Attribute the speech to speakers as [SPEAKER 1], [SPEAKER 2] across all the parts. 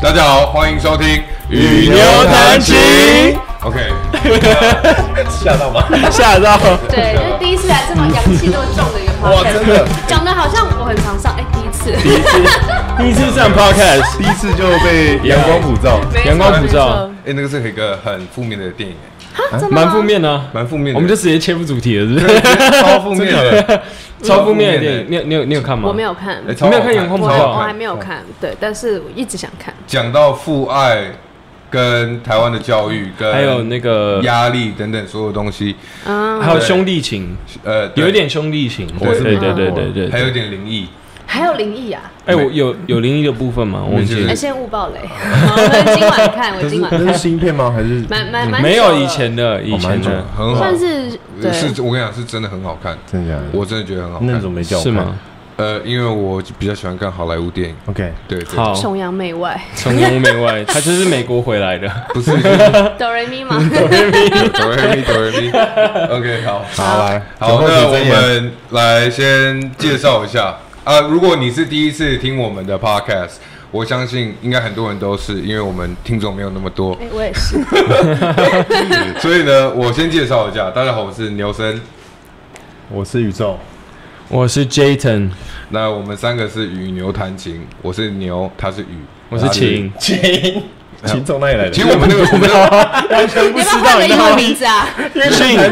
[SPEAKER 1] 大家好，欢迎收听《
[SPEAKER 2] 与牛弹琴》。
[SPEAKER 1] OK，
[SPEAKER 3] 吓到吗？
[SPEAKER 2] 吓到，
[SPEAKER 4] 对，就是第一次来这么阳气这么重的一个
[SPEAKER 3] 哇，
[SPEAKER 4] podcast，
[SPEAKER 3] 真的，
[SPEAKER 4] 讲的好像我很常上，哎，第一次，
[SPEAKER 2] 第一次上 podcast，
[SPEAKER 3] 第一次就 被阳光普照。
[SPEAKER 4] 没 错
[SPEAKER 2] 阳光普照，
[SPEAKER 1] 哎、那个是一个很负面的电影，
[SPEAKER 4] 没错真的吗
[SPEAKER 2] 蛮负，面的啊，
[SPEAKER 1] 蛮负面的，
[SPEAKER 2] 我们就直接切入主题了，是不是？
[SPEAKER 1] 超负面的，
[SPEAKER 2] 超负面的电影，你有你有你有看吗？
[SPEAKER 4] 我没。有看，
[SPEAKER 1] 哎
[SPEAKER 4] 我
[SPEAKER 1] 超好
[SPEAKER 2] 你没有看阳光普
[SPEAKER 4] 我
[SPEAKER 2] 照哎
[SPEAKER 1] 超好
[SPEAKER 4] 我还没有看，对，但是我一直想看，
[SPEAKER 1] 讲到父爱、跟台湾的教育、跟
[SPEAKER 2] 还有那个，
[SPEAKER 1] 压力等等所有东西，
[SPEAKER 4] 嗯，
[SPEAKER 2] 还有兄弟情，
[SPEAKER 1] 呃，对
[SPEAKER 2] 有一点兄弟情，
[SPEAKER 1] 我
[SPEAKER 2] 对
[SPEAKER 1] 是
[SPEAKER 2] 对
[SPEAKER 1] 没看
[SPEAKER 2] 对
[SPEAKER 1] 过
[SPEAKER 2] 对对对。
[SPEAKER 1] 还有一
[SPEAKER 2] 对
[SPEAKER 1] 点灵异，
[SPEAKER 4] 还有灵异啊，
[SPEAKER 2] 哎，我有有灵异的部分吗？我忘记
[SPEAKER 1] 没
[SPEAKER 2] 了
[SPEAKER 4] 哎，
[SPEAKER 1] 事
[SPEAKER 4] 先勿暴雷，哦我今晚看，我
[SPEAKER 3] 这
[SPEAKER 4] 今
[SPEAKER 3] 是
[SPEAKER 4] 晚
[SPEAKER 3] 这是
[SPEAKER 4] 看，
[SPEAKER 3] 新片吗？还是
[SPEAKER 4] 蛮哎蛮蛮
[SPEAKER 2] 没
[SPEAKER 4] 久
[SPEAKER 2] 有
[SPEAKER 4] 了
[SPEAKER 2] 以，前的，以前
[SPEAKER 3] 蛮久
[SPEAKER 2] 的
[SPEAKER 3] 了
[SPEAKER 1] 很好呃
[SPEAKER 4] 算，是对，
[SPEAKER 1] 是我跟你讲，是真的很好看，
[SPEAKER 3] 真的假的？
[SPEAKER 1] 我真的觉得很好看。
[SPEAKER 3] 那种没叫我
[SPEAKER 2] 是
[SPEAKER 3] 看
[SPEAKER 2] 吗？
[SPEAKER 1] 呃，因为我比较喜欢看好莱坞电影，
[SPEAKER 3] ？OK，
[SPEAKER 1] 对对，
[SPEAKER 2] 好，
[SPEAKER 4] 崇洋媚 外，
[SPEAKER 2] 崇洋媚外，他就是美国回来的。
[SPEAKER 1] 不是
[SPEAKER 4] 哆瑞咪吗？
[SPEAKER 2] 嗯
[SPEAKER 1] 哆瑞咪哆瑞咪，OK，好。
[SPEAKER 3] 好来，
[SPEAKER 1] 好，那
[SPEAKER 3] 讲话
[SPEAKER 1] 我
[SPEAKER 3] 请睁眼
[SPEAKER 1] 们来先介绍一下啊。如果你是第一次听我们的 podcast，我相信应该很多人都是，因为我们听众没有那么 多，
[SPEAKER 4] 哎，我也是，
[SPEAKER 1] 所以呢，我先介绍一下。大家好，我是牛森。
[SPEAKER 3] 我是宇宙，
[SPEAKER 2] 我是 Jaton，
[SPEAKER 1] 那我们三个是与牛弹琴，我是牛，他是雨，
[SPEAKER 2] 我是
[SPEAKER 1] 晴。
[SPEAKER 2] 晴，
[SPEAKER 3] 秦秦从哪里来的？
[SPEAKER 1] 其实我们那个我们那个
[SPEAKER 3] 完全不
[SPEAKER 4] 你要不要换个英文名字啊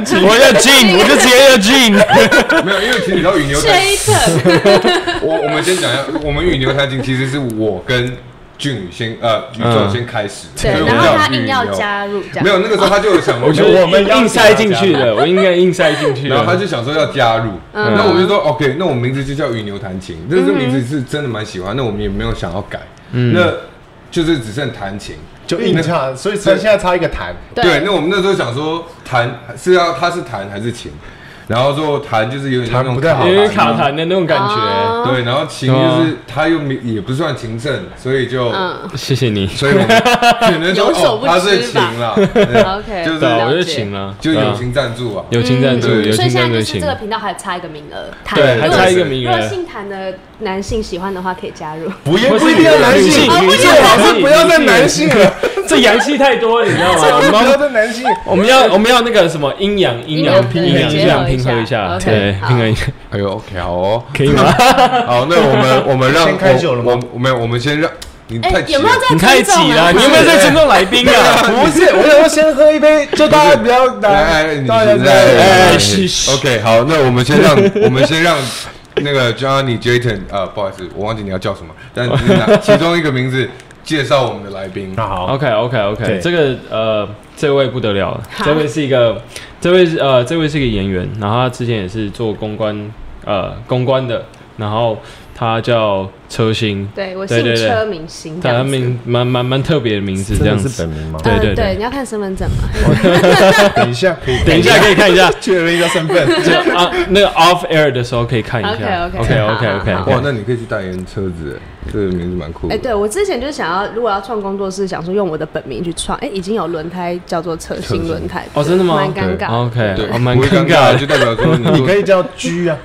[SPEAKER 2] 静，我叫静，我就直接叫静。
[SPEAKER 1] 没有，因为其实你知道与牛弹，
[SPEAKER 4] ？Jason，
[SPEAKER 1] 我我们先讲一下，我们与牛弹琴其实是我跟俊宇先呃宇宙先开始，所以
[SPEAKER 4] 对，
[SPEAKER 1] 我
[SPEAKER 4] 然
[SPEAKER 1] 们
[SPEAKER 4] 后
[SPEAKER 1] 叫
[SPEAKER 4] 他
[SPEAKER 1] 与
[SPEAKER 4] 硬要
[SPEAKER 1] 牛
[SPEAKER 4] 加入这样，
[SPEAKER 1] 没有那个时候他就有想，我
[SPEAKER 2] 我
[SPEAKER 1] 就
[SPEAKER 2] 就
[SPEAKER 3] 我
[SPEAKER 2] 我
[SPEAKER 3] 们
[SPEAKER 2] 们
[SPEAKER 3] 要
[SPEAKER 2] 硬塞进去的，我应该硬塞进 去的。
[SPEAKER 1] 然后他就想说要加入，
[SPEAKER 4] 嗯
[SPEAKER 1] 那我就说 OK，那我名字就叫与牛弹琴，那这个名字是真的蛮喜欢，那我们也没有想要改，那就是只剩弹琴。
[SPEAKER 3] 就硬差，所以现在差一个弹。
[SPEAKER 1] 对，那我们那时候想说弹是要它是弹还是琴，然后说弹就是有点像那种
[SPEAKER 3] 弹不太好
[SPEAKER 2] 有点卡痰的那种感觉。
[SPEAKER 4] 哦
[SPEAKER 1] 对，然后琴就是它又没也不算琴圣，所以就。
[SPEAKER 4] 嗯，
[SPEAKER 2] 谢谢你。
[SPEAKER 1] 所以我 们只能说
[SPEAKER 4] 有所
[SPEAKER 1] 哦，
[SPEAKER 4] 不知吧
[SPEAKER 1] 它是琴 啦，对
[SPEAKER 4] OK，
[SPEAKER 1] 就是
[SPEAKER 2] 对啊，
[SPEAKER 4] 了
[SPEAKER 2] 我
[SPEAKER 4] 解
[SPEAKER 2] 就请了，
[SPEAKER 1] 就
[SPEAKER 2] 对啊
[SPEAKER 1] 友情赞助啊，
[SPEAKER 2] 友情赞助，
[SPEAKER 1] 嗯
[SPEAKER 2] 友
[SPEAKER 4] 所以
[SPEAKER 2] 情
[SPEAKER 4] 现在
[SPEAKER 2] 赞助
[SPEAKER 4] 就是
[SPEAKER 2] 请
[SPEAKER 4] 这。个频道还差一个名额，
[SPEAKER 2] 对，还
[SPEAKER 4] 如果
[SPEAKER 2] 差一个名
[SPEAKER 4] 如果
[SPEAKER 2] 额。
[SPEAKER 4] 姓谭的男性喜欢的话，可以加入。
[SPEAKER 3] 不也
[SPEAKER 2] 不是
[SPEAKER 3] 不一定要男
[SPEAKER 2] 女
[SPEAKER 3] 性，
[SPEAKER 2] 性
[SPEAKER 4] 哎
[SPEAKER 2] 女性
[SPEAKER 3] 老师不要再男性了，
[SPEAKER 2] 这阳气太多，你知道吗？我
[SPEAKER 3] 不
[SPEAKER 2] 们
[SPEAKER 3] 要
[SPEAKER 2] 要
[SPEAKER 3] 再男性。
[SPEAKER 2] 我们要我们要那个什么阴阳阴
[SPEAKER 4] 阴
[SPEAKER 2] 阳
[SPEAKER 4] 阳
[SPEAKER 2] 阴阳
[SPEAKER 3] 对
[SPEAKER 2] 阴阳平
[SPEAKER 4] 结合
[SPEAKER 2] 衡
[SPEAKER 4] 一
[SPEAKER 2] 一
[SPEAKER 4] 下
[SPEAKER 2] 下，
[SPEAKER 4] OK，
[SPEAKER 2] 对，
[SPEAKER 4] 好
[SPEAKER 2] 平衡一下，
[SPEAKER 1] 哎呦，OK，好哦，
[SPEAKER 2] 可以吗？
[SPEAKER 1] 好，那我们我们让
[SPEAKER 3] 先开酒了吗
[SPEAKER 1] 我我没有，我们先让你
[SPEAKER 4] 哎、
[SPEAKER 1] 太急
[SPEAKER 4] 有没有
[SPEAKER 1] 了
[SPEAKER 4] 在
[SPEAKER 2] 你太
[SPEAKER 4] 尊重
[SPEAKER 2] 挤
[SPEAKER 4] 啊
[SPEAKER 2] 了，你有没有在尊重来宾啊？
[SPEAKER 3] 不是，我想要先喝一杯，就大家不哎要
[SPEAKER 1] 来来，
[SPEAKER 3] 来，
[SPEAKER 1] 你
[SPEAKER 3] 大家
[SPEAKER 1] 是
[SPEAKER 3] 不要
[SPEAKER 1] 在
[SPEAKER 3] 来。
[SPEAKER 2] 哎
[SPEAKER 1] 哎
[SPEAKER 2] 是是
[SPEAKER 1] ，OK，好，那我们先让我们先让那个 Johnny Jaton 啊，不好意思，我忘记你要叫什么，但是拿其中一个名字介绍我们的来宾。
[SPEAKER 3] 那好，
[SPEAKER 2] OK OK OK，
[SPEAKER 3] 对
[SPEAKER 2] 这个呃，这位不得了了，这位是一个，这位是呃，这位是一个演员，然后他之前也是做公关呃公关的，然后他叫车星，
[SPEAKER 4] 对我
[SPEAKER 2] 对
[SPEAKER 4] 姓
[SPEAKER 2] 对对
[SPEAKER 4] 车明星这
[SPEAKER 2] 但他
[SPEAKER 4] 样子，
[SPEAKER 2] 名蛮蛮蛮特别的名字，这样
[SPEAKER 3] 真的是
[SPEAKER 2] 子。
[SPEAKER 3] 本名吗？
[SPEAKER 2] 对对对
[SPEAKER 4] 嗯对，你要看身份证吗？
[SPEAKER 3] 等一下可以，
[SPEAKER 2] 等一下可以看 一下
[SPEAKER 3] 确认一下身 份。
[SPEAKER 2] 这啊，那个 off air 的时候可以看一下。
[SPEAKER 4] OK，OK，
[SPEAKER 2] OK
[SPEAKER 4] 好
[SPEAKER 2] OK
[SPEAKER 4] 好
[SPEAKER 2] OK
[SPEAKER 4] 好。
[SPEAKER 1] 哇，那你可以去代言车子，哎这个名字蛮酷
[SPEAKER 4] 哎、
[SPEAKER 1] 的。
[SPEAKER 4] 对我之前就是想要，如果要创工作室，想说用我的本名去创，哎、已经有轮胎叫做车星轮胎，
[SPEAKER 2] 哦真的吗
[SPEAKER 4] 蛮尴尬。
[SPEAKER 2] OK，哦蛮
[SPEAKER 1] 不会
[SPEAKER 2] 尴
[SPEAKER 1] 尬
[SPEAKER 2] 尬
[SPEAKER 1] 的，就
[SPEAKER 2] 的。
[SPEAKER 1] 代表说你
[SPEAKER 3] 你
[SPEAKER 1] 做
[SPEAKER 3] 可以叫 G 啊，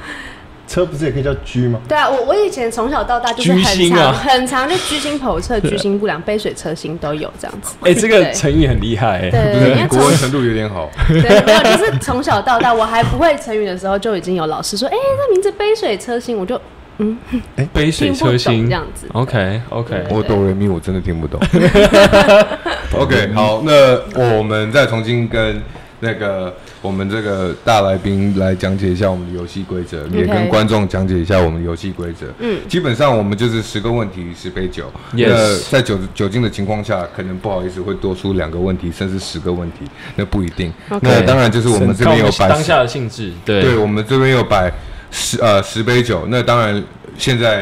[SPEAKER 3] 车不是也可以叫 G 吗？
[SPEAKER 4] 对啊，我我以前从小到大就是很
[SPEAKER 2] 居心
[SPEAKER 4] 常、
[SPEAKER 2] 啊
[SPEAKER 4] 很常就居心 叵测、居心不良、杯水车薪都有这样子。
[SPEAKER 2] 哎，这个
[SPEAKER 4] 对
[SPEAKER 2] 成语很厉害哎。
[SPEAKER 4] 对
[SPEAKER 1] 不
[SPEAKER 4] 对，对因
[SPEAKER 1] 是
[SPEAKER 4] 为
[SPEAKER 1] 国
[SPEAKER 4] 从
[SPEAKER 1] 文程度有点好，
[SPEAKER 4] 对，没有，就是从小到大，我还不会成语的时候，就已经有老师说：“哎、这名字杯水车薪。”我就
[SPEAKER 2] 杯水车
[SPEAKER 4] 听
[SPEAKER 2] 薪哦
[SPEAKER 4] 不懂这样子
[SPEAKER 2] OK OK，
[SPEAKER 1] 我哆瑞咪我真的听 不懂。OK，好，
[SPEAKER 2] 嗯
[SPEAKER 1] 那我们再重新跟那个我们这个大来宾来讲解一下我们的游戏规则也跟观众讲解一下我们的游戏规则。嗯，基本上我们就是十个问题，十杯酒。
[SPEAKER 2] Yes
[SPEAKER 1] 那在酒酒精的情况下，可能不好意思会多出两个问题，甚至十个问题，那不一定。那当然就是我们这边有
[SPEAKER 2] 看
[SPEAKER 1] 摆
[SPEAKER 2] 我当下的性质，对
[SPEAKER 1] 对，我们这边有摆十呃十杯酒，那当然现在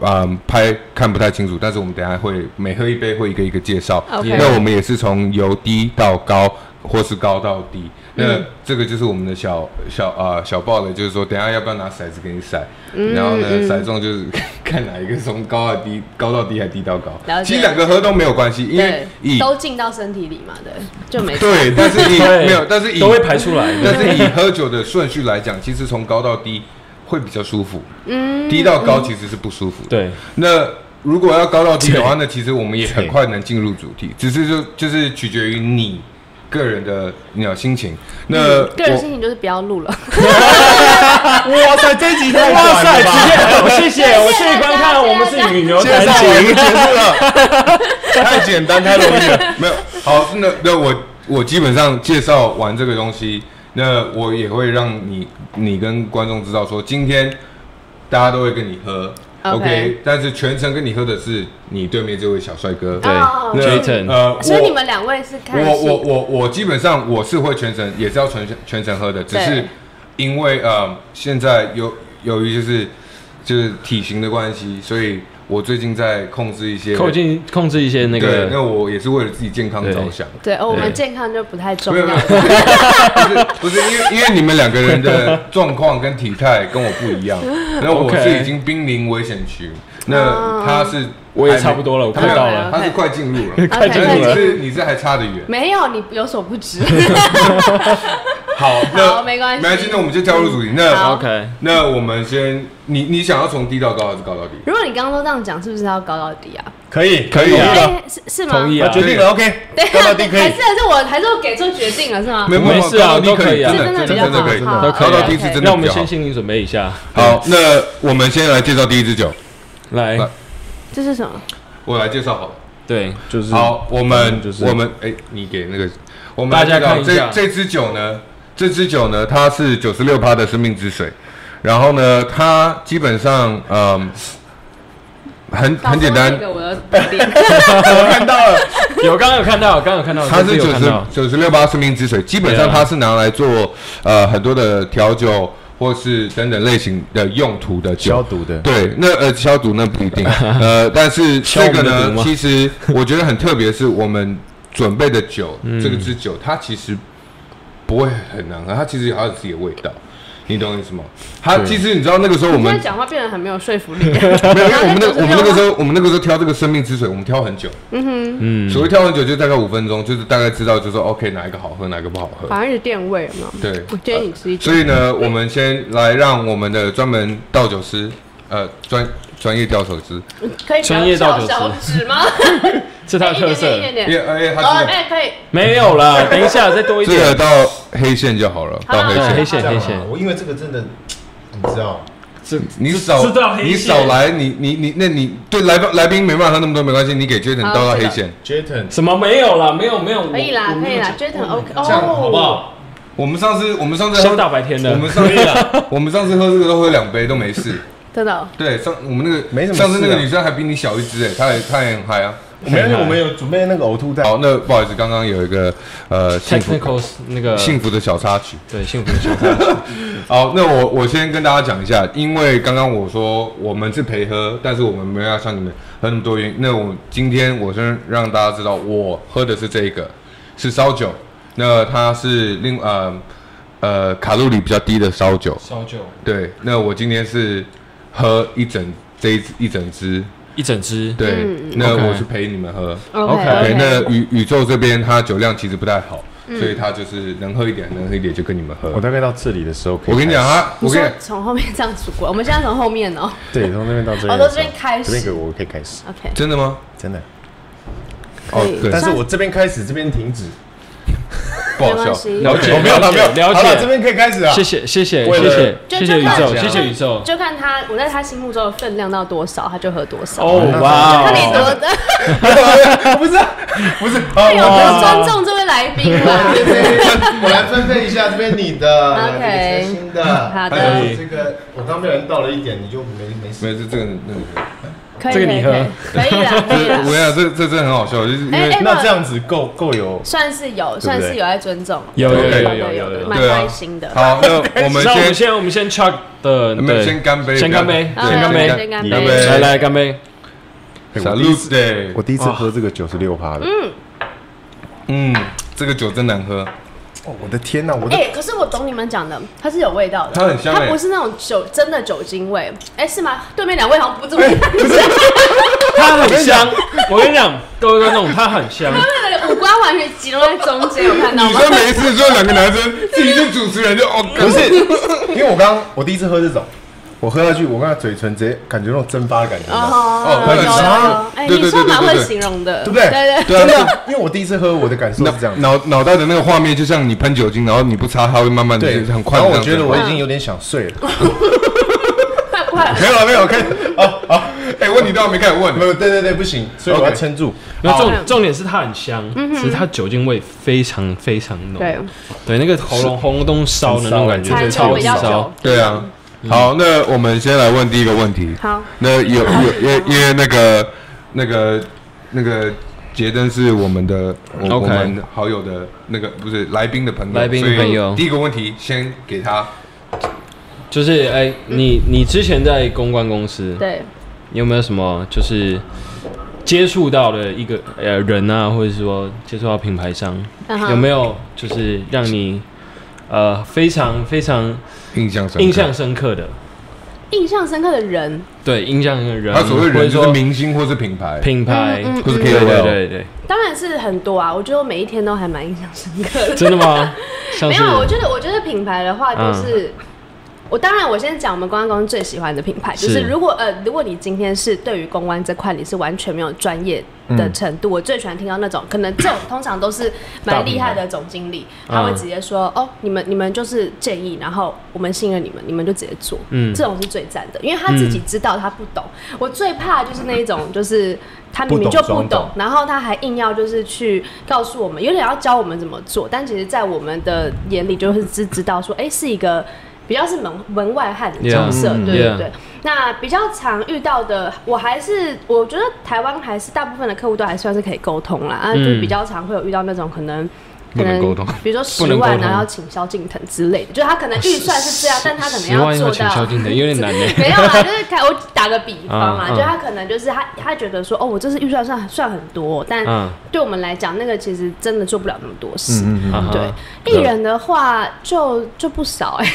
[SPEAKER 1] 啊、嗯拍看不太清楚，但是我们等一下会每喝一杯会一个一个介绍。
[SPEAKER 4] OK
[SPEAKER 1] 那我们也是从由低到高，或是高到低。
[SPEAKER 4] 嗯
[SPEAKER 1] 那这个就是我们的小小啊、小爆雷，就是说等一下要不要拿骰子给你骰，
[SPEAKER 4] 嗯
[SPEAKER 1] 然后呢骰中就是 看哪一个从高到低，高到低还低到高
[SPEAKER 4] 了。解
[SPEAKER 1] 其实两个喝都没有关系，因为
[SPEAKER 4] 对
[SPEAKER 1] 以
[SPEAKER 4] 都进到身体里嘛，对，就没事。
[SPEAKER 1] 对，但是 以
[SPEAKER 2] 对
[SPEAKER 1] 没有，但是以
[SPEAKER 2] 都会排出来的。
[SPEAKER 1] 但是以喝酒的顺序来讲，其实从高到低会比较舒服，
[SPEAKER 4] 嗯，
[SPEAKER 1] 低到高其实是不舒服的。
[SPEAKER 2] 对，
[SPEAKER 1] 那如果要高到低的话，那其实我们也很快能进入主题，只是就就是取决于你个人的你要心情。那
[SPEAKER 4] 嗯个人心
[SPEAKER 1] 我
[SPEAKER 4] 情就是不要录了。
[SPEAKER 2] 哇塞，这集
[SPEAKER 3] 太短了吧
[SPEAKER 2] 哇塞，直接好，谢谢，我是观看，我们是与牛
[SPEAKER 1] 介
[SPEAKER 2] 弹
[SPEAKER 1] 绍
[SPEAKER 2] 琴
[SPEAKER 1] 我们结束了， 太简单太容易了，没有好，那那我我基本上介绍完这个东西，那我也会让你你跟观众知道说，今天大家都会跟你喝
[SPEAKER 4] OK
[SPEAKER 1] 但是全程跟你喝的是你对面这位小帅哥，
[SPEAKER 2] 对
[SPEAKER 4] 哦
[SPEAKER 2] ，Jason，
[SPEAKER 1] 呃，我
[SPEAKER 4] 所以你们两位是看
[SPEAKER 1] 我
[SPEAKER 4] 戏
[SPEAKER 1] 我我我基本上我是会全程，也是要全全程喝的，只
[SPEAKER 4] 对
[SPEAKER 1] 是因为呃现在由由于就是就是体型的关系，所以我最近在控制一些
[SPEAKER 2] 控制控制一些那
[SPEAKER 1] 对那
[SPEAKER 2] 个，
[SPEAKER 1] 我也是为了自己健康着想。
[SPEAKER 4] 对哦，我
[SPEAKER 2] 对
[SPEAKER 4] 们健康就不太重
[SPEAKER 1] 没有没
[SPEAKER 4] 要
[SPEAKER 1] 有，。不是不是因为因为你们两个人的状况跟体态跟我不一样，那我
[SPEAKER 2] OK
[SPEAKER 1] 是已经濒临危险区，那他是
[SPEAKER 2] 我也
[SPEAKER 1] 还没
[SPEAKER 2] 差不多了我
[SPEAKER 1] 他没
[SPEAKER 2] 快
[SPEAKER 1] 有
[SPEAKER 2] 到了
[SPEAKER 1] 他是
[SPEAKER 4] 哦 OK
[SPEAKER 1] 快进入了，
[SPEAKER 2] 快进入
[SPEAKER 1] 但
[SPEAKER 2] 了
[SPEAKER 1] 你是你是还差得远。
[SPEAKER 4] 没有，你有所不 知。
[SPEAKER 1] 好，那
[SPEAKER 4] 好没关系
[SPEAKER 1] 没关系，那我们就跳入主题。那
[SPEAKER 4] 好
[SPEAKER 2] OK，
[SPEAKER 1] 那我们先，你你想要从低到高还是高到低？
[SPEAKER 4] 如果你刚刚都这样讲，是不是要高到底啊？
[SPEAKER 3] 可以
[SPEAKER 1] 可以啊
[SPEAKER 3] 啊，
[SPEAKER 4] 哎是是吗？
[SPEAKER 2] 同意啊
[SPEAKER 3] 我决定了，OK，
[SPEAKER 4] 对啊，
[SPEAKER 3] 高到低可
[SPEAKER 4] 还
[SPEAKER 3] 以
[SPEAKER 4] 是。还是我还是我给出决定了是吗？
[SPEAKER 1] 有有
[SPEAKER 2] 没事啊
[SPEAKER 1] 高到低
[SPEAKER 2] 都可以啊
[SPEAKER 1] 真的
[SPEAKER 4] 这
[SPEAKER 1] 真
[SPEAKER 4] 真的
[SPEAKER 1] 的可以，
[SPEAKER 4] 比较好
[SPEAKER 1] 高
[SPEAKER 2] 好
[SPEAKER 1] 到低是真的比较
[SPEAKER 2] 那
[SPEAKER 1] 好
[SPEAKER 2] 我们先心理准备一下，
[SPEAKER 1] 好，那我们先来介绍第一支酒，
[SPEAKER 2] 来
[SPEAKER 1] 来，
[SPEAKER 4] 这是什么？
[SPEAKER 1] 我来介绍好了。
[SPEAKER 2] 对，
[SPEAKER 3] 就是
[SPEAKER 1] 好，我们
[SPEAKER 3] 就是
[SPEAKER 1] 我们哎，你给那个我们
[SPEAKER 2] 大
[SPEAKER 1] 来
[SPEAKER 2] 家
[SPEAKER 1] 介绍
[SPEAKER 2] 看一下
[SPEAKER 1] 这这支酒呢，这支酒呢，它是九十六趴的生命之水，然后呢，它基本上嗯，很很简单
[SPEAKER 4] 那，个我的笔
[SPEAKER 1] 我看到 了。
[SPEAKER 2] 有刚刚有看到，刚刚有看到，
[SPEAKER 1] 它是
[SPEAKER 2] 有
[SPEAKER 1] 九
[SPEAKER 2] 看
[SPEAKER 1] 十
[SPEAKER 2] 到，
[SPEAKER 1] 九十六八生命之水，基本上
[SPEAKER 2] 对啊
[SPEAKER 1] 它是拿来做呃很多的调酒或是等等类型的用途的
[SPEAKER 3] 消
[SPEAKER 1] 酒。
[SPEAKER 3] 毒的，
[SPEAKER 1] 对，那呃消毒那不一定，呃，但 是
[SPEAKER 2] 消
[SPEAKER 1] 这个
[SPEAKER 2] 我们的毒
[SPEAKER 1] 呢
[SPEAKER 2] 吗，
[SPEAKER 1] 其实我觉得很特别，是我们准备的酒，
[SPEAKER 2] 嗯
[SPEAKER 1] 这个支酒它其实不会很难喝，它其实有它自己的味道，你懂我意思吗？它
[SPEAKER 3] 对
[SPEAKER 1] 其实你知道那个时 候我
[SPEAKER 4] 现在
[SPEAKER 1] 们
[SPEAKER 4] 讲话变得很没有说 服力。
[SPEAKER 1] 没有，因为我们那
[SPEAKER 4] 96
[SPEAKER 1] 我们那个时候我们那个时候挑这个生命之水，我们挑很久，
[SPEAKER 2] 嗯，
[SPEAKER 1] 所谓挑很久就大概五分钟，就是大概知道就说 OK 哪一个好喝，哪一个不好喝。
[SPEAKER 4] 反正是垫位嘛。
[SPEAKER 1] 对，
[SPEAKER 4] 我建议你吃一点。
[SPEAKER 1] 所以呢，我们先来让我们的专门倒酒师，呃，专专业调酒师，
[SPEAKER 4] 可以
[SPEAKER 2] 专业到九
[SPEAKER 4] 小
[SPEAKER 2] 十
[SPEAKER 4] 小指 吗？
[SPEAKER 2] 是它的特
[SPEAKER 4] 一
[SPEAKER 2] 色，
[SPEAKER 4] 点点，一点点。
[SPEAKER 1] 因为哎，
[SPEAKER 4] 哦，
[SPEAKER 1] 他
[SPEAKER 4] 哎，可以。
[SPEAKER 2] 没有啦，等一下再多一
[SPEAKER 1] 这个这个
[SPEAKER 2] 点，
[SPEAKER 1] 到黑线就好了，
[SPEAKER 4] 好
[SPEAKER 1] 到黑
[SPEAKER 2] 对，
[SPEAKER 1] 线，
[SPEAKER 2] 黑线黑线，
[SPEAKER 3] 我因为这个真的，你知道，
[SPEAKER 2] 是
[SPEAKER 1] 你少
[SPEAKER 2] 知道黑线
[SPEAKER 1] 你少来，你你你，那你对来宾来宾没办法喝那么多没关系，你给 Jaden
[SPEAKER 4] 好
[SPEAKER 1] 倒到
[SPEAKER 4] 这
[SPEAKER 1] 黑
[SPEAKER 4] 个
[SPEAKER 1] 线。
[SPEAKER 3] Jaden，
[SPEAKER 2] 什么没有啦，没有没有，我
[SPEAKER 4] 可以啦
[SPEAKER 2] 我，
[SPEAKER 4] 可
[SPEAKER 2] 没
[SPEAKER 4] 以
[SPEAKER 2] 有
[SPEAKER 4] 啦
[SPEAKER 2] 讲
[SPEAKER 4] ，Jaden OK
[SPEAKER 3] 这样好不
[SPEAKER 4] 哦，
[SPEAKER 3] 好？
[SPEAKER 1] 我们上次我们上次
[SPEAKER 2] 像
[SPEAKER 1] 喝
[SPEAKER 2] 大白天的，
[SPEAKER 1] 我们上次我们上次喝这个都喝两杯都没事，
[SPEAKER 4] 真的哦。
[SPEAKER 1] 对上我们那个
[SPEAKER 3] 没什么
[SPEAKER 1] 上次那
[SPEAKER 3] 事
[SPEAKER 1] 个
[SPEAKER 3] 啊
[SPEAKER 1] 女生还比你小一只哎，她也她也很嗨啊。
[SPEAKER 3] 我们有我们有准备那个呕吐袋，
[SPEAKER 1] 好，那不好意思，刚刚有一个呃幸福
[SPEAKER 2] technical 那个
[SPEAKER 1] 幸福的小插曲。
[SPEAKER 2] 对幸福的小菜，
[SPEAKER 1] 好，那我我先跟大家讲一下，因为刚刚我说我们是陪喝，但是我们没有要像你们喝那么多原因。那我今天我先让大家知道，我喝的是这个，是烧酒。那它是另呃呃卡路里比较低的烧酒。
[SPEAKER 2] 烧酒
[SPEAKER 1] 对，那我今天是喝一整这一一整支，
[SPEAKER 2] 一整只，
[SPEAKER 1] 对，
[SPEAKER 4] 嗯
[SPEAKER 1] 那
[SPEAKER 2] OK
[SPEAKER 1] 我是陪你们喝。
[SPEAKER 4] OK 嗯
[SPEAKER 1] OK，
[SPEAKER 4] OK。
[SPEAKER 1] 那宇宇宙这边它酒量其实不太好，所以它就是能喝一点，能喝一点就跟你们喝。
[SPEAKER 3] 我大概到这里的时候，
[SPEAKER 1] 我跟你讲，
[SPEAKER 3] 啊，
[SPEAKER 1] 啊，
[SPEAKER 4] 你
[SPEAKER 1] 我跟你
[SPEAKER 4] 说
[SPEAKER 1] 讲。
[SPEAKER 4] 从后面这样数过，我们现在从后面哦。
[SPEAKER 3] 对，从那边到这里的时候，
[SPEAKER 4] 哦从这边开始
[SPEAKER 3] 这边给我可以开始，
[SPEAKER 4] OK，
[SPEAKER 1] 真的吗？
[SPEAKER 3] 真的。
[SPEAKER 4] 可以
[SPEAKER 1] 哦对
[SPEAKER 3] 但是我这边开始，这边停止，
[SPEAKER 1] 不好
[SPEAKER 4] 没
[SPEAKER 1] 笑
[SPEAKER 4] 关系，
[SPEAKER 2] 了解
[SPEAKER 3] 我没有
[SPEAKER 2] 了
[SPEAKER 3] 没有
[SPEAKER 2] 解了
[SPEAKER 3] 好了，这
[SPEAKER 2] 解，
[SPEAKER 3] 边可以开始啊。
[SPEAKER 2] 谢谢谢谢
[SPEAKER 3] 为
[SPEAKER 2] 谢
[SPEAKER 3] 了
[SPEAKER 2] 谢
[SPEAKER 4] 就
[SPEAKER 2] 谢谢宇
[SPEAKER 4] 就
[SPEAKER 2] 宙
[SPEAKER 4] 看
[SPEAKER 2] 谢谢宇宙，
[SPEAKER 4] 就看他，我在他心目中的分量到多少，他就喝多少。哎
[SPEAKER 2] 哦
[SPEAKER 4] 那你
[SPEAKER 2] 哇，
[SPEAKER 4] 多的，
[SPEAKER 3] 不是啊不是，好，
[SPEAKER 4] 哎呦，
[SPEAKER 3] 我
[SPEAKER 4] 多尊重这位来宾啊啦。
[SPEAKER 2] 哦
[SPEAKER 3] 我来分配一下，这边你的
[SPEAKER 4] OK
[SPEAKER 3] 这个新的，
[SPEAKER 4] 好
[SPEAKER 2] 的
[SPEAKER 3] 还有这个我刚被人倒了一点，你就没没事。
[SPEAKER 1] 没有，这这个那个，
[SPEAKER 4] 可以，
[SPEAKER 2] 这个
[SPEAKER 4] 可以
[SPEAKER 2] 你喝
[SPEAKER 4] 可以可以啦，可以
[SPEAKER 1] 这我跟
[SPEAKER 4] 啦，
[SPEAKER 1] 你讲，这这真的很好笑，就是因
[SPEAKER 4] 哎
[SPEAKER 1] 为
[SPEAKER 4] 哎
[SPEAKER 3] 那这样子够够有，
[SPEAKER 4] 算是有，算是有在尊重，
[SPEAKER 2] 有有
[SPEAKER 1] 有
[SPEAKER 2] 有
[SPEAKER 1] 有
[SPEAKER 2] 有有有。
[SPEAKER 4] 蛮
[SPEAKER 1] 对啊
[SPEAKER 4] 开心的。
[SPEAKER 1] 好，那我们
[SPEAKER 2] 那我们
[SPEAKER 1] 先
[SPEAKER 2] 先我们先 chug 的，
[SPEAKER 1] 我们
[SPEAKER 2] 对，
[SPEAKER 1] 先干杯，
[SPEAKER 2] 先干杯
[SPEAKER 4] 啊
[SPEAKER 1] 对
[SPEAKER 2] 先干杯
[SPEAKER 4] 先干
[SPEAKER 1] 干
[SPEAKER 4] 杯
[SPEAKER 1] 杯，
[SPEAKER 2] 来来干杯，
[SPEAKER 1] ，Salute Day，
[SPEAKER 3] 第一次喝这个九十六趴的，
[SPEAKER 1] 嗯，这个酒真难喝，
[SPEAKER 3] 哦我的天哪，我的
[SPEAKER 4] 哎、可是我懂你们讲的，它是有味道的，
[SPEAKER 1] 它很香哎
[SPEAKER 4] 它不是那种酒真的酒精味，哎、是吗？对面两位好像不这么
[SPEAKER 1] 哎
[SPEAKER 4] 看，
[SPEAKER 2] 它很香，我跟你讲，各位观众，它很香，
[SPEAKER 4] 那个五官完全集中在中间，有看到
[SPEAKER 1] 女
[SPEAKER 4] 吗？
[SPEAKER 1] 生没事，就两个男生，自己是主持人就哦，
[SPEAKER 3] 不是，因为我刚我第一次喝这种，我喝下去，我刚才嘴唇直接感觉那种蒸发的感觉，
[SPEAKER 1] 哦
[SPEAKER 4] 哦
[SPEAKER 1] 对
[SPEAKER 4] 有
[SPEAKER 1] 啊
[SPEAKER 4] 有，哎，
[SPEAKER 1] 对
[SPEAKER 4] 你
[SPEAKER 1] 对
[SPEAKER 4] 说
[SPEAKER 1] 对对
[SPEAKER 4] 蛮
[SPEAKER 1] 对
[SPEAKER 4] 会
[SPEAKER 1] 对
[SPEAKER 4] 形容的，
[SPEAKER 3] 对不对？
[SPEAKER 4] 对对，
[SPEAKER 3] 真
[SPEAKER 2] 啊
[SPEAKER 3] 的，因为我第一次喝，我的感受是这样
[SPEAKER 1] 脑。脑脑袋的那个画面，就像你喷酒精，然后你不擦，它会慢慢的
[SPEAKER 3] 对，
[SPEAKER 1] 很快
[SPEAKER 3] 然
[SPEAKER 1] 的这样
[SPEAKER 3] 后我
[SPEAKER 1] 子。
[SPEAKER 3] 觉得我已经有点想睡了。
[SPEAKER 4] 快快，
[SPEAKER 3] 没有了，没有， 可以。哦哦，
[SPEAKER 1] 哎，问题都还没开始问
[SPEAKER 3] 没，有，对对对，不行，所以我要
[SPEAKER 1] OK
[SPEAKER 3] 撑住。
[SPEAKER 2] 那重
[SPEAKER 4] 好
[SPEAKER 2] 重点是它很香，只是它酒精味非常非常浓，
[SPEAKER 4] 对，
[SPEAKER 2] 对，那个喉咙喉咙烧的那种感觉，
[SPEAKER 4] 才
[SPEAKER 2] 对，
[SPEAKER 4] 久
[SPEAKER 2] 超
[SPEAKER 4] 比
[SPEAKER 2] 级
[SPEAKER 4] 较
[SPEAKER 2] 烧
[SPEAKER 4] 久。，
[SPEAKER 1] 对啊，
[SPEAKER 3] 嗯
[SPEAKER 1] 好，那我们先来问第一个问题。
[SPEAKER 4] 好，
[SPEAKER 1] 那有有因为因为那个那个那个杰登是我们的我我
[SPEAKER 2] OK
[SPEAKER 1] 们好友的那个不是来宾的朋友，
[SPEAKER 2] 来宾的
[SPEAKER 1] 所以
[SPEAKER 2] 朋友
[SPEAKER 1] 第一个问题先给他，
[SPEAKER 2] 就是哎、你你之前在公关公司，
[SPEAKER 4] 对，
[SPEAKER 2] 你有没有什么就是接触到的一个呃人啊，或者是说接触到品牌商
[SPEAKER 4] 嗯哼
[SPEAKER 2] 有没有就是让你呃非常非常
[SPEAKER 1] 印象深刻
[SPEAKER 2] 印象深刻的？
[SPEAKER 4] 印象深刻的人，
[SPEAKER 2] 对，印象的人，
[SPEAKER 1] 他所谓
[SPEAKER 2] 或者
[SPEAKER 1] 人就是
[SPEAKER 2] 说
[SPEAKER 1] 明星或是品牌，
[SPEAKER 2] 品牌，
[SPEAKER 4] 嗯嗯
[SPEAKER 1] 或是
[SPEAKER 2] 对对
[SPEAKER 1] KOL，
[SPEAKER 2] 对对，
[SPEAKER 4] 当然是很多啊，我觉得我每一天都还蛮印象深刻的。
[SPEAKER 2] 真的 吗？像
[SPEAKER 4] 没
[SPEAKER 2] 是嗯
[SPEAKER 4] 有，我觉得我觉得品牌的话就是。我当然，我先讲我们公关公司最喜欢的品牌，就是是如果呃，如果你今天是对于公关这块你是完全没有专业
[SPEAKER 2] 嗯
[SPEAKER 4] 的程度，我最喜欢听到那种，可能这种通常都是蛮厉害的总经理，他会
[SPEAKER 2] 嗯
[SPEAKER 4] 直接说、哦，你们你们就是建议，然后我们信任你们，你们就直接做，
[SPEAKER 2] 嗯
[SPEAKER 4] 这种是最赞的，因为他自己知道他不懂。我最怕就是那一种，就是他明明就
[SPEAKER 3] 不
[SPEAKER 4] 不
[SPEAKER 3] 懂装
[SPEAKER 4] 懂
[SPEAKER 3] 懂，
[SPEAKER 4] 然后他还硬要就是去告诉我们，有点要教我们怎么做，但其实，在我们的眼里就是知知道说，哎、是一个比较是门门外汉的角色
[SPEAKER 2] Yeah，嗯
[SPEAKER 4] 对对
[SPEAKER 2] yeah
[SPEAKER 4] 对。那比较常遇到的，我还是我觉得台湾还是大部分的客户都还算是可以沟通啦，啊，就是
[SPEAKER 2] 嗯
[SPEAKER 4] 比较常会有遇到那种可能。
[SPEAKER 1] 不
[SPEAKER 4] 可
[SPEAKER 1] 能
[SPEAKER 4] 能
[SPEAKER 1] 沟通
[SPEAKER 4] 比如说十
[SPEAKER 2] 不能沟
[SPEAKER 4] 万
[SPEAKER 2] 通
[SPEAKER 4] 然后要请萧敬腾之类的，就是他可能预算是这样，但他可能
[SPEAKER 2] 十万
[SPEAKER 4] 要
[SPEAKER 2] 要
[SPEAKER 4] 做
[SPEAKER 2] 请
[SPEAKER 4] 到
[SPEAKER 2] 萧敬腾有点难呢。
[SPEAKER 4] 没 有啦，就是开我打个比方嘛，
[SPEAKER 2] 嗯嗯
[SPEAKER 4] 就他可能就是他他觉得说，哦，我这次预算算算很多，但
[SPEAKER 2] 嗯
[SPEAKER 4] 对我们来讲，那个其实真的做不了那么多事。
[SPEAKER 2] 啊哈
[SPEAKER 4] 对，艺人的话就就不少哎、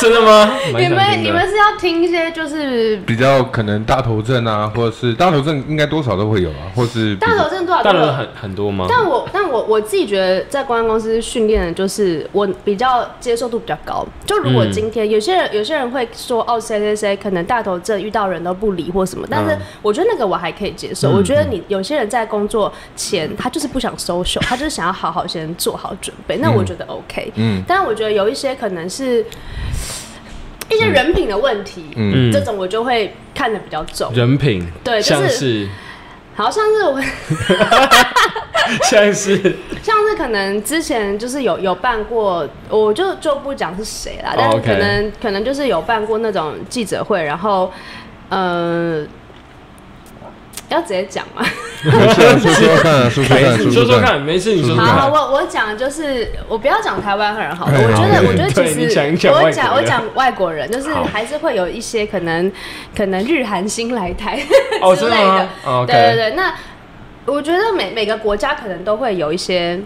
[SPEAKER 2] 真的吗？蛮
[SPEAKER 4] 你
[SPEAKER 2] 想
[SPEAKER 4] 们
[SPEAKER 2] 听的
[SPEAKER 4] 你们是要听一些就是
[SPEAKER 1] 比较可能大头症啊，或者是大头症应该多少都会有啊，或是比
[SPEAKER 4] 大头症多少？
[SPEAKER 2] 大人很很多吗？
[SPEAKER 4] 但我但我我自己觉得，在公关公司训练的就是我比较接受度比较高。就如果
[SPEAKER 2] 嗯
[SPEAKER 4] 今天、有些人有些人会说哦谁谁谁可能大头症遇到人都不理或什么，但是
[SPEAKER 2] 嗯
[SPEAKER 4] 我觉得那个我还可以接受。我觉得你有些人在工作前他就是不想 social，他就是想要好好先做好准备，那我觉得 OK。
[SPEAKER 1] 嗯
[SPEAKER 4] 但是我觉得有一些可能是一些人品的问题，
[SPEAKER 1] 嗯
[SPEAKER 2] 嗯
[SPEAKER 4] 这种我就会看得比较重。
[SPEAKER 2] 人品，
[SPEAKER 4] 对就是
[SPEAKER 2] 像是
[SPEAKER 4] 好像是我。
[SPEAKER 2] 像 是
[SPEAKER 4] 像是可能之前就是有有办过，我就就不讲是谁啦，但是
[SPEAKER 2] 哦 OK
[SPEAKER 4] 可能可能就是有办过那种记者会，然后呃，要直接讲 嘛。
[SPEAKER 1] 说说看，啊说说看，
[SPEAKER 2] 你说说，看，没事，你说
[SPEAKER 1] 对
[SPEAKER 2] 说看。
[SPEAKER 4] 好，我我讲的就是我不要讲台湾 人好了，
[SPEAKER 1] 对
[SPEAKER 4] 我觉
[SPEAKER 1] 好
[SPEAKER 4] 得我觉得
[SPEAKER 2] 对
[SPEAKER 4] 其
[SPEAKER 2] 你
[SPEAKER 4] 实
[SPEAKER 2] 讲一讲外
[SPEAKER 4] 我
[SPEAKER 2] 国
[SPEAKER 4] 讲我
[SPEAKER 2] 人
[SPEAKER 4] 讲外国人，就是
[SPEAKER 2] 好
[SPEAKER 4] 还是会有一些可能可能日韩新来台
[SPEAKER 2] 哦，
[SPEAKER 4] 之
[SPEAKER 2] 真
[SPEAKER 4] 类
[SPEAKER 2] 的
[SPEAKER 4] 的
[SPEAKER 2] 吗，？OK，
[SPEAKER 4] 对对对，那我觉得每每个国家可能都会有一些，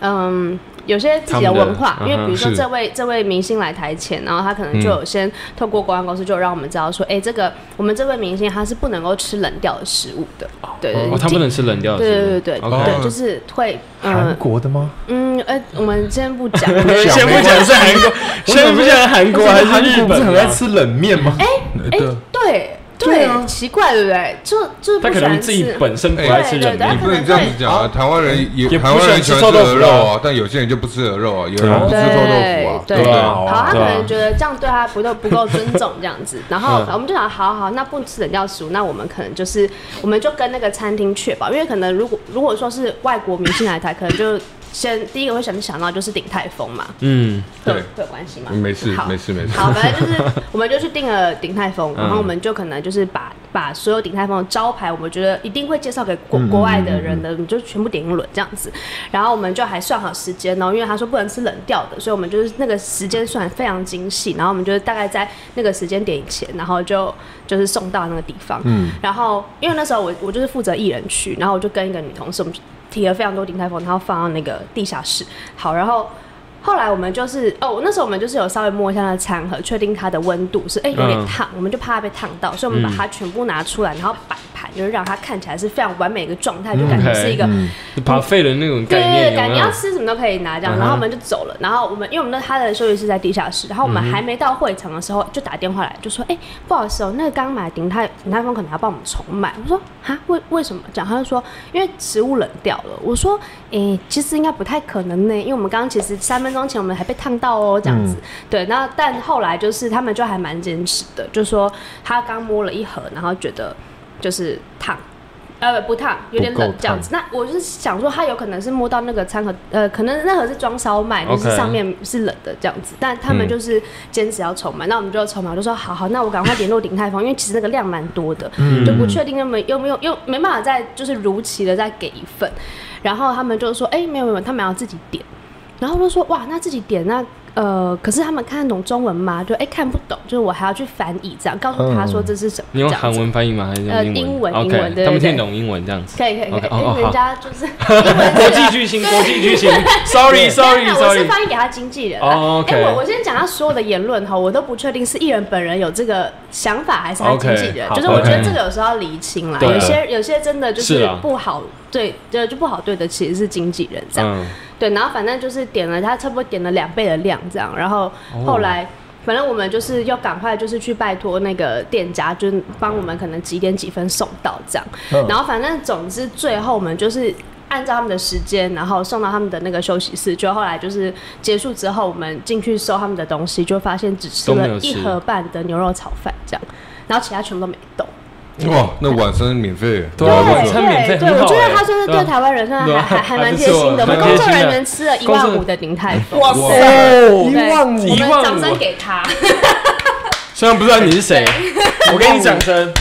[SPEAKER 4] 嗯。有些自己的文化，
[SPEAKER 2] 他们的
[SPEAKER 4] 因为比如说
[SPEAKER 1] 嗯哼
[SPEAKER 4] 这位这位明星来台前，然后他可能就有先透过公安公司就让我们知道说，哎、这个我们这位明星他是不能够吃冷掉的食物的，对对
[SPEAKER 2] 哦，他不能吃冷掉的
[SPEAKER 4] 对
[SPEAKER 2] 食物。
[SPEAKER 4] 对对对
[SPEAKER 2] OK
[SPEAKER 4] 对，就是会，
[SPEAKER 3] 韩
[SPEAKER 4] 嗯
[SPEAKER 3] 国的吗？
[SPEAKER 4] 嗯，呃，我们先不讲，
[SPEAKER 2] 先不讲是韩国，先不讲韩国还是日
[SPEAKER 3] 不是
[SPEAKER 2] 本
[SPEAKER 3] 很爱
[SPEAKER 2] 啊，
[SPEAKER 3] 吃冷面吗？
[SPEAKER 4] 哎、对对，奇怪对不对？就就
[SPEAKER 2] 他可
[SPEAKER 4] 不喜
[SPEAKER 2] 能
[SPEAKER 4] 欢
[SPEAKER 2] 自己
[SPEAKER 4] 吃，
[SPEAKER 2] 本身不爱吃冷
[SPEAKER 4] 对对
[SPEAKER 1] 哎你
[SPEAKER 2] 面
[SPEAKER 4] 对，
[SPEAKER 1] 不能这样子讲啊！台湾人也
[SPEAKER 2] 也不
[SPEAKER 1] 台湾人
[SPEAKER 2] 喜
[SPEAKER 1] 喜欢吃
[SPEAKER 2] 欢吃臭豆
[SPEAKER 1] 鹅
[SPEAKER 2] 腐
[SPEAKER 1] 肉
[SPEAKER 2] 啊
[SPEAKER 1] 啊，但有些人就不吃鹅肉啊，有人不吃
[SPEAKER 4] 对
[SPEAKER 1] 臭豆腐啊，
[SPEAKER 4] 对
[SPEAKER 1] 不对？
[SPEAKER 2] 啊
[SPEAKER 4] 好，他可
[SPEAKER 2] 对啊
[SPEAKER 4] 能觉得这样对他不够不够尊重这样子，然后我
[SPEAKER 1] 啊
[SPEAKER 4] 们就想，好好，那不吃冷掉食物，那我们可能就是，我们就跟那个餐厅确保，因为可能如果如果说是外国明星来台，可能就先第一个会想想到就是鼎泰丰嘛，
[SPEAKER 2] 嗯，
[SPEAKER 4] 会有
[SPEAKER 1] 对
[SPEAKER 4] 会有关系吗？
[SPEAKER 1] 嗯没事
[SPEAKER 4] 好，
[SPEAKER 1] 没事，没事。
[SPEAKER 4] 好，反正就是我们就去订了鼎泰丰，然后
[SPEAKER 2] 嗯
[SPEAKER 4] 我们就可能就是把把所有鼎泰丰的招牌，我们觉得一定会介绍给国国外的人的，我们就全部点一轮这样子。然后我们就还算好时间哦，因为他说不能吃冷掉的，所以我们就是那个时间算非常精细。然后我们就是大概在那个时间点以前，然后就就是送到那个地方。嗯，然后因为那时候我我就是负责艺人区，然后我就跟一个女同事，我们就提了非常多鼎泰丰，然后放到那个地下室。好，然后。后来我们就是哦，那时候我们就是有稍微摸一下它的餐盒，确定它的温度是哎、有点
[SPEAKER 2] 嗯
[SPEAKER 4] 烫，我们就怕它被烫到，所以我们把它全部拿出来，然后摆盘，就是让它看起来是非常完美的一个状态，就感觉是一个、
[SPEAKER 2] 把废的那种概念
[SPEAKER 4] 对对对，
[SPEAKER 2] 有
[SPEAKER 4] 感
[SPEAKER 2] 没
[SPEAKER 4] 你
[SPEAKER 2] 有
[SPEAKER 4] 要？吃什么都可以拿这
[SPEAKER 2] 嗯
[SPEAKER 4] 样，
[SPEAKER 2] 哼
[SPEAKER 4] 然后我们就走了。然后我们因为我们的他的休息室在地下室，然后我们
[SPEAKER 2] 嗯
[SPEAKER 4] 还没到会场的时候就打电话来，就说：“哎、不好意思哦、那个刚买鼎泰鼎泰丰可能要帮我们重买。”我说：“啊，为为什么？”讲他就说：“因为食物冷掉了。”我说：“哎、其实应该不太可能呢，因为我们刚刚其实三分钟前我们还被烫到哦、这样
[SPEAKER 2] 嗯
[SPEAKER 4] 子。对，那但后来就是他们就还蛮坚持的，就说他刚摸了一盒，然后觉得就是烫。呃，不烫，有点
[SPEAKER 3] 不够
[SPEAKER 4] 冷这样子。那我就是想说，他有可能是摸到那个餐盒，呃，可能那盒是装烧麦，就
[SPEAKER 2] OK
[SPEAKER 4] 是上面是冷的这样子。但他们就是坚持要重买，那我们就重买，我就说好好，那我赶快联络鼎泰丰，因为其实那个量蛮多的，就不确定有没有有没有又没办法再就是如期的再给一份。然后他们就说，哎、没有没有，他们要自己点。然后我就说哇，那自己点那呃，可是他们看得懂中文吗？就哎、看不懂，就是我还要去翻译这样，告诉他说这是什么。
[SPEAKER 2] 你用
[SPEAKER 4] 这样
[SPEAKER 2] 韩
[SPEAKER 4] 子
[SPEAKER 2] 文翻译吗？还是用
[SPEAKER 4] 呃英
[SPEAKER 2] 文
[SPEAKER 4] 文
[SPEAKER 2] ？OK，
[SPEAKER 4] 英文对
[SPEAKER 2] 他们
[SPEAKER 4] 对
[SPEAKER 2] 听懂英文这 样子。
[SPEAKER 4] 可以可以可以，
[SPEAKER 2] OK，哦
[SPEAKER 4] 因为
[SPEAKER 2] 哦
[SPEAKER 4] 人
[SPEAKER 2] 好，
[SPEAKER 4] 家就是英文
[SPEAKER 2] 国际巨 星，国际巨星 ，Sorry
[SPEAKER 4] 没
[SPEAKER 2] Sorry
[SPEAKER 4] 有啦我是
[SPEAKER 2] Sorry，
[SPEAKER 4] 翻译给他经纪人啦。
[SPEAKER 2] 哦，OK
[SPEAKER 4] 哎我我先讲他所有的言论哈，我都不确定是艺人本人有这个想法，还是他经纪
[SPEAKER 2] OK，
[SPEAKER 4] 人
[SPEAKER 2] 好
[SPEAKER 4] 就是我觉得
[SPEAKER 2] OK
[SPEAKER 4] 这个有时候要厘清啦。
[SPEAKER 2] 对啊
[SPEAKER 4] 有些有些真的就是是
[SPEAKER 2] 啊
[SPEAKER 4] 不好对，就就不好对的，其实是经纪人这样。
[SPEAKER 2] 嗯，
[SPEAKER 4] 对，然后反正就是点了他差不多点了两倍的量这样，然后
[SPEAKER 2] 哦
[SPEAKER 4] 后来。反正我们就是要赶快，就是去拜托那个店家，就是帮我们可能几点几分送到这样。
[SPEAKER 3] 嗯
[SPEAKER 4] 然后反正总之最后我们就是按照他们的时间，然后送到他们的那个休息室。就后来就是结束之后，我们进去收他们的东西，就发现只吃
[SPEAKER 2] 都没
[SPEAKER 4] 了
[SPEAKER 2] 有吃
[SPEAKER 4] 一盒半的牛肉炒饭这样，然后其他全部都没动。
[SPEAKER 1] 哇，那晚餐免费，
[SPEAKER 2] 对
[SPEAKER 1] 哇
[SPEAKER 2] 晚
[SPEAKER 1] 不错
[SPEAKER 2] 餐免费
[SPEAKER 4] 对，
[SPEAKER 2] 很好
[SPEAKER 4] 我觉
[SPEAKER 2] 欸
[SPEAKER 4] 得他算是
[SPEAKER 2] 对啊
[SPEAKER 4] 对台湾人算
[SPEAKER 2] 对
[SPEAKER 4] 还
[SPEAKER 2] 啊
[SPEAKER 4] 还还蛮
[SPEAKER 2] 还不
[SPEAKER 4] 贴
[SPEAKER 2] 错
[SPEAKER 4] 心的。我们
[SPEAKER 2] 蛮
[SPEAKER 4] 工
[SPEAKER 2] 贴
[SPEAKER 4] 作
[SPEAKER 2] 心的啊
[SPEAKER 4] 人员吃了一
[SPEAKER 2] 工
[SPEAKER 4] 万
[SPEAKER 2] 作
[SPEAKER 4] 五的鼎泰丰，
[SPEAKER 3] 哇塞，一万
[SPEAKER 4] 我
[SPEAKER 3] 五
[SPEAKER 2] 一
[SPEAKER 4] 们
[SPEAKER 2] 万五
[SPEAKER 4] 掌声给他。
[SPEAKER 2] 虽然不知道你是谁，我跟你讲 声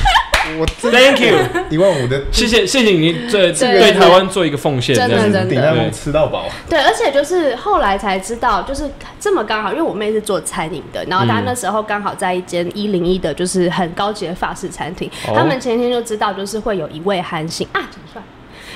[SPEAKER 3] 我真的
[SPEAKER 2] ，Thank you，
[SPEAKER 3] 一万五的
[SPEAKER 2] 谢谢谢谢你对
[SPEAKER 4] 这个
[SPEAKER 2] 对台湾做一个奉献，这
[SPEAKER 4] 真的
[SPEAKER 2] 样
[SPEAKER 4] 真的
[SPEAKER 2] 子。
[SPEAKER 3] 顶泰 丰吃到饱，
[SPEAKER 4] 对，而且就是后来才知道，就是这么刚好，因为我妹是做餐饮的，然后她
[SPEAKER 2] 嗯
[SPEAKER 4] 那时候刚好在一间一零一的，就是很高级的法式餐厅，
[SPEAKER 2] 哦
[SPEAKER 4] 他们前天就知道，就是会有一位韩星啊，讲出来，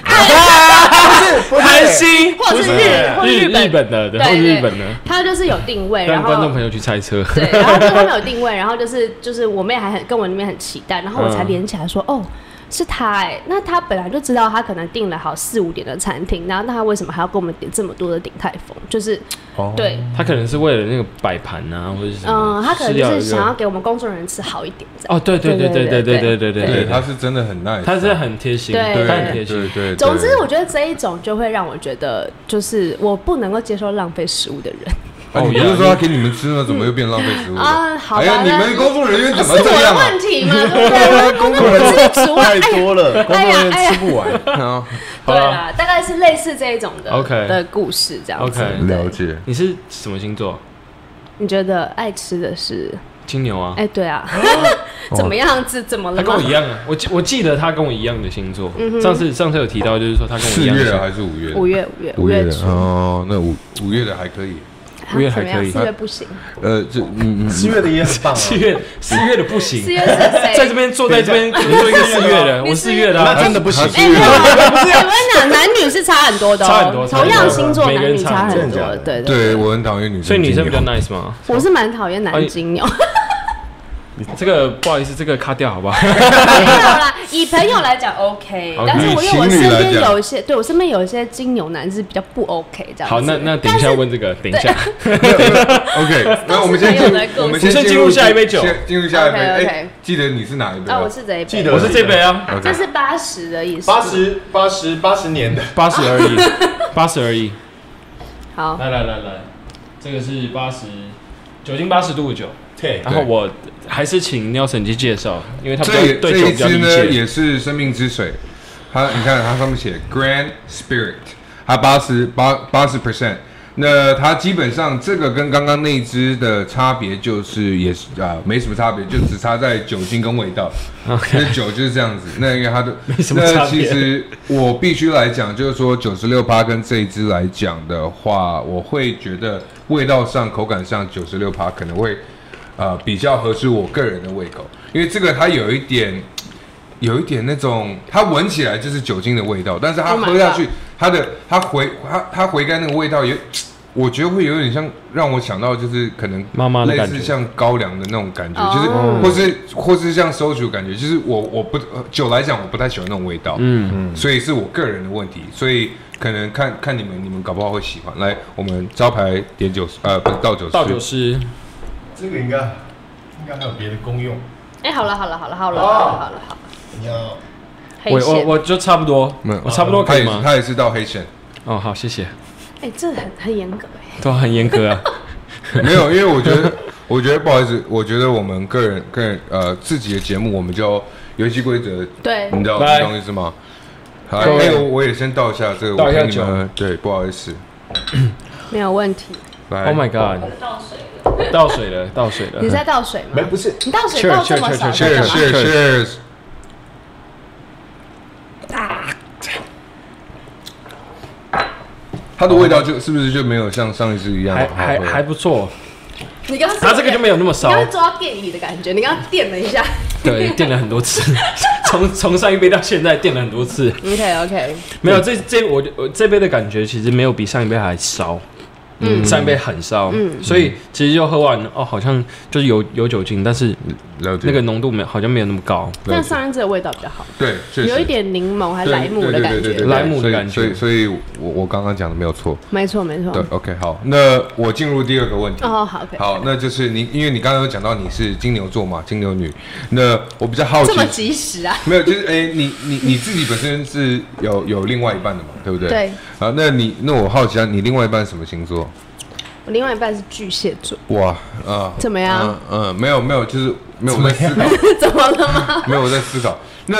[SPEAKER 4] 哎
[SPEAKER 3] 不是
[SPEAKER 2] 韩星，
[SPEAKER 4] 或者是日 或者
[SPEAKER 2] 日
[SPEAKER 4] 是
[SPEAKER 2] 日本的，
[SPEAKER 4] 对
[SPEAKER 2] 然后
[SPEAKER 4] 对
[SPEAKER 2] 日本的，
[SPEAKER 4] 他就是有定位，然
[SPEAKER 2] 让
[SPEAKER 4] 后
[SPEAKER 2] 观众朋友去猜测。
[SPEAKER 4] 对，然后就他们有定位，然后就是就是我妹还很跟我那边很期待，然后我
[SPEAKER 1] 嗯
[SPEAKER 4] 才连起来说、哦。是他哎、那他本来就知道他可能订了好四五点的餐厅，然后那他为什么还要跟我们点这么多的鼎泰丰？就是、
[SPEAKER 3] 哦
[SPEAKER 4] 对，
[SPEAKER 2] 他可能是为了那个摆盘啊，或者是什么
[SPEAKER 4] 嗯，他可能
[SPEAKER 2] 吃掉
[SPEAKER 4] 就
[SPEAKER 2] 一
[SPEAKER 4] 是
[SPEAKER 2] 个
[SPEAKER 4] 想要给我们工作人员吃好一点这样。
[SPEAKER 2] 哦，对对对对对对对对对
[SPEAKER 1] 对，
[SPEAKER 2] 对，
[SPEAKER 1] 他是真的很 nice，
[SPEAKER 2] 他是很贴心，
[SPEAKER 4] 对
[SPEAKER 1] 对
[SPEAKER 2] 他很
[SPEAKER 1] 对
[SPEAKER 2] 贴心
[SPEAKER 1] 对。对。
[SPEAKER 4] 总之，我觉得这一种就会让我觉得，就是我不能够接受浪费食物的人。
[SPEAKER 1] 哦，你不是说他给你们吃呢，怎么又变浪费食物了？
[SPEAKER 4] 啊好吧
[SPEAKER 1] 哎呀，你们工作人员怎
[SPEAKER 4] 是
[SPEAKER 1] 么
[SPEAKER 4] 我
[SPEAKER 1] 这
[SPEAKER 4] 的
[SPEAKER 1] 样啊
[SPEAKER 4] 问题吗？对不
[SPEAKER 3] 对
[SPEAKER 4] 对？
[SPEAKER 3] 啊工作人员
[SPEAKER 4] 自己煮啊
[SPEAKER 3] 太多了，工
[SPEAKER 4] 哎
[SPEAKER 3] 作
[SPEAKER 4] 呀
[SPEAKER 3] 人员吃不完。
[SPEAKER 1] 啊？
[SPEAKER 4] 对啦，大概是类似这一种的
[SPEAKER 2] OK
[SPEAKER 4] 的故事这样子。
[SPEAKER 2] OK
[SPEAKER 4] 对
[SPEAKER 1] 了。解，
[SPEAKER 2] 你是什么星座？
[SPEAKER 4] 你觉得爱吃的是？
[SPEAKER 2] 金牛啊。
[SPEAKER 4] 哎，对啊，怎么样子？怎么了
[SPEAKER 2] 他
[SPEAKER 4] 吗？嗯
[SPEAKER 2] 跟我一样啊，我记我记得他跟我一样的星座。上次上次有提到，就是说他跟我
[SPEAKER 1] 四
[SPEAKER 2] 一样的
[SPEAKER 1] 月
[SPEAKER 2] 星
[SPEAKER 1] 的
[SPEAKER 2] 座。
[SPEAKER 1] 还是五月？
[SPEAKER 4] 五月五月
[SPEAKER 1] 五月的
[SPEAKER 4] 初，
[SPEAKER 1] 哦，那五五月的还可以。
[SPEAKER 4] 啊
[SPEAKER 2] 五月还
[SPEAKER 4] 怎么样
[SPEAKER 2] 可以
[SPEAKER 4] 四月不行，
[SPEAKER 1] 呃，这嗯嗯，
[SPEAKER 3] 七月的也很棒啊，
[SPEAKER 2] 四月四月的不行
[SPEAKER 4] 四，月是谁？
[SPEAKER 2] 在这边坐在这边，你做一个四月的，我四月的啊
[SPEAKER 3] 那，真的不行
[SPEAKER 1] 他。
[SPEAKER 4] 哎，没有我跟你讲，男女是差很多的哦，
[SPEAKER 2] 差很多差很
[SPEAKER 4] 同
[SPEAKER 2] 多
[SPEAKER 4] 样星座，男女差
[SPEAKER 2] 每
[SPEAKER 3] 个
[SPEAKER 4] 很
[SPEAKER 3] 人差
[SPEAKER 4] 多
[SPEAKER 3] 很多。
[SPEAKER 4] 对
[SPEAKER 1] 对，我很讨厌女生，
[SPEAKER 2] 所以女生比较 nice 嘛。
[SPEAKER 4] 我是蛮讨厌男金牛。
[SPEAKER 2] 这个不好意思，这个卡掉好不好？
[SPEAKER 4] 没有啦，以朋友来讲 OK，
[SPEAKER 2] 好
[SPEAKER 4] 但是我
[SPEAKER 1] 以
[SPEAKER 4] 因为我
[SPEAKER 1] 情侣
[SPEAKER 4] 身
[SPEAKER 1] 来
[SPEAKER 4] 边
[SPEAKER 1] 讲
[SPEAKER 4] 有一些，对我身边有一些金牛男是比较不 OK 这样子。
[SPEAKER 2] 好，那那等一下问这个，等一下。
[SPEAKER 1] OK。那我们先进
[SPEAKER 4] 都是朋友的故，事
[SPEAKER 1] 我们
[SPEAKER 2] 我们先进入下一杯酒
[SPEAKER 1] 先进入下一杯。
[SPEAKER 4] OK，OK
[SPEAKER 1] 哎，记得你是哪一杯
[SPEAKER 4] 啊，
[SPEAKER 1] 啊？
[SPEAKER 4] 我是这一杯，
[SPEAKER 3] 记得
[SPEAKER 2] 我是这杯啊，
[SPEAKER 1] OK
[SPEAKER 4] 这是八十的意思。
[SPEAKER 3] 八十八十八十年的，
[SPEAKER 2] 八十而 已，八十而已。
[SPEAKER 4] 好，
[SPEAKER 2] 来来来来，这个是八十，酒精八十度的酒。
[SPEAKER 3] 对
[SPEAKER 2] 然后我还是请 Nelson 去介绍，因为他比较
[SPEAKER 1] 这也
[SPEAKER 2] 对
[SPEAKER 1] 这
[SPEAKER 2] 酒
[SPEAKER 1] 一
[SPEAKER 2] 比较
[SPEAKER 1] 支
[SPEAKER 2] 理
[SPEAKER 1] 呢
[SPEAKER 2] 解。
[SPEAKER 1] 也是生命之水，它你看它上面写 Grand Spirit，它八十八八十 percent。那它基本上这个跟刚刚那一支的差别就是也是啊、没什么差别，就只差在酒精跟味道。那酒就是这样子，那因为它的
[SPEAKER 2] 没什么差
[SPEAKER 1] 那
[SPEAKER 2] 别
[SPEAKER 1] 其实我必须来讲，就是说九十六趴跟这一支来讲的话，我会觉得味道上、口感上九十六趴可能会呃比较合适我个人的胃口，因为这个它有一点有一点那种，它闻起来就是酒精的味道，但是它
[SPEAKER 4] Oh my
[SPEAKER 1] 喝下
[SPEAKER 4] God
[SPEAKER 1] 去，它的它回它它回甘那个味道有我觉得会有点像让我想到就是可能
[SPEAKER 2] 妈妈的
[SPEAKER 1] 类
[SPEAKER 2] 感
[SPEAKER 1] 似
[SPEAKER 2] 觉
[SPEAKER 1] 像高粱的那种感觉，
[SPEAKER 4] 哦
[SPEAKER 1] 就是
[SPEAKER 4] 嗯
[SPEAKER 1] 或是或是像 soju 感觉，就是我我不呃酒来讲我不太喜欢那种味道，
[SPEAKER 2] 嗯，
[SPEAKER 1] 嗯，所以是我个人的问题，所以可能看看你们，你们搞不好会喜欢。来，我们招牌点酒，呃，不是倒酒，
[SPEAKER 2] 倒酒，师
[SPEAKER 3] 这个应该应该还有别的功用。
[SPEAKER 4] 哎，好了好了好了好了好了好了好了，
[SPEAKER 3] 你要
[SPEAKER 4] 黑
[SPEAKER 2] 我我
[SPEAKER 4] 线，
[SPEAKER 2] 我就差不多
[SPEAKER 1] 没有，
[SPEAKER 2] 我差不多
[SPEAKER 1] 他
[SPEAKER 2] 可以
[SPEAKER 1] 也是
[SPEAKER 2] 吗？
[SPEAKER 1] 他也是倒黑 线，
[SPEAKER 2] 哦，好，谢谢，
[SPEAKER 4] 哎，这很很严格哎，
[SPEAKER 2] 都很严格啊。
[SPEAKER 1] 没有，因为我觉得，我觉得不好意思，我觉得我们个人个人呃自己的节目，我们就游戏规则，
[SPEAKER 4] 对，
[SPEAKER 1] 你知道
[SPEAKER 2] 来
[SPEAKER 1] 你懂意思吗？好，
[SPEAKER 2] 各位
[SPEAKER 1] 哎，我我也先倒一下这个，
[SPEAKER 2] 倒一下
[SPEAKER 1] 我给你们，对，不好意思，
[SPEAKER 4] 没有问题。
[SPEAKER 1] 来
[SPEAKER 2] Oh my god！倒水了，倒水了，
[SPEAKER 1] 嗯
[SPEAKER 4] 你是在倒水吗
[SPEAKER 3] 没？不是
[SPEAKER 4] 你倒水
[SPEAKER 2] Cheers，
[SPEAKER 4] 倒这么少
[SPEAKER 2] cheers，
[SPEAKER 4] 干嘛？
[SPEAKER 1] ，cheers，cheers，cheers。Cheers，cheers，cheers 它的味道就是不是就没有像上一次一样
[SPEAKER 2] 还
[SPEAKER 1] 好
[SPEAKER 2] 还
[SPEAKER 1] 喝
[SPEAKER 2] 还不错，
[SPEAKER 4] 你刚刚
[SPEAKER 2] 它这个就没有那么骚
[SPEAKER 4] 你，刚刚坐到电椅的感觉，你刚刚垫了一下。
[SPEAKER 2] 对，垫了很多次，从从上一杯到现在垫了很多次，
[SPEAKER 4] OK OK，
[SPEAKER 2] 没有这这我我这杯的感觉其实没有比上一杯还烧，嗯，上一杯很烧，嗯，所以其实就喝完哦，好像就是有有酒精，但是
[SPEAKER 1] 了解
[SPEAKER 2] 那个浓度没有好像没有那么高，
[SPEAKER 1] 了
[SPEAKER 4] 但
[SPEAKER 1] 解
[SPEAKER 4] 上一次的味道比较好，
[SPEAKER 1] 对，确实
[SPEAKER 4] 有一点柠檬还
[SPEAKER 1] 对
[SPEAKER 4] 莱姆的
[SPEAKER 1] 对对
[SPEAKER 4] 感
[SPEAKER 1] 对对
[SPEAKER 4] 觉
[SPEAKER 1] 对。
[SPEAKER 2] 莱姆的
[SPEAKER 1] 所以
[SPEAKER 2] 感觉
[SPEAKER 1] 所以所以我我刚刚讲的没有错。
[SPEAKER 4] 没错没错。
[SPEAKER 1] 对，OK，好，那我进入第二个问题。
[SPEAKER 4] 哦，好，OK。
[SPEAKER 1] 好，那就是你，因为你刚刚有讲到你是金牛座嘛，金牛女。那我比较好奇
[SPEAKER 4] 这，么及时啊？
[SPEAKER 1] 没有，就是哎、你你你自己本身是有有另外一半的嘛，对不对？
[SPEAKER 4] 对。
[SPEAKER 1] 好，那你那我好奇啊，你另外一半什么星座？
[SPEAKER 4] 我另外一半是巨蟹座，
[SPEAKER 1] 哇啊、呃
[SPEAKER 4] 怎么样？
[SPEAKER 1] 嗯、呃没有没有，就是没有我在思考，
[SPEAKER 4] 怎么 了吗？
[SPEAKER 1] 没有我在思考。那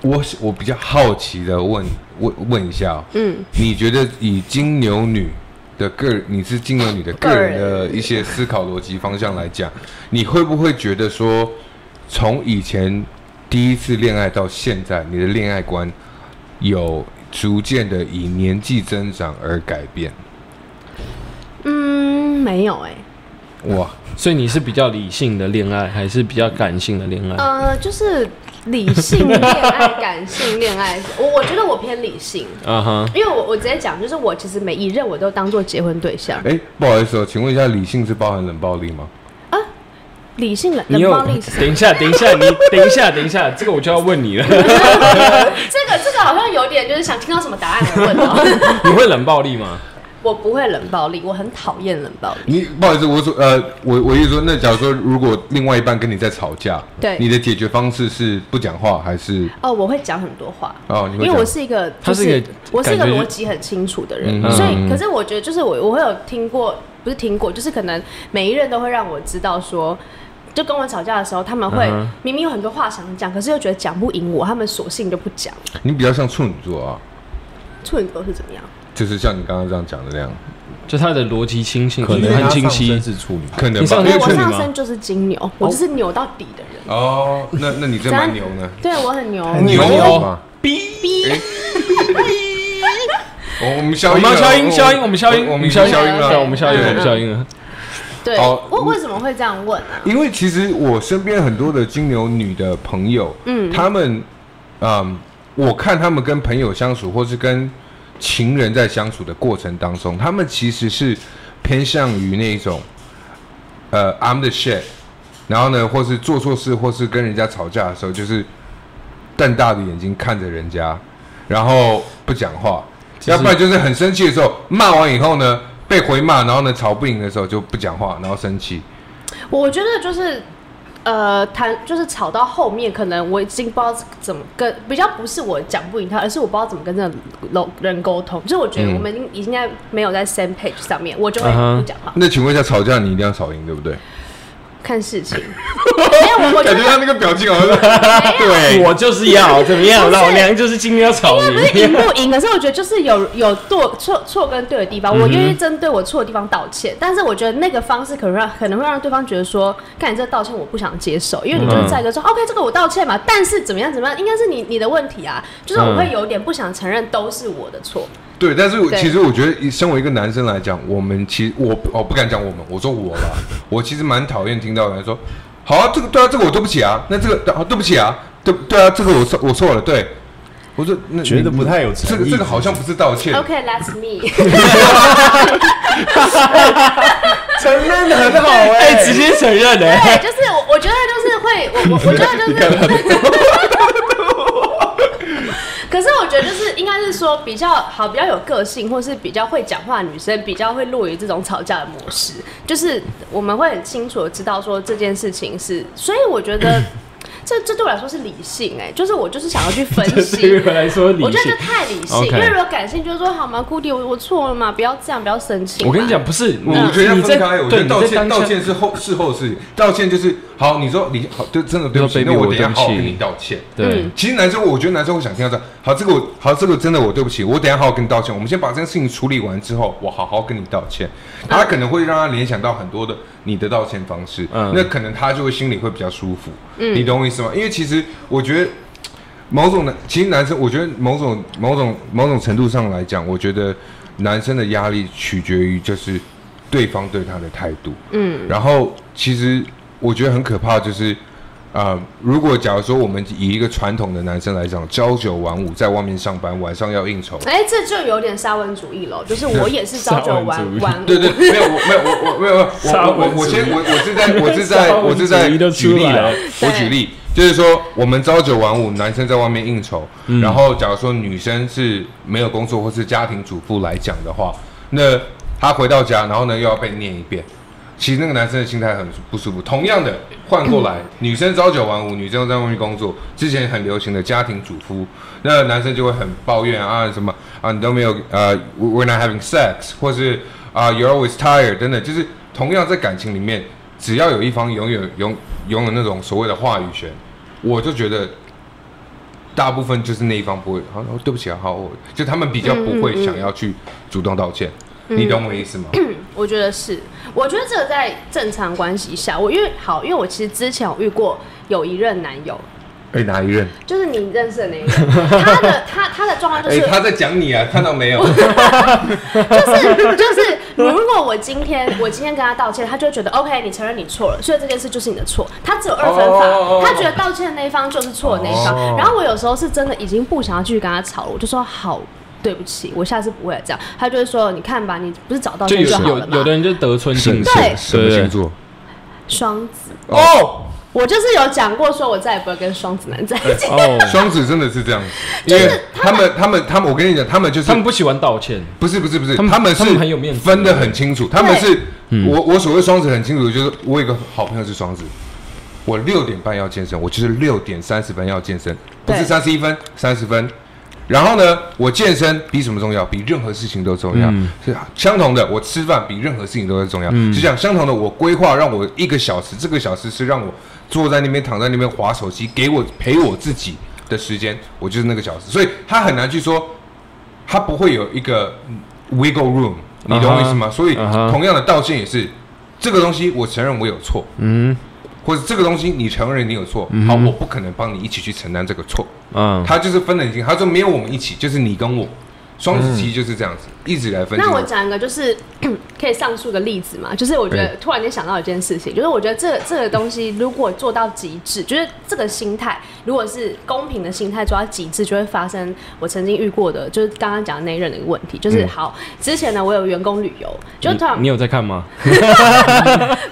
[SPEAKER 1] 我我比较好奇的问问问一下、哦，嗯，你觉得以金牛女的个人，你是金牛女的个人
[SPEAKER 4] 个
[SPEAKER 1] 的一些思考逻辑方向来讲，你会不会觉得说，从以前第一次恋爱到现在，你的恋爱观有逐渐的以年纪增长而改变？
[SPEAKER 4] 嗯，没有哎、
[SPEAKER 1] 哇，
[SPEAKER 2] 所以你是比较理性的恋爱，还是比较感性的恋爱？
[SPEAKER 4] 呃，就是理性恋爱、感性恋爱，我我觉得我偏理性，
[SPEAKER 2] 啊哈，
[SPEAKER 4] 因为我我直接讲，就是我其实每一任我都当做结婚对象，
[SPEAKER 1] 哎、不好意思哦，请问一下，理性是包含冷暴力吗？
[SPEAKER 4] 理性冷
[SPEAKER 2] 你
[SPEAKER 4] 冷
[SPEAKER 2] 有
[SPEAKER 4] 暴力是什么
[SPEAKER 2] 等一下，等一下，你等一下，等一下，这个我就要问你了，
[SPEAKER 4] 这个这个好像有点就是想听到什么答案而问 哦。
[SPEAKER 2] 你会冷暴力吗？
[SPEAKER 4] 我不会冷暴力，我很讨厌冷暴力。
[SPEAKER 1] 你不好意思，我说呃，我我意思说，那假如说如果另外一半跟你在吵架，
[SPEAKER 4] 对
[SPEAKER 1] 你的解决方式是不讲话还是
[SPEAKER 4] 哦，我会讲很多话
[SPEAKER 1] 哦你会
[SPEAKER 4] 因为
[SPEAKER 1] 讲
[SPEAKER 4] 我是一个，
[SPEAKER 2] 他
[SPEAKER 4] 就是
[SPEAKER 2] 一
[SPEAKER 4] 是
[SPEAKER 2] 个
[SPEAKER 4] 我是一个
[SPEAKER 2] 感觉就
[SPEAKER 4] 逻辑很清楚的人
[SPEAKER 1] 嗯，
[SPEAKER 4] 所
[SPEAKER 2] 嗯
[SPEAKER 4] 以可是我觉得就是我我会有听过，不是听过，就是可能每一任都会让我知道说。就跟我吵架的时候，他们会
[SPEAKER 2] 嗯哼
[SPEAKER 4] 明明有很多话想讲，可是又觉得讲不赢我，他们索性就不讲。
[SPEAKER 1] 你比较像处女座啊？
[SPEAKER 4] 处女座是怎么样？
[SPEAKER 1] 就是像你刚刚这样讲的那样，
[SPEAKER 2] 就他的逻辑清晰，
[SPEAKER 3] 可能
[SPEAKER 2] 很
[SPEAKER 3] 他
[SPEAKER 2] 清
[SPEAKER 3] 上
[SPEAKER 2] 晰
[SPEAKER 3] 身，是处女，
[SPEAKER 1] 可能
[SPEAKER 2] 你
[SPEAKER 1] 吧？
[SPEAKER 2] 上
[SPEAKER 1] 因为
[SPEAKER 2] 升
[SPEAKER 4] 我
[SPEAKER 1] 处女
[SPEAKER 4] 上
[SPEAKER 2] 吗
[SPEAKER 4] 身就是金牛，我就是扭到底的人。
[SPEAKER 1] 哦，那那你真蛮牛呢，
[SPEAKER 4] 对，我很牛。
[SPEAKER 1] 牛
[SPEAKER 2] 牛
[SPEAKER 1] 吗？
[SPEAKER 4] 逼
[SPEAKER 1] 哦我我们消
[SPEAKER 2] 我
[SPEAKER 1] 音了，
[SPEAKER 2] 们消音，消音，我们消音，
[SPEAKER 1] 我们已经
[SPEAKER 2] 消
[SPEAKER 1] 消音
[SPEAKER 2] 对，
[SPEAKER 1] 了，
[SPEAKER 2] 我们消音，
[SPEAKER 1] 对
[SPEAKER 2] 我们消音了。
[SPEAKER 4] 对，
[SPEAKER 2] 哦
[SPEAKER 1] 好
[SPEAKER 4] 我
[SPEAKER 2] 嗯
[SPEAKER 4] 为什么会这样问啊？
[SPEAKER 1] 因为其实我身边很多的金牛女的朋友，嗯，他们，嗯，我看他们跟朋友相处，或是跟情人在相处的过程当中，他们其实是偏向于那一种，呃，I'm the shit，然后呢，或是做错事，或是跟人家吵架的时候，就是瞪大的眼睛看着人家，然后不讲话，
[SPEAKER 2] 其实
[SPEAKER 1] 要不然就是很生气的时候，骂完以后呢，被回骂，然后呢，吵不赢的时候就不讲话，然后生气。
[SPEAKER 4] 我觉得就是。呃，谈就是吵到后面，可能我已经不知道怎么跟，比较不是我讲不赢他，而是我不知道怎么跟这个人沟通。就是我觉得我们已经已经在没有在 same page 上面，我就会
[SPEAKER 2] 嗯哼
[SPEAKER 4] 不讲话
[SPEAKER 1] 那请问一下，吵架你一定要吵赢，对不对？
[SPEAKER 4] 看事情。没有，我我觉
[SPEAKER 1] 感
[SPEAKER 4] 得
[SPEAKER 1] 觉他那个表情好像 对，
[SPEAKER 2] 我就是要怎么样，
[SPEAKER 4] 不是
[SPEAKER 2] 老娘就是今天要吵
[SPEAKER 4] 应该不是
[SPEAKER 2] 你。
[SPEAKER 4] 赢不赢，可是我觉得就是有有错错错跟对的地方，我愿意针对我错的地方道歉，但是我觉得那个方式可能让可能会让对方觉得说，看你这道歉我不想接受，因为你就是在一个说、OK 这个我道歉嘛，但是怎么样怎么样，应该是你你的问题啊，就是我会有点不想承认都是我的错，
[SPEAKER 1] 对。但是我
[SPEAKER 4] 对
[SPEAKER 1] 其实我觉得，身为一个男生来讲，我们其实我我不敢讲我们，我说我啦，我其实蛮讨厌听到有人说，哦好啊，这个对啊，这个我对不起啊，那这个啊对不起啊，对对啊，这个我错我错了，对。我说那
[SPEAKER 3] 觉得不太有
[SPEAKER 1] 这
[SPEAKER 3] 诚
[SPEAKER 1] 个
[SPEAKER 3] 意。
[SPEAKER 1] 这个好像不是道歉，
[SPEAKER 4] OK，that's me。
[SPEAKER 3] 承认的很好哎、
[SPEAKER 2] 哎，直接承认的，
[SPEAKER 4] 对，就是我，我觉得就是会，我我我觉得就是。 可是我觉得就是应该是说比较好、比较有个性，或是比较会讲话的女生，比较会落于这种吵架的模式。就是我们会很清楚的知道说这件事情是，所以我 觉得这这对我来说是理性哎、就是我就是想要去分
[SPEAKER 2] 这对于
[SPEAKER 4] 析
[SPEAKER 2] 我。来说理
[SPEAKER 4] 我觉得
[SPEAKER 2] 性
[SPEAKER 4] 这。太理性
[SPEAKER 2] OK
[SPEAKER 4] 因为如果感性就是说好嘛，姑弟，我我错了嘛，不要这样，不要生气嘛。
[SPEAKER 2] 我跟你讲，不是，
[SPEAKER 1] 我
[SPEAKER 2] 你
[SPEAKER 1] 我觉得要
[SPEAKER 2] 嗯你在
[SPEAKER 1] 分开，我觉
[SPEAKER 2] 对
[SPEAKER 1] 得
[SPEAKER 2] 你
[SPEAKER 1] 道
[SPEAKER 2] 在
[SPEAKER 1] 歉
[SPEAKER 2] 当下
[SPEAKER 1] 道歉是后事后的事情，道歉就是好，你说你好，对，真的对不起，
[SPEAKER 2] 你说
[SPEAKER 1] 那
[SPEAKER 2] baby，
[SPEAKER 1] 等一下好好
[SPEAKER 2] 我对不起
[SPEAKER 1] 跟你道歉。
[SPEAKER 2] 对
[SPEAKER 4] 嗯，
[SPEAKER 1] 其实男生，我觉得男生会想听到这样，好，这个我好，这个真的我对不起，我等一下好好跟你道歉。我们先把这件事情处理完之后，我好好跟你道歉。他可能会让他联想到很多的你的道歉方式，
[SPEAKER 2] 嗯
[SPEAKER 1] 那可能他就会心里会比较舒服。你懂我意思吗？因为其实我觉得某种的，其实男生，我觉得某种某种某种程度上来讲，我觉得男生的压力取决于就是对方对他的态度。
[SPEAKER 4] 嗯，
[SPEAKER 1] 然后其实我觉得很可怕，就是呃，如果假如说我们以一个传统的男生来讲，朝九晚五，在外面上班，晚上要应酬。
[SPEAKER 4] 哎、这就有点沙文主义了，就是我也是朝九晚
[SPEAKER 2] 沙文主义
[SPEAKER 4] 晚五
[SPEAKER 1] 对对，没有我没有我我没有 我
[SPEAKER 2] 沙文
[SPEAKER 1] 我我我
[SPEAKER 2] 主义
[SPEAKER 1] 先我我是在我是在
[SPEAKER 2] 沙文
[SPEAKER 1] 我是在
[SPEAKER 2] 主义都
[SPEAKER 1] 举
[SPEAKER 2] 出
[SPEAKER 1] 例
[SPEAKER 2] 来
[SPEAKER 1] 了
[SPEAKER 2] 了，
[SPEAKER 1] 我
[SPEAKER 4] 对
[SPEAKER 1] 举例就是说我们朝九晚五，男生在外面应酬，
[SPEAKER 2] 嗯
[SPEAKER 1] 然后假如说女生是没有工作或是家庭主妇来讲的话，那她回到家，然后呢又要被念一遍。其实那个男生的心态很不舒服。同样的，换过来，女生朝九晚五，女生在外面工作，之前很流行的家庭主妇，那男生就会很抱怨啊什么啊你都没有呃，we're not having sex，或是啊、you're always tired 等等，就是同样在感情里面，只要有一方拥有拥拥有那种所谓的话语权，我就觉得。大部分就是那一方不会，好、对不起啊，好，我就他们比较不会想要去主动道歉，你懂我意思吗？
[SPEAKER 4] 我觉得是，我觉得这个在正常关系下，我因为好，因为我其实之前有遇过有一任男友，
[SPEAKER 1] 哎、哪一任？
[SPEAKER 4] 就是你认识的那一任，他的他他的状况就
[SPEAKER 1] 哎、
[SPEAKER 4] 是、
[SPEAKER 1] 他在讲你啊，看到没有？
[SPEAKER 4] 就是就是，如果我今天我今天跟他道歉，他就会觉得 OK，你承认你错了，所以这件事就是你的错。他只有二分法，
[SPEAKER 1] 哦
[SPEAKER 4] 他觉得道歉的那一方就是错的那一方。
[SPEAKER 1] 哦
[SPEAKER 4] 然后我有时候是真的已经不想要继续跟他吵了，我就说好。对不起，我下次不会了这样。他就会说：“你看哦吧，你不是早道
[SPEAKER 2] 就
[SPEAKER 4] 歉
[SPEAKER 2] 有
[SPEAKER 4] 好
[SPEAKER 2] 有有
[SPEAKER 4] 了嘛
[SPEAKER 2] 的。人就得寸进尺，
[SPEAKER 4] 对
[SPEAKER 1] 什么星座？”
[SPEAKER 4] 双子，
[SPEAKER 1] 哦，
[SPEAKER 4] 我就是有讲过，说我再也不会跟双子男在一起。
[SPEAKER 2] 哦，
[SPEAKER 1] 双子真的是这样，因为他们他们他们，我跟你讲，他们就是
[SPEAKER 2] 他们不喜欢道歉，
[SPEAKER 1] 不是不是不是，
[SPEAKER 2] 他们
[SPEAKER 1] 他们是
[SPEAKER 2] 他们很有面子
[SPEAKER 1] 分得很清楚。他们
[SPEAKER 4] 对
[SPEAKER 1] 是我我所谓双子很清楚，就是我有一个好朋友是双子，我六点半要健身，我就是六点三十分要健身，不是
[SPEAKER 4] 对
[SPEAKER 1] 三十一分，三十分。然后呢，我健身比什么重要？比任何事情都重要。
[SPEAKER 2] 嗯
[SPEAKER 1] 是啊相同的，我吃饭比任何事情都是重要。就像相同的，我规划让我一个小时，这个小时是让我坐在那边躺在那边划手机，给我陪我自己的时间，我就是那个小时。所以他很难去说，他不会有一个 wiggle room，你懂我意思吗
[SPEAKER 2] 啊哈
[SPEAKER 1] 所以
[SPEAKER 2] 啊哈
[SPEAKER 1] 同样的道歉也是，这个东西我承认我有错，
[SPEAKER 2] 嗯
[SPEAKER 1] 或者这个东西你承认你有错，
[SPEAKER 2] 嗯
[SPEAKER 1] 好，
[SPEAKER 2] 哼
[SPEAKER 1] 我不可能帮你一起去承担这个错。
[SPEAKER 2] 嗯，
[SPEAKER 1] 他就是分得很清，他说没有我们一起，就是你跟我。双子其实就是这样子，一直以来分清
[SPEAKER 4] 那
[SPEAKER 1] 楚。
[SPEAKER 4] 我讲一个，就是 可以上述个例子嘛，就是我觉
[SPEAKER 1] 哎
[SPEAKER 4] 得突然间想到一件事情，就是我觉得这这个东西如果做到极致，就是这个心态，如果是公平的心态做到极致，就会发生我曾经遇过的，就是刚刚讲的那一任的一个问题，就是、
[SPEAKER 1] 嗯
[SPEAKER 4] 好之前呢，我有员工旅游，就突然
[SPEAKER 2] 你你有在看吗？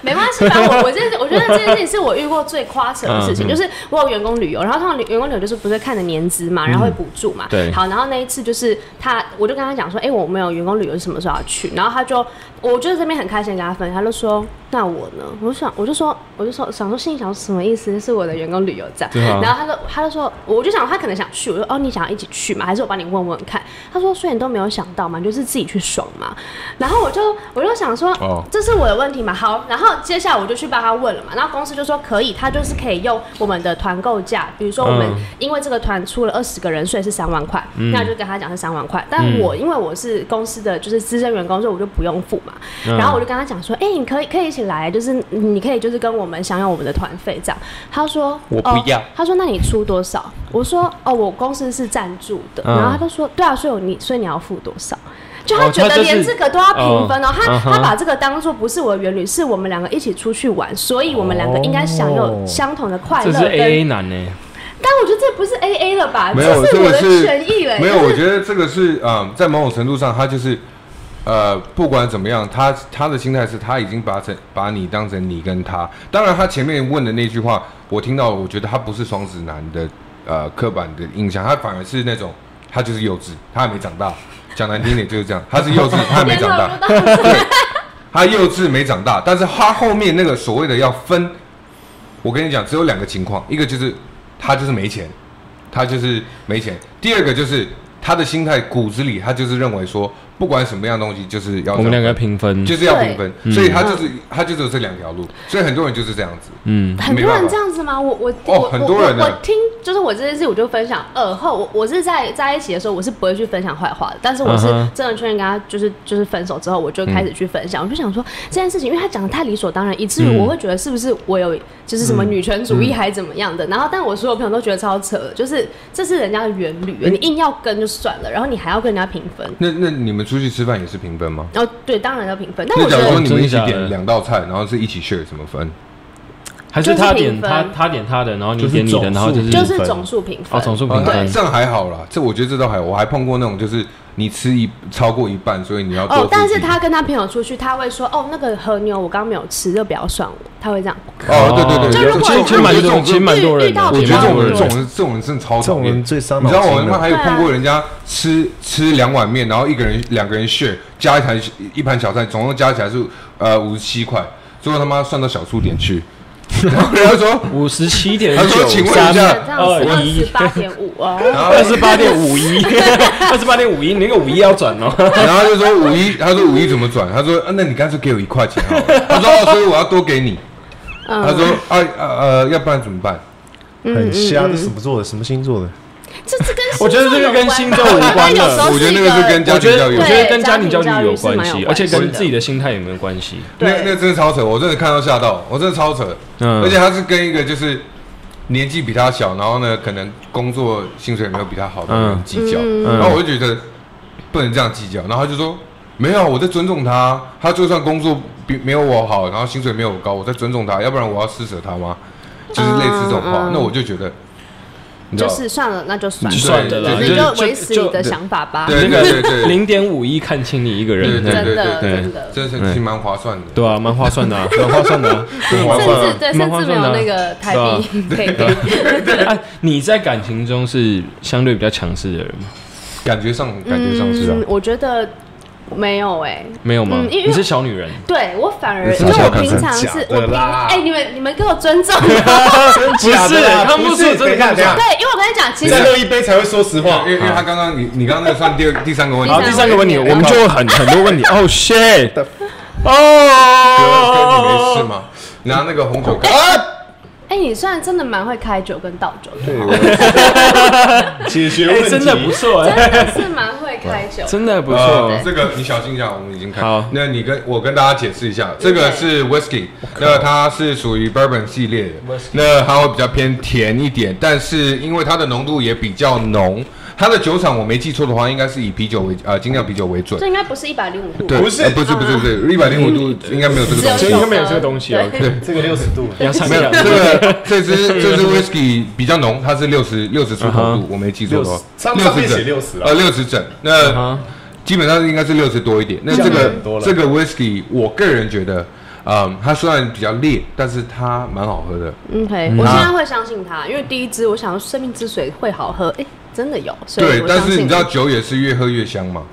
[SPEAKER 4] 没关系，反正我我这我觉得这件事情是我遇过最夸张的事情，
[SPEAKER 2] 嗯
[SPEAKER 4] 就是我有员工旅游，然后通常员工旅游就是不是看的年资嘛，然后会补助嘛，
[SPEAKER 2] 嗯对
[SPEAKER 4] 好，然后那一次就是他，我就跟他讲说，哎、我们有员工旅游是什么时候要去，然后他就，我就在这边很开心地跟他分享，他就说，那我呢？我就想，我就说，我就说，想说心里想说什么意思？是我的员工旅游这样，
[SPEAKER 2] 对啊
[SPEAKER 4] 然后他就他就说，我就想他可能想去，我说哦，你想要一起去嘛？还是我帮你问问看？他说，所以你都没有想到嘛，你就是自己去爽嘛。然后我就我就想说，
[SPEAKER 1] 哦
[SPEAKER 4] 这是我的问题嘛？好，然后接下来我就去帮他问了嘛，然后公司就说可以，他就是可以用我们的团购价，比如说我们
[SPEAKER 2] 嗯
[SPEAKER 4] 因为这个团出了二十个人，所以是三万块，那就跟他讲是三万块。但
[SPEAKER 2] 嗯
[SPEAKER 4] 我因为我是公司的就是资深员工，所以我就不用付嘛。
[SPEAKER 2] 嗯
[SPEAKER 4] 然后我就跟他讲说，哎、你可以可以一起来，就是你可以就是跟我们享有我们的团费这样。他说
[SPEAKER 2] 我不要
[SPEAKER 4] 哦他说那你出多少？我说哦，我公司是赞助的。
[SPEAKER 2] 嗯
[SPEAKER 4] 然后他就说对啊，所以我你所以你要付多少？就他
[SPEAKER 2] 哦
[SPEAKER 4] 觉
[SPEAKER 2] 他
[SPEAKER 4] 得
[SPEAKER 2] 就是
[SPEAKER 4] 连这个都要平分哦，他
[SPEAKER 2] 嗯哼
[SPEAKER 4] 他把这个当做不是我的原理，是我们两个一起出去玩，所以我们两个应该享有
[SPEAKER 3] 哦
[SPEAKER 4] 相同的快
[SPEAKER 2] 这
[SPEAKER 4] 乐
[SPEAKER 2] 是 A A
[SPEAKER 4] 跟
[SPEAKER 2] 男呢，欸
[SPEAKER 4] 但我觉得这不是 A A 了吧？
[SPEAKER 1] 没有，
[SPEAKER 4] 这
[SPEAKER 1] 这
[SPEAKER 4] 我
[SPEAKER 1] 个
[SPEAKER 4] 的
[SPEAKER 1] 是
[SPEAKER 4] 权益嘞。
[SPEAKER 1] 没有，
[SPEAKER 4] 就是
[SPEAKER 1] 我觉得这个是嗯，在某种程度上，他就是呃，不管怎么样，他他的心态是他已经把成把你当成你跟他。当然，他前面问的那句话，我听到，我觉得他不是双子男的呃刻板的印象，他反而是那种他就是幼稚，他还没长大。讲难听点就是这样，他是幼稚，他还没
[SPEAKER 4] 天
[SPEAKER 1] 长
[SPEAKER 4] 哪
[SPEAKER 1] 大。
[SPEAKER 4] 我都到
[SPEAKER 1] 对，他幼稚没长大，但是他后面那个所谓的要分，我跟你讲，只有两个情况，一个就是他就是没钱，他就是没钱；第二个就是他的心态骨子里，他就是认为说，不管什么样东西，就是要
[SPEAKER 2] 我们两个平分，
[SPEAKER 1] 就是要平分，
[SPEAKER 2] 对
[SPEAKER 1] 所以他就是、他就只有这两条路，所以很多人就是这样子。
[SPEAKER 2] 嗯，
[SPEAKER 4] 很
[SPEAKER 1] 没
[SPEAKER 4] 多
[SPEAKER 1] 办
[SPEAKER 4] 人
[SPEAKER 1] 法
[SPEAKER 4] 这样子吗？我我
[SPEAKER 1] 哦
[SPEAKER 4] 我
[SPEAKER 1] 很多人呢
[SPEAKER 4] 我我我听就是我这件事，我就分享二后，我我是在在一起的时候，我是不会去分享坏话的，但是我是
[SPEAKER 2] 嗯哼
[SPEAKER 4] 真的确认跟他就是就是分手之后，我就
[SPEAKER 1] 嗯
[SPEAKER 4] 开始去分享，我就想说这件事情，因为他讲的太理所当然，以至于
[SPEAKER 2] 嗯
[SPEAKER 4] 我会觉得是不是我有就是
[SPEAKER 1] 嗯
[SPEAKER 4] 什么女权主义还怎么样的，然后但我所有朋友都觉得超扯的，就是这是人家的原理，你硬要跟就算了，然后你还要跟人家平分。
[SPEAKER 1] 那那你们出去吃饭也是平分吗？
[SPEAKER 4] 哦，对，当然要平分，但
[SPEAKER 1] 那
[SPEAKER 4] 我觉
[SPEAKER 1] 假如
[SPEAKER 4] 得
[SPEAKER 1] 说你们一起
[SPEAKER 2] 真的假
[SPEAKER 1] 点
[SPEAKER 2] 的
[SPEAKER 1] 两道菜，然后是一起 share 怎么分？
[SPEAKER 2] 还
[SPEAKER 4] 就是是
[SPEAKER 2] 他
[SPEAKER 4] 平
[SPEAKER 2] 点
[SPEAKER 4] 分
[SPEAKER 2] 他他点他的，然后你
[SPEAKER 3] 就是
[SPEAKER 2] 点你的，
[SPEAKER 3] 总
[SPEAKER 2] 然后
[SPEAKER 3] 数
[SPEAKER 2] 就是
[SPEAKER 4] 就是
[SPEAKER 3] 分
[SPEAKER 4] 总数平分
[SPEAKER 2] 哦，总数
[SPEAKER 1] 啊
[SPEAKER 2] 平
[SPEAKER 1] 但
[SPEAKER 2] 分，
[SPEAKER 1] 这样还好啦，这我觉得这倒还好，我还碰过那种就是你吃一超过一半，所以你要多付
[SPEAKER 4] 哦，但是
[SPEAKER 1] 几
[SPEAKER 4] 他跟他朋友出去，他会说：“哦，那个和牛我刚刚没有吃，就不要算我。”他会这样。
[SPEAKER 1] 哦，对对对，
[SPEAKER 4] 就如果
[SPEAKER 1] 其实
[SPEAKER 4] 我
[SPEAKER 1] 其实蛮多
[SPEAKER 2] 其实蛮多人的，
[SPEAKER 1] 我觉得这种人，
[SPEAKER 4] 遇
[SPEAKER 1] 这
[SPEAKER 4] 到
[SPEAKER 1] 种人，这种人真的超
[SPEAKER 3] 这
[SPEAKER 1] 讨
[SPEAKER 3] 种
[SPEAKER 1] 厌
[SPEAKER 3] 人。最伤
[SPEAKER 1] 你
[SPEAKER 3] 脑
[SPEAKER 1] 知
[SPEAKER 3] 筋
[SPEAKER 1] 道我他妈
[SPEAKER 3] 了。
[SPEAKER 1] 还
[SPEAKER 4] 啊
[SPEAKER 1] 有碰过人家吃吃两碗面，然后一个人两个人 share 加一盘一盘小菜，总共加起来是呃五十七块，最后他妈算到小数点去，然后人家说，
[SPEAKER 2] 五十七点
[SPEAKER 1] 他说
[SPEAKER 2] 九
[SPEAKER 1] 请问一
[SPEAKER 2] 三
[SPEAKER 1] 下
[SPEAKER 4] 这样子二十八点五哦，
[SPEAKER 1] 然后
[SPEAKER 2] 二十八点五一，二十八点五一，你那个五一要转哦。
[SPEAKER 1] 然后他就说五一，他说五一怎么转？他说、啊、那你干脆给我一块钱好了，他说哦，所以我要多给你，他
[SPEAKER 4] 嗯，
[SPEAKER 1] 说啊呃呃，要不然怎么办？
[SPEAKER 3] 很瞎，这什么座的？什么星座的？
[SPEAKER 4] 这这跟
[SPEAKER 2] 我觉得这个跟星座无 关的
[SPEAKER 4] 有时候
[SPEAKER 1] 我觉得
[SPEAKER 4] 是
[SPEAKER 1] 那
[SPEAKER 4] 一
[SPEAKER 1] 个是跟家
[SPEAKER 2] 我觉
[SPEAKER 1] 庭教
[SPEAKER 2] 得
[SPEAKER 1] 育
[SPEAKER 2] 我
[SPEAKER 1] 有
[SPEAKER 2] 觉
[SPEAKER 1] 关。
[SPEAKER 2] 得跟家庭教育有关
[SPEAKER 4] 对家庭教育是蛮
[SPEAKER 2] 系，
[SPEAKER 4] 有
[SPEAKER 2] 而且
[SPEAKER 4] 关系
[SPEAKER 2] 跟
[SPEAKER 4] 的
[SPEAKER 2] 自己的心态有没有关系？
[SPEAKER 1] 那
[SPEAKER 4] 对
[SPEAKER 1] 那真的超扯，我真的看到吓到，我真的超扯。
[SPEAKER 2] 嗯
[SPEAKER 1] 而且他是跟一个就是年纪比他小，然后呢，可能工作薪水没有比他好的人计较，
[SPEAKER 4] 嗯
[SPEAKER 2] 嗯
[SPEAKER 1] 然后我就觉得不能这样计较，然后他就说没有，我在尊重他，他就算工作比没有我好，然后薪水没有我高，我在尊重他，要不然我要施舍他吗？就是类似这种话，
[SPEAKER 4] 嗯嗯
[SPEAKER 1] 那我就觉得，你知
[SPEAKER 4] 就
[SPEAKER 1] 道，
[SPEAKER 4] 是算了，那就算
[SPEAKER 1] 就
[SPEAKER 4] 了，
[SPEAKER 1] 算了啦
[SPEAKER 4] 就是
[SPEAKER 1] 就
[SPEAKER 4] 就维持你的想法吧。
[SPEAKER 1] 对
[SPEAKER 2] 那
[SPEAKER 1] 对对
[SPEAKER 2] 个
[SPEAKER 1] 对
[SPEAKER 2] 零点五一看清你一个
[SPEAKER 1] 对对
[SPEAKER 2] 人，
[SPEAKER 1] 对对
[SPEAKER 4] 真的
[SPEAKER 1] 对
[SPEAKER 4] 真的，
[SPEAKER 1] 真的是蛮划算的。
[SPEAKER 2] 对啊，蛮划算 的啊，蛮划算的啊，蛮划
[SPEAKER 4] 甚
[SPEAKER 2] 算的
[SPEAKER 4] 至
[SPEAKER 2] 啊。
[SPEAKER 4] 对，
[SPEAKER 2] 蛮
[SPEAKER 4] 甚
[SPEAKER 2] 划
[SPEAKER 4] 至没
[SPEAKER 2] 算
[SPEAKER 4] 有
[SPEAKER 2] 的啊
[SPEAKER 4] 那个台币 可以给你。
[SPEAKER 2] 对 啊，你在感情中是相对比较强势的人吗？
[SPEAKER 1] 感觉上感觉上是啊，
[SPEAKER 4] 嗯
[SPEAKER 2] 嗯
[SPEAKER 4] 我觉得没有哎，
[SPEAKER 2] 没有吗
[SPEAKER 4] 嗯因？为
[SPEAKER 2] 你是小女 人，
[SPEAKER 4] 对我反而
[SPEAKER 1] 你
[SPEAKER 4] 因
[SPEAKER 1] 是
[SPEAKER 4] 为我
[SPEAKER 1] 小看
[SPEAKER 4] 平
[SPEAKER 1] 人
[SPEAKER 4] 常
[SPEAKER 3] 假
[SPEAKER 4] 是
[SPEAKER 3] 的
[SPEAKER 4] 我平
[SPEAKER 3] 啦
[SPEAKER 4] 哎，你们你们给我尊重。
[SPEAKER 2] 不是
[SPEAKER 3] 假的啦
[SPEAKER 2] 看不
[SPEAKER 3] 不
[SPEAKER 2] 出
[SPEAKER 3] 是
[SPEAKER 2] 真的
[SPEAKER 3] 等一下
[SPEAKER 2] 看不出
[SPEAKER 3] 等一下
[SPEAKER 4] 对，因为我跟你讲，其实
[SPEAKER 3] 再喝一杯才会说实话
[SPEAKER 1] 因。为因为他刚刚你你刚刚那个算第二第三个问题，
[SPEAKER 2] 好，第三个问题，我们就有很很多问题。哦 shit，
[SPEAKER 1] 哥，哥你没事
[SPEAKER 2] 哦，
[SPEAKER 1] 吗？拿那个红酒 盖，
[SPEAKER 4] 哎，你算真的蛮会开酒跟倒酒的，
[SPEAKER 3] 解决问
[SPEAKER 2] 哎，
[SPEAKER 3] 题，
[SPEAKER 2] 真的不错哎，
[SPEAKER 4] 真的是蛮会开酒。
[SPEAKER 2] 真的不错
[SPEAKER 1] 呃，。这个你小心一下，我们已经看。
[SPEAKER 2] 哦好
[SPEAKER 1] 那你跟我跟大家解释一下，这个是 whisky，那它是属于 bourbon 系列的
[SPEAKER 2] Whisky，
[SPEAKER 1] 那它会比较偏甜一点，但是因为它的浓度也比较浓，它的酒厂我没记错的话，应该是以啤酒为呃精酿啤酒为准
[SPEAKER 4] 这。应该不是一百零五度，
[SPEAKER 1] 对，
[SPEAKER 3] 不是
[SPEAKER 1] 呃不是不是不是，一百零五度应该没有这个东
[SPEAKER 4] 只
[SPEAKER 1] 西
[SPEAKER 4] 有。
[SPEAKER 2] 应该没有这个东西哦。
[SPEAKER 4] 对
[SPEAKER 3] 这个六十度，
[SPEAKER 2] 你要唱一
[SPEAKER 1] 没有这
[SPEAKER 2] 下，
[SPEAKER 1] 个这支这支 whisky 比较浓，它是六十六十出头
[SPEAKER 2] 嗯
[SPEAKER 1] 度
[SPEAKER 2] 哼，
[SPEAKER 1] 我没记错的话，
[SPEAKER 3] 上上面写
[SPEAKER 1] 整
[SPEAKER 3] 60啦
[SPEAKER 1] 呃六十整，那
[SPEAKER 2] 啊，
[SPEAKER 1] 基本上应该是六十多一点。那这
[SPEAKER 3] 降
[SPEAKER 1] 个
[SPEAKER 3] 很多了
[SPEAKER 1] 这个 whisky，我个人觉得，嗯，它虽然比较烈，但是它蛮好喝的。
[SPEAKER 4] 嗯 OK，我现
[SPEAKER 1] 嗯
[SPEAKER 4] 在会相信他，因为第一支我想说生命之水会好喝，哎、真的有，所以
[SPEAKER 1] 对，
[SPEAKER 4] 我
[SPEAKER 1] 但
[SPEAKER 4] 相
[SPEAKER 1] 是
[SPEAKER 4] 信。
[SPEAKER 1] 你知道酒也是越喝越香嘛？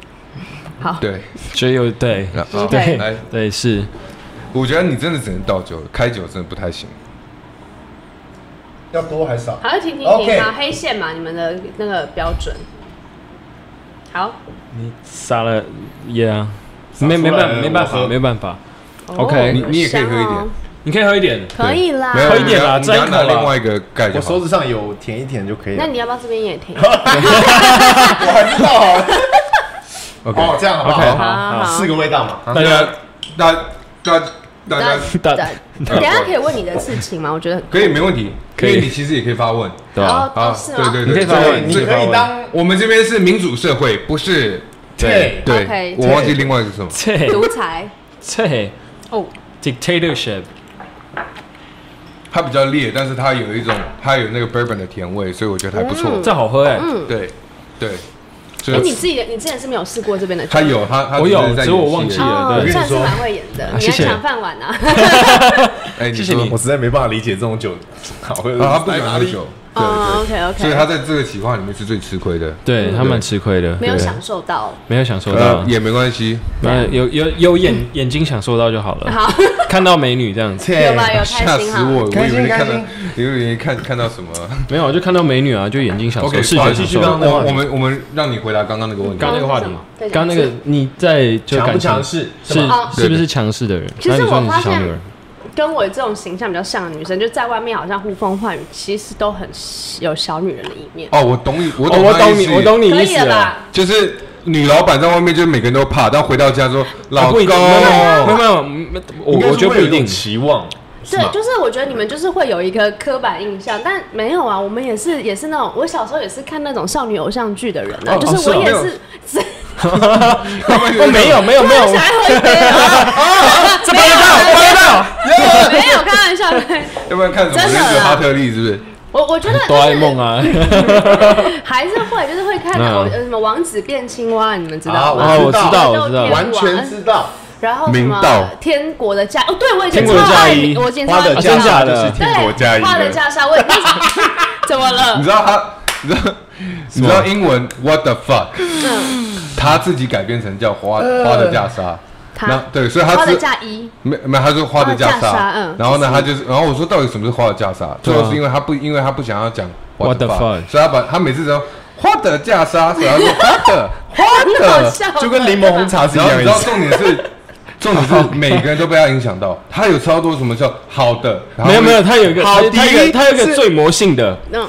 [SPEAKER 4] 好，
[SPEAKER 1] 对，
[SPEAKER 2] 只有 对
[SPEAKER 1] 那好
[SPEAKER 4] OK
[SPEAKER 1] 来
[SPEAKER 2] 对，对是，
[SPEAKER 1] 我觉得你真的只能倒酒，开酒真的不太行。
[SPEAKER 3] 要多还少？
[SPEAKER 4] 还要停停停
[SPEAKER 3] OK
[SPEAKER 4] 啊，黑线嘛，你们的那个标准。好
[SPEAKER 2] 你杀了耶啊，
[SPEAKER 3] 撒
[SPEAKER 2] 没
[SPEAKER 3] 出
[SPEAKER 2] 没
[SPEAKER 3] 来
[SPEAKER 2] 办
[SPEAKER 3] 了
[SPEAKER 2] 没办
[SPEAKER 3] 我
[SPEAKER 2] 法
[SPEAKER 3] 喝
[SPEAKER 2] 没办法，
[SPEAKER 4] 哦
[SPEAKER 2] OK，
[SPEAKER 1] 你你也可以
[SPEAKER 4] 香
[SPEAKER 1] 喝一点
[SPEAKER 4] 哦
[SPEAKER 2] 你可以喝一点，
[SPEAKER 4] 可以啦，
[SPEAKER 1] 对没有
[SPEAKER 2] 喝一点啦
[SPEAKER 1] 我们等下
[SPEAKER 2] 沾一口
[SPEAKER 1] 拿
[SPEAKER 2] 啦
[SPEAKER 1] 另外一个盖就
[SPEAKER 3] 我手
[SPEAKER 1] 好。
[SPEAKER 3] 指上有舔一舔就可以
[SPEAKER 4] 那
[SPEAKER 3] 了。
[SPEAKER 4] 你要不要这边也 停？
[SPEAKER 3] 我还知道好了，
[SPEAKER 1] OK，
[SPEAKER 3] 哦，这样好不
[SPEAKER 2] OK，
[SPEAKER 3] 好？
[SPEAKER 2] 好好，
[SPEAKER 4] 好
[SPEAKER 3] 四个味道嘛，
[SPEAKER 2] 大家
[SPEAKER 1] 大大大家
[SPEAKER 2] 大
[SPEAKER 4] 等等一下可以问你的事情吗？我觉得很
[SPEAKER 1] 可以没问题，
[SPEAKER 2] 可
[SPEAKER 1] 可
[SPEAKER 2] 以
[SPEAKER 1] 以，你其实也可以发问。
[SPEAKER 2] 对吧？
[SPEAKER 4] 哦哦是吗
[SPEAKER 1] 对对对，
[SPEAKER 2] 你可以发
[SPEAKER 1] 这
[SPEAKER 2] 问
[SPEAKER 1] 个
[SPEAKER 3] 你
[SPEAKER 1] 这个
[SPEAKER 3] 可以当
[SPEAKER 1] 我们这边是民主社会，不是
[SPEAKER 3] 对
[SPEAKER 1] 对
[SPEAKER 4] OK，
[SPEAKER 1] 我忘记另外一个是什么。
[SPEAKER 2] 切
[SPEAKER 4] 独裁
[SPEAKER 2] 切
[SPEAKER 4] 哦，
[SPEAKER 2] dictatorship，
[SPEAKER 1] 它比较烈，但是它有一种
[SPEAKER 4] 嗯
[SPEAKER 1] 它有那个 bourbon 的甜味，所以我觉得还不错。
[SPEAKER 2] 这好喝哎、
[SPEAKER 1] 对对，所
[SPEAKER 4] 嗯哎，你
[SPEAKER 1] 以
[SPEAKER 4] 自己的你之前是没有试过这边的酒，
[SPEAKER 1] 它有啊它它
[SPEAKER 2] 我有
[SPEAKER 1] 只是在
[SPEAKER 2] 只是我
[SPEAKER 1] 演戏
[SPEAKER 2] 忘
[SPEAKER 1] 而
[SPEAKER 2] 记
[SPEAKER 1] 已
[SPEAKER 2] 了对，
[SPEAKER 4] 哦算是蛮会演的，你
[SPEAKER 2] 谢
[SPEAKER 4] 还
[SPEAKER 2] 谢
[SPEAKER 4] 抢饭碗啊？
[SPEAKER 1] 哎，
[SPEAKER 2] 谢谢
[SPEAKER 1] 说
[SPEAKER 2] 你
[SPEAKER 3] 我实在没办法理解这种酒哎好喝
[SPEAKER 1] 啊，他不喜欢喝酒，对
[SPEAKER 4] 哦
[SPEAKER 1] 对
[SPEAKER 4] ，OK
[SPEAKER 1] 所以
[SPEAKER 4] OK，
[SPEAKER 1] 他在这个企划里面是最吃亏的。
[SPEAKER 2] 嗯对他蛮吃亏的，
[SPEAKER 4] 没有
[SPEAKER 2] 对
[SPEAKER 4] 享受到，
[SPEAKER 2] 没有享受
[SPEAKER 1] 呃
[SPEAKER 2] 到，，
[SPEAKER 1] 也没关系，
[SPEAKER 2] 那有有有眼眼睛享受到就好了，
[SPEAKER 4] 好，
[SPEAKER 2] 看到美女这样子，
[SPEAKER 3] 切
[SPEAKER 4] 有吧？有
[SPEAKER 1] 吓
[SPEAKER 4] 开
[SPEAKER 1] 死
[SPEAKER 4] 心啊
[SPEAKER 1] 我！我
[SPEAKER 4] 哈，
[SPEAKER 1] 以
[SPEAKER 3] 开心
[SPEAKER 1] 为你看到
[SPEAKER 3] 开心，
[SPEAKER 1] 以为你看看到什么。
[SPEAKER 2] 没有就看到美女啊，就眼睛享受，
[SPEAKER 1] OK，
[SPEAKER 2] 视
[SPEAKER 1] 好，
[SPEAKER 2] 觉
[SPEAKER 1] 继
[SPEAKER 2] 享
[SPEAKER 1] 续
[SPEAKER 2] 受。
[SPEAKER 1] 刚刚
[SPEAKER 2] 刚
[SPEAKER 1] 那我我们我们让你回答刚刚那个问题
[SPEAKER 2] 刚。那个话题
[SPEAKER 4] 刚刚是什么，再
[SPEAKER 2] 刚刚
[SPEAKER 4] 讲一
[SPEAKER 2] 那
[SPEAKER 4] 次
[SPEAKER 2] 个你在就
[SPEAKER 3] 强不
[SPEAKER 2] 感情
[SPEAKER 3] 强势
[SPEAKER 2] 是
[SPEAKER 4] 哦
[SPEAKER 2] 是不是强势的人？
[SPEAKER 4] 其实
[SPEAKER 2] 那你说
[SPEAKER 4] 我
[SPEAKER 2] 你
[SPEAKER 4] 发
[SPEAKER 2] 是强
[SPEAKER 4] 现
[SPEAKER 2] 的人，
[SPEAKER 4] 跟我这种形象比较像的女生，就在外面好像呼风唤雨，其实都很有小女人的一面。
[SPEAKER 1] 哦，我懂你，我
[SPEAKER 2] 哦
[SPEAKER 1] 懂
[SPEAKER 2] 我
[SPEAKER 1] 他
[SPEAKER 2] 懂
[SPEAKER 1] 意
[SPEAKER 2] 你，
[SPEAKER 1] 思
[SPEAKER 2] 我，懂你
[SPEAKER 4] 可
[SPEAKER 2] 意
[SPEAKER 4] 以
[SPEAKER 2] 思啊
[SPEAKER 4] 了吧？
[SPEAKER 1] 就是女老板在外面，就是每个人都怕，但回到家说
[SPEAKER 2] 啊
[SPEAKER 1] 老
[SPEAKER 2] 不
[SPEAKER 1] 公
[SPEAKER 2] 一定，没有没有没有，没有我我觉得不一定。嗯
[SPEAKER 3] 期望，是
[SPEAKER 4] 对
[SPEAKER 3] 吗，
[SPEAKER 4] 就是我觉得你们就是会有一个刻板印象，但没有啊，我们也是也是那种，我小时候也是看那种少女偶像剧的人啊，
[SPEAKER 1] 哦
[SPEAKER 4] 就是我
[SPEAKER 1] 哦
[SPEAKER 4] 也
[SPEAKER 1] 是哦
[SPEAKER 4] 是，是
[SPEAKER 1] 他们
[SPEAKER 2] 哦，没有没 有没有
[SPEAKER 4] 我，想要喝一杯啊，
[SPEAKER 2] 这办得到办得到。
[SPEAKER 4] 没有没有开玩笑，对
[SPEAKER 1] 要不然看什么？
[SPEAKER 4] 真的啊
[SPEAKER 1] 那
[SPEAKER 4] 啦
[SPEAKER 1] 个哈特利是不是？
[SPEAKER 4] 我我觉得
[SPEAKER 2] 哆啦 A
[SPEAKER 4] 就是
[SPEAKER 2] 梦啊，
[SPEAKER 4] 还是会就是会看
[SPEAKER 2] 嗯
[SPEAKER 4] 到什么王子变青蛙，你们知
[SPEAKER 3] 啊
[SPEAKER 4] 道吗？
[SPEAKER 2] 哦，我
[SPEAKER 3] 我
[SPEAKER 2] 知
[SPEAKER 3] 知
[SPEAKER 2] 道
[SPEAKER 3] 道
[SPEAKER 2] 我知道
[SPEAKER 4] 我，
[SPEAKER 3] 完全知 道。
[SPEAKER 4] 然后什
[SPEAKER 1] 明
[SPEAKER 4] 么
[SPEAKER 1] 道
[SPEAKER 4] 天国的嫁哦，对我以前
[SPEAKER 2] 天国的
[SPEAKER 4] 超
[SPEAKER 2] 嫁
[SPEAKER 4] 爱
[SPEAKER 2] 衣
[SPEAKER 4] 我以前超
[SPEAKER 3] 花
[SPEAKER 4] 爱
[SPEAKER 2] 啊
[SPEAKER 3] 的
[SPEAKER 4] 明
[SPEAKER 2] 嫁真假
[SPEAKER 4] 道
[SPEAKER 3] 嫁纱
[SPEAKER 2] 的
[SPEAKER 3] 就是天国嫁衣
[SPEAKER 4] 花的
[SPEAKER 3] 了，
[SPEAKER 4] 嫁纱，我也 怎么
[SPEAKER 1] 你
[SPEAKER 4] 了？
[SPEAKER 1] 知道他，你知道，你知道英文 What the fuck？他
[SPEAKER 4] 嗯
[SPEAKER 1] 自己改编成叫花
[SPEAKER 2] 呃
[SPEAKER 1] 花的嫁纱。那
[SPEAKER 4] 他
[SPEAKER 1] 对，所以
[SPEAKER 4] 花
[SPEAKER 1] 他
[SPEAKER 4] 的
[SPEAKER 1] 是
[SPEAKER 4] 嫁衣，
[SPEAKER 1] 没没有，他说花的
[SPEAKER 4] 花的
[SPEAKER 1] 袈
[SPEAKER 4] 袈裟
[SPEAKER 1] 裟
[SPEAKER 4] 嗯，
[SPEAKER 1] 然后呢，他就是，然后我说到底什么是花的袈裟？最
[SPEAKER 2] 对
[SPEAKER 1] 后
[SPEAKER 2] 啊
[SPEAKER 1] 是因为他不，因为他不想要讲
[SPEAKER 2] What the fuck
[SPEAKER 1] 所以他把他每次都花的袈裟，所以他 说花 的花
[SPEAKER 4] 好
[SPEAKER 1] 的，
[SPEAKER 4] 笑哦的，
[SPEAKER 3] 就跟柠檬红茶是一
[SPEAKER 1] 然后
[SPEAKER 3] 样
[SPEAKER 1] 你知
[SPEAKER 3] 的意
[SPEAKER 1] 道
[SPEAKER 3] 思。
[SPEAKER 1] 重点 是，重点是每个人都被他影响到，他有超多什么叫好的，然后
[SPEAKER 2] 没有没有，他有一个他
[SPEAKER 3] 好
[SPEAKER 2] 他有一
[SPEAKER 3] 第
[SPEAKER 2] 个
[SPEAKER 3] 一
[SPEAKER 2] 他有一个
[SPEAKER 3] 是
[SPEAKER 2] 最魔性的，
[SPEAKER 4] 嗯，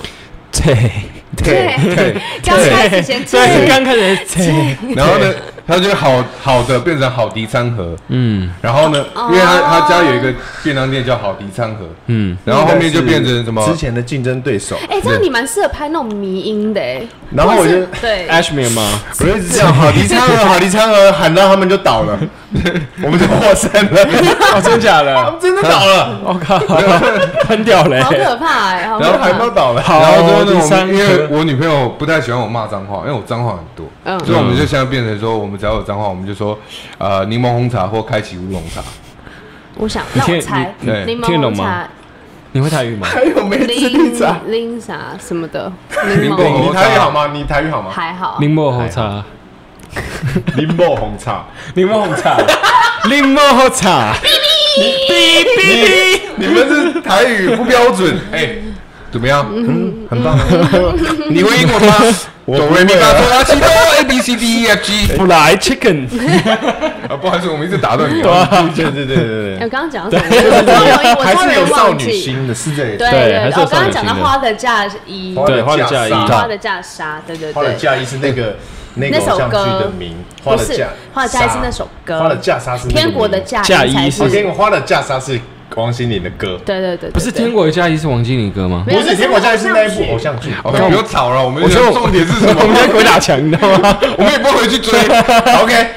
[SPEAKER 2] 对
[SPEAKER 4] 对， 刚开始先
[SPEAKER 2] 对，
[SPEAKER 4] 对，
[SPEAKER 2] 刚开始对，
[SPEAKER 1] 然后呢，他就好好的变成好迪餐盒，
[SPEAKER 2] 嗯
[SPEAKER 1] 然后呢，因为他他家有一个便当店叫好迪餐盒，
[SPEAKER 2] 嗯，
[SPEAKER 1] 然后后面就变成什么
[SPEAKER 3] 之前的竞争对手，
[SPEAKER 4] 哎，这样你蛮适合拍那种迷音的哎，
[SPEAKER 3] 然后我
[SPEAKER 4] 或是
[SPEAKER 3] 就哎
[SPEAKER 4] 对，
[SPEAKER 2] Ashmere 吗？
[SPEAKER 3] 我就一直讲好离昌儿，好离昌儿，喊到他们就倒 了，我们就获胜 了，
[SPEAKER 2] 哦，真假
[SPEAKER 3] 我
[SPEAKER 2] 的？
[SPEAKER 3] 们真的倒了，
[SPEAKER 2] 我靠， 喷掉嘞
[SPEAKER 4] 好！可怕哎，好
[SPEAKER 3] 然
[SPEAKER 4] 可
[SPEAKER 3] 后海
[SPEAKER 4] 怕
[SPEAKER 3] 报，倒了，
[SPEAKER 2] 好
[SPEAKER 1] 然后最后
[SPEAKER 2] 第
[SPEAKER 1] 呢，我
[SPEAKER 2] 三
[SPEAKER 1] 们因为
[SPEAKER 2] 颗
[SPEAKER 1] 我女朋友不太喜欢我骂脏话，因为我脏话很多，
[SPEAKER 4] 嗯
[SPEAKER 1] 所以我们就现在变成说，我们只要有脏话，我们就说呃柠檬红茶或开启乌龙茶。
[SPEAKER 4] 我想
[SPEAKER 2] 你
[SPEAKER 4] 让
[SPEAKER 2] 听
[SPEAKER 4] 我猜，
[SPEAKER 1] 你对
[SPEAKER 4] 柠檬
[SPEAKER 2] 听得懂
[SPEAKER 4] 红茶
[SPEAKER 2] 吗你会台语吗？
[SPEAKER 3] 还有梅子绿茶，
[SPEAKER 4] 拎拎啥什么的，柠
[SPEAKER 1] 柠
[SPEAKER 4] 檬
[SPEAKER 1] 檬
[SPEAKER 3] 你台语好吗？你台语好吗？
[SPEAKER 4] 还好，
[SPEAKER 2] 林墨红茶，
[SPEAKER 3] 林某红茶，
[SPEAKER 2] 林墨红茶，林墨红茶，哔哔哔，
[SPEAKER 1] 你们是台语不标准，哎，怎么样？
[SPEAKER 3] 很棒，嗯
[SPEAKER 1] 你会英文吗？
[SPEAKER 3] 我
[SPEAKER 1] 哆
[SPEAKER 3] 不会
[SPEAKER 1] 瑞咪发
[SPEAKER 3] 啊
[SPEAKER 1] 嗦拉西哆 A B C D E F G
[SPEAKER 2] 布莱 chicken，
[SPEAKER 1] 啊，不好意思，我们一直打断你啊了。
[SPEAKER 3] 对啊 对对对
[SPEAKER 4] 哎
[SPEAKER 3] 对，
[SPEAKER 4] 我刚刚讲到什么？我超容易，我
[SPEAKER 3] 还
[SPEAKER 4] 超
[SPEAKER 3] 是
[SPEAKER 4] 容
[SPEAKER 3] 有
[SPEAKER 4] 易
[SPEAKER 3] 少
[SPEAKER 4] 忘
[SPEAKER 3] 女
[SPEAKER 4] 记。
[SPEAKER 3] 心的，是这
[SPEAKER 4] 对
[SPEAKER 2] 对还
[SPEAKER 4] 对，
[SPEAKER 2] 是有
[SPEAKER 4] 我刚
[SPEAKER 2] 少女心
[SPEAKER 4] 刚讲到
[SPEAKER 2] 的
[SPEAKER 4] 花的嫁衣，
[SPEAKER 2] 对花的嫁衣
[SPEAKER 3] 纱
[SPEAKER 4] 花的嫁纱，对对
[SPEAKER 3] 花的
[SPEAKER 4] 对，
[SPEAKER 3] 嫁衣是那个那个
[SPEAKER 4] 那首
[SPEAKER 3] 偶像剧
[SPEAKER 4] 歌
[SPEAKER 3] 的名，花
[SPEAKER 4] 不
[SPEAKER 3] 的
[SPEAKER 4] 是
[SPEAKER 3] 嫁，
[SPEAKER 4] 花的嫁衣是那首歌，
[SPEAKER 3] 花的嫁纱是那个
[SPEAKER 4] 天国的
[SPEAKER 3] 名
[SPEAKER 4] 嫁
[SPEAKER 2] 嫁衣
[SPEAKER 4] 衣才
[SPEAKER 2] 是
[SPEAKER 3] 哦，天国花的嫁纱是王心凌的歌，
[SPEAKER 4] 对对对对，
[SPEAKER 2] 不是
[SPEAKER 4] 对
[SPEAKER 2] 天，国的嫁衣是王心凌歌吗？
[SPEAKER 4] 没有
[SPEAKER 3] 不是天国嫁衣是那一部偶像剧，
[SPEAKER 1] OK，不要吵了，我们
[SPEAKER 2] 我说我
[SPEAKER 1] 重点是什么
[SPEAKER 2] 我？们在鬼打墙，你知道吗？
[SPEAKER 4] 啊
[SPEAKER 1] 我们也不会回去 追。OK，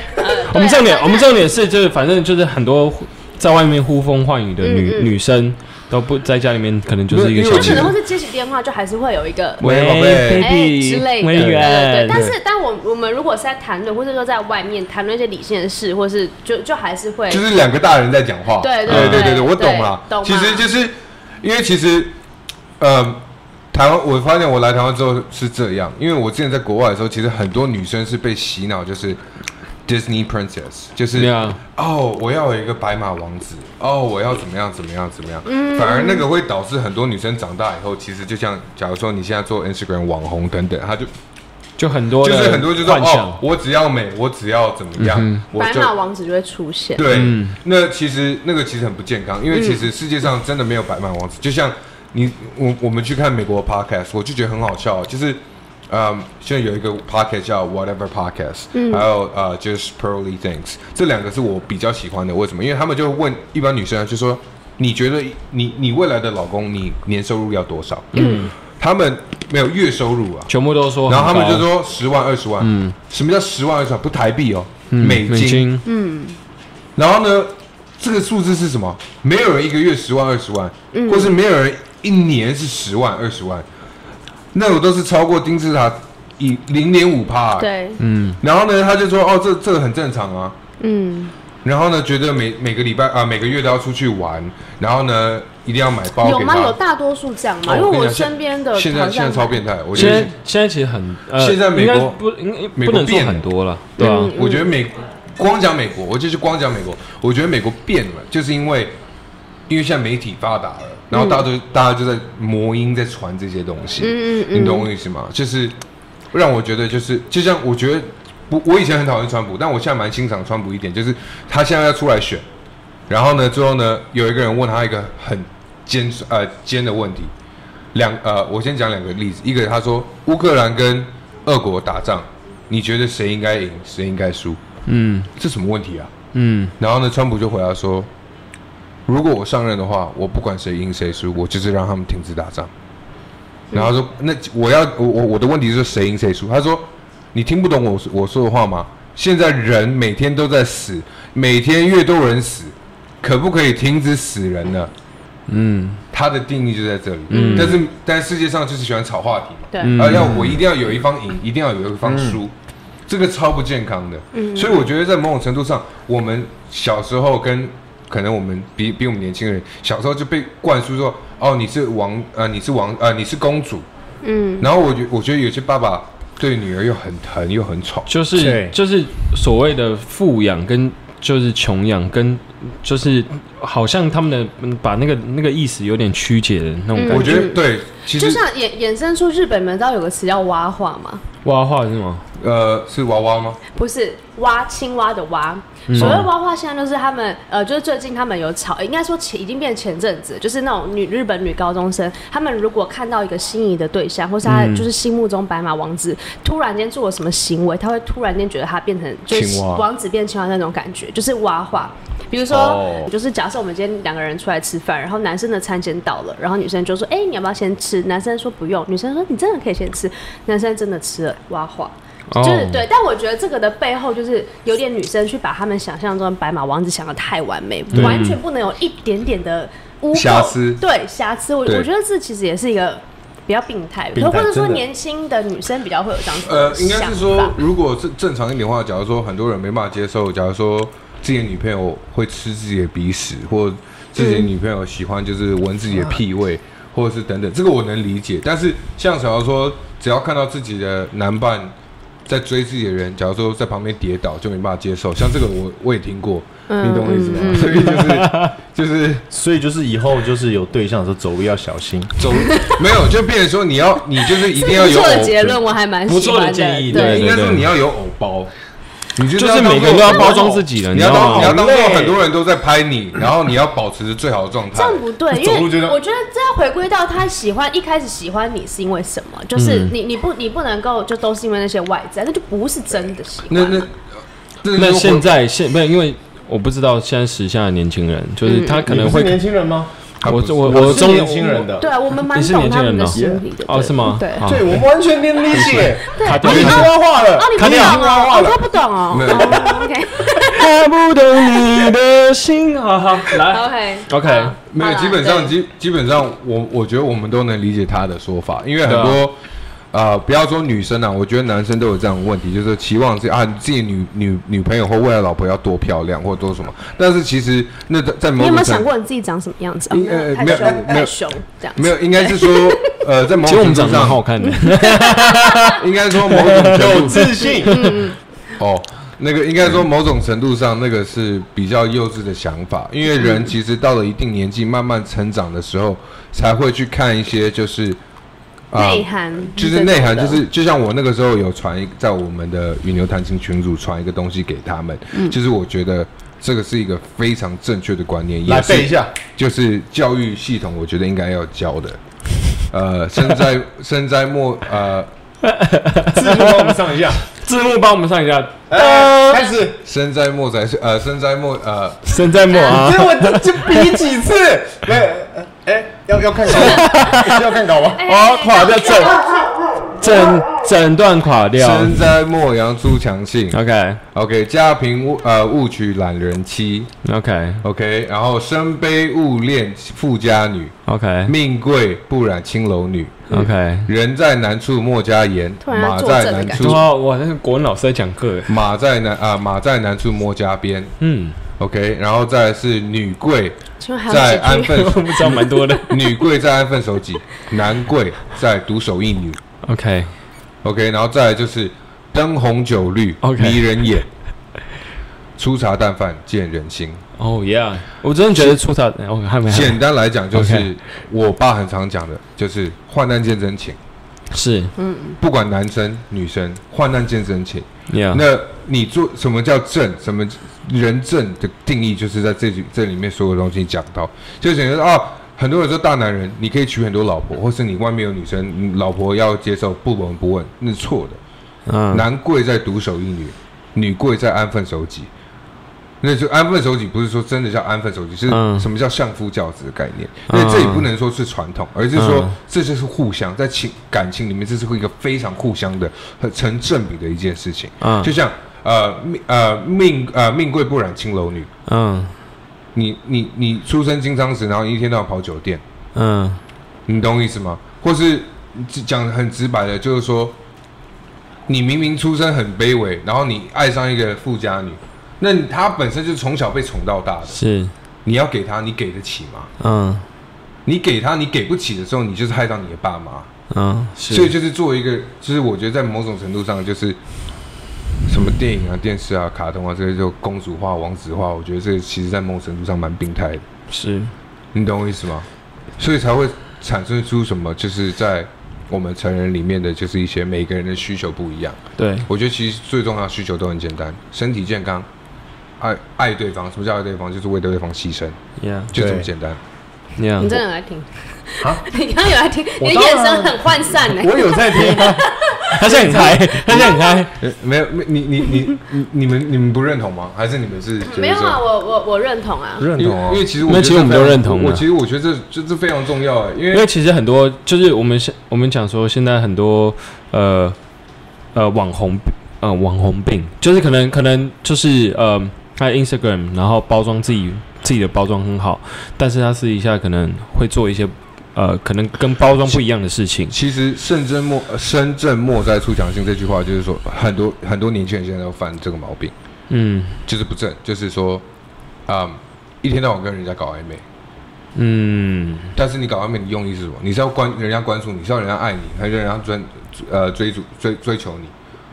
[SPEAKER 2] 我们重点，
[SPEAKER 4] 对
[SPEAKER 2] 我们重点是就是反正就是很多在外面呼风唤雨的女
[SPEAKER 4] 嗯嗯
[SPEAKER 2] 女生都不在家里面，可能就是一个
[SPEAKER 1] 没
[SPEAKER 2] 小
[SPEAKER 1] 有
[SPEAKER 4] 就
[SPEAKER 1] 因为我
[SPEAKER 2] 女
[SPEAKER 4] 可能
[SPEAKER 2] 人
[SPEAKER 4] 会是接起电话，就还是会有一个
[SPEAKER 1] 喂宝贝
[SPEAKER 4] 哎之类的，对对对。但
[SPEAKER 2] 对
[SPEAKER 4] 是，但我我们如果是在谈论，或者说在外面谈论一些理性的事，或是就就还是会，
[SPEAKER 1] 就是两个大人在讲话。
[SPEAKER 4] 对对
[SPEAKER 1] 对
[SPEAKER 4] 对
[SPEAKER 1] 对，我懂
[SPEAKER 4] 对
[SPEAKER 1] 了
[SPEAKER 4] 懂。
[SPEAKER 1] 其实
[SPEAKER 4] 吗
[SPEAKER 1] 就是因为其实，呃，台湾我发现我来台湾之后是这样，因为我之前在国外的时候，其实很多女生是被洗脑，就是 Disney princess，就是
[SPEAKER 2] 对啊，
[SPEAKER 1] 哦，我要有一个白马王子，哦，我要怎么样怎么样怎么样，
[SPEAKER 4] 嗯
[SPEAKER 1] 反而那个会导致很多女生长大以后，其实就像假如说你现在做 Instagram 网红等等，她就
[SPEAKER 2] 就很多
[SPEAKER 1] 就是
[SPEAKER 2] 的
[SPEAKER 1] 很多就说
[SPEAKER 2] 幻
[SPEAKER 1] 哦
[SPEAKER 2] 想，，
[SPEAKER 1] 我只要美，我只要怎么样，我
[SPEAKER 4] 白
[SPEAKER 1] 就
[SPEAKER 4] 马王子就会出现，
[SPEAKER 1] 对，
[SPEAKER 2] 嗯
[SPEAKER 1] 那其实那个其实很不健康，因为其实世界上真的没有白马王子，就像你我我们去看美国 podcast，我就觉得很好笑，就是。嗯，现在有一个 podcast 叫 Whatever Podcast，、还
[SPEAKER 2] 嗯
[SPEAKER 1] 有呃就是 Pearly Things，这两个是我比较喜欢的。为什么？因为他们就问一般女生啊，就说你觉得你你未来的老公，你年收入要多少？嗯，他们没有月收入啊，
[SPEAKER 2] 全部都哦说很
[SPEAKER 1] 然
[SPEAKER 2] 高，
[SPEAKER 1] 后他们就说十万二十万，嗯，什么叫十万二十万？不台币哦，
[SPEAKER 2] 嗯
[SPEAKER 1] 美
[SPEAKER 2] 美金，
[SPEAKER 1] 然后呢，这个数字是什么？没有人一个月十万、二十万，
[SPEAKER 4] 嗯
[SPEAKER 1] 或是没有人一年是十万、二十万，那我都是超过金字塔以零点五趴。
[SPEAKER 4] 对，
[SPEAKER 2] 嗯
[SPEAKER 1] 然后呢，他就说哦，这这个很正常啊。
[SPEAKER 4] 嗯，
[SPEAKER 1] 然后呢，觉得每每个礼拜啊、每个月都要出去玩，然后呢，一定要买包
[SPEAKER 4] 有
[SPEAKER 1] 给
[SPEAKER 4] 吗？
[SPEAKER 1] 他。
[SPEAKER 4] 有大多数这样吗？
[SPEAKER 1] 哦
[SPEAKER 4] 因为
[SPEAKER 1] 嗯跟你
[SPEAKER 4] 我
[SPEAKER 1] 讲现
[SPEAKER 4] 身边的
[SPEAKER 1] 现
[SPEAKER 4] 好
[SPEAKER 1] 在
[SPEAKER 4] 像
[SPEAKER 1] 现在超变态，我觉
[SPEAKER 2] 现
[SPEAKER 1] 得
[SPEAKER 2] 在现在其实很，呃、
[SPEAKER 1] 现在美
[SPEAKER 2] 应该
[SPEAKER 1] 国
[SPEAKER 2] 不应
[SPEAKER 1] 美
[SPEAKER 2] 不
[SPEAKER 1] 国
[SPEAKER 2] 能说
[SPEAKER 1] 变了
[SPEAKER 2] 很多了，对
[SPEAKER 4] 嗯
[SPEAKER 2] 啊，
[SPEAKER 1] 我觉得美光讲美国，我就是光讲美国，我觉得美国变了，就是因为因为现在媒体发达了，然后大家都、大家就在魔音在传这些东西，
[SPEAKER 4] 嗯嗯嗯
[SPEAKER 1] 你懂我意思吗？就是让我觉得就是就像我觉得不，我以前很讨厌川普，但我现在蛮欣赏川普一点，就是他现在要出来选，然后呢，最后呢，有一个人问他一个很尖呃尖的问题，两呃，我先讲两个例子，一个他说乌克兰跟俄国打仗，你觉得谁应该赢，谁应该输？
[SPEAKER 2] 嗯
[SPEAKER 1] 这什么问题啊？
[SPEAKER 2] 嗯
[SPEAKER 1] 然后呢，川普就回答说，如果我上任的话，我不管谁赢谁输，我就是让他们停止打仗。然后他说，那我要我我我的问题是谁赢谁输？他说，你听不懂我说我说的话吗？现在人每天都在死，每天越多人死，可不可以停止死人呢？
[SPEAKER 2] 嗯，
[SPEAKER 1] 他的定义就在这里。但是但世界上就是喜欢炒话题嘛，
[SPEAKER 4] 对，
[SPEAKER 2] 嗯
[SPEAKER 1] 啊而要我一定要有一方赢，一定要有一方输，
[SPEAKER 4] 嗯
[SPEAKER 1] 这个超不健康的。所以我觉得在某种程度上，我们小时候跟可能我们比比我们年轻人小时候就被灌输说，哦，你是王，呃，你是王，呃，你是公主。
[SPEAKER 4] 嗯，
[SPEAKER 1] 然后我觉我觉得有些爸爸对女儿又很疼又很宠，
[SPEAKER 2] 就是
[SPEAKER 3] 对
[SPEAKER 2] 就是所谓的富养跟就是穷养跟就是好像他们的嗯把那个那个意思有点曲解的那种感
[SPEAKER 4] 嗯
[SPEAKER 2] 觉，
[SPEAKER 1] 我觉得
[SPEAKER 4] 嗯
[SPEAKER 1] 对，其
[SPEAKER 4] 就
[SPEAKER 1] 实
[SPEAKER 4] 像衍衍生出日本门道有个词叫蛙化嘛，
[SPEAKER 2] 挖话是吗？
[SPEAKER 1] 呃是娃娃吗？
[SPEAKER 4] 不是蛙，青蛙的蛙。
[SPEAKER 1] 嗯
[SPEAKER 4] 所谓蛙化，现在就是他们呃，就是最近他们有吵，应该说前已经变前阵子，就是那种女日本女高中生，他们如果看到一个心仪的对象，或是
[SPEAKER 1] 嗯
[SPEAKER 4] 他就是心目中白马王子，突然间做了什么行为，他会突然间觉得他变成就是
[SPEAKER 1] 青蛙
[SPEAKER 4] 王子变青蛙那种感觉，就是蛙化。比如说
[SPEAKER 1] 哦
[SPEAKER 4] 就是假设我们今天两个人出来吃饭，然后男生的餐钱到了，然后女生就说：“哎、你要不要先吃？”男生说不用，女生说：“你真的可以先吃。”男生真的吃了，蛙化。
[SPEAKER 2] 哦
[SPEAKER 3] 哦
[SPEAKER 4] 就是对，但我觉得这个的背后就是有点女生去把他们想象中的白马王子想的太完美，完全不能有一点点的污垢
[SPEAKER 1] 瑕疵
[SPEAKER 4] 对瑕疵，我
[SPEAKER 1] 对
[SPEAKER 4] 我觉得这其实也是一个比较病态，
[SPEAKER 3] 病态
[SPEAKER 4] 或者说
[SPEAKER 3] 真的
[SPEAKER 4] 年轻的女生比较会有这样子
[SPEAKER 1] 呃
[SPEAKER 4] 的，
[SPEAKER 1] 应该
[SPEAKER 4] 想
[SPEAKER 1] 是
[SPEAKER 4] 法
[SPEAKER 1] 说，。如果是正常一点的话，假如说很多人没办法接受，假如说自己的女朋友会吃自己的鼻屎，或自己的女朋友喜欢就是闻自己的
[SPEAKER 4] 嗯
[SPEAKER 1] 屁味，或者是等等，这个我能理解。但是像假如说，只要看到自己的男伴在追自己的人，假如说在旁边跌倒，就没办法接受。像这个我我也听过，
[SPEAKER 4] 嗯
[SPEAKER 1] 你懂我意思吗？所以就是就是
[SPEAKER 3] 所以就是以后就是有对象的时候走路要小心。
[SPEAKER 1] 走没有，就变成说你要你就是一定要
[SPEAKER 4] 不
[SPEAKER 1] 有
[SPEAKER 4] 错的
[SPEAKER 1] 偶
[SPEAKER 4] 结论，我还蛮喜欢
[SPEAKER 2] 不错的建议对
[SPEAKER 4] 对，
[SPEAKER 1] 应该说你要有偶包，你就
[SPEAKER 2] 就是
[SPEAKER 1] 要当
[SPEAKER 2] 每个人都要
[SPEAKER 1] 做
[SPEAKER 2] 包装自己了，
[SPEAKER 1] 你
[SPEAKER 2] 知
[SPEAKER 1] 要
[SPEAKER 2] 道
[SPEAKER 1] 当
[SPEAKER 2] 吗？
[SPEAKER 1] 你要当做
[SPEAKER 3] 好累
[SPEAKER 1] 很多人都在拍你，然后你要保持最好的状态
[SPEAKER 4] 这。样不对，因
[SPEAKER 3] 走
[SPEAKER 4] 为
[SPEAKER 3] 路就这样
[SPEAKER 4] 我觉得这要回归到他喜欢一开始喜欢你是因为什么，就是
[SPEAKER 1] 嗯
[SPEAKER 4] 你你不你不能够就都是因为那些外在，那就不是真的喜欢
[SPEAKER 1] 那
[SPEAKER 4] 嘛。
[SPEAKER 1] 那那
[SPEAKER 2] 那现在现没有，因为我不知道现在时下的年轻人，就是他可能会
[SPEAKER 3] 你不是，年轻人吗？
[SPEAKER 2] 我
[SPEAKER 1] 啊
[SPEAKER 2] 我
[SPEAKER 1] 不
[SPEAKER 3] 我
[SPEAKER 2] 我
[SPEAKER 3] 是
[SPEAKER 2] 中
[SPEAKER 3] 年轻人的
[SPEAKER 4] 对啊，啊我们蛮
[SPEAKER 2] 你是
[SPEAKER 4] 懂
[SPEAKER 2] 年轻
[SPEAKER 4] 他们
[SPEAKER 2] 人
[SPEAKER 4] 的
[SPEAKER 2] 哦
[SPEAKER 4] 心理的。
[SPEAKER 2] 哦
[SPEAKER 4] 对
[SPEAKER 2] 是吗
[SPEAKER 4] 对。
[SPEAKER 2] 好
[SPEAKER 3] 对，我们完全能理解。
[SPEAKER 2] 卡
[SPEAKER 3] 你
[SPEAKER 2] 掉
[SPEAKER 3] 已经挖化了
[SPEAKER 4] 哦，，你不
[SPEAKER 2] 看
[SPEAKER 4] 懂
[SPEAKER 2] 你
[SPEAKER 3] 已经挖
[SPEAKER 4] 哦，
[SPEAKER 3] 化
[SPEAKER 4] 哦
[SPEAKER 3] 了
[SPEAKER 4] 他不懂哦。
[SPEAKER 1] 没有
[SPEAKER 4] 哦 OK
[SPEAKER 2] 看不懂你的心，好好来
[SPEAKER 4] OK
[SPEAKER 2] OK，
[SPEAKER 1] 没有，基本上基基本上我我觉得我们都能理解他的说法，因为很
[SPEAKER 2] 对
[SPEAKER 1] 多。啊，不要说女生啊，我觉得男生都有这样的问题，就是期望是啊，你自己女女女朋友或未来老婆要多漂亮或多什么，但是其实那在在
[SPEAKER 4] 你
[SPEAKER 1] 某
[SPEAKER 4] 有没
[SPEAKER 1] 种
[SPEAKER 4] 有想
[SPEAKER 1] 程
[SPEAKER 4] 过你自己长什么样子？
[SPEAKER 1] 应呃
[SPEAKER 4] 哦太
[SPEAKER 1] 没有
[SPEAKER 4] 凶，
[SPEAKER 1] 没有
[SPEAKER 4] 太凶，这样子
[SPEAKER 1] 没有，应该是说呃，在某
[SPEAKER 2] 其实
[SPEAKER 1] 种
[SPEAKER 2] 我
[SPEAKER 1] 程
[SPEAKER 2] 们长
[SPEAKER 1] 度
[SPEAKER 2] 得蛮好
[SPEAKER 1] 上，
[SPEAKER 2] 看的，
[SPEAKER 1] 应该说某种 程度
[SPEAKER 3] 有自信。
[SPEAKER 1] 哦，那个应该说某种程度上，那个是比较幼稚的想法，因为人其实到了一定年纪，慢慢成长的时候，才会去看一些就是啊
[SPEAKER 4] 内涵
[SPEAKER 1] 就是内涵，
[SPEAKER 4] 这
[SPEAKER 1] 就
[SPEAKER 4] 种的
[SPEAKER 1] 是就像我那个时候有传一在我们的与牛弹琴群组传一个东西给他们，
[SPEAKER 4] 嗯
[SPEAKER 1] 就是我觉得这个是一个非常正确的观念，
[SPEAKER 3] 来
[SPEAKER 1] 也
[SPEAKER 3] 背一
[SPEAKER 1] 是
[SPEAKER 3] 下，
[SPEAKER 1] 就是教育系统，我觉得应该要教的。呃，身 在身在莫呃
[SPEAKER 3] 字幕帮我们上 一下。
[SPEAKER 2] 字幕帮我们上一下，
[SPEAKER 4] 呃
[SPEAKER 3] 哎开始。
[SPEAKER 1] 身在莫在呃身在莫呃
[SPEAKER 2] 身在莫啊
[SPEAKER 3] 这，我这这比几次？ 没有，呃哎，要要看稿吗，要看稿吗？
[SPEAKER 4] 哎
[SPEAKER 3] 垮掉这，
[SPEAKER 2] 整整段垮掉。
[SPEAKER 1] 身在莫阳出强信。
[SPEAKER 2] OK
[SPEAKER 1] OK，家贫勿呃勿娶懒人妻。
[SPEAKER 2] OK
[SPEAKER 1] OK，然后身卑勿恋富家女，
[SPEAKER 2] OK
[SPEAKER 1] 命贵不染青楼女。
[SPEAKER 2] OK。
[SPEAKER 1] 人在难处莫加言，
[SPEAKER 4] 突然要
[SPEAKER 1] 马
[SPEAKER 4] 作
[SPEAKER 1] 在
[SPEAKER 4] 证的
[SPEAKER 1] 难
[SPEAKER 4] 感
[SPEAKER 1] 处
[SPEAKER 2] 哇哇，那个国文老师在讲课耶。
[SPEAKER 1] 马在难啊、马在难处莫加鞭。
[SPEAKER 2] 嗯，
[SPEAKER 1] OK，然后再来是女贵
[SPEAKER 4] 请问还
[SPEAKER 1] 在
[SPEAKER 4] 有
[SPEAKER 1] 安
[SPEAKER 4] 几句？
[SPEAKER 1] 分
[SPEAKER 2] 我不知道蛮多的。
[SPEAKER 1] 女贵在安分守己，男贵在独守一女。
[SPEAKER 2] OK
[SPEAKER 1] OK，然后再来就是灯红酒绿
[SPEAKER 2] OK
[SPEAKER 1] 迷人眼，粗茶淡饭见人心。
[SPEAKER 2] 哦 yeah，我真的觉得出草，我还没还
[SPEAKER 1] 简
[SPEAKER 2] 没
[SPEAKER 1] 单来讲，就是
[SPEAKER 2] OK
[SPEAKER 1] 我爸很常讲的，就是患难见真情。
[SPEAKER 2] 是
[SPEAKER 1] 不管男生女生，患难见真情。
[SPEAKER 2] yeah
[SPEAKER 1] 那你做什么叫正？什么人正的定义，就是在这句这里面所有东西讲到，就显得啊，很多人说大男人，你可以娶很多老婆，或是你外面有女生，嗯老婆要接受不闻不问，那是错的。
[SPEAKER 2] 嗯
[SPEAKER 1] 男贵在独守一女，女贵在安分守己。那就安分守己，不是说真的叫安分守己，是
[SPEAKER 2] 嗯
[SPEAKER 1] 什么叫相夫教子的概念？
[SPEAKER 2] 嗯
[SPEAKER 1] 那这里不能说是传统，而是说
[SPEAKER 2] 嗯
[SPEAKER 1] 这就是互相在情感情里面，这是一个非常互相的、很成正比的一件事情。
[SPEAKER 2] 嗯
[SPEAKER 1] 就像呃命呃命呃命贵不染青楼女，
[SPEAKER 2] 嗯
[SPEAKER 1] 你你你出生经商时，然后你一天到晚跑酒店，
[SPEAKER 2] 嗯
[SPEAKER 1] 你懂我意思吗？或是只讲很直白的，就是说，你明明出身很卑微，然后你爱上一个富家女，那你她本身就是从小被宠到大的，
[SPEAKER 2] 是
[SPEAKER 1] 你要给她，你给得起吗？
[SPEAKER 2] 嗯
[SPEAKER 1] 你给她，你给不起的时候，你就是害到你的爸妈。
[SPEAKER 2] 嗯
[SPEAKER 1] 所以
[SPEAKER 2] 是
[SPEAKER 1] 就是作为一个，就是我觉得在某种程度上，就是什么电影啊、电视啊、卡通啊，这些就公主化、王子化，我觉得这个其实在某种程度上蛮病态的，
[SPEAKER 2] 是
[SPEAKER 1] 你懂我意思吗？所以才会产生出什么，就是在我们成人里面的，就是一些每个人的需求不一样。
[SPEAKER 2] 对
[SPEAKER 1] 我觉得其实最重要的需求都很简单：身体健康，爱爱对方。什么叫爱对方？就是为对方牺牲，
[SPEAKER 2] yeah
[SPEAKER 1] 就这么
[SPEAKER 3] 对
[SPEAKER 1] 简单。
[SPEAKER 4] 你
[SPEAKER 2] yeah
[SPEAKER 4] 真的有来听？
[SPEAKER 3] 啊
[SPEAKER 4] 你刚刚有来听？
[SPEAKER 3] 我
[SPEAKER 4] 你的
[SPEAKER 3] 当
[SPEAKER 1] 啊
[SPEAKER 4] 眼
[SPEAKER 3] 然
[SPEAKER 4] 神很涣散欸呢。
[SPEAKER 3] 我有在听啊，
[SPEAKER 2] 他现在很嗨，他现在很嗨。
[SPEAKER 1] 呃没有，没你你你你你们你们不认同吗？还是你们是觉得说
[SPEAKER 4] 没有啊，我我我认同啊。
[SPEAKER 1] 因为因为其实我觉得
[SPEAKER 2] 那其实
[SPEAKER 1] 这非
[SPEAKER 2] 我们
[SPEAKER 1] 常
[SPEAKER 2] 都认同啊
[SPEAKER 1] 我
[SPEAKER 2] 了
[SPEAKER 1] 其实我觉得这这这非常重要哎，因
[SPEAKER 2] 因为
[SPEAKER 1] 为
[SPEAKER 2] 其实很多就是我们现我们讲说现在很多呃呃网红呃网红病，就是可能可能就是呃他 Instagram 然后包装自己自己的包装很好，但是他私底下可能会做一些呃可能跟包装不一样的事情。
[SPEAKER 1] 其实深圳莫呃深圳莫在出强性这句话，就是说很多很多年轻人现在都犯这个毛病，
[SPEAKER 2] 嗯
[SPEAKER 1] 就是不正，就是说，嗯，一天到晚跟人家搞暧昧，
[SPEAKER 2] 嗯
[SPEAKER 1] 但是你搞暧昧，你用意是什么？你是要关人家关注你，是要人家爱你，还是人家追呃追逐追追求你？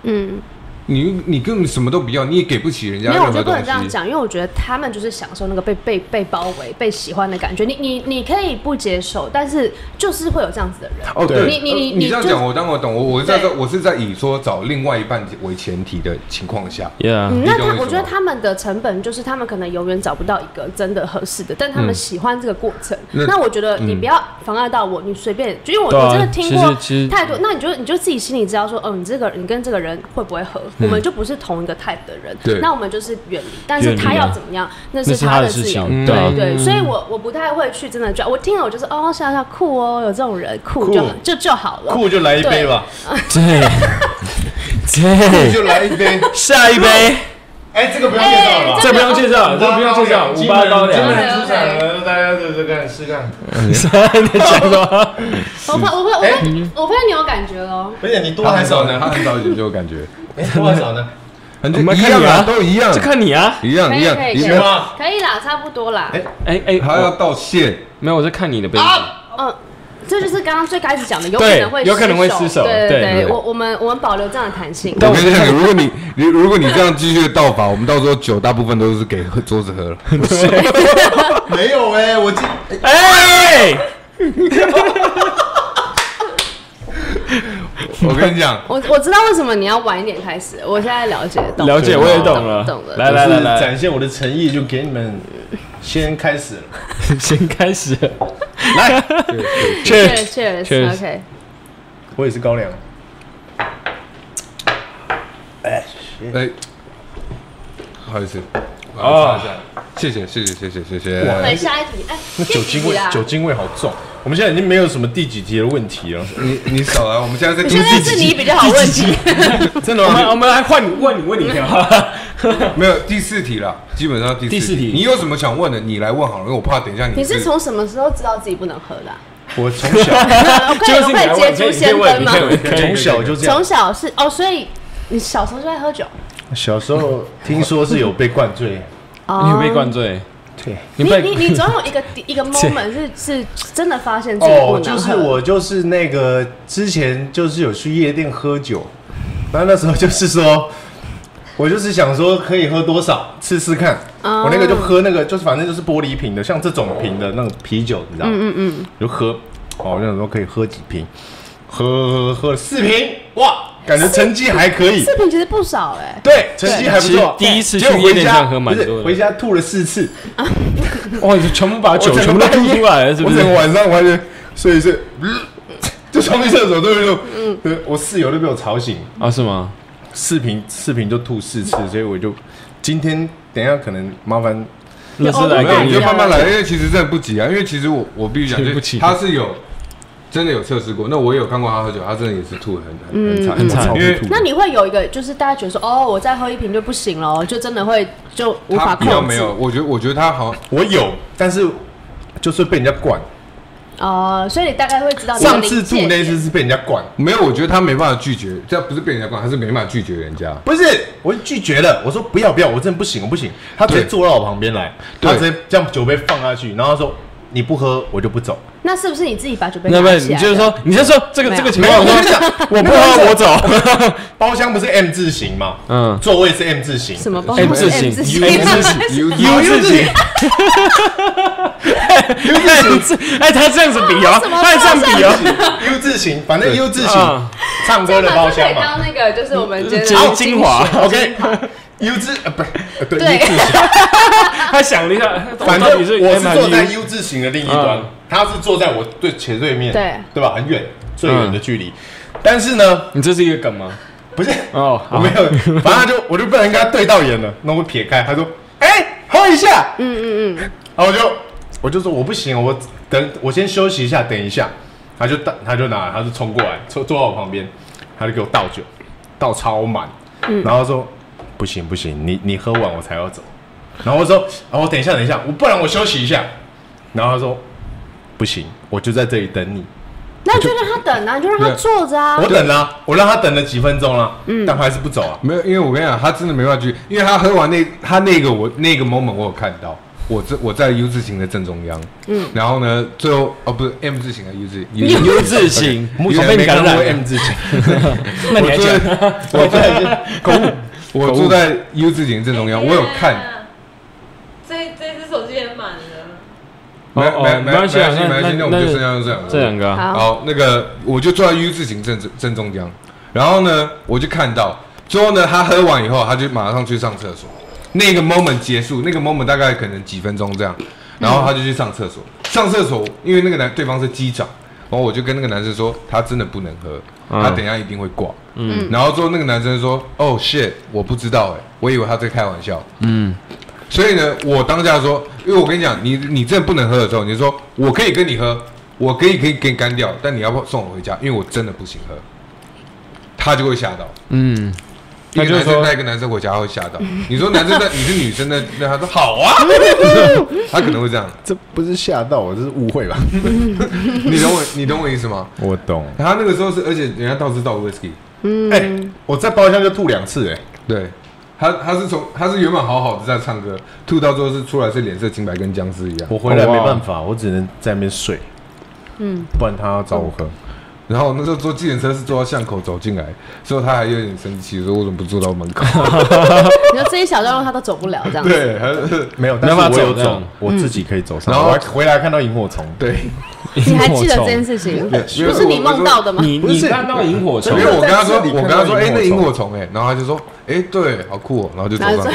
[SPEAKER 4] 嗯，
[SPEAKER 1] 你你根本什么都不要，你也给不起人家
[SPEAKER 4] 没有，我
[SPEAKER 1] 任
[SPEAKER 4] 觉
[SPEAKER 1] 何
[SPEAKER 4] 得
[SPEAKER 1] 东
[SPEAKER 4] 不能这样
[SPEAKER 1] 西。
[SPEAKER 4] 讲，因为我觉得他们就是享受那个被被被包围、被喜欢的感觉。你你你可以不接受，但是就是会有这样子的人。
[SPEAKER 1] 哦，对，
[SPEAKER 4] 你你
[SPEAKER 1] 呃
[SPEAKER 4] 你
[SPEAKER 1] 你
[SPEAKER 4] 你
[SPEAKER 1] 这样
[SPEAKER 4] 就
[SPEAKER 1] 讲，我当我懂，我我是在
[SPEAKER 4] 对
[SPEAKER 1] 我是在以说找另外一半为前提的情况下，
[SPEAKER 2] ，Yeah，
[SPEAKER 4] 嗯，那
[SPEAKER 1] 你懂我意
[SPEAKER 4] 他
[SPEAKER 1] 思
[SPEAKER 4] 我觉得
[SPEAKER 1] 吗
[SPEAKER 4] 他们的成本就是他们可能永远找不到一个真的合适的，但他们喜欢这个过程。
[SPEAKER 1] 那
[SPEAKER 2] 嗯
[SPEAKER 4] 那我觉得你不要妨碍到我，你随便，就因为我、
[SPEAKER 2] 对啊
[SPEAKER 4] 我真的听过
[SPEAKER 2] 其实其实
[SPEAKER 4] 太多，那你就你就自己心里知道说，哦，你这个你跟这个人会不会合，我
[SPEAKER 2] 嗯
[SPEAKER 4] 们就不是同一个 type 的人，
[SPEAKER 1] 对
[SPEAKER 4] 那我们就是远离。但是
[SPEAKER 2] 远离啊
[SPEAKER 4] 他要怎么样，那
[SPEAKER 2] 那
[SPEAKER 4] 是
[SPEAKER 2] 是他
[SPEAKER 4] 的
[SPEAKER 2] 的事
[SPEAKER 4] 自由。
[SPEAKER 2] 情
[SPEAKER 4] 对
[SPEAKER 2] 对啊
[SPEAKER 4] 对，所以我我不太会去真的就我听了我就是哦，想想酷哦，有这种人酷
[SPEAKER 3] 酷
[SPEAKER 4] 就就就好了。
[SPEAKER 3] 酷就来一杯吧，
[SPEAKER 2] 对
[SPEAKER 3] 你
[SPEAKER 2] 对，
[SPEAKER 3] 就来一杯。
[SPEAKER 2] 下一杯，
[SPEAKER 3] 哎，这个不用介绍了吧
[SPEAKER 4] 哎。
[SPEAKER 2] 这不用介绍，这不用介绍，五八高
[SPEAKER 3] 金
[SPEAKER 4] 金
[SPEAKER 2] 粱
[SPEAKER 4] 门。
[SPEAKER 3] 门
[SPEAKER 4] 出产
[SPEAKER 3] 出产
[SPEAKER 4] 了
[SPEAKER 3] 了，大家这这干试干。
[SPEAKER 2] 你在讲什么？
[SPEAKER 4] 我发我发我发
[SPEAKER 2] 哎
[SPEAKER 4] 我发现你有感觉哦了。
[SPEAKER 3] 而且你多
[SPEAKER 1] 他
[SPEAKER 3] 还
[SPEAKER 1] 很
[SPEAKER 3] 少
[SPEAKER 1] 早呢，他
[SPEAKER 3] 呢？
[SPEAKER 1] 很早以前就有感觉，
[SPEAKER 3] 哎， 多还少呢？
[SPEAKER 1] 很
[SPEAKER 2] 我们
[SPEAKER 1] 一
[SPEAKER 2] 看
[SPEAKER 1] 样
[SPEAKER 2] 你啊
[SPEAKER 1] 啊，都一样，
[SPEAKER 2] 就看你啊！
[SPEAKER 1] 一样
[SPEAKER 4] 可以
[SPEAKER 1] 一样
[SPEAKER 4] 可以，
[SPEAKER 1] 一
[SPEAKER 4] 可以
[SPEAKER 3] 是
[SPEAKER 1] 样，
[SPEAKER 3] 吗？
[SPEAKER 4] 可以啦，差不多啦。
[SPEAKER 3] 哎
[SPEAKER 2] 哎哎，
[SPEAKER 1] 还要道谢。
[SPEAKER 2] 没有，我在看你的杯子。
[SPEAKER 4] 嗯，这就是刚刚最开始讲的，有可
[SPEAKER 2] 对
[SPEAKER 4] 能会
[SPEAKER 2] 有可能会失手
[SPEAKER 4] 对
[SPEAKER 2] 对
[SPEAKER 4] 对，
[SPEAKER 2] 对
[SPEAKER 4] 我我们我们保留这样的弹性。
[SPEAKER 1] 我跟你讲，如果你你如果你这样继续倒法，我们到时候酒大部分都是给喝桌子喝了。
[SPEAKER 3] 没有哎，我今
[SPEAKER 2] 哎，
[SPEAKER 1] 我跟你讲，
[SPEAKER 4] 我我知道为什么你要晚一点开始，我现在了解懂
[SPEAKER 2] 了解，
[SPEAKER 3] 对
[SPEAKER 2] 我也
[SPEAKER 3] 懂
[SPEAKER 2] 懂了，
[SPEAKER 4] 懂了
[SPEAKER 2] 来来来
[SPEAKER 3] 我是
[SPEAKER 2] 来，
[SPEAKER 3] 展现我的诚意，就给你们先开始了。
[SPEAKER 2] 先开始，
[SPEAKER 3] 来，
[SPEAKER 4] 确
[SPEAKER 2] Cheers
[SPEAKER 4] 确
[SPEAKER 2] Cheers
[SPEAKER 4] OK，
[SPEAKER 3] 我也是高粱。
[SPEAKER 1] 哎，不好意思，啊，谢谢谢谢谢谢谢谢。
[SPEAKER 4] 我们下一题，哎，
[SPEAKER 3] 那酒精味
[SPEAKER 4] 啊，，
[SPEAKER 3] 酒精味好重。我们现在已经没有什么第几题的问题 了，
[SPEAKER 1] 你你少来，我们现在在
[SPEAKER 4] 现
[SPEAKER 1] 听
[SPEAKER 4] 在
[SPEAKER 1] 第
[SPEAKER 4] 是
[SPEAKER 1] 几
[SPEAKER 4] 你
[SPEAKER 1] 集？
[SPEAKER 4] 比较好问题，
[SPEAKER 3] 真的
[SPEAKER 2] 我们
[SPEAKER 3] 吗？
[SPEAKER 2] 我们来换你问你问你一条，
[SPEAKER 1] 没有第四题啦，基本上第
[SPEAKER 2] 第四题
[SPEAKER 1] 你有什么想问的，你来问好了，因为我怕等一下你
[SPEAKER 4] 你是从什么时候知道自己不能喝的啊？
[SPEAKER 3] 我从小
[SPEAKER 4] 我快我快捷足先登吗？
[SPEAKER 3] 从小就这样
[SPEAKER 4] 从，小是哦，所以你小时候就爱喝酒，
[SPEAKER 3] 小时候听说是有被灌醉，
[SPEAKER 2] 你
[SPEAKER 4] 哦
[SPEAKER 2] 有被灌醉，
[SPEAKER 3] 对，
[SPEAKER 2] 你
[SPEAKER 4] 你
[SPEAKER 2] 被
[SPEAKER 4] 你你总有一个一个 moment 是是真的发现自己不
[SPEAKER 3] 哦，
[SPEAKER 4] 能喝，
[SPEAKER 3] 就是我就是那个之前就是有去夜店喝酒，然后那时候就是说， 我就是想说可以喝多少试试看，
[SPEAKER 4] 哦
[SPEAKER 3] 我那个就喝那个就是反正就是玻璃瓶的，像这种瓶的那种啤酒，你知道吗？嗯嗯嗯，就喝，哦，我那时候可以喝几瓶，喝喝喝喝了四瓶，哇，感觉成绩还可以，
[SPEAKER 4] 四瓶其实不少哎、
[SPEAKER 3] 对，成绩还不
[SPEAKER 2] 其实
[SPEAKER 3] 错。
[SPEAKER 2] 第一次去
[SPEAKER 3] 结果
[SPEAKER 2] 夜
[SPEAKER 3] 回
[SPEAKER 2] 店
[SPEAKER 3] 家
[SPEAKER 2] 上喝蛮
[SPEAKER 3] 不是
[SPEAKER 2] 多的
[SPEAKER 3] 回家吐了四次，
[SPEAKER 2] 哇，你全部把酒
[SPEAKER 3] 我整
[SPEAKER 2] 全部
[SPEAKER 3] 个
[SPEAKER 2] 都
[SPEAKER 3] 半
[SPEAKER 2] 吐
[SPEAKER 3] 夜
[SPEAKER 2] 出来了，是
[SPEAKER 3] 我
[SPEAKER 2] 不
[SPEAKER 3] 整个
[SPEAKER 2] 是？
[SPEAKER 3] 晚上完全睡一睡， 就冲进厕所都没有。对，我室友都被我吵醒，
[SPEAKER 2] 啊，是吗？
[SPEAKER 3] 视频视频就吐四次，所以我就今天等一下可能麻烦
[SPEAKER 2] 乐事来
[SPEAKER 1] 没有，
[SPEAKER 2] 给
[SPEAKER 1] 你
[SPEAKER 2] 你
[SPEAKER 1] 就，慢慢来，因为其实真的不急啊，因为其实我我必须讲，
[SPEAKER 2] 对
[SPEAKER 1] 就
[SPEAKER 2] 不
[SPEAKER 1] 是
[SPEAKER 2] 起
[SPEAKER 1] 他是有真的有测试过，那我也有看过他喝酒，他真的也是吐得很
[SPEAKER 4] 嗯
[SPEAKER 1] 很很惨
[SPEAKER 2] 很惨
[SPEAKER 1] 因为
[SPEAKER 4] 那你会有一个，就是大家觉得说，哦，我再喝一瓶就不行了哦，就真的会就无
[SPEAKER 1] 他
[SPEAKER 4] 法
[SPEAKER 1] 比较
[SPEAKER 4] 控
[SPEAKER 1] 没
[SPEAKER 4] 制。
[SPEAKER 1] 有，我觉得我觉得他好像
[SPEAKER 3] 我有，但是就是被人家管。
[SPEAKER 4] 哦，所以你大概会知道你的
[SPEAKER 3] 上次
[SPEAKER 4] 临界
[SPEAKER 3] 吐那次
[SPEAKER 4] 点
[SPEAKER 3] 是被人家管，
[SPEAKER 1] 没有，我觉得他没办法拒绝，这不是被人家管，他是没办法拒绝人家。
[SPEAKER 3] 不是我拒绝了，我说不要不要，我真的不行，我不行。他直接
[SPEAKER 1] 对
[SPEAKER 3] 坐到我旁边来，
[SPEAKER 1] 对
[SPEAKER 3] 他直接将酒杯放下去，然后他说你不喝我就不走。
[SPEAKER 4] 那是不是你自己把酒杯
[SPEAKER 2] 那
[SPEAKER 4] 拿
[SPEAKER 2] 不
[SPEAKER 4] 起
[SPEAKER 2] 你
[SPEAKER 4] 来？
[SPEAKER 2] 就是，说，你就说这个
[SPEAKER 4] 没有
[SPEAKER 2] 这个情
[SPEAKER 3] 没有，
[SPEAKER 2] 况
[SPEAKER 3] 我，跟你讲，我不喝我走。
[SPEAKER 2] 走。
[SPEAKER 3] 包厢不是 M 字形嘛？
[SPEAKER 2] 嗯
[SPEAKER 3] 座位是 M 字形，
[SPEAKER 4] 什么包哎
[SPEAKER 2] M 字形
[SPEAKER 4] M 字
[SPEAKER 2] U 字
[SPEAKER 1] U
[SPEAKER 2] 形 U 字形。U 字，哎，他这样子比 哦，
[SPEAKER 4] 怎么
[SPEAKER 2] 他还这样比哦，
[SPEAKER 3] U 字形，反正 U 字
[SPEAKER 2] 啊
[SPEAKER 3] 形，唱歌的包
[SPEAKER 4] 可
[SPEAKER 3] 厢
[SPEAKER 4] 以
[SPEAKER 3] 嘛
[SPEAKER 4] 当。那个，就是我们今天
[SPEAKER 2] 好
[SPEAKER 4] 的
[SPEAKER 2] 嗯精华
[SPEAKER 4] 选
[SPEAKER 3] ，OK。U 字呃不是呃对 U
[SPEAKER 4] 对
[SPEAKER 3] 字 形，
[SPEAKER 2] 他想了一下，
[SPEAKER 3] 反正
[SPEAKER 2] 到
[SPEAKER 3] 我
[SPEAKER 2] 底是
[SPEAKER 3] 是
[SPEAKER 2] M 还
[SPEAKER 3] 坐在
[SPEAKER 2] U
[SPEAKER 3] U 字形的另一端
[SPEAKER 2] 嗯，
[SPEAKER 3] 他是坐在我最斜对面，
[SPEAKER 4] 对
[SPEAKER 3] 对吧？很远，最
[SPEAKER 2] 嗯
[SPEAKER 3] 远的距离。但是呢，
[SPEAKER 2] 你这是一个梗吗？
[SPEAKER 3] 不是
[SPEAKER 2] 哦，
[SPEAKER 3] 我
[SPEAKER 2] 好
[SPEAKER 3] 没有，反正他就我就不能跟他对到眼了，那我撇开，他说哎喝一下，嗯嗯嗯，然后我就我就说我不行，我等我先休息一下，等一下，他就打他就拿他就冲过来，坐坐到我旁边，他就给我倒酒，倒超满，然后说不行不行，你你喝完我才要走，然后我说啊我等一下等一下，我不然我休息一下，然后他说不行，我就在这里等你，
[SPEAKER 4] 那你就让他等啊，你就让他坐着啊
[SPEAKER 3] 我。等了、我让他等了几分钟了、但他还是不走啊。
[SPEAKER 1] 没有，因为我跟你讲，他真的没办法拒，因为他喝完那他那个我那个 moment 我有看到，我这我在 U 字形的正中央，嗯，然后呢，最后哦不是 M 字形啊 U 字
[SPEAKER 2] U 字 形，
[SPEAKER 1] 目
[SPEAKER 2] 目
[SPEAKER 1] 前
[SPEAKER 2] 前
[SPEAKER 1] 没
[SPEAKER 2] 被你
[SPEAKER 1] 看
[SPEAKER 2] 感
[SPEAKER 1] 过
[SPEAKER 2] 染
[SPEAKER 1] M
[SPEAKER 2] 了，
[SPEAKER 1] 字形，
[SPEAKER 2] 那你
[SPEAKER 1] 我
[SPEAKER 2] 还
[SPEAKER 1] 坐
[SPEAKER 2] 讲？
[SPEAKER 1] 在
[SPEAKER 3] 我在口误，
[SPEAKER 1] 我坐在 U 字形正中央，啊我有看，
[SPEAKER 5] 这这只手机也满了，
[SPEAKER 1] 没
[SPEAKER 2] 哦哦
[SPEAKER 1] 没没
[SPEAKER 2] 没关系啊
[SPEAKER 1] 没关系，
[SPEAKER 2] 那
[SPEAKER 1] 我们就
[SPEAKER 2] 那
[SPEAKER 1] 剩下这两个
[SPEAKER 2] 这两个啊，
[SPEAKER 4] 好，
[SPEAKER 1] 好，那个我就坐在 U 字形正正中央，然后呢，我就看到，最后呢，他喝完以后，他就马上去上厕所。那个 moment 结束，那个 moment 大概可能几分钟这样，然后他就去上厕所。上厕所，因为那个男对方是机长，然后我就跟那个男生说，他真的不能喝，
[SPEAKER 2] 嗯
[SPEAKER 1] 他等一下一定会挂。嗯，然后之后那个男生说，哦 shit，我不知道哎、我以为他在开玩笑。
[SPEAKER 2] 嗯，
[SPEAKER 1] 所以呢，我当下说，因为我跟你讲，你你真的不能喝的时候，你就说我可以跟你喝，我可以可以给你干掉，但你要不要送我回家？因为我真的不行喝。他就会吓到，
[SPEAKER 2] 嗯，
[SPEAKER 1] 一
[SPEAKER 2] 他
[SPEAKER 1] 个
[SPEAKER 2] 就
[SPEAKER 1] 男生
[SPEAKER 2] 说
[SPEAKER 1] 带一个男生回家会吓到。你说男生带你是女生的，那他说好 啊，他可能会这样。
[SPEAKER 3] 这不是吓到我，这是误 会吧？
[SPEAKER 1] 你懂我，你懂我意思吗？
[SPEAKER 3] 我懂。
[SPEAKER 1] 他那个时候是，而且人家倒是倒 whisky，
[SPEAKER 3] 哎、我在包厢就吐两次、哎，
[SPEAKER 1] 对，他他是从他是原本好好的在唱歌，吐到最后是出来是脸色清白，跟僵尸一样。
[SPEAKER 3] 我回来
[SPEAKER 2] 好不
[SPEAKER 3] 没
[SPEAKER 2] 好
[SPEAKER 3] 办法，我只能在那边睡。嗯，不然他要找我喝。
[SPEAKER 1] 然后那时候坐计程车是坐到巷口走进来，之后他还有点生气，说为什么不坐到门 口？
[SPEAKER 4] 你就这一小段路他都走不了这样子。
[SPEAKER 1] 对，还是
[SPEAKER 3] 没有，但
[SPEAKER 2] 没办法
[SPEAKER 3] 是我有
[SPEAKER 2] 走这样
[SPEAKER 3] 走，我自己可以走
[SPEAKER 1] 嗯
[SPEAKER 3] 上。然后我还回来看到萤火虫，
[SPEAKER 1] 对，
[SPEAKER 4] 你还记得这件事情？
[SPEAKER 1] 对因为
[SPEAKER 4] 不是你梦到的吗？
[SPEAKER 2] 你
[SPEAKER 3] 不是
[SPEAKER 2] 你看到萤火虫
[SPEAKER 1] 因为我跟他说，我跟他说，
[SPEAKER 3] 在
[SPEAKER 1] 哎、
[SPEAKER 3] 这里看到
[SPEAKER 1] 那
[SPEAKER 3] 萤
[SPEAKER 1] 萤
[SPEAKER 3] 火
[SPEAKER 1] 火虫，哎，然后他就说，哎、对，好酷哦、然后就走
[SPEAKER 4] 然后
[SPEAKER 1] 上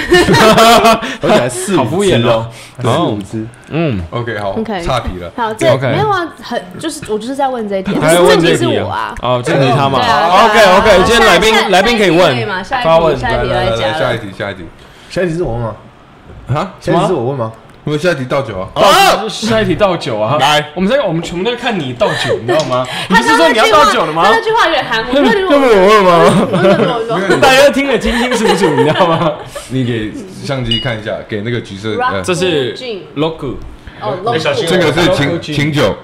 [SPEAKER 4] 就。
[SPEAKER 3] 而且还四
[SPEAKER 2] 好敷衍哦
[SPEAKER 3] 哦，四
[SPEAKER 2] 哦
[SPEAKER 3] 五只。
[SPEAKER 2] 嗯，
[SPEAKER 1] OK，好
[SPEAKER 4] OK
[SPEAKER 1] 岔题 了。
[SPEAKER 4] 好，这
[SPEAKER 2] OK
[SPEAKER 4] 没有啊，很就是我就是在问这一题，
[SPEAKER 2] 还要
[SPEAKER 4] 这
[SPEAKER 2] 问
[SPEAKER 4] 题
[SPEAKER 2] 这
[SPEAKER 4] 是
[SPEAKER 2] 题
[SPEAKER 4] 我啊。
[SPEAKER 2] 哦，这题他嘛
[SPEAKER 4] 对啊对啊
[SPEAKER 2] OK
[SPEAKER 4] 对啊
[SPEAKER 2] OK，今天来
[SPEAKER 4] 下
[SPEAKER 2] 宾
[SPEAKER 4] 下
[SPEAKER 2] 来宾可以
[SPEAKER 4] 下一题可以
[SPEAKER 2] 问
[SPEAKER 4] 吗下一题
[SPEAKER 2] 发问，
[SPEAKER 4] 下一
[SPEAKER 1] 来
[SPEAKER 4] 题
[SPEAKER 1] 来来，
[SPEAKER 4] 来
[SPEAKER 1] 来
[SPEAKER 4] 加
[SPEAKER 1] 下
[SPEAKER 4] 了
[SPEAKER 1] 一题，下一题。
[SPEAKER 3] 下一题是我吗？
[SPEAKER 1] 啊？
[SPEAKER 2] 什
[SPEAKER 3] 现
[SPEAKER 2] 么
[SPEAKER 3] 在是我问吗？
[SPEAKER 1] 我们下一题倒酒啊？
[SPEAKER 2] 啊！下一题倒酒啊！
[SPEAKER 3] 来，
[SPEAKER 2] 我们在我们全部都在看你倒酒，你知道吗？你
[SPEAKER 4] 他
[SPEAKER 2] 不是说你要倒酒的吗
[SPEAKER 4] 他？那句话有点含糊，那句
[SPEAKER 3] 要不我问吗？
[SPEAKER 4] 我说
[SPEAKER 2] 大家听得清清楚楚，你知道吗？
[SPEAKER 1] 你给相机看一下，给那个橘色。
[SPEAKER 4] Rock
[SPEAKER 1] 呃
[SPEAKER 2] 这是 logo，
[SPEAKER 4] 哦，露
[SPEAKER 3] 哎小心
[SPEAKER 1] 这个是
[SPEAKER 2] 我
[SPEAKER 1] 琴
[SPEAKER 2] 去
[SPEAKER 1] 琴酒，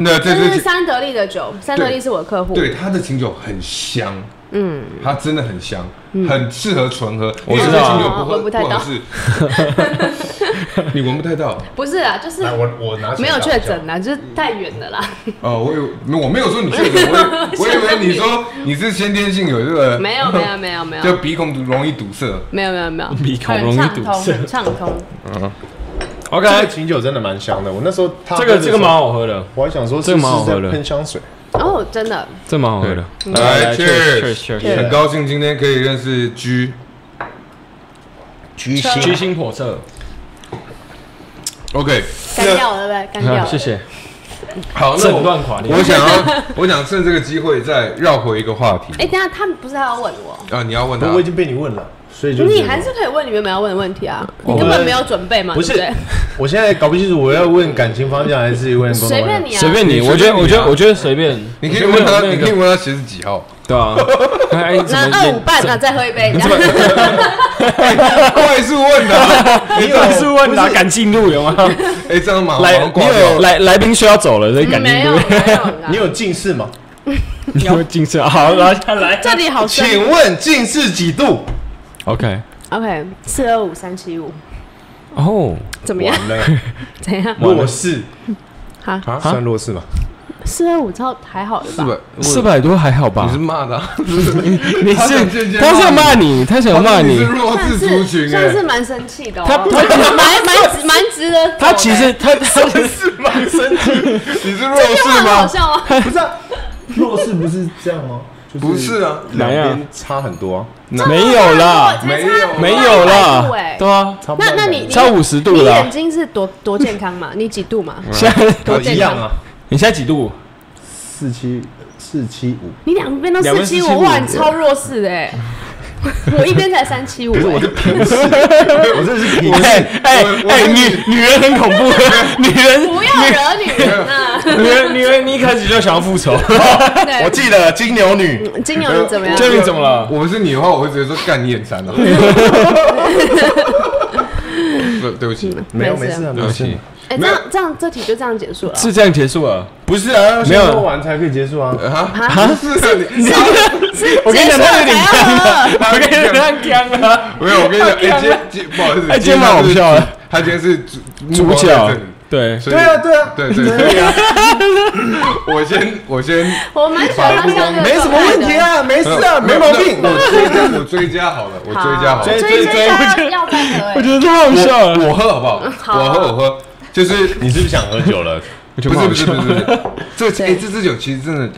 [SPEAKER 1] 那这
[SPEAKER 4] 这是
[SPEAKER 1] 是琴
[SPEAKER 4] 三得利的酒，三得利是我客户。
[SPEAKER 1] 对它的琴酒很香，
[SPEAKER 4] 嗯，
[SPEAKER 1] 它真的很香，很适合纯喝。
[SPEAKER 2] 我
[SPEAKER 1] 因为
[SPEAKER 2] 知
[SPEAKER 1] 这
[SPEAKER 2] 道
[SPEAKER 1] 琴酒
[SPEAKER 4] 啊
[SPEAKER 1] 不
[SPEAKER 4] 闻不
[SPEAKER 1] 喝
[SPEAKER 4] 太
[SPEAKER 1] 不
[SPEAKER 4] 到
[SPEAKER 1] 合适， 你闻不太到。
[SPEAKER 4] 不是啊，就是
[SPEAKER 3] 来，我我拿手
[SPEAKER 4] 没有
[SPEAKER 3] 打
[SPEAKER 4] 确
[SPEAKER 3] 一下
[SPEAKER 4] 诊。啊，就是太远了啦。
[SPEAKER 1] 哦，我有，没有我没有说你确诊，我以我以为你说你是先天性有这个，
[SPEAKER 4] 没有没有没有没有
[SPEAKER 1] 就鼻孔堵容易堵塞。
[SPEAKER 4] 没有没有没有，
[SPEAKER 2] 鼻孔
[SPEAKER 4] 很
[SPEAKER 2] 容易
[SPEAKER 4] 畅
[SPEAKER 2] 堵
[SPEAKER 4] 通
[SPEAKER 2] 塞
[SPEAKER 4] 很畅通。
[SPEAKER 2] OK，
[SPEAKER 3] 这个琴酒真的蛮香的，我那时候他
[SPEAKER 2] 这个这个蛮
[SPEAKER 3] 毛，
[SPEAKER 2] 好喝的，
[SPEAKER 3] 我还想说
[SPEAKER 2] 这
[SPEAKER 3] 是
[SPEAKER 2] 个
[SPEAKER 3] 不
[SPEAKER 2] 蛮好
[SPEAKER 3] 是
[SPEAKER 2] 喝的
[SPEAKER 3] 在喷香水？
[SPEAKER 4] 哦，真的，
[SPEAKER 2] 这蛮好喝的。哎
[SPEAKER 1] 来
[SPEAKER 2] ，cheers
[SPEAKER 1] 哎，cheers，
[SPEAKER 2] cheers，
[SPEAKER 3] Yeah
[SPEAKER 1] 很高兴今天可以认识 G，
[SPEAKER 3] 居
[SPEAKER 2] 居心叵测，
[SPEAKER 1] OK，
[SPEAKER 4] 干掉了对不对？干掉
[SPEAKER 2] 好
[SPEAKER 4] 了，
[SPEAKER 2] 啊谢。谢。
[SPEAKER 1] 好，那
[SPEAKER 2] 整
[SPEAKER 1] 我
[SPEAKER 2] 段垮你，
[SPEAKER 1] 我想要， 我想趁这个机会再绕回一个话题。
[SPEAKER 4] 哎，等一下他们不是还要问我？
[SPEAKER 1] 啊，你要问他
[SPEAKER 3] 不，，我已经被你问了，所以就
[SPEAKER 4] 你
[SPEAKER 3] 这个
[SPEAKER 4] 还是可以问你原本要问的问题啊，
[SPEAKER 3] 我
[SPEAKER 4] 你根本没有准备嘛，
[SPEAKER 3] 不是
[SPEAKER 4] 对
[SPEAKER 3] 我现在搞不清楚我要问感情方向还是问
[SPEAKER 4] 不对
[SPEAKER 3] 工作
[SPEAKER 4] 随
[SPEAKER 3] 方向
[SPEAKER 4] 便。你啊，
[SPEAKER 2] 随便你，
[SPEAKER 1] 你
[SPEAKER 2] 我觉
[SPEAKER 1] 随
[SPEAKER 2] 得
[SPEAKER 1] 便你啊
[SPEAKER 2] 我觉得我觉得随便，
[SPEAKER 1] 你可以
[SPEAKER 2] 我觉
[SPEAKER 1] 问
[SPEAKER 2] 得
[SPEAKER 1] 他，
[SPEAKER 2] 没有
[SPEAKER 1] 你
[SPEAKER 2] 那个
[SPEAKER 1] 可以问他鞋子几号？
[SPEAKER 2] 对啊， 哎哎，怎么
[SPEAKER 4] 那二五半啊，再喝一杯。这样
[SPEAKER 1] 快速问 他，
[SPEAKER 2] 你有是问答敢进入有 吗？
[SPEAKER 1] 哎，这样马
[SPEAKER 2] 来
[SPEAKER 1] 上，
[SPEAKER 2] 你
[SPEAKER 1] 挂
[SPEAKER 2] 有
[SPEAKER 1] 掉。
[SPEAKER 2] 来来宾说要走了，所以赶进
[SPEAKER 4] 没有
[SPEAKER 2] 入。
[SPEAKER 4] 没有啊啦
[SPEAKER 3] 你有近视吗？
[SPEAKER 2] 你要进去，啊好，来来
[SPEAKER 4] 这里好深。
[SPEAKER 3] 请问近视几度？
[SPEAKER 2] ，OK，
[SPEAKER 4] OK，四二五三七五，
[SPEAKER 2] 哦，
[SPEAKER 4] 怎么样？
[SPEAKER 3] 完了，
[SPEAKER 4] 怎样？
[SPEAKER 3] 弱视
[SPEAKER 4] 好，
[SPEAKER 3] 啊，算弱视吗？
[SPEAKER 4] 四二五超还好的
[SPEAKER 1] 四
[SPEAKER 4] 吧？
[SPEAKER 1] 百，
[SPEAKER 2] 四百多还好吧
[SPEAKER 1] 你是？骂的啊，
[SPEAKER 2] 你
[SPEAKER 1] 他想间接
[SPEAKER 2] 他是要
[SPEAKER 1] 骂
[SPEAKER 2] 骂你， 他想要骂
[SPEAKER 1] 是
[SPEAKER 2] 你，
[SPEAKER 1] 弱
[SPEAKER 4] 算
[SPEAKER 1] 势
[SPEAKER 4] 是
[SPEAKER 1] 族群
[SPEAKER 4] 算
[SPEAKER 1] 哎
[SPEAKER 4] 是。蛮生气的哦，
[SPEAKER 2] 他他其实
[SPEAKER 4] 蛮蛮蛮值得走的。
[SPEAKER 2] 他其实他 他
[SPEAKER 3] 是蛮生气，
[SPEAKER 1] 哎你是弱
[SPEAKER 4] 这句话
[SPEAKER 1] 势
[SPEAKER 4] 很好
[SPEAKER 1] 吗？
[SPEAKER 4] 笑啊，
[SPEAKER 3] 不是啊？ 弱视不是这样吗？就
[SPEAKER 1] 不是啊，
[SPEAKER 3] 两
[SPEAKER 2] 哪
[SPEAKER 3] 边
[SPEAKER 2] 样
[SPEAKER 3] 差很多啊，
[SPEAKER 2] 没有啦，
[SPEAKER 1] 没有
[SPEAKER 2] 没有啦
[SPEAKER 4] 我才差100度欸，
[SPEAKER 2] 对啊，
[SPEAKER 3] 差不多
[SPEAKER 4] 那那你
[SPEAKER 3] 两
[SPEAKER 4] 你
[SPEAKER 3] 边
[SPEAKER 2] 超50度了
[SPEAKER 4] 你眼睛是多多健康嘛？你几度嘛？
[SPEAKER 2] 现在
[SPEAKER 4] 多
[SPEAKER 3] 啊
[SPEAKER 4] 健
[SPEAKER 3] 一样
[SPEAKER 4] 康？
[SPEAKER 3] 啊，
[SPEAKER 2] 你现在几度？
[SPEAKER 3] 四七四七五。
[SPEAKER 4] 你两边都
[SPEAKER 2] 两
[SPEAKER 4] 四
[SPEAKER 2] 边
[SPEAKER 4] 七
[SPEAKER 2] 475
[SPEAKER 4] 五，哇，你超弱势的哎！我一边才三七五，欸
[SPEAKER 3] 可是我是平视，我这是平
[SPEAKER 2] 哎
[SPEAKER 3] 视。
[SPEAKER 2] 哎
[SPEAKER 1] 我
[SPEAKER 2] 哎，女女人很恐怖，啊 女人
[SPEAKER 4] 不要惹女人啊！
[SPEAKER 2] 女人女人，你一开始就想要复 仇，
[SPEAKER 3] 我记得金牛女，
[SPEAKER 4] 对，金牛你怎么样？
[SPEAKER 2] 这你怎么了？
[SPEAKER 1] 啊我是你的话，我会直接说干你啊眼 馋了。不对不起，
[SPEAKER 3] 没有没事啊，
[SPEAKER 1] 对
[SPEAKER 3] 没
[SPEAKER 1] 不
[SPEAKER 3] 事
[SPEAKER 1] 起
[SPEAKER 3] 啊。。
[SPEAKER 4] 哎，这样这样这题就这样结束了。
[SPEAKER 2] 是这样结束了。
[SPEAKER 1] 不是啊，
[SPEAKER 2] 没有
[SPEAKER 3] 先说完才可以结束啊。
[SPEAKER 1] 啊，
[SPEAKER 4] 啊，
[SPEAKER 1] 不是啊你你
[SPEAKER 4] 是
[SPEAKER 2] 我跟你讲，他有点啊
[SPEAKER 4] 结束了
[SPEAKER 2] 干了，
[SPEAKER 4] 才要喝
[SPEAKER 2] 我跟你讲，干了。
[SPEAKER 1] 没有，我跟你讲，哎，今今不好意思，
[SPEAKER 2] 哎今天蛮好笑的，
[SPEAKER 1] 他今天是主
[SPEAKER 2] 主角，对，
[SPEAKER 1] 对
[SPEAKER 3] 对啊对啊
[SPEAKER 1] 对对对啊！ 我先我先
[SPEAKER 4] 我蛮喜欢他这样的，
[SPEAKER 3] 没什么问题。啊，没事啊，没毛病。
[SPEAKER 1] 那我追加我追加好了，我追加好了
[SPEAKER 4] 追，
[SPEAKER 3] 追
[SPEAKER 4] 追
[SPEAKER 3] 追
[SPEAKER 4] 追，要再喝
[SPEAKER 2] 我
[SPEAKER 4] 哎
[SPEAKER 2] 觉得太好笑啊了。
[SPEAKER 1] 我喝好不好？
[SPEAKER 4] 好
[SPEAKER 1] 我喝我喝，就是
[SPEAKER 3] 你是不是想喝酒 了？
[SPEAKER 1] 不是不是不是不是， 这
[SPEAKER 4] 对
[SPEAKER 1] 哎这支酒其实真的，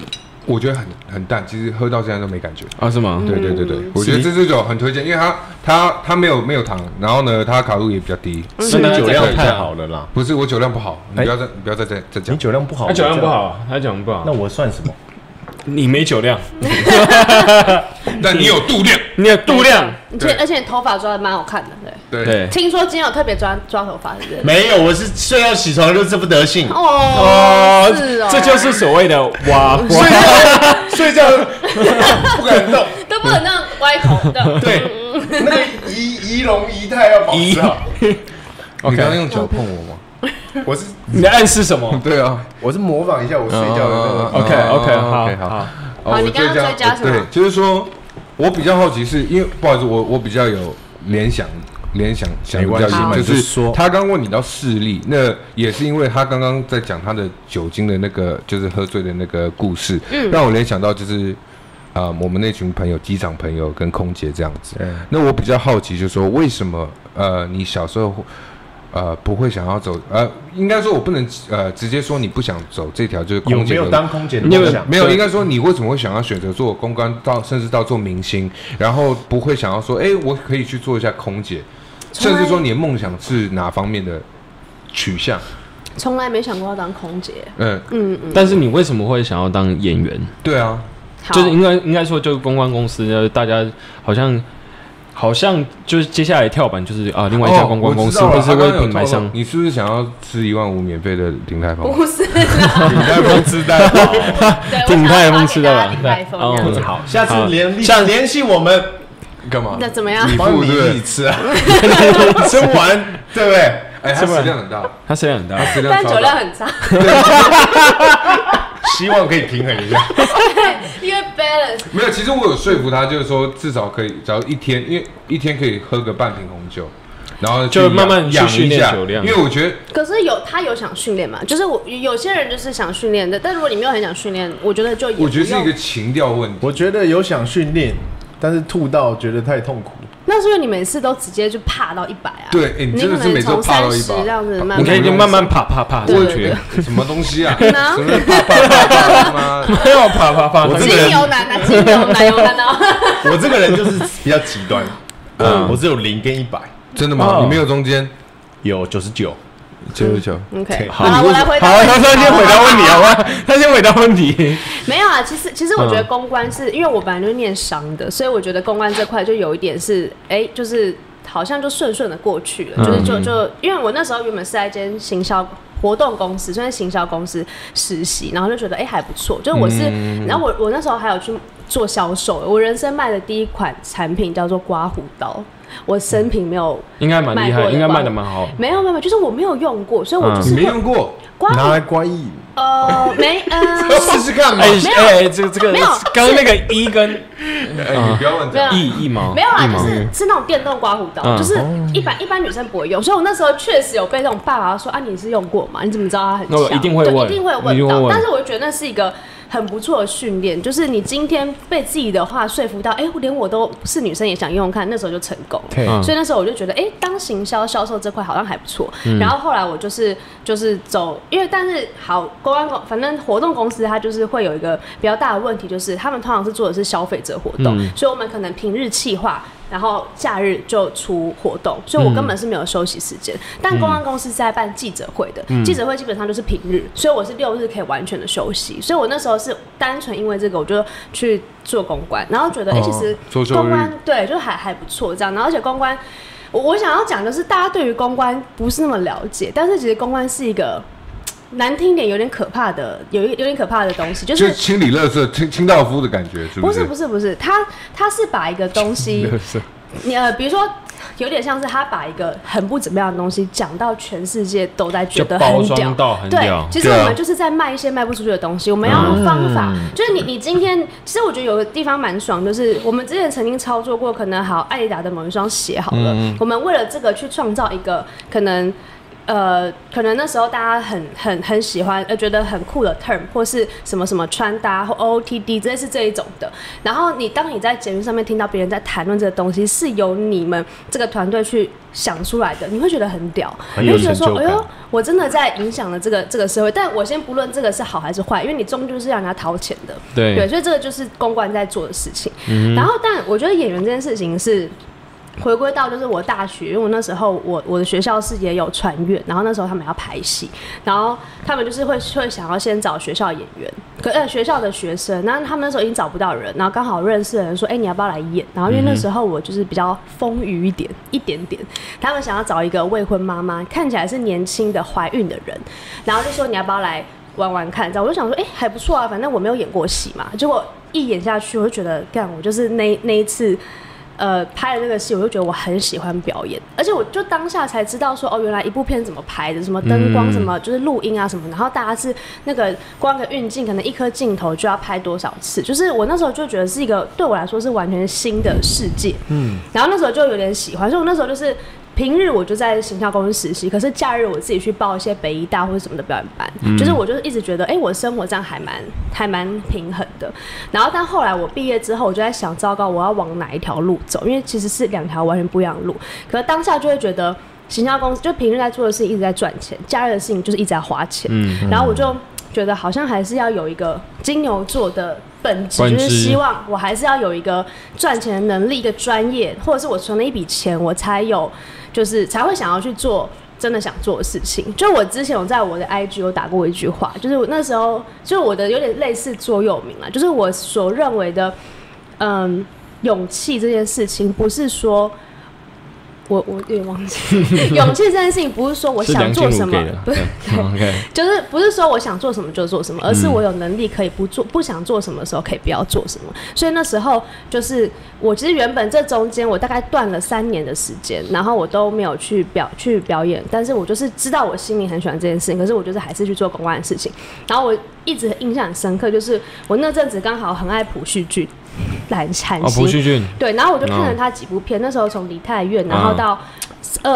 [SPEAKER 1] 我觉得很很淡，其实喝到现在都没感觉。
[SPEAKER 2] 啊？是吗？
[SPEAKER 1] 对对对对，我觉得这支酒很推荐，因为它它它没有没有糖，然后呢，它卡路里也比较低。
[SPEAKER 3] 是啊你酒量太好了啦，
[SPEAKER 1] 不是我酒量不好，你
[SPEAKER 3] 哎
[SPEAKER 1] 不要再你不要再再再
[SPEAKER 3] 你
[SPEAKER 1] 讲。
[SPEAKER 3] 酒量不好，
[SPEAKER 2] 他酒量不，好，啊他酒量不好
[SPEAKER 3] 那。我算什么？
[SPEAKER 2] 你没酒量，
[SPEAKER 1] 但你有度量，
[SPEAKER 2] 你有度量。
[SPEAKER 4] 而且而且你头发抓的蛮好看的，对。
[SPEAKER 1] 对
[SPEAKER 2] 对，
[SPEAKER 4] 听说今天有特别抓抓头发，是不是？
[SPEAKER 3] 没有，我是睡到起床就这副德性。
[SPEAKER 4] 哦，是哦，
[SPEAKER 2] 这就是所谓的 哇哇。
[SPEAKER 3] 睡觉不敢动，
[SPEAKER 4] 都不能那样歪头的。
[SPEAKER 3] 对，那个 仪仪容仪态要保持好。
[SPEAKER 1] 你刚刚用脚碰我吗？
[SPEAKER 3] 我是
[SPEAKER 2] 你在暗示什么
[SPEAKER 1] 对啊。
[SPEAKER 3] 我是模仿一下我睡觉的那个
[SPEAKER 2] ？OK OK，
[SPEAKER 1] 啊
[SPEAKER 2] 好
[SPEAKER 1] OK，好
[SPEAKER 2] 好。
[SPEAKER 1] 哦
[SPEAKER 4] 好你
[SPEAKER 1] 我
[SPEAKER 4] 刚
[SPEAKER 1] 追
[SPEAKER 4] 刚
[SPEAKER 1] 加
[SPEAKER 4] 追加什么
[SPEAKER 1] 对，就是说，我比较好奇是，因为不好意思，我我比较有联想，联想想
[SPEAKER 3] 没
[SPEAKER 1] 比
[SPEAKER 3] 关
[SPEAKER 1] 较
[SPEAKER 3] 系
[SPEAKER 1] 远，
[SPEAKER 3] 你
[SPEAKER 1] 就是
[SPEAKER 3] 就说
[SPEAKER 1] 他刚问你到视力，那也是因为他刚刚在讲他的酒精的那个，就是喝醉的那个故事，
[SPEAKER 4] 嗯
[SPEAKER 1] 让我联想到就是。啊、我们那群朋友，机场朋友跟空姐这样子。那我比较好奇，就是说为什么呃，你小时候呃不会想要走呃，应该说我不能呃直接说你不想走这条就是
[SPEAKER 3] 有
[SPEAKER 1] 空姐
[SPEAKER 3] 没有
[SPEAKER 1] 的
[SPEAKER 3] 当空姐的
[SPEAKER 2] 你有
[SPEAKER 3] 梦想？
[SPEAKER 1] 没有，
[SPEAKER 2] 对
[SPEAKER 1] 应该说你为什么会想要选择做公关到，甚至到做明星，然后不会想要说，哎、我可以去做一下空姐，
[SPEAKER 4] 从
[SPEAKER 1] 甚
[SPEAKER 4] 来
[SPEAKER 1] 至说你的梦想是哪方面的取向？
[SPEAKER 4] 从来没想过要当空姐。
[SPEAKER 1] 嗯，
[SPEAKER 4] 嗯嗯，
[SPEAKER 2] 但是你为什么会想要当演员？
[SPEAKER 1] 对啊，
[SPEAKER 4] 好
[SPEAKER 2] 就是应该应该说，就是公关公司，呃，大家好像好像就是接下来跳板就是啊，另外一家公关公司、
[SPEAKER 1] 哦
[SPEAKER 2] 或
[SPEAKER 1] 我
[SPEAKER 2] 是
[SPEAKER 1] 知道了他刚
[SPEAKER 2] 为
[SPEAKER 1] 刚有
[SPEAKER 2] 品牌
[SPEAKER 1] 透露
[SPEAKER 2] 商，
[SPEAKER 1] 你是不是想要吃一万五免费的鼎泰丰？
[SPEAKER 4] 不是啦，
[SPEAKER 3] 你 在不知道。
[SPEAKER 4] 对，
[SPEAKER 2] 鼎泰丰
[SPEAKER 4] 丰
[SPEAKER 2] 吃
[SPEAKER 4] 吃
[SPEAKER 2] 到
[SPEAKER 4] 到
[SPEAKER 2] 了
[SPEAKER 4] 鼎泰丰
[SPEAKER 2] 对
[SPEAKER 4] 这样子
[SPEAKER 2] 哦
[SPEAKER 3] 好，下
[SPEAKER 2] 好
[SPEAKER 3] 次联立
[SPEAKER 2] 下
[SPEAKER 3] 联系我们干嘛？
[SPEAKER 4] 那怎么样？
[SPEAKER 1] 你
[SPEAKER 3] 帮
[SPEAKER 1] 付
[SPEAKER 3] 你
[SPEAKER 1] 对不对
[SPEAKER 3] 自己吃 啊，吃 完对不对？
[SPEAKER 1] 哎，它食量很 大，
[SPEAKER 2] 它声量很大
[SPEAKER 1] 它，食量
[SPEAKER 4] 但
[SPEAKER 1] 超大
[SPEAKER 4] 酒量很差，
[SPEAKER 3] 希望可以平衡一下。
[SPEAKER 4] 因为 balance
[SPEAKER 1] 没有，其实我有说服他，就是说至少可以，只要一天，因为一天可以喝个半瓶红酒，然后
[SPEAKER 2] 就
[SPEAKER 1] 去养
[SPEAKER 2] 慢慢去
[SPEAKER 1] 养
[SPEAKER 2] 训
[SPEAKER 1] 一
[SPEAKER 2] 练
[SPEAKER 1] 下
[SPEAKER 2] 酒量
[SPEAKER 1] 因为我觉得
[SPEAKER 4] 可是有他有想训练嘛？就是我有些人就是想训练的，但如果你没有很想训练，我觉得就也不
[SPEAKER 1] 我觉得是一
[SPEAKER 4] 用
[SPEAKER 1] 个情调问题。
[SPEAKER 3] 我觉得有想训练，但是吐到觉得太痛苦。
[SPEAKER 4] 那是因为你每次都直接就怕到一百啊。
[SPEAKER 1] 对哎你
[SPEAKER 4] 你
[SPEAKER 1] 真的
[SPEAKER 4] 可
[SPEAKER 1] 是每
[SPEAKER 4] 能
[SPEAKER 1] 次都
[SPEAKER 4] 从
[SPEAKER 1] 怕到
[SPEAKER 4] 三
[SPEAKER 1] 100
[SPEAKER 4] 十这样子慢
[SPEAKER 1] 我
[SPEAKER 2] 你
[SPEAKER 1] 觉
[SPEAKER 2] 看
[SPEAKER 1] 得
[SPEAKER 2] 已
[SPEAKER 4] 慢。
[SPEAKER 2] 经慢慢爬爬爬
[SPEAKER 4] 对
[SPEAKER 2] 上
[SPEAKER 1] 我
[SPEAKER 4] 对
[SPEAKER 2] 去
[SPEAKER 1] 觉
[SPEAKER 2] 了，
[SPEAKER 1] 得什么东西啊？
[SPEAKER 4] 嗯啊
[SPEAKER 1] 什么爸爸爸爸妈妈？
[SPEAKER 2] 没有爬爬爬，
[SPEAKER 3] 我
[SPEAKER 2] 它
[SPEAKER 3] 这
[SPEAKER 4] 精
[SPEAKER 3] 个人
[SPEAKER 4] 油男啊，精油男 有看到？
[SPEAKER 3] 我这个人就是比较极端，嗯，我只有零跟一百，
[SPEAKER 1] 真的
[SPEAKER 2] 哦
[SPEAKER 1] 吗？你没有中间
[SPEAKER 3] 有九十九。
[SPEAKER 1] 九十九？
[SPEAKER 4] OK，
[SPEAKER 2] 好
[SPEAKER 4] 好，我来回答
[SPEAKER 2] 好，
[SPEAKER 4] 问题。
[SPEAKER 2] 他他先回答问题好 吧？他先回答问题。
[SPEAKER 4] 没有啊，其实其实我觉得公关是、因为我本来就是念商的，所以我觉得公关这块就有一点是，哎、就是好像就顺顺的过去了，就是就就因为我那时候原本是在一间行销。活动公司算是行销公司实习，然后就觉得哎、还不错，就是我是，然后我我那时候还有去做销售，我人生卖的第一款产品叫做刮胡刀，我生平没有
[SPEAKER 2] 应该蛮厉
[SPEAKER 4] 卖
[SPEAKER 2] 害，
[SPEAKER 4] 过的
[SPEAKER 2] 应该卖的蛮好。
[SPEAKER 4] 没有没有，没有就是我没有用过，所以我就
[SPEAKER 1] 你
[SPEAKER 4] 是
[SPEAKER 1] 没
[SPEAKER 4] 会、
[SPEAKER 1] 用过？
[SPEAKER 4] 刮
[SPEAKER 3] 拿来
[SPEAKER 4] 胡
[SPEAKER 3] 刮一，
[SPEAKER 4] 呃没 呃
[SPEAKER 1] 试试看嘛。
[SPEAKER 2] 哎
[SPEAKER 4] 有
[SPEAKER 2] 哎，这个这个
[SPEAKER 4] 没有
[SPEAKER 2] 刚刚那个一跟
[SPEAKER 1] 哎，你不要问这
[SPEAKER 4] 没有
[SPEAKER 1] 样。
[SPEAKER 2] 一一毛
[SPEAKER 4] 没有
[SPEAKER 2] 一
[SPEAKER 4] 啦，
[SPEAKER 2] 毛
[SPEAKER 4] 就是是那种电动刮胡刀，
[SPEAKER 2] 嗯
[SPEAKER 4] 就是一般一般女生不会用，所以我那时候确实有被那种爸爸说啊，你是用过吗？你怎么知道它很
[SPEAKER 2] 那我
[SPEAKER 4] 强？
[SPEAKER 2] 一定会
[SPEAKER 4] 对
[SPEAKER 2] 问
[SPEAKER 4] 一定会
[SPEAKER 2] 一定
[SPEAKER 4] 问
[SPEAKER 2] 会
[SPEAKER 4] 到。
[SPEAKER 2] 问
[SPEAKER 4] 但是我就觉得那是一个很不错的训练，就是你今天被自己的话说服到，哎、我连我都是女生也想用用看，那时候就成功了。
[SPEAKER 2] 嗯
[SPEAKER 4] 所以那时候我就觉得，哎、当行销销售这块好像还不错。
[SPEAKER 2] 嗯
[SPEAKER 4] 然后后来我就是就是走，因为但是好公关公，反正活动公司它就是会有一个比较大的问题，就是他们通常是做的是消费者活动，
[SPEAKER 2] 嗯
[SPEAKER 4] 所以我们可能平日企划。然后假日就出活动，所以我根本是没有休息时间。但公关公司是在办记者会的，记者会基本上就是平日，所以我是六日可以完全的休息。所以我那时候是单纯因为这个，我就去做公关，然后觉得哎、诶其实
[SPEAKER 1] 周休
[SPEAKER 4] 公
[SPEAKER 1] 日
[SPEAKER 4] 关对，就还还不错这样。然后而且公关，我我想要讲的是，大家对于公关不是那么了解，但是其实公关是一个嘖难听一点，有点可怕的，有一有点可怕的东西，就。
[SPEAKER 1] 就是清理垃圾、清清道夫的感觉，是
[SPEAKER 4] 不
[SPEAKER 1] 是？
[SPEAKER 4] 是不是不是，他他是把一个东西，你呃，比如说，有点像是他把一个很不怎么样的东西讲到全世界都在觉
[SPEAKER 2] 就
[SPEAKER 4] 得
[SPEAKER 2] 包
[SPEAKER 4] 很屌
[SPEAKER 2] 装，到很
[SPEAKER 4] 对
[SPEAKER 2] 屌，，
[SPEAKER 4] 其实
[SPEAKER 1] 对啊
[SPEAKER 4] 我们就是在卖一些卖不出去的东西，我们要用方法。
[SPEAKER 2] 嗯
[SPEAKER 4] 就是你，你今天，其实我觉得有个地方蛮爽，就是我们之前曾经操作过，可能好艾迪达的某一双鞋好了，
[SPEAKER 2] 嗯
[SPEAKER 4] 我们为了这个去创造一个可能。呃，可能那时候大家很 很很喜欢，呃，觉得很酷的 term 或是什么什么穿搭或 OOTD，这是这一种的。然后你当你在节目上面听到别人在谈论这个东西，是由你们这个团队去想出来的，你会觉得很屌，
[SPEAKER 3] 很
[SPEAKER 4] 你
[SPEAKER 3] 有
[SPEAKER 4] 会觉得说，
[SPEAKER 3] 成就
[SPEAKER 4] 哎
[SPEAKER 3] 感
[SPEAKER 4] 呦，我真的在影响了这个这个社会。但我先不论这个是好还是坏，因为你终究是让人家掏钱的，对，
[SPEAKER 2] 对，
[SPEAKER 4] 所以这个就是公关在做的事情。然后，但我觉得演员这件事情是。回归到就是我大学，因为我那时候我我的学校是也有传院，然后那时候他们要排戏，然后他们就是会会想要先找学校演员，可呃学校的学生，那他们那时候已经找不到人，然后刚好认识的人说，哎、你要不要来演？然后因为那时候我就是比较丰腴一点一点点，他们想要找一个未婚妈妈，看起来是年轻的怀孕的人，然后就说你要不要来玩玩看？这样我就想说，哎、还不错啊，反正我没有演过戏嘛。结果一演下去，我就觉得，干，我就是那那一次。呃，拍了那个戏，我就觉得我很喜欢表演，而且我就当下才知道说，哦，原来一部片怎么拍的，什么灯光，什么就是录音啊什么，然后大家是那个光个运镜，可能一颗镜头就要拍多少次，就是我那时候就觉得是一个对我来说是完全新的世界，嗯，然后那时候就有点喜欢，所以我那时候就是平日我就在行销公司实习，可是假日我自己去报一些北医大或者什么的表演班，就是我就是一直觉得，哎、我生活这样还蛮还蛮平衡的。然后但后来我毕业之后，我就在想，糟糕，我要往哪一条路走？因为其实是两条完全不一样的路。可是当下就会觉得，行销公司就平日在做的事情一直在赚钱，假日的事情就是一直在花钱。
[SPEAKER 2] 嗯，
[SPEAKER 4] 然后我就觉得好像还是要有一个金牛座的本质，
[SPEAKER 2] 本质
[SPEAKER 4] 就是希望我还是要有一个赚钱的能力、一个专业，或者是我存了一笔钱，我才有就是才会想要去做真的想做的事情。就我之前有在我的 IG 有打过一句话，就是我那时啊候就是我的有点类似座右铭啦，就是我所认为的，嗯。勇气这件事情，不是说。我我有点忘 记，勇气这件事情不是说我
[SPEAKER 2] 是
[SPEAKER 4] 想
[SPEAKER 2] 梁静
[SPEAKER 4] 做
[SPEAKER 2] 茹
[SPEAKER 4] 什么
[SPEAKER 2] 给的，
[SPEAKER 4] 不是
[SPEAKER 2] 对嗯，OK，
[SPEAKER 4] 就是不是说我想做什么就做什么，而是
[SPEAKER 2] 嗯
[SPEAKER 4] 我有能力可以不做，不想做什么的时候可以不要做什么。所以那时候就是我其实原本这中间我大概断了三年的时间，然后我都没有去表去表演，但是我就是知道我心里很喜欢这件事情，可是我就是还是去做公关的事情。然后我一直印象很深刻，就是我那阵子刚好很爱朴叙俊，蓝禅
[SPEAKER 2] 哦，
[SPEAKER 4] 心
[SPEAKER 2] 朴。叙俊，
[SPEAKER 4] 对，然后我就看
[SPEAKER 2] 哦
[SPEAKER 3] 嗯
[SPEAKER 4] 了他几部片，那时候从梨泰院，然后到二、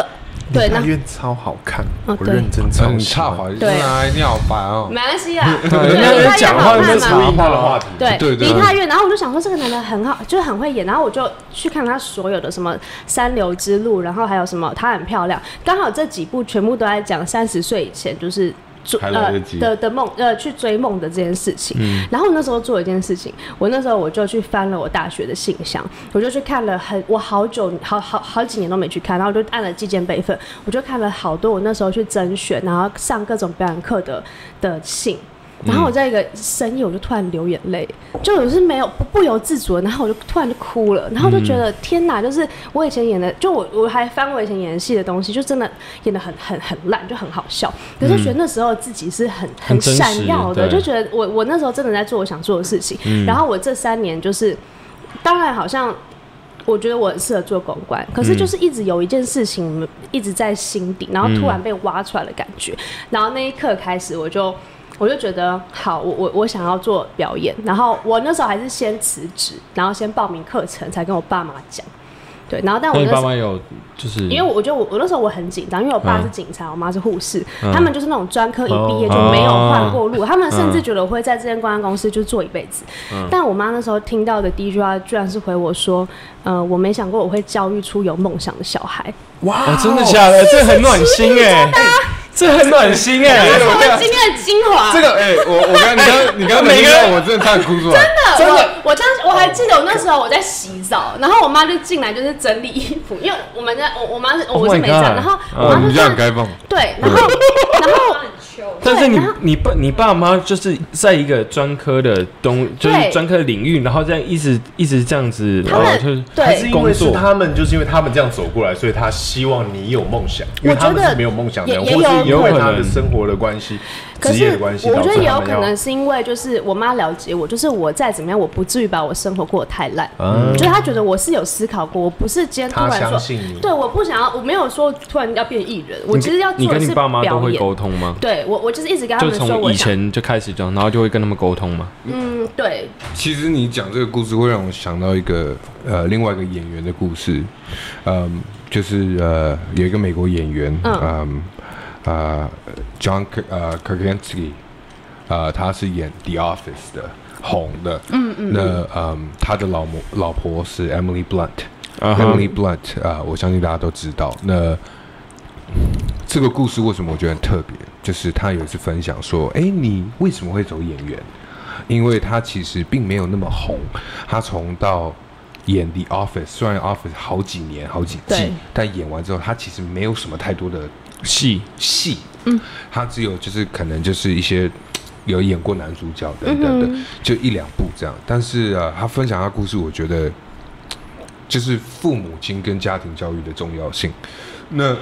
[SPEAKER 4] 对，那
[SPEAKER 3] 那嗯院超好看，
[SPEAKER 4] 哦
[SPEAKER 3] 我
[SPEAKER 4] 对
[SPEAKER 3] 认真超
[SPEAKER 1] 很
[SPEAKER 3] 喜
[SPEAKER 1] 差
[SPEAKER 3] 欢
[SPEAKER 1] 怀，
[SPEAKER 4] 对
[SPEAKER 1] 啊，你好烦哦。
[SPEAKER 4] 没关系 啊，对，
[SPEAKER 3] 人家
[SPEAKER 4] 梨
[SPEAKER 3] 在
[SPEAKER 4] 泰院
[SPEAKER 3] 讲
[SPEAKER 4] 好
[SPEAKER 3] 话，有没
[SPEAKER 4] 看嘛
[SPEAKER 3] 有插他的话题？
[SPEAKER 4] 对，
[SPEAKER 1] 对对
[SPEAKER 4] 梨泰院。然后我就想说，这个男的很好，就是很会演。然后我就去看他所有的什么《三流之路》，然后还有什么《她很漂亮》。刚好这几部全部都在讲三十岁以前就是追
[SPEAKER 1] 还来
[SPEAKER 4] 呃
[SPEAKER 1] 得及
[SPEAKER 4] 的的梦呃去追梦的这件事情。
[SPEAKER 1] 嗯
[SPEAKER 4] 然后我那时候做一件事情，我那时候我就去翻了我大学的信箱，我就去看了很我好久好好好几年都没去看，然后我就按了寄件备份，我就看了好多我那时候去甄选，然后上各种表演课的的信。然
[SPEAKER 2] 嗯
[SPEAKER 4] 后我在一个深夜，我就突然流眼泪，就我是没有不不由自主的，然后我就突然就哭了，然后就觉
[SPEAKER 2] 嗯
[SPEAKER 4] 得、天哪，就是我以前演的，就我我还翻我以前演的戏的东西，就真的演的很很很烂，就很好笑。可是我觉得那时候自己是很、
[SPEAKER 2] 嗯很真实
[SPEAKER 4] 闪耀的，
[SPEAKER 2] 对
[SPEAKER 4] 就觉得我我那时候真的在做我想做的事情。
[SPEAKER 2] 嗯
[SPEAKER 4] 然后我这三年就是，当然好像我觉得我很适合做公关，可是就是一直有一件事情一直在心底，然后突然被挖出来的感觉。然后那一刻开始，我就我就觉得好，我我我想要做表演。然后我那时候还是先辞职，然后先报名课程，才跟我爸妈讲。对，然后但
[SPEAKER 2] 那
[SPEAKER 4] 我
[SPEAKER 2] 你
[SPEAKER 4] 那时
[SPEAKER 2] 爸
[SPEAKER 4] 候。
[SPEAKER 2] 妈有就是
[SPEAKER 4] 因为我觉得我我那时候我很紧张，因为我爸
[SPEAKER 2] 嗯
[SPEAKER 4] 是警察，我妈是护士，
[SPEAKER 2] 嗯哦
[SPEAKER 4] 他们就是那种专科一毕业
[SPEAKER 3] 哦
[SPEAKER 4] 就没有换过路，他们甚
[SPEAKER 2] 嗯
[SPEAKER 4] 至觉得我会在这间公安公司就做一辈子。但我妈那时候听到的第一句话，居然是回我说：“呃，我没想过我会教育出有梦想的小孩。
[SPEAKER 3] 哇
[SPEAKER 2] 哦，真的假的？这很暖心哎，
[SPEAKER 4] 啊
[SPEAKER 2] 这很暖心哎，”
[SPEAKER 4] 我们今天的精华，
[SPEAKER 1] 这个哎，我我刚你刚你刚
[SPEAKER 2] 每
[SPEAKER 1] 没
[SPEAKER 2] 个
[SPEAKER 1] 看，我真的差点哭出来。
[SPEAKER 4] 真的，我我当时我还记得我那时候我在洗澡，然后我妈就进来就是整理衣服，因为我们家我我妈是
[SPEAKER 2] Oh
[SPEAKER 4] 我
[SPEAKER 2] my
[SPEAKER 4] 是没
[SPEAKER 2] God
[SPEAKER 4] 站，
[SPEAKER 2] 嗯
[SPEAKER 4] 然后我
[SPEAKER 1] 我
[SPEAKER 4] 妈
[SPEAKER 1] 们
[SPEAKER 4] 就
[SPEAKER 1] 家很
[SPEAKER 4] 站
[SPEAKER 1] 开放，
[SPEAKER 4] 对，然后然后
[SPEAKER 5] 他很糗。
[SPEAKER 2] 但是
[SPEAKER 4] 对
[SPEAKER 2] 你
[SPEAKER 4] 然后
[SPEAKER 2] 你爸你爸妈就是在一个专科的东，就是
[SPEAKER 4] 对
[SPEAKER 2] 专科的领域，然后这样一直一直这样子，
[SPEAKER 4] 他
[SPEAKER 2] 哦，就是
[SPEAKER 4] 们对
[SPEAKER 3] 还是因为是他们，就是因为他们这样走过来，所以他希望你有梦想，因为他们是没有梦想的人，
[SPEAKER 4] 我觉
[SPEAKER 3] 或
[SPEAKER 4] 得也
[SPEAKER 3] 是因为
[SPEAKER 2] 也有
[SPEAKER 3] 他
[SPEAKER 2] 可
[SPEAKER 3] 的
[SPEAKER 2] 能
[SPEAKER 3] 生活的关系、
[SPEAKER 4] 可
[SPEAKER 3] 职
[SPEAKER 4] 是
[SPEAKER 3] 业的关系，
[SPEAKER 4] 我觉
[SPEAKER 3] 导
[SPEAKER 4] 得
[SPEAKER 3] 致
[SPEAKER 4] 也
[SPEAKER 3] 他
[SPEAKER 4] 有
[SPEAKER 3] 们
[SPEAKER 4] 可
[SPEAKER 3] 要
[SPEAKER 4] 能是因为就是我妈了解我，就是我再怎么样，我不至于把我生活过得太烂。
[SPEAKER 2] 啊
[SPEAKER 3] 嗯
[SPEAKER 4] 就是她觉得我是有思考过，我不是今天突
[SPEAKER 3] 他
[SPEAKER 4] 然
[SPEAKER 3] 相
[SPEAKER 4] 说，
[SPEAKER 3] 信你，
[SPEAKER 4] 对，我不想要，我没有说突然要变艺人，我其实要
[SPEAKER 2] 你
[SPEAKER 4] 做的
[SPEAKER 2] 跟你
[SPEAKER 4] 是
[SPEAKER 2] 爸妈都
[SPEAKER 4] 表
[SPEAKER 2] 会
[SPEAKER 4] 演。
[SPEAKER 2] 沟通吗？
[SPEAKER 4] 对我，我就是一直跟他
[SPEAKER 2] 就
[SPEAKER 4] 们说，
[SPEAKER 2] 从
[SPEAKER 4] 我
[SPEAKER 2] 以
[SPEAKER 4] 想，
[SPEAKER 2] 前就开始这样，然后就会跟他们沟通嘛。
[SPEAKER 4] 嗯，对，
[SPEAKER 1] 其实你讲这个故事，会让我想到一个呃，另外一个演员的故事，嗯、就是呃，有一个美国演员，嗯
[SPEAKER 4] 嗯，
[SPEAKER 1] 呃，John K- 呃 Krasinski，呃，他是演《The Office》的红的，嗯嗯，那嗯、他的老母老婆是 Emily Blunt，
[SPEAKER 2] 啊哈
[SPEAKER 1] Emily Blunt 啊、我相信大家都知道。那这个故事为什么我觉得很特别？就是他有一次分享说：“哎，你为什么会走演员？因为他其实并没有那么红，他从到演《The Office》，虽然《Office》好几年、好几季
[SPEAKER 4] 对，
[SPEAKER 1] 但演完之后，他其实没有什么太多的
[SPEAKER 2] 戏
[SPEAKER 1] 戏，嗯，他只有就是可能就是一些有演过男主角等等的，就一两部这样。但是啊，他分享他故事，我觉得就是父母亲跟家庭教育的重要性。那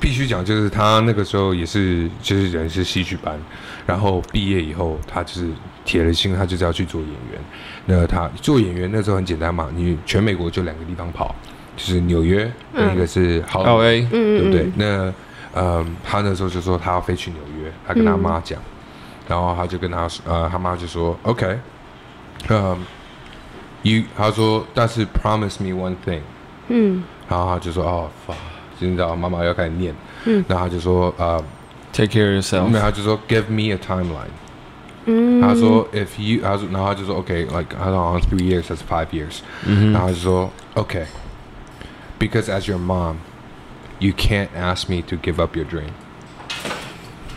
[SPEAKER 1] 必须讲，就是他那个时候也是就是人是戏剧班，然后毕业以后，他就是铁了心，他就是要去做演员。那他做演员那时候很简单嘛，你全美国就两个地方跑，就是纽约，那一个是好莱坞
[SPEAKER 2] L A，
[SPEAKER 4] 嗯
[SPEAKER 1] 对不对？那呃，他那时候就说他要飞去纽约，他跟他妈讲，然后他就跟他说呃，他妈就说 OK，嗯、y o u 他说但是 promise me one thing，
[SPEAKER 4] 嗯，
[SPEAKER 1] 然后他就说哦 fuck，现在妈妈要开始念，嗯，然后他就说呃，
[SPEAKER 2] t a k e care
[SPEAKER 1] 没
[SPEAKER 2] yourself。
[SPEAKER 1] 有，他就说 give me a timeline。他说 if you，他说，然后他就说 OK，like、他说好像 three years 还是 five years，、然后他就说 OK，because、as your mom，you can't ask me to give up your dream。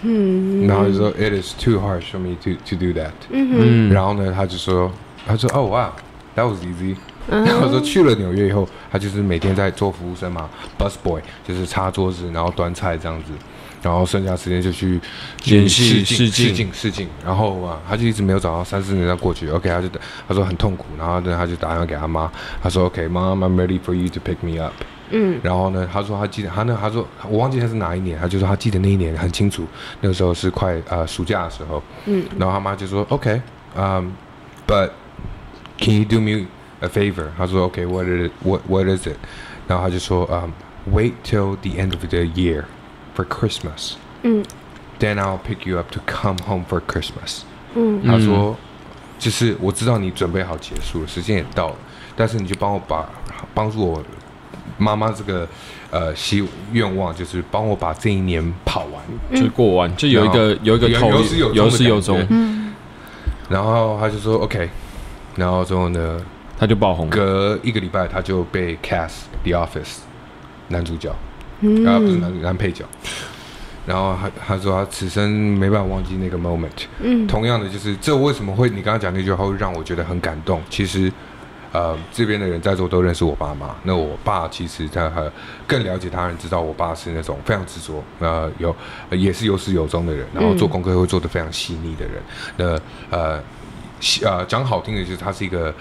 [SPEAKER 1] 嗯，然后就说 it is too hard for me to to do that。嗯然后呢，他就说，他说 oh wow，that was easy。然后说去了纽约以后，他就是每天在做服务生嘛，bus boy，就是擦桌子，然后端菜这样子。然后剩下时间就去
[SPEAKER 2] 演戏
[SPEAKER 1] 试
[SPEAKER 2] 试
[SPEAKER 1] 镜、
[SPEAKER 2] 镜
[SPEAKER 1] 试镜。然后啊，他就一直没有找到三四年要过去。OK，他就他说很痛苦，然后呢，他就打电话给他妈，他说 OK，妈，I'm ready for you to pick me up。
[SPEAKER 4] 嗯，
[SPEAKER 1] 然后呢，他说他记得他那他说我忘记他是哪一年，他就说他记得那一年很清楚，那个时候是快呃暑假的时候，嗯，然后他妈就说 OK，嗯、b u t can you do me a favor？他说 OK，what、is what what is it？然后他就说嗯、w a i t um, till the end of the year for Christmas，
[SPEAKER 4] 嗯
[SPEAKER 1] ，then I'll pick you up to come home for Christmas。
[SPEAKER 4] 嗯
[SPEAKER 1] 他说，就是我知道你准备好结束了，时间也到了，但是你就帮我把帮助我妈妈这个呃希愿望，就是帮我把这一年跑完。
[SPEAKER 4] 嗯
[SPEAKER 2] 就过完，就有一个有一个
[SPEAKER 1] 有
[SPEAKER 2] 头
[SPEAKER 1] 有始有终的
[SPEAKER 2] 有始有
[SPEAKER 1] 感觉
[SPEAKER 2] 终，
[SPEAKER 1] 然后他就说 OK，然后之后呢，
[SPEAKER 2] 他就爆红。
[SPEAKER 1] 隔一个礼拜他就被 cast The Office 男主角，
[SPEAKER 4] 嗯
[SPEAKER 1] 啊不是男男配角。然后他他说他此生没办法忘记那个 moment，
[SPEAKER 4] 嗯
[SPEAKER 1] 同样的，就是这为什么会你刚刚讲那句话会让我觉得很感动？其实，呃，这边的人在座都认识我爸妈，那我爸其实他呃更了解他人，知道我爸是那种非常执着，呃，有呃也是有始有终的
[SPEAKER 4] 嗯
[SPEAKER 1] 人，然后做功课会做得非常细腻的人。那呃，细呃讲好听的就是他是一个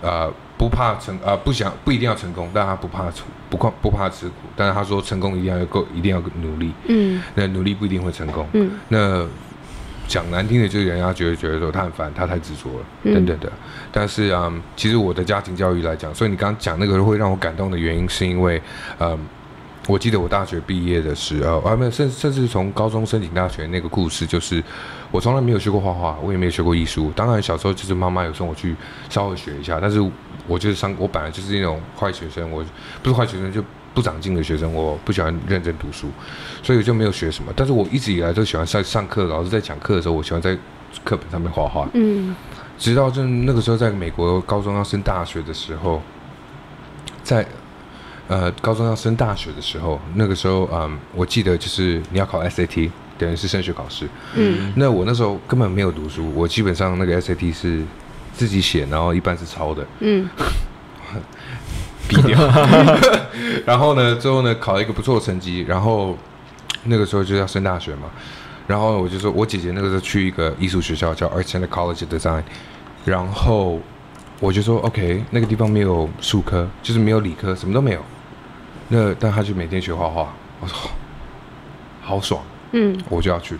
[SPEAKER 1] 呃不怕成呃不想不一定要成功，但他不怕吃不怕不怕吃苦，但是他说成功一定要够一定要努力，
[SPEAKER 4] 嗯
[SPEAKER 1] 那努力不一定会成功。
[SPEAKER 4] 嗯
[SPEAKER 1] 那讲难听的，就是人家觉得觉得说他很烦，他太执着了，
[SPEAKER 4] 嗯
[SPEAKER 1] 等等的。但是啊、嗯其实我的家庭教育来讲，所以你刚刚讲那个会让我感动的原因，是因为嗯。我记得我大学毕业的时候，啊，没有，甚甚至从高中申请大学那个故事，就是我从来没有学过画画，我也没有学过艺术。当然，小时候就是妈妈有送我去稍微学一下，但是我就是上，我本来就是那种坏学生，我不是坏学生就不长进的学生，我不喜欢认真读书，所以我就没有学什么。但是我一直以来都喜欢在上课，老师在讲课的时候，我喜欢在课本上面画画。
[SPEAKER 4] 嗯
[SPEAKER 1] 直到就是那个时候，在美国高中要升大学的时候，在呃高中要升大学的时候，那个时候嗯，我记得就是你要考 SAT，等于是升学考试。
[SPEAKER 4] 嗯
[SPEAKER 1] 那我那时候根本没有读书，我基本上那个 SAT 是自己写，然后一般是抄的，
[SPEAKER 4] 嗯
[SPEAKER 1] 低调。 然后呢，最后呢考了一个不错的成绩，然后那个时候就要升大学嘛，然后我就说我姐姐那个时候去一个艺术学校叫 Arts and College of Design，然后我就说 OK，那个地方没有术科，就是没有理科，什么都没有。那但她就每天学画画，我说好爽，
[SPEAKER 4] 嗯
[SPEAKER 1] 我就要去。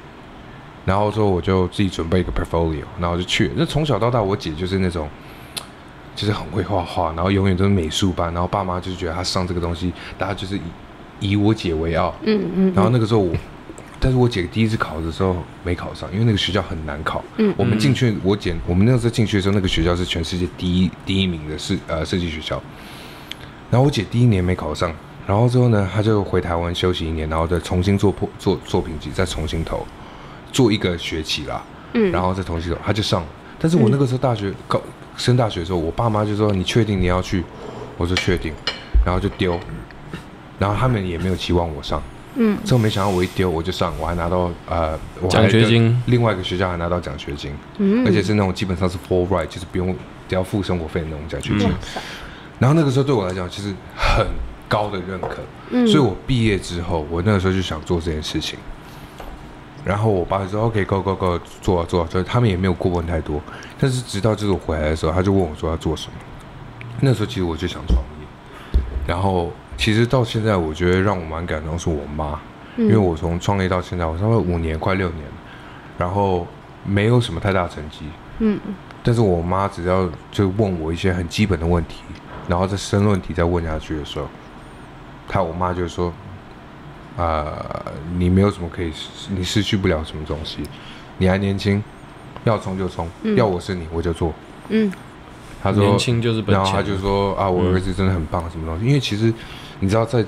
[SPEAKER 1] 然后之后我就自己准备一个 portfolio，然后就去了。那从小到大，我姐就是那种，就是很会画画，然后永远都是美术班，然后爸妈就觉得她上这个东西，大家就是以以我姐为傲。
[SPEAKER 4] 嗯
[SPEAKER 1] 然后那个时候我，但是我姐第一次考的时候没考上，因为那个学校很难考。
[SPEAKER 4] 嗯
[SPEAKER 1] 我们进去，我姐我们那个时候进去的时候，那个学校是全世界第一第一名的设呃设计学校。然后我姐第一年没考上，然后之后呢，她就回台湾休息一年，然后再重新做破做作品集，再重新投，做一个学期啦，
[SPEAKER 4] 嗯
[SPEAKER 1] 然后再重新投，她就上了。但是我那个时候大学高升大学的时候，我爸妈就说：“你确定你要去？”我说：“确定。”然后就丢，然后他们也没有期望我上。
[SPEAKER 4] 嗯
[SPEAKER 1] 之后没想到我一丢我就上，我还拿到呃我还
[SPEAKER 2] 奖学金
[SPEAKER 1] 另外一个学校还拿到奖学金，
[SPEAKER 4] 嗯
[SPEAKER 1] 而且是那种基本上是 full ride，就是不用只要付生活费的那种奖学金。
[SPEAKER 4] 哇塞
[SPEAKER 1] 然后那个时候对我来讲，其实很高的认可。
[SPEAKER 4] 嗯
[SPEAKER 1] 所以我毕业之后，我那个时候就想做这件事情。然后我爸就说 OK go go go 做啊做啊，所以他们也没有过问太多。但是直到就是我回来的时候，他就问我说要做什么。那时候其实我就想创业。然后其实到现在，我觉得让我蛮感动的是我妈，
[SPEAKER 4] 嗯
[SPEAKER 1] 因为我从创业到现在，我差不多五年快六年了，然后没有什么太大的成绩，
[SPEAKER 4] 嗯
[SPEAKER 1] 但是我妈只要就问我一些很基本的问题，然后再深问题再问下去的时候，她我妈就说：“啊、你没有什么可以失，你失去不了什么东西，你还年轻，要冲就冲，要我是你我就做。
[SPEAKER 4] 嗯”
[SPEAKER 1] 她说：“
[SPEAKER 2] 年轻就是本
[SPEAKER 1] 然后他
[SPEAKER 2] 钱，嗯
[SPEAKER 1] 就说啊，我儿子真的很棒，什么东西？因为其实你知道，在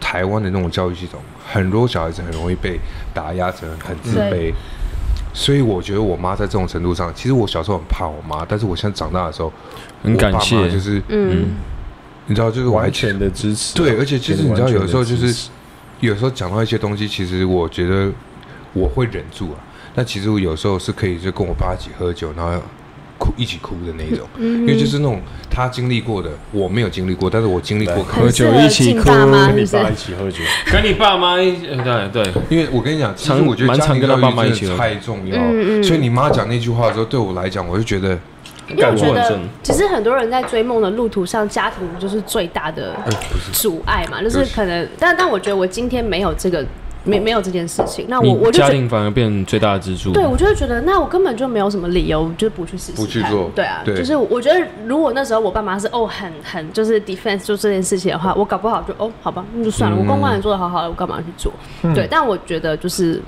[SPEAKER 1] 台湾的那种教育系统，很多小孩子很容易被打压成很自卑
[SPEAKER 4] 对。
[SPEAKER 1] 所以我觉得我妈在这种程度上，其实我小时候很怕我妈，但是我现在长大的时候，
[SPEAKER 2] 很
[SPEAKER 1] 我爸
[SPEAKER 2] 感
[SPEAKER 1] 妈
[SPEAKER 2] 谢
[SPEAKER 1] 就是
[SPEAKER 4] 嗯
[SPEAKER 1] 你知道，就是我还
[SPEAKER 6] 完全的支持。
[SPEAKER 1] 对，而且其实
[SPEAKER 6] 真的
[SPEAKER 1] 你知道，
[SPEAKER 6] 完全
[SPEAKER 1] 有时候就
[SPEAKER 6] 的支
[SPEAKER 1] 是
[SPEAKER 6] 持
[SPEAKER 1] 有时候讲到一些东西，其实我觉得我会忍住啊。那其实我有时候是可以就跟我爸一起喝酒，然后哭一起哭的那一种，
[SPEAKER 4] 嗯
[SPEAKER 1] 因为就是那种他经历过的我没有经历过，但是我经历过
[SPEAKER 3] 对
[SPEAKER 1] 可
[SPEAKER 2] 喝
[SPEAKER 4] 很
[SPEAKER 2] 酒
[SPEAKER 4] 适合
[SPEAKER 2] 一起
[SPEAKER 4] 进
[SPEAKER 2] 哭
[SPEAKER 4] 大妈
[SPEAKER 3] 跟
[SPEAKER 4] 是
[SPEAKER 3] 你
[SPEAKER 4] 不是
[SPEAKER 3] 爸？一起喝酒，
[SPEAKER 2] 跟你爸妈一呃对对，
[SPEAKER 4] 啊
[SPEAKER 1] 因为我跟你讲，其实
[SPEAKER 2] 常
[SPEAKER 1] 我觉得
[SPEAKER 2] 蛮
[SPEAKER 1] 家
[SPEAKER 2] 常
[SPEAKER 1] 庭
[SPEAKER 2] 跟他爸妈
[SPEAKER 1] 教育
[SPEAKER 2] 一
[SPEAKER 1] 真
[SPEAKER 2] 起
[SPEAKER 1] 的
[SPEAKER 2] 的
[SPEAKER 1] 太重要
[SPEAKER 4] 嗯
[SPEAKER 1] 了，
[SPEAKER 4] 嗯
[SPEAKER 1] 所以你妈讲那句话的时候，对我来讲，我就觉得
[SPEAKER 4] 因为我
[SPEAKER 2] 干
[SPEAKER 4] 觉
[SPEAKER 2] 我很
[SPEAKER 4] 得
[SPEAKER 2] 正，
[SPEAKER 4] 其实很多人在追梦的路途上，家庭就是最大的
[SPEAKER 2] 哎
[SPEAKER 4] 阻碍嘛，就是可能，但但我觉得我今天没有这个，没没有这件事情，那我我
[SPEAKER 2] 你
[SPEAKER 4] 就
[SPEAKER 2] 家
[SPEAKER 4] 觉得。
[SPEAKER 2] 庭反而变最大的支柱。
[SPEAKER 4] 对，我就是觉得，那我根本就没有什么理由，就是不去试试
[SPEAKER 1] 嗯
[SPEAKER 4] 看。
[SPEAKER 1] 不去做
[SPEAKER 4] 对啊，
[SPEAKER 1] 对
[SPEAKER 4] 就是我觉得，如果那时候我爸妈是哦，很很就是 defense 做这件事情的话，
[SPEAKER 1] 嗯
[SPEAKER 4] 我搞不好就哦，好吧，那就算了。我公关也做的好好的，我干嘛去做？
[SPEAKER 1] 嗯
[SPEAKER 4] 对，但我觉得就是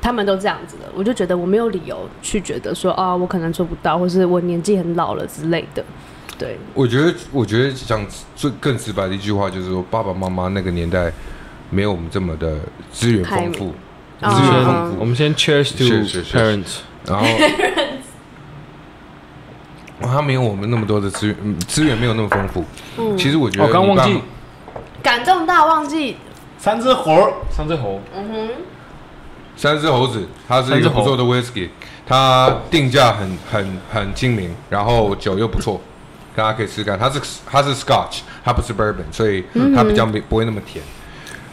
[SPEAKER 4] 他们都这样子的，我就觉得我没有理由去觉得说啊、我可能做不到，或是我年纪很老了之类的。对，
[SPEAKER 1] 我觉得，我觉得讲最更直白的一句话就是说，爸爸妈妈那个年代没有我们这么的资源丰富，
[SPEAKER 4] 开明
[SPEAKER 1] 资源
[SPEAKER 4] 啊
[SPEAKER 1] 丰
[SPEAKER 2] 我
[SPEAKER 1] 富，
[SPEAKER 2] 们先 cheers
[SPEAKER 1] 是
[SPEAKER 2] to
[SPEAKER 1] 是是
[SPEAKER 2] parents。
[SPEAKER 1] 然后。 他没有我们那么多的资源，嗯资源没有那么丰富。
[SPEAKER 4] 嗯
[SPEAKER 1] 其实我觉得
[SPEAKER 2] 我哦刚
[SPEAKER 1] 你
[SPEAKER 2] 忘
[SPEAKER 1] 爸
[SPEAKER 2] 记
[SPEAKER 4] 感动到忘记
[SPEAKER 3] 三只猴儿
[SPEAKER 2] 上次猴，
[SPEAKER 1] 三只猴子，它是一个不错的 whisky，它定价很很很亲民，然后酒又不错，大家可以试试看。它是它是 Scotch，它不是 Bourbon，所以它比较没不会那么甜。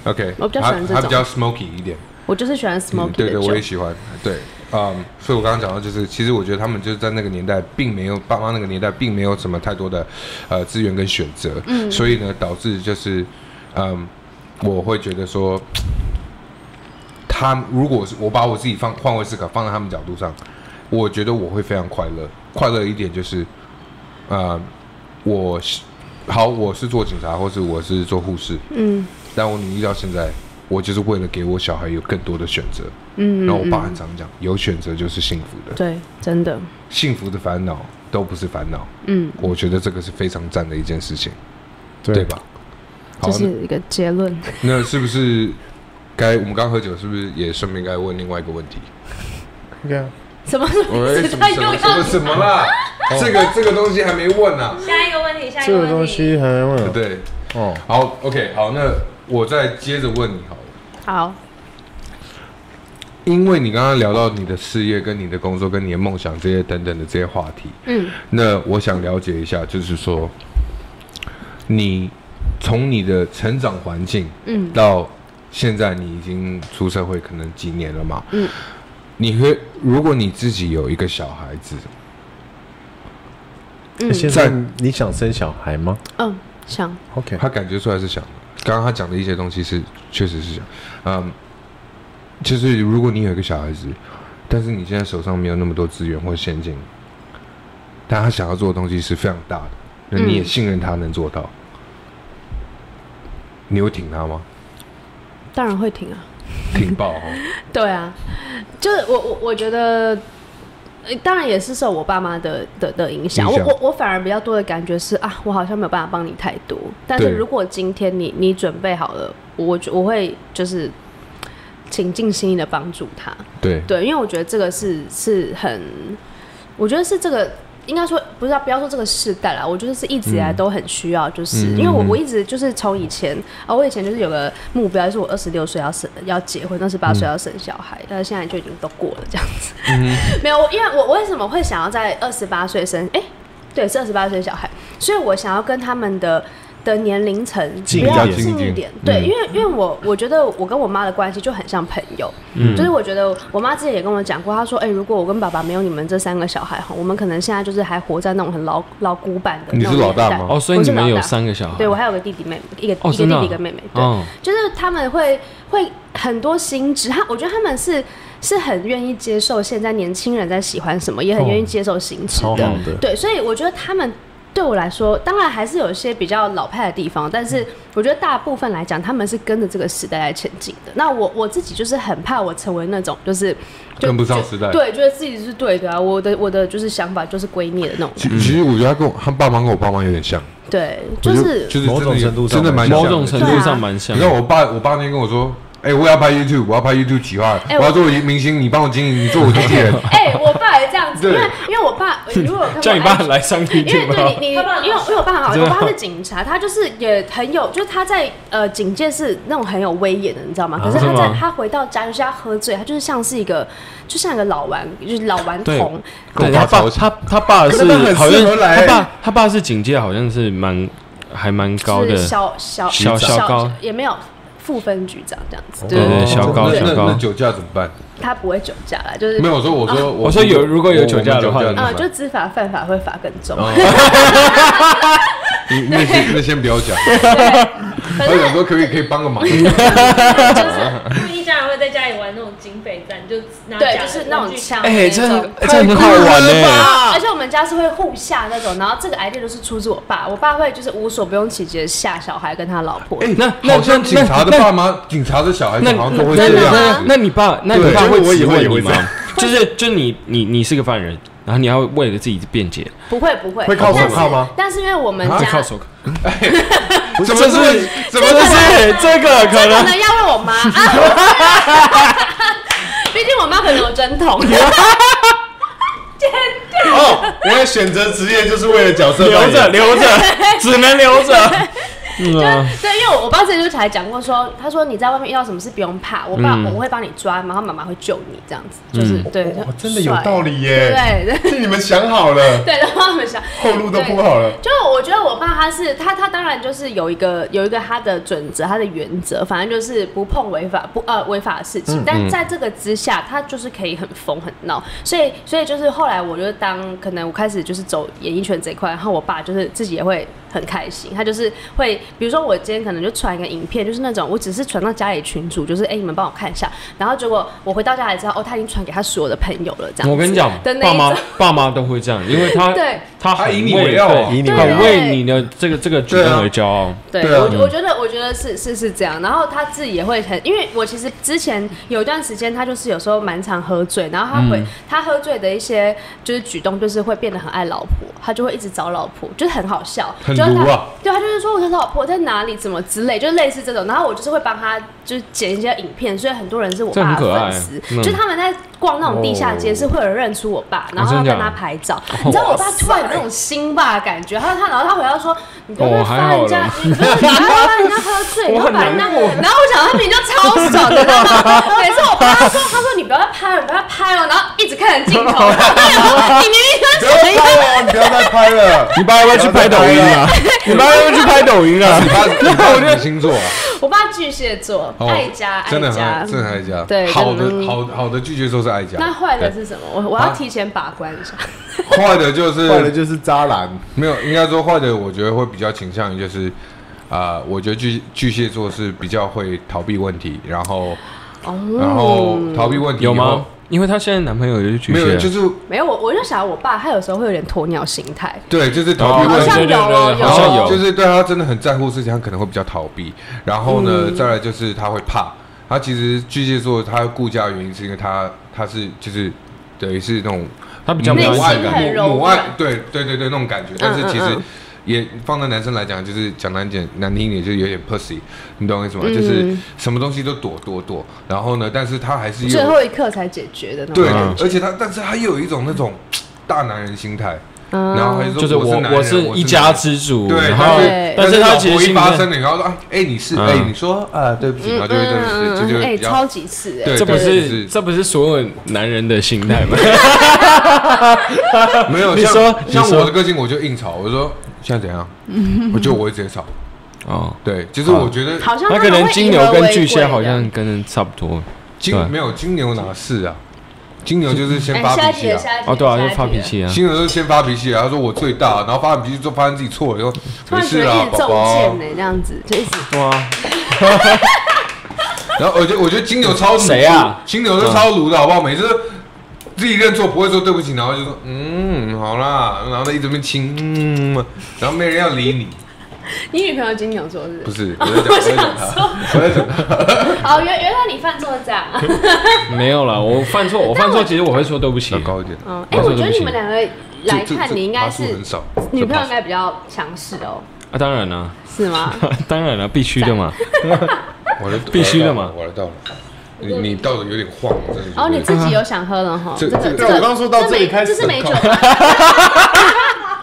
[SPEAKER 1] OK，
[SPEAKER 4] 嗯我比较喜
[SPEAKER 1] 它
[SPEAKER 4] 欢这
[SPEAKER 1] 它比
[SPEAKER 4] 种
[SPEAKER 1] 较 smoky 一点。
[SPEAKER 4] 我就是喜欢
[SPEAKER 1] 嗯
[SPEAKER 4] smoky
[SPEAKER 1] 对
[SPEAKER 4] 的
[SPEAKER 1] 对，
[SPEAKER 4] 酒。
[SPEAKER 1] 我也喜欢。对，嗯，所以我刚刚讲到，就是其实我觉得他们就是在那个年代，并没有爸妈那个年代，并没有什么太多的呃资源跟选择，嗯，所以呢，导致就是，嗯，我会觉得说，他如果是我把我自己放换位思考，放在他们角度上，我觉得我会非常快乐。快乐一点就是，呃，我是好，我是做警察，或是我是做护士，
[SPEAKER 4] 嗯
[SPEAKER 1] 但我努力到现在，我就是为了给我小孩有更多的选择。
[SPEAKER 4] 嗯，
[SPEAKER 1] 然后我爸
[SPEAKER 4] 嗯
[SPEAKER 1] 很常讲，有选择就是幸福的，
[SPEAKER 4] 对，真的，
[SPEAKER 1] 幸福的烦恼都不是烦恼。
[SPEAKER 4] 嗯，
[SPEAKER 1] 我觉得这个是非常赞的一件事情，对吧？好
[SPEAKER 4] 这，是一个结论。
[SPEAKER 1] 那是不是该我们刚喝酒，是不是也顺便该问另外一个问题？
[SPEAKER 3] ，OK 啊，
[SPEAKER 4] 什么？
[SPEAKER 1] 喂，哎什么什么什么什么啦？这个这个东西还没问呢、
[SPEAKER 5] 下一个问题，下一
[SPEAKER 3] 这
[SPEAKER 5] 个
[SPEAKER 3] 个
[SPEAKER 5] 问
[SPEAKER 3] 东
[SPEAKER 5] 题。
[SPEAKER 3] 西还问啊
[SPEAKER 1] 对，
[SPEAKER 3] 哦，
[SPEAKER 1] 好，OK，好，那我再接着问你好了。
[SPEAKER 4] 好，
[SPEAKER 1] 因为你刚刚聊到你的事业、跟你的工作、跟你的梦想这些等等的这些话题，
[SPEAKER 4] 嗯，
[SPEAKER 1] 那我想了解一下，就是说，你从你的成长环境，
[SPEAKER 4] 嗯，
[SPEAKER 1] 到现在你已经出社会可能几年了嘛，嗯，你会如果你自己有一个小孩子，
[SPEAKER 3] 现在你想生小孩吗
[SPEAKER 4] 嗯，想，
[SPEAKER 3] ？OK，
[SPEAKER 1] 他感觉出来是想的，刚刚他讲的一些东西是确实是想，嗯，就是如果你有一个小孩子，但是你现在手上没有那么多资源或现金，但他想要做的东西是非常大的，那你也
[SPEAKER 4] 嗯
[SPEAKER 1] 信任他能做到，你会挺他吗？
[SPEAKER 4] 当然会停啊。
[SPEAKER 1] 挺爆哦，
[SPEAKER 4] 对啊，就是我我我觉得。呃当然也是受我爸妈的的的影响，
[SPEAKER 1] 影
[SPEAKER 4] 我
[SPEAKER 1] 响
[SPEAKER 4] 我我反而比较多的感觉是啊，我好像没有办法帮你太多。但是
[SPEAKER 1] 对
[SPEAKER 4] 如果今天你你准备好了，我我会就是请尽心意的帮助他。
[SPEAKER 1] 对，
[SPEAKER 4] 对，因为我觉得这个是是很，我觉得是这个应该说不是要不要说这个世代啦，我觉得是一直以来都很需要，就是、因为我我一直就是从以前啊、我以前就是有个目标，就是我二十六岁要生要结婚，二十八岁要生小孩，但是现在就已经都过了这样子。 没有，我因为我我为什么会想要在二十八岁生？哎、对，是二十八岁小孩，所以我想要跟他们的。的年龄层比
[SPEAKER 3] 近一
[SPEAKER 4] 较
[SPEAKER 3] 点
[SPEAKER 4] 近
[SPEAKER 1] 近
[SPEAKER 4] 一
[SPEAKER 1] 一
[SPEAKER 4] 点
[SPEAKER 1] 点，
[SPEAKER 4] 对，
[SPEAKER 1] 嗯
[SPEAKER 4] 因为因为我我觉得我跟我妈的关系就很像朋友，
[SPEAKER 1] 嗯
[SPEAKER 4] 就是我觉得我妈之前也跟我讲过，她说，哎、如果我跟爸爸没有你们这三个小孩哈，我们可能现在就是还活在那种很老老古板的那
[SPEAKER 1] 你
[SPEAKER 4] 种
[SPEAKER 1] 是老
[SPEAKER 4] 年代
[SPEAKER 1] 大吗
[SPEAKER 2] 哦，所以
[SPEAKER 4] 我是
[SPEAKER 2] 你们
[SPEAKER 4] 老
[SPEAKER 2] 有
[SPEAKER 4] 大
[SPEAKER 2] 三个小孩，
[SPEAKER 4] 对我还有个弟弟妹妹，一个、
[SPEAKER 2] 哦
[SPEAKER 4] 一个
[SPEAKER 2] 真的
[SPEAKER 4] 弟
[SPEAKER 2] 啊
[SPEAKER 4] 弟一个妹妹，对，
[SPEAKER 2] 嗯
[SPEAKER 4] 就是他们会会很多心智，他我觉得他们是是很愿意接受现在年轻人在喜欢什么，也
[SPEAKER 1] 哦
[SPEAKER 4] 很愿意接受新知
[SPEAKER 3] 超
[SPEAKER 4] 的，
[SPEAKER 3] 好的，
[SPEAKER 4] 对，所以我觉得他们对我来说，当然还是有一些比较老派的地方，但是我觉得大部分来讲，他们是跟着这个时代来前进的。那我我自己就是很怕我成为那种就是 就
[SPEAKER 1] 跟不上时代
[SPEAKER 4] 就对，觉得自己是对的啊，我的我的就是想法就是圭臬的那种
[SPEAKER 1] 其
[SPEAKER 4] 感觉，
[SPEAKER 1] 其实我觉得他跟我他爸妈跟我爸妈有点像，
[SPEAKER 4] 对，
[SPEAKER 1] 我
[SPEAKER 4] 就是
[SPEAKER 1] 就是
[SPEAKER 3] 某种
[SPEAKER 1] 真的有
[SPEAKER 3] 程度上
[SPEAKER 1] 真的蛮
[SPEAKER 2] 某
[SPEAKER 1] 像
[SPEAKER 2] 种
[SPEAKER 1] 的
[SPEAKER 2] 程
[SPEAKER 4] 对
[SPEAKER 2] 度
[SPEAKER 4] 啊
[SPEAKER 2] 上蛮像
[SPEAKER 1] 你知。道我爸，我爸那天跟我说，哎、我要拍 YouTube，我要拍 YouTube 企划，
[SPEAKER 4] 哎
[SPEAKER 1] 我要
[SPEAKER 4] 我
[SPEAKER 1] 做明星，你帮我经营，你做我经纪人。
[SPEAKER 4] 哎、我爸也这样子，因
[SPEAKER 1] 对
[SPEAKER 4] 为因为我爸如果有看过
[SPEAKER 2] 叫你爸
[SPEAKER 4] IG
[SPEAKER 2] 来上
[SPEAKER 4] 因为
[SPEAKER 2] YouTube
[SPEAKER 4] 对
[SPEAKER 2] 吗？
[SPEAKER 4] 你，你因
[SPEAKER 5] 他爸很
[SPEAKER 4] 为因为我爸很好，
[SPEAKER 2] 真
[SPEAKER 4] 我
[SPEAKER 2] 的
[SPEAKER 4] 爸他是警察，他就是也很有，就是他在呃警界是那种很有威严的，你知道吗？可是
[SPEAKER 2] 啊
[SPEAKER 4] 他
[SPEAKER 2] 是
[SPEAKER 4] 在
[SPEAKER 2] 吗
[SPEAKER 4] 他回到家，就是他喝醉，他就是像是一个，就像一个老顽，就是老顽
[SPEAKER 2] 对
[SPEAKER 4] 童，
[SPEAKER 2] 对
[SPEAKER 1] 跟我
[SPEAKER 2] 他
[SPEAKER 1] 爸
[SPEAKER 2] 爸，
[SPEAKER 1] 超
[SPEAKER 2] 他他爸是
[SPEAKER 1] 真的很
[SPEAKER 2] 好
[SPEAKER 1] 适合
[SPEAKER 2] 像
[SPEAKER 1] 来
[SPEAKER 2] 他爸他爸是警戒，好像是蛮还蛮高
[SPEAKER 4] 就
[SPEAKER 2] 的
[SPEAKER 4] 是，小小
[SPEAKER 2] 小小高哦
[SPEAKER 4] 也没有副分局长这样子，
[SPEAKER 2] 对对小高
[SPEAKER 1] 那
[SPEAKER 2] 小高
[SPEAKER 1] 那那酒驾怎么办？
[SPEAKER 4] 他不会酒驾啦，就是
[SPEAKER 1] 没有，我说我说
[SPEAKER 2] 我说有如果有酒驾的话
[SPEAKER 1] 我们酒怎么
[SPEAKER 4] 啊、
[SPEAKER 1] 办
[SPEAKER 4] 就知法犯法会罚更重。
[SPEAKER 2] 哦
[SPEAKER 1] 你那先那先不要讲，我
[SPEAKER 4] 反正
[SPEAKER 1] 想说可以可以帮个忙，
[SPEAKER 5] 他们一家人会在家里玩那种警匪战，就拿
[SPEAKER 4] 对，
[SPEAKER 5] 假的
[SPEAKER 4] 就是那
[SPEAKER 5] 玩
[SPEAKER 4] 种
[SPEAKER 5] 具
[SPEAKER 4] 枪，
[SPEAKER 2] 哎，啊这
[SPEAKER 4] 这种。
[SPEAKER 2] 这很好玩呢。
[SPEAKER 4] 而且我们家是会互下那种，然后这个 idea 都是出自我爸，我爸会就是无所不用其极的吓小孩跟他老婆。
[SPEAKER 1] 哎
[SPEAKER 2] 欸那那
[SPEAKER 1] 好像警察的
[SPEAKER 2] 那
[SPEAKER 1] 爸妈，警察的小孩子
[SPEAKER 2] 那
[SPEAKER 1] 好
[SPEAKER 2] 那
[SPEAKER 1] 像都会
[SPEAKER 2] 那
[SPEAKER 1] 这
[SPEAKER 2] 那
[SPEAKER 1] 样子。
[SPEAKER 2] 那你爸，那你
[SPEAKER 1] 对
[SPEAKER 2] 爸
[SPEAKER 1] 就是
[SPEAKER 2] 会
[SPEAKER 3] 我以
[SPEAKER 2] 质
[SPEAKER 3] 后也
[SPEAKER 2] 问
[SPEAKER 3] 会
[SPEAKER 2] 你
[SPEAKER 3] 这
[SPEAKER 2] 吗
[SPEAKER 3] 样？
[SPEAKER 2] 就是就你你你是个犯人，然后你要为了自己辩解，
[SPEAKER 4] 不会不会，
[SPEAKER 3] 会靠手
[SPEAKER 4] 但是
[SPEAKER 3] 铐吗？
[SPEAKER 4] 但是因为我们
[SPEAKER 1] 啊
[SPEAKER 4] 家
[SPEAKER 2] 靠手铐。
[SPEAKER 1] 怎
[SPEAKER 2] 这
[SPEAKER 1] 么
[SPEAKER 2] 是
[SPEAKER 1] 是怎么
[SPEAKER 2] 这
[SPEAKER 1] 是？
[SPEAKER 2] 是这个可
[SPEAKER 4] 可
[SPEAKER 2] 能
[SPEAKER 4] 能要问我 妈 啊，毕竟我妈可能有针筒。
[SPEAKER 3] 哦，原来选择职业就是为了角色
[SPEAKER 2] 留
[SPEAKER 3] 扮
[SPEAKER 2] 着
[SPEAKER 3] 演。
[SPEAKER 2] 留着，只能留着。嗯啊，
[SPEAKER 4] 对，因为我爸之前就才讲过说，他说你在外面遇到什么事不用怕，我爸、
[SPEAKER 2] 嗯
[SPEAKER 4] 我会帮你抓，然后妈妈会救你，这样子就是、对，
[SPEAKER 3] 哇
[SPEAKER 4] 就
[SPEAKER 3] 嗯哦真的有
[SPEAKER 4] 帅
[SPEAKER 3] 道理耶
[SPEAKER 4] 对对
[SPEAKER 3] 是你们想好了，
[SPEAKER 4] 对，然后他们想
[SPEAKER 3] 后路都铺好了。
[SPEAKER 4] 就我觉得我爸他是他他当然就是有一个有一个他的准则他的原则，反正就是不碰违法不呃违法的事
[SPEAKER 2] 嗯
[SPEAKER 4] 情。但在这个之下，他就是可以很疯很闹，所以所以就是后来我就当可能我开始就是走演艺圈这一块，然后我爸就是自己也会很开心，他就是会比如说我今天可能就传一个影片，就是那种我只是传到家里群主，就是哎、你们帮我看一下，然后结果我回到家里之后，哦他已经传给他所有的朋友了，这样子
[SPEAKER 2] 我跟你讲
[SPEAKER 4] 的，那
[SPEAKER 2] 爸
[SPEAKER 4] 一
[SPEAKER 2] 妈
[SPEAKER 4] 种
[SPEAKER 2] 爸妈都会这样，因为他
[SPEAKER 4] 对
[SPEAKER 2] 他
[SPEAKER 1] 他
[SPEAKER 2] 很
[SPEAKER 1] 以你为傲啊
[SPEAKER 2] 对
[SPEAKER 3] 以你
[SPEAKER 4] 为傲
[SPEAKER 2] 很为你的这个这个举
[SPEAKER 1] 对啊
[SPEAKER 2] 动而骄傲。
[SPEAKER 4] 对，
[SPEAKER 1] 对啊
[SPEAKER 4] 我我觉得我觉得是是是这样，然后他自己也会很，因为我其实之前有一段时间，他就是有时候蛮常喝醉，然后他
[SPEAKER 2] 嗯
[SPEAKER 4] 会、他喝醉的一些就是举动，就是会变得很爱老婆，他就会一直找老婆，就是很好笑，
[SPEAKER 1] 很
[SPEAKER 4] 就是
[SPEAKER 1] 毒
[SPEAKER 4] 他
[SPEAKER 1] 啊
[SPEAKER 4] 对他就是说我的老婆在哪里，怎么之类，就是类似这种，然后我就是会帮他就是剪一些影片，所以很多人是我
[SPEAKER 2] 这很
[SPEAKER 4] 爸
[SPEAKER 2] 可
[SPEAKER 4] 的
[SPEAKER 2] 爱
[SPEAKER 4] 粉丝，
[SPEAKER 2] 嗯
[SPEAKER 4] 就是他们在逛那种地下街
[SPEAKER 1] 哦
[SPEAKER 4] 是会有人认出我爸，然后要
[SPEAKER 2] 啊真的
[SPEAKER 4] 跟
[SPEAKER 2] 假的哦
[SPEAKER 4] 他拍照，你知道我爸突然有那种辛辣的感觉，他他然后他回到说你不要
[SPEAKER 2] 哦还好
[SPEAKER 4] 发人家
[SPEAKER 2] 啦。
[SPEAKER 4] 你不是你还要让人家喝醉，你
[SPEAKER 2] 我
[SPEAKER 4] 要
[SPEAKER 2] 很
[SPEAKER 4] 把人家，
[SPEAKER 2] 难过
[SPEAKER 4] 然后我想他明明就超爽的，你知道吗？每次我爸说，他说你不要再拍了，你不要再拍了，然后一直看着 镜头，我想说你明明
[SPEAKER 1] 不
[SPEAKER 4] 就
[SPEAKER 1] 要拍了，你不要再拍了。
[SPEAKER 2] 你爸要不要去拍抖音啊？你爸要不要去拍抖音啊
[SPEAKER 1] 你？爸你爸什么星座啊？
[SPEAKER 4] 我爸巨蟹座，
[SPEAKER 1] 哦
[SPEAKER 4] 爱家爱
[SPEAKER 1] 真的很
[SPEAKER 4] 家
[SPEAKER 1] 爱，真的很爱家。
[SPEAKER 4] 嗯对
[SPEAKER 1] 好
[SPEAKER 4] 真
[SPEAKER 1] 的
[SPEAKER 4] 的
[SPEAKER 1] 好好的拒绝说是爱家，
[SPEAKER 4] 那坏的是什么？我我
[SPEAKER 1] 啊
[SPEAKER 4] 要提前把关一下。
[SPEAKER 1] 坏的就是
[SPEAKER 3] 坏的就是渣男，
[SPEAKER 1] 没有，应该说坏的，我觉得会比较倾向于就是，啊、我觉得巨巨蟹座是比较会逃避问题，然后
[SPEAKER 4] 哦
[SPEAKER 1] 然后逃避问题以
[SPEAKER 2] 有
[SPEAKER 1] 后
[SPEAKER 2] 吗？？因为她现在男朋友就是巨
[SPEAKER 1] 没有，就
[SPEAKER 2] 蟹，
[SPEAKER 1] 是
[SPEAKER 4] 没有我，我就想我爸他有时候会有点鸵鸟心态，
[SPEAKER 1] 对，就是逃避
[SPEAKER 4] 好
[SPEAKER 1] 问题。
[SPEAKER 4] 像
[SPEAKER 2] 对对对
[SPEAKER 4] 有哦
[SPEAKER 2] 对
[SPEAKER 4] 有
[SPEAKER 1] 然
[SPEAKER 2] 好像
[SPEAKER 1] 后
[SPEAKER 2] 有，
[SPEAKER 1] 就是对他真的很在乎的事情，他可能会比较逃避。然后呢，
[SPEAKER 4] 嗯
[SPEAKER 1] 再来就是他会怕。他其实巨蟹座他顾家的原因是因为他他是就是等于是那种
[SPEAKER 2] 她比较没
[SPEAKER 4] 内
[SPEAKER 2] 有
[SPEAKER 1] 母
[SPEAKER 4] 心
[SPEAKER 1] 爱
[SPEAKER 2] 安全
[SPEAKER 4] 很
[SPEAKER 2] 感。
[SPEAKER 1] 感，
[SPEAKER 4] 柔
[SPEAKER 1] 母爱
[SPEAKER 4] 软，
[SPEAKER 1] 对对对对，那种感觉。但是其
[SPEAKER 4] 嗯
[SPEAKER 1] 实
[SPEAKER 4] 嗯
[SPEAKER 1] 也放在男生来讲，就是讲难点难听一点，就是有点 pussy，你懂我意思吗？就是
[SPEAKER 4] 嗯
[SPEAKER 1] 什么东西都躲躲躲，然后呢，但是他还是
[SPEAKER 4] 最
[SPEAKER 1] 有
[SPEAKER 4] 后一刻才解决的那种
[SPEAKER 1] 对
[SPEAKER 4] 感
[SPEAKER 2] 嗯
[SPEAKER 4] 觉。，
[SPEAKER 1] 而且他但是他又有一种那种大男人心态，
[SPEAKER 4] 嗯
[SPEAKER 1] 然后还说
[SPEAKER 2] 就是
[SPEAKER 1] 我
[SPEAKER 2] 我
[SPEAKER 1] 男人
[SPEAKER 2] 我
[SPEAKER 1] 是
[SPEAKER 2] 是
[SPEAKER 1] 男人
[SPEAKER 2] 一家之主，
[SPEAKER 1] 对，
[SPEAKER 2] 然
[SPEAKER 1] 但
[SPEAKER 2] 后
[SPEAKER 1] 是
[SPEAKER 4] 对
[SPEAKER 2] 但是
[SPEAKER 1] 他
[SPEAKER 2] 他其实
[SPEAKER 1] 一
[SPEAKER 2] 心里
[SPEAKER 1] 发
[SPEAKER 2] 面
[SPEAKER 1] 生了，然后说啊哎你是
[SPEAKER 2] 嗯
[SPEAKER 1] 哎你说啊对不
[SPEAKER 4] 嗯
[SPEAKER 1] 起，然后就会这这就会
[SPEAKER 4] 哎，
[SPEAKER 1] 比较
[SPEAKER 4] 超级是哎，
[SPEAKER 1] 对
[SPEAKER 2] 这不
[SPEAKER 1] 对
[SPEAKER 2] 是这不是所有男人的心态 吗？
[SPEAKER 1] 没有
[SPEAKER 2] 你
[SPEAKER 1] 像
[SPEAKER 2] 说
[SPEAKER 1] 像
[SPEAKER 2] 你说
[SPEAKER 1] 我的个性，我就硬吵，我就说现在怎样，我觉得我会直接吵，
[SPEAKER 2] 哦，
[SPEAKER 1] 对，就是我觉得
[SPEAKER 4] 好像
[SPEAKER 2] 那
[SPEAKER 4] 他
[SPEAKER 2] 可
[SPEAKER 4] 们
[SPEAKER 2] 能
[SPEAKER 4] 会
[SPEAKER 2] 金
[SPEAKER 4] 以
[SPEAKER 2] 牛
[SPEAKER 4] 和
[SPEAKER 2] 跟
[SPEAKER 4] 为
[SPEAKER 2] 巨蟹
[SPEAKER 4] 贵
[SPEAKER 2] 好
[SPEAKER 4] 这样
[SPEAKER 2] 像跟差不多。对
[SPEAKER 1] 金没有金牛哪是啊？金牛就是先
[SPEAKER 4] 哎，
[SPEAKER 1] 发
[SPEAKER 4] 下一
[SPEAKER 1] 脾
[SPEAKER 4] 题
[SPEAKER 1] 气
[SPEAKER 4] 了，
[SPEAKER 1] 啊，
[SPEAKER 4] 下一题
[SPEAKER 2] 哦，
[SPEAKER 4] 了，
[SPEAKER 2] 对啊，
[SPEAKER 4] 下
[SPEAKER 2] 就
[SPEAKER 4] 一题
[SPEAKER 2] 发脾
[SPEAKER 4] 了。
[SPEAKER 2] 气啊。
[SPEAKER 1] 金牛就是先发脾气啊，他说我最大，然后发完脾气之后发现自己错了，又
[SPEAKER 4] 突
[SPEAKER 1] 没
[SPEAKER 4] 然觉
[SPEAKER 1] 事
[SPEAKER 4] 得
[SPEAKER 1] 啦
[SPEAKER 4] 一，直
[SPEAKER 1] 宝
[SPEAKER 4] 中
[SPEAKER 1] 宝
[SPEAKER 4] 箭。呢，这样子就一直
[SPEAKER 2] 对啊，
[SPEAKER 1] 然后我觉得我觉得金牛超毒
[SPEAKER 2] 谁啊
[SPEAKER 1] 金牛是超毒的好不好？每次都自己认错不会说对不起，然后就说嗯好啦，然后他一直被亲，嗯，然后没人要理你，
[SPEAKER 4] 你女朋友金牛座是
[SPEAKER 1] 不
[SPEAKER 4] 不是？
[SPEAKER 1] 是我在讲我在讲 他，我在讲他，
[SPEAKER 4] 哦，原原来你犯错这样啊。
[SPEAKER 2] 没有啦，我犯错，我犯错，其实我会说对不起
[SPEAKER 1] 要。高一点。
[SPEAKER 4] 嗯，哎，
[SPEAKER 2] 我说
[SPEAKER 4] 我
[SPEAKER 2] 对
[SPEAKER 4] 觉得
[SPEAKER 2] 不起
[SPEAKER 4] 你们两个来
[SPEAKER 1] 这
[SPEAKER 4] 看，
[SPEAKER 1] 这
[SPEAKER 4] 你应该
[SPEAKER 1] 爬树
[SPEAKER 4] 是
[SPEAKER 1] 很 少，
[SPEAKER 4] 女朋友
[SPEAKER 1] 这爬
[SPEAKER 4] 应该比较强势哦，
[SPEAKER 2] 啊，当然啦，
[SPEAKER 4] 是吗？
[SPEAKER 2] 当然啦，必须的嘛。
[SPEAKER 1] 树我的
[SPEAKER 2] 必须的嘛
[SPEAKER 1] 我的到了，我的到了你你到的有点晃，我真的觉得
[SPEAKER 4] 哦，你自己有想喝了哈？
[SPEAKER 1] 这
[SPEAKER 4] 这个
[SPEAKER 1] 这
[SPEAKER 4] 这
[SPEAKER 3] 对我
[SPEAKER 4] 个
[SPEAKER 3] 刚刚说到这里
[SPEAKER 4] 美
[SPEAKER 3] 开始
[SPEAKER 4] 这是美酒吧，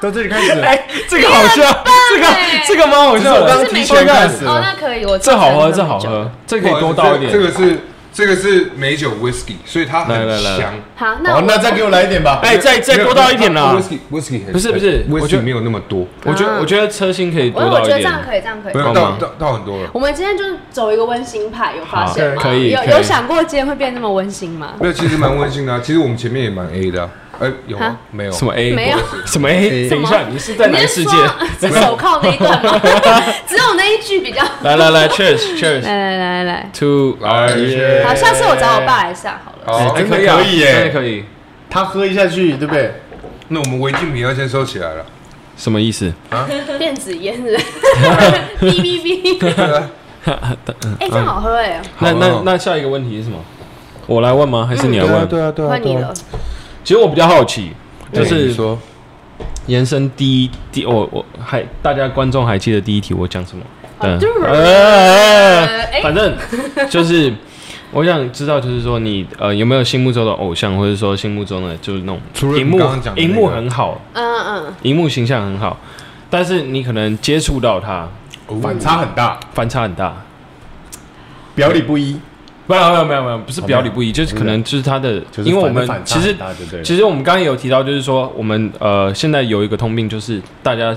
[SPEAKER 3] 到这里开始，
[SPEAKER 2] 哎、这个好笑，这个
[SPEAKER 5] 哎
[SPEAKER 2] 这个蛮好笑
[SPEAKER 3] 我刚
[SPEAKER 2] 的，
[SPEAKER 3] 刚
[SPEAKER 4] 是美
[SPEAKER 3] 提
[SPEAKER 4] 酒
[SPEAKER 3] 前
[SPEAKER 4] 吧
[SPEAKER 3] 开始
[SPEAKER 4] 哦，
[SPEAKER 3] 了，
[SPEAKER 4] 那可以，我
[SPEAKER 2] 这好喝，
[SPEAKER 4] 真的
[SPEAKER 2] 这
[SPEAKER 4] 很
[SPEAKER 2] 好
[SPEAKER 4] 喝美
[SPEAKER 2] 喝
[SPEAKER 4] 酒。，
[SPEAKER 2] 这
[SPEAKER 1] 不
[SPEAKER 2] 可
[SPEAKER 1] 好
[SPEAKER 2] 以
[SPEAKER 1] 意思
[SPEAKER 2] 多倒一点。
[SPEAKER 1] 这个这个是这个是美酒 whisky，所以它
[SPEAKER 2] 来来
[SPEAKER 1] 很
[SPEAKER 2] 来
[SPEAKER 1] 香。
[SPEAKER 4] 好，那
[SPEAKER 3] 好，
[SPEAKER 4] 我
[SPEAKER 3] 那再给我来一点吧。
[SPEAKER 2] 哎、再再多倒一点啦。
[SPEAKER 1] whisky whisky 哎
[SPEAKER 2] 不是不是我
[SPEAKER 1] whisky
[SPEAKER 2] 觉得
[SPEAKER 1] 没有那么多，
[SPEAKER 2] 我觉得我觉得车薪可以
[SPEAKER 4] 我
[SPEAKER 2] 多
[SPEAKER 4] 我
[SPEAKER 2] 倒
[SPEAKER 4] 觉
[SPEAKER 2] 一
[SPEAKER 4] 得这
[SPEAKER 2] 点。
[SPEAKER 4] 样可以，这样可以
[SPEAKER 1] 没。有
[SPEAKER 2] 好
[SPEAKER 1] 到
[SPEAKER 2] 吗
[SPEAKER 1] 到到很多了。
[SPEAKER 4] 我们今天就是走一个温馨派，有发现吗？
[SPEAKER 2] 好可以
[SPEAKER 4] 有
[SPEAKER 2] 可以
[SPEAKER 4] 有想过今天会变那么温馨吗？
[SPEAKER 1] 没有，其实蛮温馨的、啊。其实我们前面也蛮 A 的、啊，哎、有吗
[SPEAKER 4] 啊？
[SPEAKER 1] 没有
[SPEAKER 2] 什么 A？
[SPEAKER 4] 没有
[SPEAKER 2] 什么 A？
[SPEAKER 4] 什
[SPEAKER 2] 等一
[SPEAKER 4] 么
[SPEAKER 2] 下，你是在哪个世界？
[SPEAKER 4] 你 是说手铐那一段 吗？只有那一句比较。
[SPEAKER 2] 来来来，Cheers Cheers
[SPEAKER 4] 来来来来
[SPEAKER 2] to
[SPEAKER 1] 来
[SPEAKER 2] 哎
[SPEAKER 4] 来，好，下次我找我爸来下好了。
[SPEAKER 1] 好、
[SPEAKER 3] 哎
[SPEAKER 2] 可以啊，
[SPEAKER 3] 可以耶
[SPEAKER 2] 真的可以。
[SPEAKER 3] 他喝一下去，对不对？
[SPEAKER 1] 那我们违禁品要先收起来 了。
[SPEAKER 2] 什么意思？
[SPEAKER 4] 电子烟是不是？ 哔哔
[SPEAKER 2] 啊
[SPEAKER 4] 哔。哎，这样好喝哎，
[SPEAKER 2] 那
[SPEAKER 1] 好
[SPEAKER 2] 那
[SPEAKER 1] 好
[SPEAKER 2] 那下一个问题是什么？我来问吗？还是你来问？
[SPEAKER 1] 啊对
[SPEAKER 4] 换你了。
[SPEAKER 2] 其实我比较好奇，就
[SPEAKER 1] 哎你
[SPEAKER 2] 是嗯
[SPEAKER 1] 说
[SPEAKER 2] 延伸第一第我我还大家观众还记得第一题我讲什么？
[SPEAKER 4] 啊对
[SPEAKER 2] 呃
[SPEAKER 4] 哎
[SPEAKER 2] 反正就是我想知道，就是说你呃有没有心目中的偶像，或者说心目中的就是那种
[SPEAKER 1] 除了
[SPEAKER 2] 荧
[SPEAKER 1] 你
[SPEAKER 2] 幕
[SPEAKER 1] 刚刚讲的那
[SPEAKER 2] 荧
[SPEAKER 1] 个
[SPEAKER 2] 幕很好，
[SPEAKER 4] 嗯嗯，
[SPEAKER 2] 荧幕形象很好，但是你可能接触到他
[SPEAKER 3] 反差很大，
[SPEAKER 2] 反差很大。
[SPEAKER 3] 表里不一，
[SPEAKER 2] 没有没有没哦有没有，不是表里不一，就是可能就是他的，
[SPEAKER 3] 就是
[SPEAKER 2] 因为我们
[SPEAKER 3] 反差
[SPEAKER 2] 其实
[SPEAKER 3] 很大，对不对？
[SPEAKER 2] 其实我们刚刚也有提到，就是说我们呃现在有一个通病，就是大家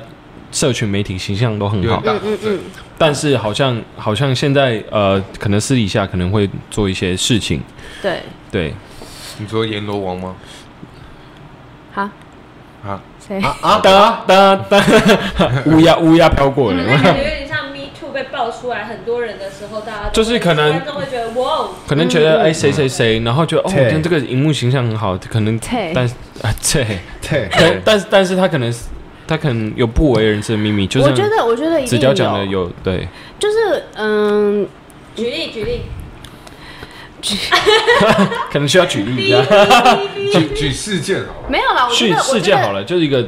[SPEAKER 2] 社群媒体形象都很
[SPEAKER 1] 有
[SPEAKER 2] 好
[SPEAKER 1] 点，大，
[SPEAKER 4] 嗯嗯
[SPEAKER 2] 但是好像好像现在呃可能私底下可能会做一些事情，
[SPEAKER 4] 对，
[SPEAKER 2] 对，
[SPEAKER 1] 你说阎罗王吗？
[SPEAKER 4] 好。
[SPEAKER 1] 啊，
[SPEAKER 4] 谁？
[SPEAKER 2] 啊哒哒哒， 嗯乌鸦乌鸦飘过
[SPEAKER 5] 那
[SPEAKER 2] 了，
[SPEAKER 5] 感觉有点像 Me Too 被爆出来很多人的时候，大家都
[SPEAKER 2] 就是可能
[SPEAKER 5] 观众会觉得哇哦，
[SPEAKER 2] 可能觉得哎谁谁谁，然后觉得哦
[SPEAKER 3] 对
[SPEAKER 2] 今天这个荧幕形象很好，可能
[SPEAKER 4] 对
[SPEAKER 2] 但是啊对，
[SPEAKER 3] 对，
[SPEAKER 2] 但但是但是他可能他可能有不为人知的秘密，就
[SPEAKER 4] 我觉
[SPEAKER 2] 是
[SPEAKER 4] 得，我觉得一
[SPEAKER 2] 子
[SPEAKER 4] 定
[SPEAKER 2] 娇讲的，有对，
[SPEAKER 4] 就是嗯，
[SPEAKER 5] 举例举例，
[SPEAKER 2] 可能需要举例一下。
[SPEAKER 4] 嗯
[SPEAKER 1] 举举事件好了。
[SPEAKER 4] 没有啦，我觉
[SPEAKER 2] 事
[SPEAKER 4] 得
[SPEAKER 2] 事件好。了，就是一个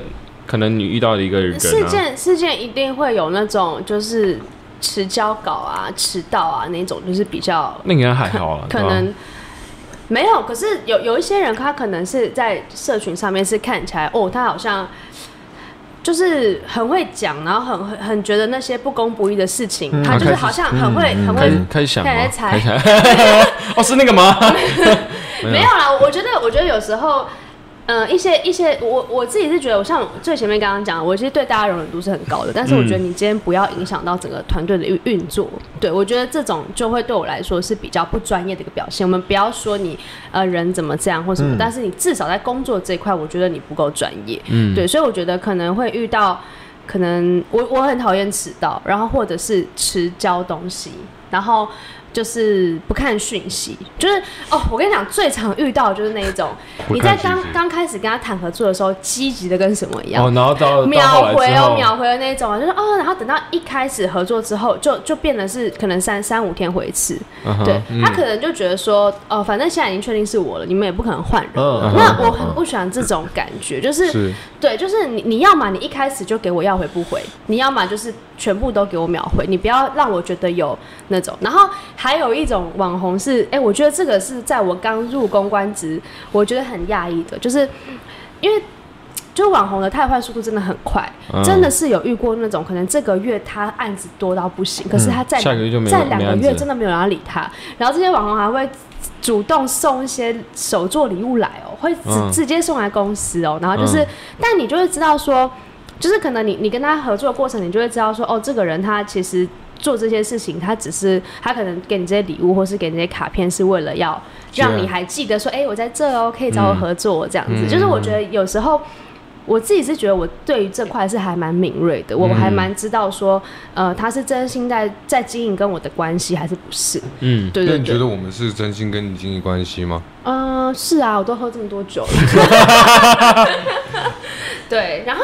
[SPEAKER 2] 可能你遇到的一个人、
[SPEAKER 4] 我
[SPEAKER 2] 啊，
[SPEAKER 4] 觉得事件事件一定会有那种就是迟交稿啊、迟到啊那种，就是比较
[SPEAKER 2] 那应该还好啊，
[SPEAKER 4] 可
[SPEAKER 2] 对吧
[SPEAKER 4] 能没有，可是有有一些人，他可能是在社群上面是看起来哦，他好像就是很会讲，然后很很很觉得那些不公不义的事情，他就是好像很会、很
[SPEAKER 2] 开嗯
[SPEAKER 4] 会
[SPEAKER 2] 始开始想吗
[SPEAKER 4] 嗯开始在
[SPEAKER 2] 开
[SPEAKER 4] 猜
[SPEAKER 2] 始想哦，是那个 吗？
[SPEAKER 4] 没有啦，我觉得，我觉得有时候，
[SPEAKER 1] 嗯
[SPEAKER 4] 呃，一些一些，我我自己是觉得，我像最前面刚刚讲的，我其实对大家容忍度是很高的，但是我觉得你今天不要影响到整个团队的运运作。对我觉得这种就会对我来说是比较不专业的一个表现。我们不要说你呃人怎么这样或什么，但是你至少在工作这一块，我觉得你不够专业。嗯，对，所以我觉得可能会遇到。可能我我很讨厌迟到，然后或者是迟交东西，然后就是不看讯息，就是哦，我跟你讲，最常遇到的就是那一种，
[SPEAKER 1] 不
[SPEAKER 4] 你在
[SPEAKER 1] 看讯息
[SPEAKER 4] 刚刚开始跟他谈合作的时候，积极的跟什么一样。
[SPEAKER 2] 哦，然后到到后
[SPEAKER 4] 秒
[SPEAKER 2] 来
[SPEAKER 4] 回
[SPEAKER 2] 之
[SPEAKER 4] 哦，
[SPEAKER 2] 后，
[SPEAKER 4] 秒回的那一种啊，就是哦，然后等到一开始合作之后，就就变得是可能三三五天回一次，
[SPEAKER 2] 嗯哼
[SPEAKER 4] 对他可能就觉得说，哦，反正现在已经确定是我了，你们也不可能换人。
[SPEAKER 3] 嗯
[SPEAKER 4] 那我很不喜欢这种感觉，就是
[SPEAKER 1] 是
[SPEAKER 4] 对，就是你你要嘛，你一开始就给我要回不回，你要嘛就是全部都给我秒回，你不要让我觉得有那种。然后还有一种网红是，哎、我觉得这个是在我刚入公关职，我觉得很讶异的，就是因为。就网红的汰换速度真的很快，
[SPEAKER 2] 嗯
[SPEAKER 4] 真的是有遇过那种可能这个月他案子多到不行，可是他在
[SPEAKER 2] 嗯下个月就没有
[SPEAKER 4] 在两
[SPEAKER 2] 没
[SPEAKER 4] 个
[SPEAKER 2] 案子
[SPEAKER 4] 月
[SPEAKER 2] 了
[SPEAKER 4] 真的没有人要理他，然后这些网红还会主动送一些手作礼物来哦，会直、
[SPEAKER 2] 嗯
[SPEAKER 4] 直接送来公司哦，然后就是，
[SPEAKER 2] 嗯
[SPEAKER 4] 但你就会知道说，就是可能你你跟他合作的过程，你就会知道说，哦，这个人他其实做这些事情，他只是他可能给你这些礼物，或是给你这些卡片，是为了要让你还记得说，哎、我在这哦，可以找我合作哦、这样子。就是我觉得有时候。我自己是觉得我对于这块是还蛮敏锐的，我还蛮知道说，呃，他是真心在在经营跟我的关系还是不是？
[SPEAKER 2] 嗯，
[SPEAKER 4] 对
[SPEAKER 1] 那
[SPEAKER 4] 对
[SPEAKER 1] 你觉
[SPEAKER 4] 对
[SPEAKER 1] 得，我们是真心跟你经营关系吗？
[SPEAKER 4] 嗯、是啊，我都喝这么多酒了。对，然后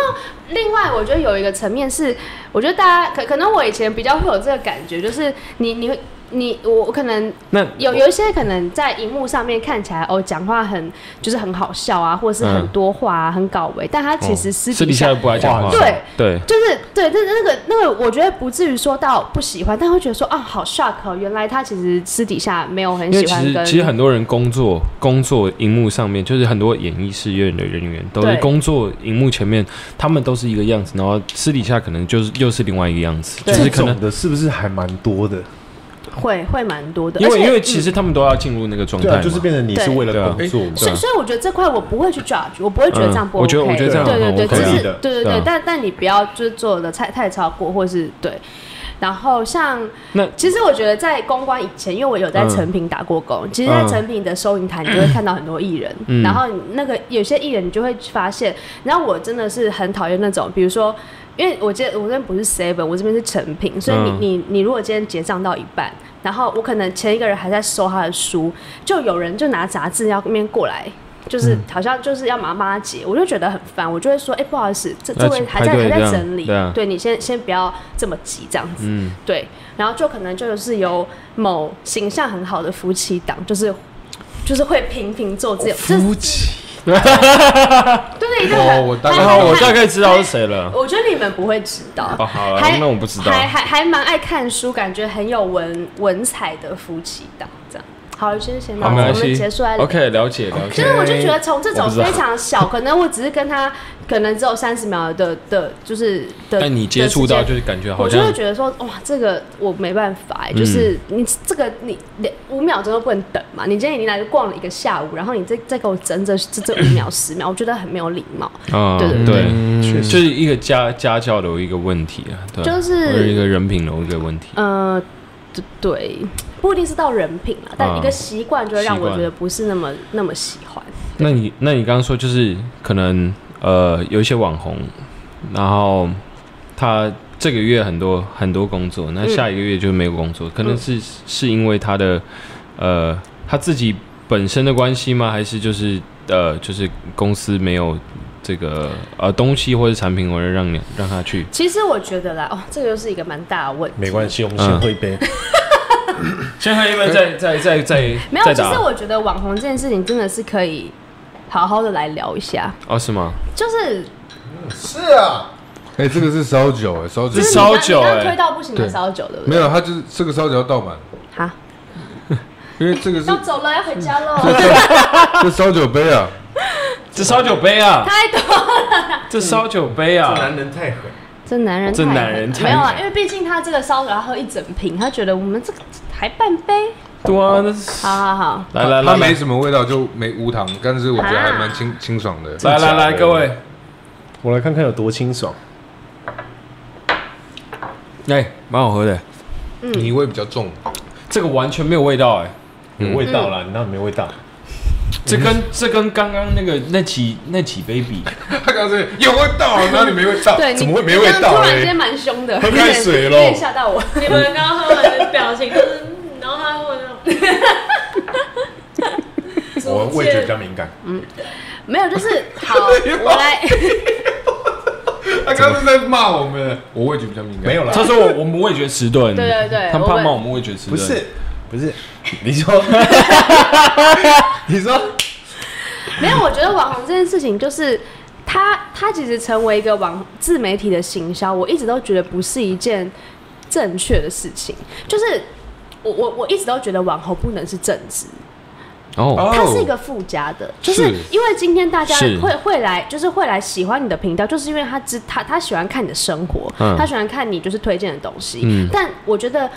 [SPEAKER 4] 另外我觉得有一个层面是，我觉得大家可可能我以前比较会有这个感觉，就是你你会你我我可能
[SPEAKER 2] 那
[SPEAKER 4] 有有一些可能在荧幕上面看起来哦，讲话很就是很好笑啊，或者是很
[SPEAKER 2] 嗯
[SPEAKER 4] 多话啊，很搞维，但他其实私
[SPEAKER 2] 哦私
[SPEAKER 4] 底
[SPEAKER 2] 底
[SPEAKER 4] 下
[SPEAKER 2] 下不爱讲话，
[SPEAKER 4] 对
[SPEAKER 2] 对，
[SPEAKER 4] 就是对，但是那个那个，我觉得不至于说到不喜欢，但会觉得说啊，好 shock 哦，原来他其实私底下没有很
[SPEAKER 2] 因为
[SPEAKER 4] 喜
[SPEAKER 2] 其
[SPEAKER 4] 欢
[SPEAKER 2] 实
[SPEAKER 4] 跟，
[SPEAKER 2] 其实很多人工作工作荧幕上面，就是很多演艺事业的人员都是
[SPEAKER 4] 对
[SPEAKER 2] 工作荧幕前面，他们都是一个样子，然后私底下可能就是又是另外一个样子，就
[SPEAKER 4] 对
[SPEAKER 2] 是
[SPEAKER 3] 这
[SPEAKER 2] 可能
[SPEAKER 3] 种的是不是还蛮多的？
[SPEAKER 4] 会会蛮多的，
[SPEAKER 2] 因
[SPEAKER 4] 而
[SPEAKER 2] 为
[SPEAKER 4] 且嗯
[SPEAKER 2] 因为其实他们都要进入那个状态
[SPEAKER 3] 对
[SPEAKER 2] 嘛、
[SPEAKER 3] 啊，就是变成你是为了工作嘛。
[SPEAKER 4] 所以所以我觉得这块我不会去 judge，我不会觉得这样不
[SPEAKER 2] 啊嗯
[SPEAKER 4] OK，、
[SPEAKER 2] 我觉得我觉得
[SPEAKER 3] 这样
[SPEAKER 4] 对对
[SPEAKER 2] 很
[SPEAKER 4] 对，
[SPEAKER 2] OK
[SPEAKER 4] 只
[SPEAKER 3] 啊
[SPEAKER 4] 是
[SPEAKER 3] 对啊
[SPEAKER 4] 对对
[SPEAKER 2] 对啊
[SPEAKER 4] 对，但但你不要就是做的太太超过，或是对。然后像
[SPEAKER 2] 那
[SPEAKER 4] 其实我觉得在公关以前，因为我有在
[SPEAKER 2] 嗯
[SPEAKER 4] 成品打过工，其实，在
[SPEAKER 2] 嗯
[SPEAKER 4] 成品的收银台，你就会看到很多艺人，
[SPEAKER 2] 嗯
[SPEAKER 4] 然后你那个有些艺人你就会发现，然后我真的是很讨厌那种，比如说。因为我今天我这边不是 seven，我这边是成品，所以你、
[SPEAKER 2] 嗯
[SPEAKER 4] 你你如果今天结账到一半，然后我可能前一个人还在收他的书，就有人就拿杂志要面过来，
[SPEAKER 2] 嗯
[SPEAKER 4] 就是好像就是要马上帮他结，我就觉得很烦，我就会说，哎、不好意思，这这位
[SPEAKER 2] 那
[SPEAKER 4] 还在
[SPEAKER 2] 排
[SPEAKER 4] 还
[SPEAKER 2] 队这
[SPEAKER 4] 在
[SPEAKER 2] 样
[SPEAKER 4] 整理，
[SPEAKER 2] 对啊
[SPEAKER 4] 你先先不要这么急这样子，
[SPEAKER 2] 嗯，
[SPEAKER 4] 对，然后就可能就是有某形象很好的夫妻档，就是就是会频频做
[SPEAKER 2] 哦
[SPEAKER 4] 这种，就是
[SPEAKER 1] 妻，
[SPEAKER 4] 对对，一定
[SPEAKER 1] 哦
[SPEAKER 4] 很
[SPEAKER 1] 我大概
[SPEAKER 4] 很
[SPEAKER 1] 好
[SPEAKER 2] 我大概知道是谁了。
[SPEAKER 4] 我觉得你们不会知道。
[SPEAKER 2] 哦，好了
[SPEAKER 4] 还，
[SPEAKER 2] 那我不知道。
[SPEAKER 4] 还还还蛮爱看书，感觉很有文文采的夫妻档这样。好，就是先到
[SPEAKER 2] 好，没
[SPEAKER 4] 这，我
[SPEAKER 2] 关系
[SPEAKER 4] 们结束来聊。
[SPEAKER 2] OK，了解了
[SPEAKER 4] 就
[SPEAKER 2] 解。
[SPEAKER 4] 是我就觉得从这
[SPEAKER 2] 我
[SPEAKER 4] 种
[SPEAKER 2] 不知道
[SPEAKER 4] 非常小，可能我只是跟他可能只有三十秒的的，就是的。
[SPEAKER 2] 但哎你接触到
[SPEAKER 4] 的时
[SPEAKER 2] 就
[SPEAKER 4] 间
[SPEAKER 2] 是感觉好
[SPEAKER 4] 我就
[SPEAKER 2] 像
[SPEAKER 4] 会觉得说，哇，这个我没办法、欸，
[SPEAKER 2] 嗯
[SPEAKER 4] 就是你这个你连五秒钟都不能等嘛。你今天已经来逛了一个下午，然后你再再给我整整这这五秒十秒，我觉得很没有礼貌。
[SPEAKER 2] 啊，
[SPEAKER 4] 对对
[SPEAKER 2] 对
[SPEAKER 4] 对，
[SPEAKER 3] 嗯
[SPEAKER 2] 确实就是一个家家教的一个问题啊，对，
[SPEAKER 4] 就
[SPEAKER 2] 或
[SPEAKER 4] 是
[SPEAKER 2] 者一个人品的一个问题。
[SPEAKER 4] 呃，对对，不一定是到人品啦，但
[SPEAKER 2] 啊
[SPEAKER 4] 一个习惯就会让
[SPEAKER 2] 习
[SPEAKER 4] 我
[SPEAKER 2] 惯
[SPEAKER 4] 觉得不是那么那么喜欢。
[SPEAKER 2] 那你那你刚刚说就是可能呃有一些网红，然后他这个月很多很多工作，那
[SPEAKER 4] 嗯
[SPEAKER 2] 下一个月就没有工作，可能是是因为他的呃他自己本身的关系吗？还是就是呃就是公司没有这个呃东西或者产品，我让你让他去
[SPEAKER 4] 其实我觉得啦，哦，这个又是一个蛮大的问题。
[SPEAKER 3] 没关系，我们先喝一杯。
[SPEAKER 2] 先喝一杯，再再再再
[SPEAKER 4] 呃没有，
[SPEAKER 2] 再
[SPEAKER 4] 其
[SPEAKER 2] 打
[SPEAKER 4] 实我觉得网红这件事情真的是可以好好的来聊一下，
[SPEAKER 2] 哦是吗？
[SPEAKER 4] 就是
[SPEAKER 3] 是啊，
[SPEAKER 1] 哎，这个是烧酒，哎，烧酒
[SPEAKER 2] 这
[SPEAKER 4] 就是是
[SPEAKER 2] 烧
[SPEAKER 4] 你刚
[SPEAKER 2] 酒
[SPEAKER 4] 你刚
[SPEAKER 2] 欸
[SPEAKER 4] 推到不行的
[SPEAKER 1] 对
[SPEAKER 4] 烧酒，对不
[SPEAKER 1] 没
[SPEAKER 4] 对？
[SPEAKER 1] 有，它就是这个烧酒要倒满，
[SPEAKER 4] 好，
[SPEAKER 1] 因为 这个是
[SPEAKER 4] 要走了，要回家喽。
[SPEAKER 1] 这烧酒杯啊，
[SPEAKER 2] 这烧酒杯啊，
[SPEAKER 4] 太多，
[SPEAKER 2] 这烧酒杯
[SPEAKER 3] 这
[SPEAKER 2] 啊，
[SPEAKER 4] 嗯
[SPEAKER 3] 男人太狠。
[SPEAKER 4] 这男人太
[SPEAKER 2] 这男人太
[SPEAKER 4] 没有啊，因为毕竟他这个烧酒他喝一整瓶，他觉得我们这个还半杯，
[SPEAKER 2] 对啊，那是
[SPEAKER 4] 好好好，
[SPEAKER 2] 来来
[SPEAKER 1] 它
[SPEAKER 2] 来
[SPEAKER 1] 没
[SPEAKER 2] 来
[SPEAKER 1] 什么味道，就没无糖，但是我觉得还蛮清清爽的。
[SPEAKER 2] 来来来，各位。
[SPEAKER 3] 我来看看有多清爽。
[SPEAKER 2] 哎、蛮好喝的，
[SPEAKER 1] 泥嗯味比较重，
[SPEAKER 2] 这个完全没有味道哎、
[SPEAKER 3] 有味道啦，你那没味道。
[SPEAKER 2] 这跟这跟刚刚那个那几那几杯比，
[SPEAKER 1] 他刚才说有味道，哪里没味道？
[SPEAKER 4] 对，你
[SPEAKER 1] 怎么会没味
[SPEAKER 4] 你刚
[SPEAKER 1] 道
[SPEAKER 4] 刚突然
[SPEAKER 1] 嘞
[SPEAKER 4] 间？蛮凶的，
[SPEAKER 3] 喝
[SPEAKER 4] 有点
[SPEAKER 3] 开水咯
[SPEAKER 4] 有点吓到我。
[SPEAKER 5] 你们刚刚喝完的表 情就是，嗯然后他问那种，
[SPEAKER 3] 我味 觉比较敏感。
[SPEAKER 4] 没有，就是好，我来，
[SPEAKER 1] 他刚刚是在骂我们，我味觉比较敏感。
[SPEAKER 3] 没有啦，
[SPEAKER 2] 他说我我们味觉迟钝，
[SPEAKER 4] 对对对
[SPEAKER 2] 他们怕
[SPEAKER 4] 我们
[SPEAKER 2] 骂我们味觉迟钝，
[SPEAKER 3] 不是，不是，你说， 你说，
[SPEAKER 4] 没有，我觉得网红这件事情就是。他他其实成为一个网自媒体的行销，我一直都觉得不是一件正确的事情。就是我我我一直都觉得网红不能是正职，
[SPEAKER 2] 哦，
[SPEAKER 4] 它是一个附加的，就是
[SPEAKER 1] 是
[SPEAKER 4] 因为今天大家
[SPEAKER 2] 是
[SPEAKER 4] 会会来，就是会来喜欢你的频道，就是因为他知他他喜欢看你的生活，
[SPEAKER 2] 嗯
[SPEAKER 4] 他喜欢看你就是推荐的东西。
[SPEAKER 2] 嗯
[SPEAKER 4] 但我觉得。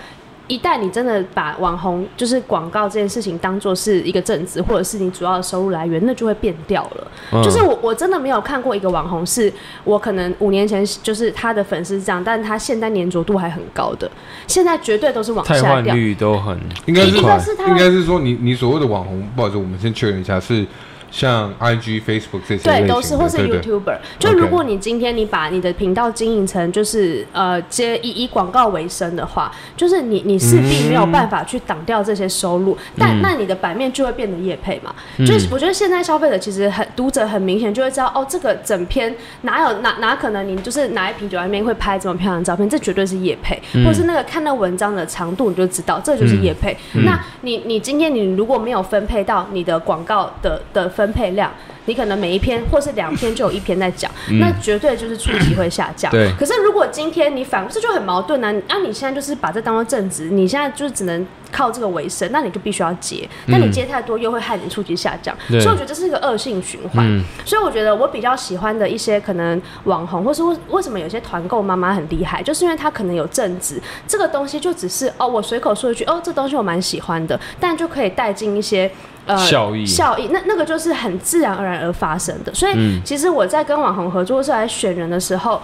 [SPEAKER 4] 一旦你真的把网红就是广告这件事情当做是一个正职，或者是你主要的收入来源，那就会变掉了。
[SPEAKER 2] 嗯
[SPEAKER 4] 就是我我真的没有看过一个网红是我可能五年前就是他的粉丝是这样，但他现在粘着度还很高的，现在绝对都是往
[SPEAKER 2] 汰
[SPEAKER 4] 下
[SPEAKER 2] 换
[SPEAKER 4] 掉。
[SPEAKER 2] 率都很
[SPEAKER 1] 应该是
[SPEAKER 4] 一个是他
[SPEAKER 1] 应该是说你你所谓的网红，不好意思，我们先确认一下，是像 IG、Facebook 这些类型
[SPEAKER 4] 对，
[SPEAKER 1] 的
[SPEAKER 4] 都是或是
[SPEAKER 1] 对对
[SPEAKER 4] YouTuber。就
[SPEAKER 1] OK
[SPEAKER 4] 如果你今天你把你的频道经营成就是呃接以以广告为生的话，就是你你势必没有办法去挡掉这些收
[SPEAKER 1] 嗯
[SPEAKER 4] 入，但那你的版面就会变得业配嘛。就是我觉得现在消费者其实很读者很明显就会知道哦，这个整篇哪有哪哪可能你就是拿一瓶酒在那边会拍这么漂亮的照片，这绝对是业配，或是那个看到文章的长度你就知道这就是业配。那你你今天你如果没有分配到你的广告的的分配量。你可能每一篇或是两篇就有一篇在讲，那绝对就是触及会下降。
[SPEAKER 2] 对
[SPEAKER 4] 可是如果今天你反，这就很矛盾啊！那、啊、你现在就是把这当做正职，你现在就是只能靠这个为生，那你就必须要接，但你接太多又会害你触及下降，
[SPEAKER 2] 对
[SPEAKER 4] 所以我觉得这是一个恶性循环。
[SPEAKER 2] 嗯
[SPEAKER 4] 所以我觉得我比较喜欢的一些可能网红，或是为为什么有些团购妈妈很厉害，就是因为她可能有正职，这个东西就只是哦，我随口说一句哦，这东西我蛮喜欢的，但就可以带进一些。呃，
[SPEAKER 2] 效益
[SPEAKER 4] 效益，那那个就是很自然而然而发生的。所
[SPEAKER 2] 嗯
[SPEAKER 4] 以，其实我在跟网红合作是来选人的时候，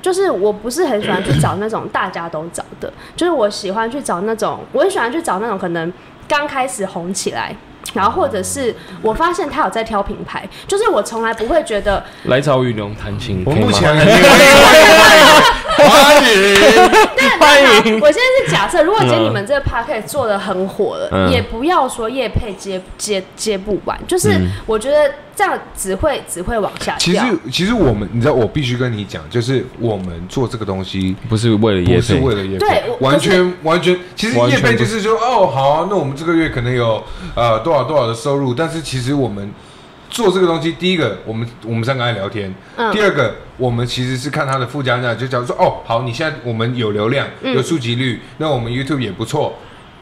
[SPEAKER 4] 就是我不是很喜欢去找那种大家都找的，就是我喜欢去找那种，我很喜欢去找那种可能刚开始红起来。然后，或者是我发现他有在挑品牌，就是我从来不会觉 得
[SPEAKER 2] 来找雨龙谈情，
[SPEAKER 3] 我
[SPEAKER 2] 可以吗
[SPEAKER 3] 目 前还没有欢迎，
[SPEAKER 4] 欢迎。我现在是假设，如果今天你们这个 p a c k e t 做的很火了，
[SPEAKER 2] 嗯
[SPEAKER 4] 也不要说业配接接接不完，就是
[SPEAKER 2] 嗯
[SPEAKER 4] 我觉得这样只会只会往下掉。
[SPEAKER 1] 其实，其实我们，你知道，我必须跟你讲，就是我们做这个东西
[SPEAKER 2] 不是为了业
[SPEAKER 1] 不是
[SPEAKER 2] 配，
[SPEAKER 1] 为了业配
[SPEAKER 4] 对我，
[SPEAKER 1] 完
[SPEAKER 4] 可是
[SPEAKER 1] 全完全，其实
[SPEAKER 2] 完
[SPEAKER 1] 业
[SPEAKER 2] 全
[SPEAKER 1] 配
[SPEAKER 2] 不
[SPEAKER 1] 就是是说，哦，好啊、那我们这个月可能有呃多少多少的收入，但是其实我们做这个东西，第一个我们我们三个爱聊天，
[SPEAKER 4] 嗯
[SPEAKER 1] 第二个我们其实是看它的附加价值，就假如说，哦，好，你现在我们有流量，
[SPEAKER 4] 嗯
[SPEAKER 1] 有触及率，那我们 YouTube 也不错。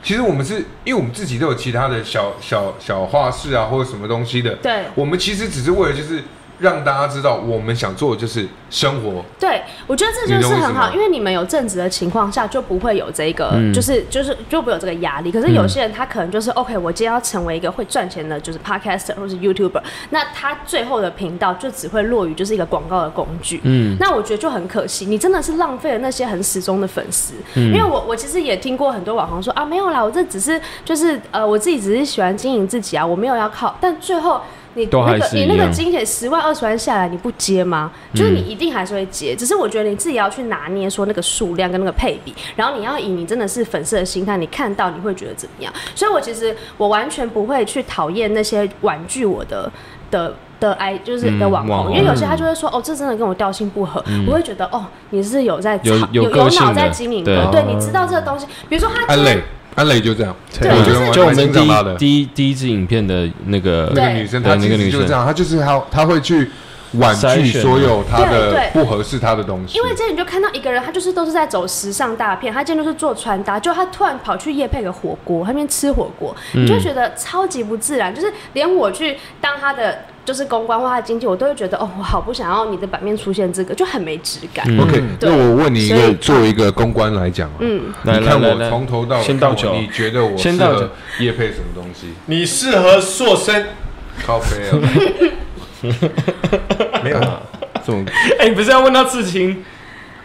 [SPEAKER 1] 其实我们是因为我们自己都有其他的小小小画室啊，或者什么东西的，
[SPEAKER 4] 对
[SPEAKER 1] 我们其实只是为了就是让大家知道，我们想做的就是生活，
[SPEAKER 4] 对，我觉得这就
[SPEAKER 1] 你
[SPEAKER 4] 是
[SPEAKER 1] 懂我意思
[SPEAKER 4] 很好，
[SPEAKER 1] 吗
[SPEAKER 4] 因为你们有正职的情况下，就不会有这个，
[SPEAKER 1] 嗯
[SPEAKER 4] 就是就是就不会有这个压力。可是有些人他可能就是、OK，我今天要成为一个会赚钱的，就是 podcaster 或是 YouTuber，那他最后的频道就只会落于就是一个广告的工具。嗯，那我觉得就很可惜，你真的是浪费了那些很始终的粉丝。
[SPEAKER 2] 嗯
[SPEAKER 4] 因为我我其实也听过很多网红说啊，没有啦，我这只是就是呃，我自己只是喜欢经营自己啊，我没有要靠，但最后。你
[SPEAKER 2] 都还
[SPEAKER 4] 那个
[SPEAKER 2] 是
[SPEAKER 4] 你
[SPEAKER 2] 一
[SPEAKER 4] 那个
[SPEAKER 2] 样嗯
[SPEAKER 4] 金钱十万二十万下来，你不接吗？就是你一定还是会接，只是我觉得你自己要去拿捏说那个数量跟那个配比，然后你要以你真的是粉丝的心态，你看到你会觉得怎么样？所以我其实我完全不会去讨厌那些婉拒我的的。的哎，就是的网
[SPEAKER 2] 嗯网
[SPEAKER 4] 红，
[SPEAKER 2] 红嗯
[SPEAKER 4] 因为有些他就会说，哦，这真的跟我调性不合，我会觉得，哦，你是有在
[SPEAKER 2] 有
[SPEAKER 4] 吵
[SPEAKER 2] 有
[SPEAKER 4] 有
[SPEAKER 2] 个性
[SPEAKER 4] 脑
[SPEAKER 2] 的
[SPEAKER 4] 在经营
[SPEAKER 2] 对
[SPEAKER 4] 的，对，你知道这个东西，比如说他
[SPEAKER 1] 安
[SPEAKER 4] 今天
[SPEAKER 1] 磊，安磊就这样，
[SPEAKER 4] 对
[SPEAKER 1] 我
[SPEAKER 4] 就
[SPEAKER 1] 觉
[SPEAKER 4] 是
[SPEAKER 1] 得
[SPEAKER 2] 就我
[SPEAKER 1] 蛮
[SPEAKER 2] 们
[SPEAKER 1] 欣
[SPEAKER 2] 第
[SPEAKER 1] 赏
[SPEAKER 2] 一
[SPEAKER 1] 他的。
[SPEAKER 2] 第一第一支影片的那个
[SPEAKER 1] 那个
[SPEAKER 4] 对
[SPEAKER 1] 女生，
[SPEAKER 2] 对
[SPEAKER 1] 她
[SPEAKER 2] 那
[SPEAKER 1] 其
[SPEAKER 2] 个
[SPEAKER 1] 实
[SPEAKER 2] 女
[SPEAKER 1] 就是
[SPEAKER 2] 生
[SPEAKER 1] 这样，她就是她，她会去婉
[SPEAKER 2] 筛
[SPEAKER 1] 拒
[SPEAKER 2] 选
[SPEAKER 1] 所有她的
[SPEAKER 4] 对对
[SPEAKER 1] 不合适她的东西。
[SPEAKER 4] 因为这你就看到一个人，他就是都是在走时尚大片，他今天都是做穿搭，就他突然跑去夜配个火锅，他那边吃火锅，你
[SPEAKER 2] 嗯
[SPEAKER 4] 就会觉得超级不自然，就是连我去当他的就是公关或他的经纪，我都会觉得哦，我好不想要你的版面出现这个，就很没质感。
[SPEAKER 1] 嗯
[SPEAKER 2] 嗯
[SPEAKER 1] OK，
[SPEAKER 4] 对
[SPEAKER 1] 那我问你一
[SPEAKER 4] 所
[SPEAKER 1] 个，
[SPEAKER 4] 以
[SPEAKER 1] 作为一个公关来讲啊，嗯，你
[SPEAKER 2] 来来
[SPEAKER 1] 看
[SPEAKER 2] 来
[SPEAKER 1] 我
[SPEAKER 2] 来
[SPEAKER 1] 从头到尾
[SPEAKER 2] 先
[SPEAKER 1] 看
[SPEAKER 2] 倒
[SPEAKER 1] 我
[SPEAKER 2] 酒
[SPEAKER 1] 你觉得我
[SPEAKER 2] 先
[SPEAKER 1] 适
[SPEAKER 2] 倒
[SPEAKER 1] 合
[SPEAKER 2] 酒
[SPEAKER 1] 夜配什么东西？
[SPEAKER 3] 你适合塑身，
[SPEAKER 1] 靠背啊，
[SPEAKER 3] 没有啊？
[SPEAKER 1] 这种
[SPEAKER 2] 哎，你不是要问到刺青？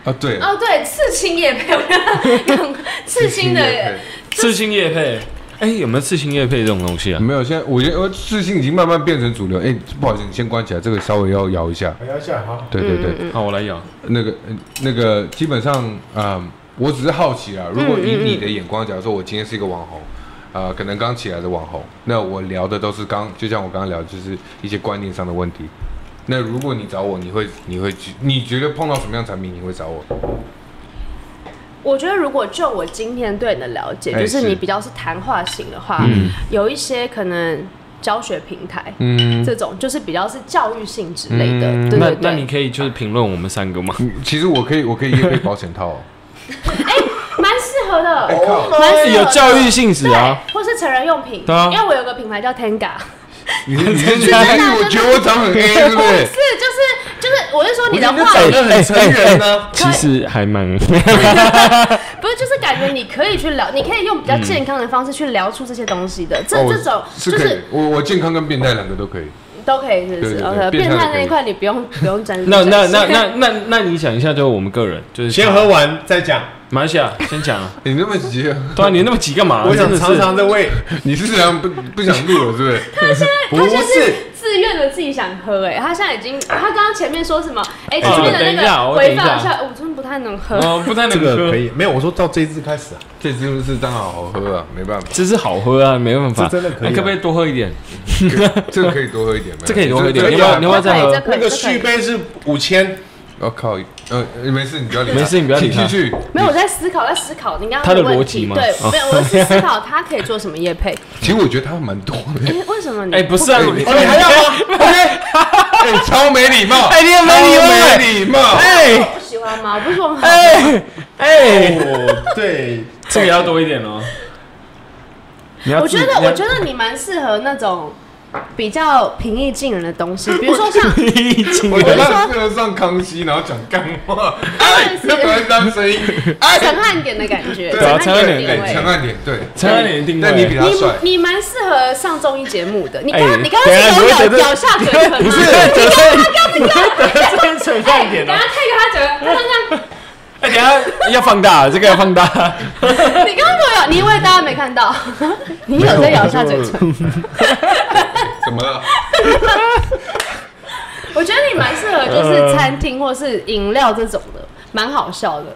[SPEAKER 1] 啊，对，
[SPEAKER 4] 哦，对，刺青夜配，我 觉得刺青的
[SPEAKER 1] 夜
[SPEAKER 2] 刺青叶配？哎，有没有刺青叶配这种东西啊
[SPEAKER 1] 配？没有，现在我觉得呃自信已经慢慢变成主流。哎，不好意思，你先关起来，这个稍微要摇一下。
[SPEAKER 3] 我要下好，
[SPEAKER 1] 对
[SPEAKER 4] 嗯
[SPEAKER 1] 对对，
[SPEAKER 2] 好，我来咬。
[SPEAKER 1] 那个呃那个基本上，嗯，我只是好奇啊。如果
[SPEAKER 4] 嗯
[SPEAKER 1] 以你的眼光，假如说我今天是一个网红，呃，可能刚起来的网红，那我聊的都是刚，就像我刚刚聊，就是一些观念上的问题。那如果你找我，你会你会去，你觉得碰到什么样的产品你会找我？
[SPEAKER 4] 我觉得，如果就我今天对你的了解，
[SPEAKER 1] 哎
[SPEAKER 4] 就是
[SPEAKER 1] 是
[SPEAKER 4] 你比较是谈话型的话，有一些可能教学平台，
[SPEAKER 1] 嗯，
[SPEAKER 4] 这种就是比较是教育性质类的。对
[SPEAKER 2] 那
[SPEAKER 4] 对
[SPEAKER 2] 嗯那
[SPEAKER 4] 对，
[SPEAKER 2] 你可以就是评论我们三个吗？
[SPEAKER 1] 其实我可以，我可以也配保险 套、哦。
[SPEAKER 4] 蛮适合的，
[SPEAKER 1] 靠
[SPEAKER 4] 蛮适合的
[SPEAKER 2] 哎有教育性质啊。
[SPEAKER 4] 啊对，或是成人用品。
[SPEAKER 2] 对啊
[SPEAKER 4] 因为我有个品牌叫 Tenga，
[SPEAKER 1] 你你是
[SPEAKER 2] 真
[SPEAKER 1] 觉
[SPEAKER 2] 的
[SPEAKER 1] 得
[SPEAKER 2] 啊
[SPEAKER 1] 哎我觉得我长很 A，对不
[SPEAKER 4] 不是，
[SPEAKER 1] 对？
[SPEAKER 4] 就是就是，我是说你的
[SPEAKER 3] 我觉得
[SPEAKER 4] 话
[SPEAKER 3] 长
[SPEAKER 4] 语
[SPEAKER 3] 得很成人呢。
[SPEAKER 2] 哎其实还 蛮
[SPEAKER 4] 不是，就是感觉你可以去聊，你可以用比较健康的方式去聊出这些东西的。 这
[SPEAKER 1] 哦
[SPEAKER 4] 这种
[SPEAKER 1] 是
[SPEAKER 4] 就
[SPEAKER 1] 可以
[SPEAKER 4] 是，
[SPEAKER 1] 我我健康跟变态两个都可以。
[SPEAKER 4] 都可以，是不
[SPEAKER 1] 对
[SPEAKER 4] 是
[SPEAKER 1] 对对
[SPEAKER 4] ？OK，
[SPEAKER 1] 变态也
[SPEAKER 4] 变态
[SPEAKER 1] 可以
[SPEAKER 4] 那一块你不用不用展示。
[SPEAKER 2] 那那那
[SPEAKER 4] 展示
[SPEAKER 2] 那那那你想一下，就是我们个人，就是
[SPEAKER 3] 先喝完再讲。
[SPEAKER 2] 马来西亚先讲 啊。
[SPEAKER 1] 你那么急啊，
[SPEAKER 2] 对啊，你那么急干嘛？
[SPEAKER 3] 我想
[SPEAKER 2] 真的是
[SPEAKER 3] 尝尝这味，
[SPEAKER 1] 你是想不不想录了，是不是？
[SPEAKER 3] 不
[SPEAKER 4] 他现在
[SPEAKER 3] 是
[SPEAKER 4] 是自自愿的自己想喝、哎，他现在已 经，他刚刚前面说什么？哎、前面的
[SPEAKER 2] 等一
[SPEAKER 4] 那
[SPEAKER 2] 下
[SPEAKER 4] 个
[SPEAKER 2] 我等
[SPEAKER 4] 回
[SPEAKER 2] 一下
[SPEAKER 4] 放一下，我真的不太能喝。
[SPEAKER 2] 哦，不太
[SPEAKER 3] 这
[SPEAKER 2] 能
[SPEAKER 3] 个可
[SPEAKER 2] 喝，
[SPEAKER 3] 以，没有我说到这一支开始啊，
[SPEAKER 1] 这支是当然好喝啊，没办法，
[SPEAKER 2] 这是好喝啊，没办法，
[SPEAKER 3] 这真的可以啊
[SPEAKER 2] 哎可不可以多喝一点？
[SPEAKER 1] 这个可以多喝一点，没有
[SPEAKER 2] 这可以多喝一点，
[SPEAKER 3] 这
[SPEAKER 2] 你
[SPEAKER 3] 个
[SPEAKER 2] 要你要不要
[SPEAKER 4] 这
[SPEAKER 2] 再
[SPEAKER 4] 可以，
[SPEAKER 2] 喝？
[SPEAKER 4] 这可
[SPEAKER 3] 那
[SPEAKER 4] 以，
[SPEAKER 3] 个
[SPEAKER 4] 这可
[SPEAKER 3] 续
[SPEAKER 4] 以。
[SPEAKER 3] 杯是五千，
[SPEAKER 1] 我靠，呃，没事，你不要理他，
[SPEAKER 2] 没事你不要理他
[SPEAKER 1] 继续，
[SPEAKER 4] 没有，我在思考，在思考你刚
[SPEAKER 2] 他
[SPEAKER 4] 刚
[SPEAKER 2] 的
[SPEAKER 4] 问
[SPEAKER 2] 逻
[SPEAKER 4] 题
[SPEAKER 2] 辑吗
[SPEAKER 4] 对
[SPEAKER 2] 哦，
[SPEAKER 4] 没有，我是思考他可以做什么 业配。
[SPEAKER 1] 其实我觉得他蛮多
[SPEAKER 4] 哎
[SPEAKER 1] 的，，
[SPEAKER 4] 为什么你？
[SPEAKER 2] 哎，不是啊，你
[SPEAKER 3] 哦，你还要吗？
[SPEAKER 1] 哎 超没礼貌，
[SPEAKER 2] 哎，你有没有
[SPEAKER 1] 超
[SPEAKER 2] 礼貌？
[SPEAKER 1] 没礼貌，
[SPEAKER 2] 哎
[SPEAKER 4] 不喜欢吗？我不是说我们好
[SPEAKER 2] 哎哎，
[SPEAKER 3] 哦，对，
[SPEAKER 2] 这个要多一点哦。你要
[SPEAKER 4] 我
[SPEAKER 2] 自
[SPEAKER 4] 觉得
[SPEAKER 2] 你，要
[SPEAKER 4] 我觉得你蛮适合那种比较平易近人的东 西，比如说像
[SPEAKER 2] 已经
[SPEAKER 1] 我觉得他适合上康熙，然后讲干话，哎，那不会当 声音，哎，
[SPEAKER 4] 陈汉典的感觉，
[SPEAKER 1] 对
[SPEAKER 2] 啊
[SPEAKER 4] 陈汉典的
[SPEAKER 1] 哎，
[SPEAKER 2] 陈
[SPEAKER 4] 定
[SPEAKER 1] 强
[SPEAKER 4] 位。
[SPEAKER 1] 按点，对，
[SPEAKER 2] 陈汉典的定位
[SPEAKER 1] 但你比他帅，
[SPEAKER 4] 你你蛮适合上综艺节目的，你刚
[SPEAKER 2] 哎
[SPEAKER 4] 刚你刚刚是
[SPEAKER 2] 等一下
[SPEAKER 4] 有
[SPEAKER 2] 你会
[SPEAKER 4] 咬
[SPEAKER 2] 得罪
[SPEAKER 4] 咬下嘴唇吗？哎
[SPEAKER 2] 不是得罪，不是得罪陈汉典
[SPEAKER 5] 等
[SPEAKER 2] 哦
[SPEAKER 5] 下。看一个他觉得，
[SPEAKER 2] 哎，等一下要放大，这个要放大。
[SPEAKER 4] 你刚刚没有，你以为大家没看到？你有在咬下嘴唇，
[SPEAKER 1] 怎么 了？
[SPEAKER 4] 我觉得你蛮适合就是餐厅或是饮料这种的，蛮好笑的。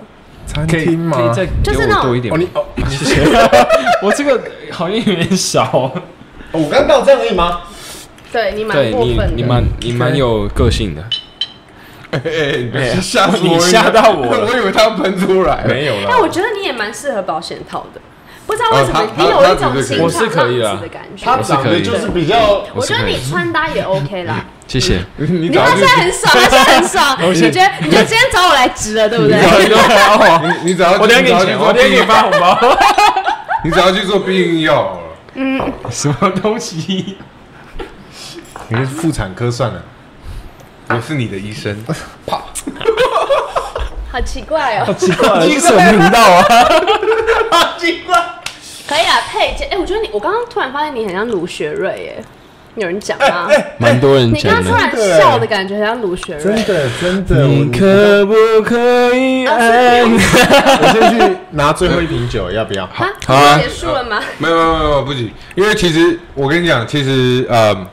[SPEAKER 3] 餐
[SPEAKER 2] 可以可以再
[SPEAKER 4] 就
[SPEAKER 2] 给
[SPEAKER 4] 是
[SPEAKER 2] 我
[SPEAKER 4] 那种
[SPEAKER 2] 多一点
[SPEAKER 3] 哦，
[SPEAKER 2] 吗
[SPEAKER 3] 你。哦，
[SPEAKER 2] 谢谢。我这个好像有点少。
[SPEAKER 3] 哦我刚到这样而已吗？
[SPEAKER 4] 对你蛮
[SPEAKER 2] 对
[SPEAKER 4] 过
[SPEAKER 2] 你
[SPEAKER 4] 分的，，
[SPEAKER 2] 你蛮你蛮有个性的。
[SPEAKER 1] 哎哎，你别吓死我！
[SPEAKER 2] 你吓到我了
[SPEAKER 1] 我以为他喷出来，
[SPEAKER 2] 没有
[SPEAKER 4] 哎但我
[SPEAKER 2] 啦。
[SPEAKER 4] 觉得你也蛮适合保险套的，不知道为什么
[SPEAKER 1] 哦他
[SPEAKER 4] 你有一种
[SPEAKER 1] 他
[SPEAKER 4] 情
[SPEAKER 1] 他
[SPEAKER 2] 我是
[SPEAKER 4] 场
[SPEAKER 2] 可以啊
[SPEAKER 4] 浪子的感觉。
[SPEAKER 3] 他
[SPEAKER 2] 我是
[SPEAKER 3] 长
[SPEAKER 2] 可
[SPEAKER 3] 得
[SPEAKER 2] 以
[SPEAKER 3] 就是比较
[SPEAKER 4] 我觉得你穿搭也 OK 啦，
[SPEAKER 2] 谢谢。
[SPEAKER 1] 你
[SPEAKER 4] 你看
[SPEAKER 1] 早
[SPEAKER 4] 他
[SPEAKER 1] 就
[SPEAKER 4] 现在很爽，他现在很爽，你觉得你觉得今天找我来值了，对不对？
[SPEAKER 2] 哦我
[SPEAKER 1] 你你只要
[SPEAKER 2] 等下给你钱，我等下给你发红包。
[SPEAKER 1] 你只要去做避孕药好了。
[SPEAKER 2] 什么东 西？
[SPEAKER 3] 你是妇产科算了，
[SPEAKER 1] 我是你的医生，
[SPEAKER 4] 好奇怪哦，
[SPEAKER 2] 奇怪，这是什么频道啊？
[SPEAKER 4] 可以啊，配件。哎，我觉得你，我刚刚突然发现你很像卢学瑞耶，有人讲吗？
[SPEAKER 2] 蛮多人
[SPEAKER 4] 你刚
[SPEAKER 2] 讲
[SPEAKER 4] 刚突
[SPEAKER 2] 的。
[SPEAKER 4] 然笑的感觉很像卢学
[SPEAKER 3] 真
[SPEAKER 4] 瑞，
[SPEAKER 3] 的真的，
[SPEAKER 2] 你可不可以爱我？
[SPEAKER 3] 我先去拿最后一瓶酒，要不要？好，
[SPEAKER 4] 啊，
[SPEAKER 1] 好啊
[SPEAKER 4] 结束了吗？
[SPEAKER 1] 没有没有没有不急，因为其实我跟你讲，其实呃，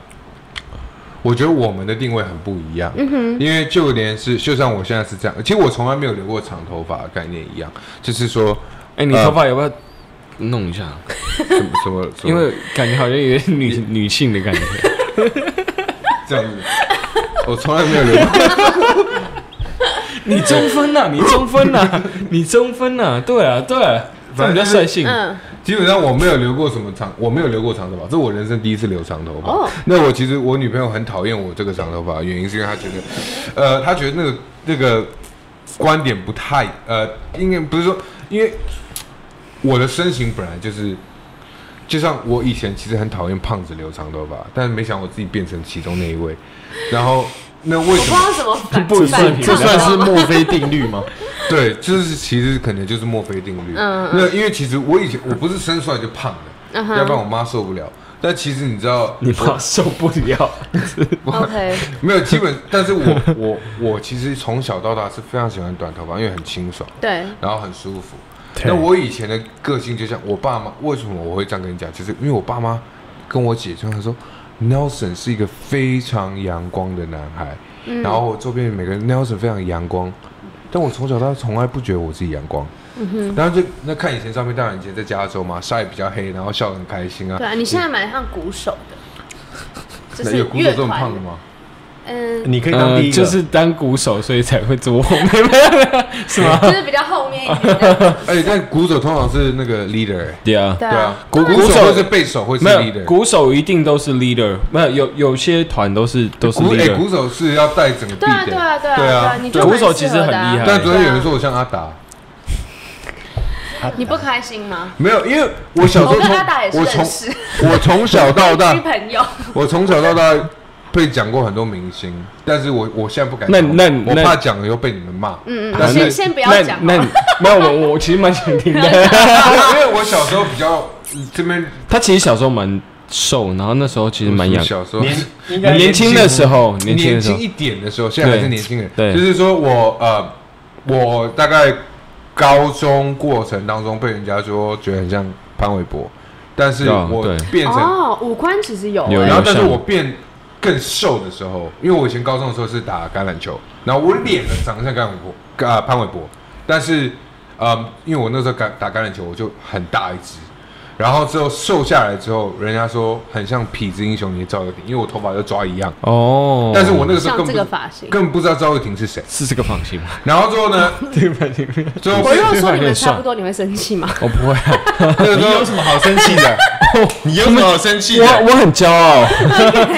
[SPEAKER 1] 我觉得我们的定位很不一样，因为就连是就像我现在是这样，其实我从来没有留过长头发的概念一样，就是说
[SPEAKER 2] 哎，你头发要不要弄一下？
[SPEAKER 1] 什么什么，什么
[SPEAKER 2] 因为感觉好像有点女女性的感觉。
[SPEAKER 1] 这样子，我从来没有留过，
[SPEAKER 2] 你中分呐，你中分呐，你中分呐，对啊，对啊，这样比较率性。
[SPEAKER 4] 嗯，
[SPEAKER 1] 基本上我没有留过什么长，我没有留过长头发，这是我人生第一次留长头发。
[SPEAKER 4] 哦
[SPEAKER 1] 那我其实我女朋友很讨厌我这个长头发，原因是因为她觉得，呃，她觉得那个那个观点不太，呃，应该不是说，因为我的身形本来就是，就像我以前其实很讨厌胖子留长头发，但是没想到我自己变成其中那一位，然后那为
[SPEAKER 4] 我不
[SPEAKER 1] 什
[SPEAKER 4] 知
[SPEAKER 1] 么？
[SPEAKER 4] 道怎么反
[SPEAKER 2] 不
[SPEAKER 4] 反
[SPEAKER 2] 这
[SPEAKER 4] 抗
[SPEAKER 3] 这算是
[SPEAKER 4] 你知道吗
[SPEAKER 3] 墨菲定律吗？
[SPEAKER 1] 对，就是其实可能就是墨菲定律。
[SPEAKER 4] 嗯
[SPEAKER 1] 那因为其实我以前我不是生出来就胖的，
[SPEAKER 4] 嗯哼
[SPEAKER 1] 要不然我妈受不了。但其实你知道，
[SPEAKER 2] 你怕受不 了，
[SPEAKER 4] OK，
[SPEAKER 1] 没有基本，但是我我我其实从小到大是非常喜欢短头发，因为很清爽，
[SPEAKER 4] 对，
[SPEAKER 1] 然后很舒服。那我以前的个性就像我爸妈，为什么我会这样跟你讲？就是因为我爸妈跟我姐就常说，Nelson 是一个非常阳光的男孩，
[SPEAKER 4] 嗯
[SPEAKER 1] 然后我周边每个人 Nelson 非常阳光，但我从小到大从来不觉得我自己阳光。
[SPEAKER 4] 嗯
[SPEAKER 1] 然后就那看以前照片，当然以前在加州嘛，晒比较黑，然后笑得很开心啊
[SPEAKER 4] 对。啊，你现在蛮像鼓手的， 就
[SPEAKER 1] 那
[SPEAKER 4] 是
[SPEAKER 1] 有姑
[SPEAKER 4] 乐
[SPEAKER 1] 娘这么
[SPEAKER 4] 团
[SPEAKER 1] 胖
[SPEAKER 4] 的
[SPEAKER 1] 的吗？
[SPEAKER 4] 嗯，
[SPEAKER 3] 你可以当
[SPEAKER 2] 呃
[SPEAKER 3] 第一个，
[SPEAKER 2] 就是当鼓手，所以才会做后面，没有没有是吗？
[SPEAKER 4] 就是比较后面一点的。
[SPEAKER 1] 哎、但鼓手通常是那个 leader，、欸、
[SPEAKER 2] 对啊，
[SPEAKER 4] 对
[SPEAKER 1] 对啊
[SPEAKER 4] 啊，，
[SPEAKER 1] 鼓
[SPEAKER 2] 鼓
[SPEAKER 1] 鼓手
[SPEAKER 2] 手
[SPEAKER 1] 会是贝手，会是
[SPEAKER 2] 没有
[SPEAKER 1] leader。
[SPEAKER 2] 鼓手一定都是 leader，没有有有些团都是都是
[SPEAKER 1] 鼓哎、
[SPEAKER 2] leader，
[SPEAKER 1] 鼓手是要带整个 beat
[SPEAKER 4] 对啊，
[SPEAKER 1] 的
[SPEAKER 4] 对啊，对啊，
[SPEAKER 1] 对
[SPEAKER 4] 对
[SPEAKER 1] 啊
[SPEAKER 4] 啊，你就
[SPEAKER 2] 鼓
[SPEAKER 4] 蛮
[SPEAKER 2] 手
[SPEAKER 4] 适
[SPEAKER 2] 其实
[SPEAKER 4] 合
[SPEAKER 2] 很
[SPEAKER 4] 的啊
[SPEAKER 2] 厉害
[SPEAKER 1] 但昨天有人说我像阿达，
[SPEAKER 4] 啊你不开心吗？
[SPEAKER 1] 没有，因为我小时
[SPEAKER 4] 我
[SPEAKER 1] 候
[SPEAKER 4] 跟阿达也
[SPEAKER 1] 从
[SPEAKER 4] 是
[SPEAKER 1] 我从
[SPEAKER 4] 认
[SPEAKER 1] 啊
[SPEAKER 4] 识，
[SPEAKER 1] 我从小到 大
[SPEAKER 4] 是，朋友。
[SPEAKER 1] 我从小到大被讲过很多明星，但是我我现在不敢
[SPEAKER 2] 那
[SPEAKER 1] 讲，
[SPEAKER 2] 那
[SPEAKER 1] 我
[SPEAKER 2] 那
[SPEAKER 1] 怕讲了又被你们骂。
[SPEAKER 4] 嗯
[SPEAKER 1] 但是
[SPEAKER 4] 嗯，先先不要讲
[SPEAKER 2] 啊那
[SPEAKER 4] 好了，
[SPEAKER 2] 那没有我我其实蛮想听的，
[SPEAKER 1] 因为因为我小时候比较嗯这边
[SPEAKER 2] 他其实小时候蛮瘦，然后那时候其实蛮
[SPEAKER 1] 我
[SPEAKER 2] 养，
[SPEAKER 1] 小时候
[SPEAKER 3] 年应该
[SPEAKER 2] 年轻的时候，年轻
[SPEAKER 1] 年
[SPEAKER 2] 的时候
[SPEAKER 1] 轻，一点的时候，现在还是
[SPEAKER 2] 对
[SPEAKER 1] 年轻人，
[SPEAKER 2] 对
[SPEAKER 1] 就是说我呃，我大概高中过程当中被人家说觉得很像潘玮柏，但是
[SPEAKER 2] 对啊
[SPEAKER 1] 我
[SPEAKER 2] 对
[SPEAKER 1] 变成
[SPEAKER 4] 哦，五官其实有
[SPEAKER 2] 有
[SPEAKER 4] 欸
[SPEAKER 1] 然后，但是
[SPEAKER 2] 像
[SPEAKER 1] 我变，更瘦的时候，因为我以前高中的时候是打橄榄球，然后我脸呢长得像甘伟博，啊潘玮柏，但是呃，因为我那时候橄打橄榄球，我就很大一只，然后之后瘦下来之后，人家说很像痞子英雄你的赵又廷，因为我头发就抓一样，
[SPEAKER 2] 哦，
[SPEAKER 1] 但是我那个时候
[SPEAKER 4] 像
[SPEAKER 1] 更
[SPEAKER 4] 这
[SPEAKER 1] 不
[SPEAKER 4] 个发型。
[SPEAKER 1] 更不知道赵又廷是谁，
[SPEAKER 2] 是这个发型吗？
[SPEAKER 1] 然后之后呢，
[SPEAKER 2] 对吧？你们
[SPEAKER 1] 最后
[SPEAKER 4] 我如果说
[SPEAKER 2] 有
[SPEAKER 4] 你
[SPEAKER 2] 点
[SPEAKER 4] 们差
[SPEAKER 2] 像
[SPEAKER 4] 不多，你会生气吗？
[SPEAKER 2] 我不会啊，
[SPEAKER 1] 那个
[SPEAKER 3] 你
[SPEAKER 1] 时候
[SPEAKER 3] 有什么好生气 的？你有什么好生气的？
[SPEAKER 2] 我我很骄傲。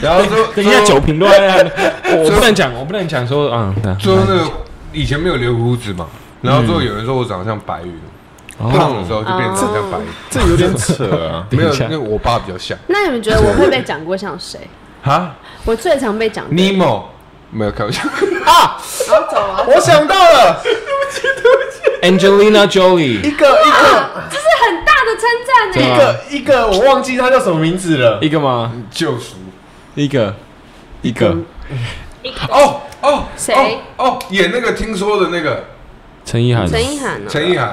[SPEAKER 1] 然后之后
[SPEAKER 2] 等一下酒瓶都在那里，我我不能 讲，我不能讲说啊，对
[SPEAKER 1] 最后那个以前没有留胡子嘛，然后之后有人说我长得像白云，
[SPEAKER 2] 哦
[SPEAKER 1] 胖的时候就变成像白云，
[SPEAKER 3] 这有 点扯啊！
[SPEAKER 1] 没有
[SPEAKER 2] 等一下，
[SPEAKER 1] 那我爸比较像。
[SPEAKER 4] 那你们觉得我会被讲过像谁？
[SPEAKER 1] 哈
[SPEAKER 4] 我最常被讲的。
[SPEAKER 1] ，Nemo 没有开玩笑，
[SPEAKER 3] 我想到了
[SPEAKER 2] Angelina Jolie
[SPEAKER 3] 一个一个
[SPEAKER 4] 这是很大的称赞欸
[SPEAKER 2] 对
[SPEAKER 4] 呢。
[SPEAKER 2] 啊
[SPEAKER 3] 一个一个，我忘记他叫什么名字了。
[SPEAKER 2] 一个吗？
[SPEAKER 1] 救赎
[SPEAKER 2] 一个一个
[SPEAKER 1] 哦哦
[SPEAKER 4] 谁
[SPEAKER 1] 哦哦演那个听说的那个
[SPEAKER 2] 陈意涵，啊
[SPEAKER 4] 陈意涵
[SPEAKER 3] 哦
[SPEAKER 4] 呢？
[SPEAKER 1] 陈意涵，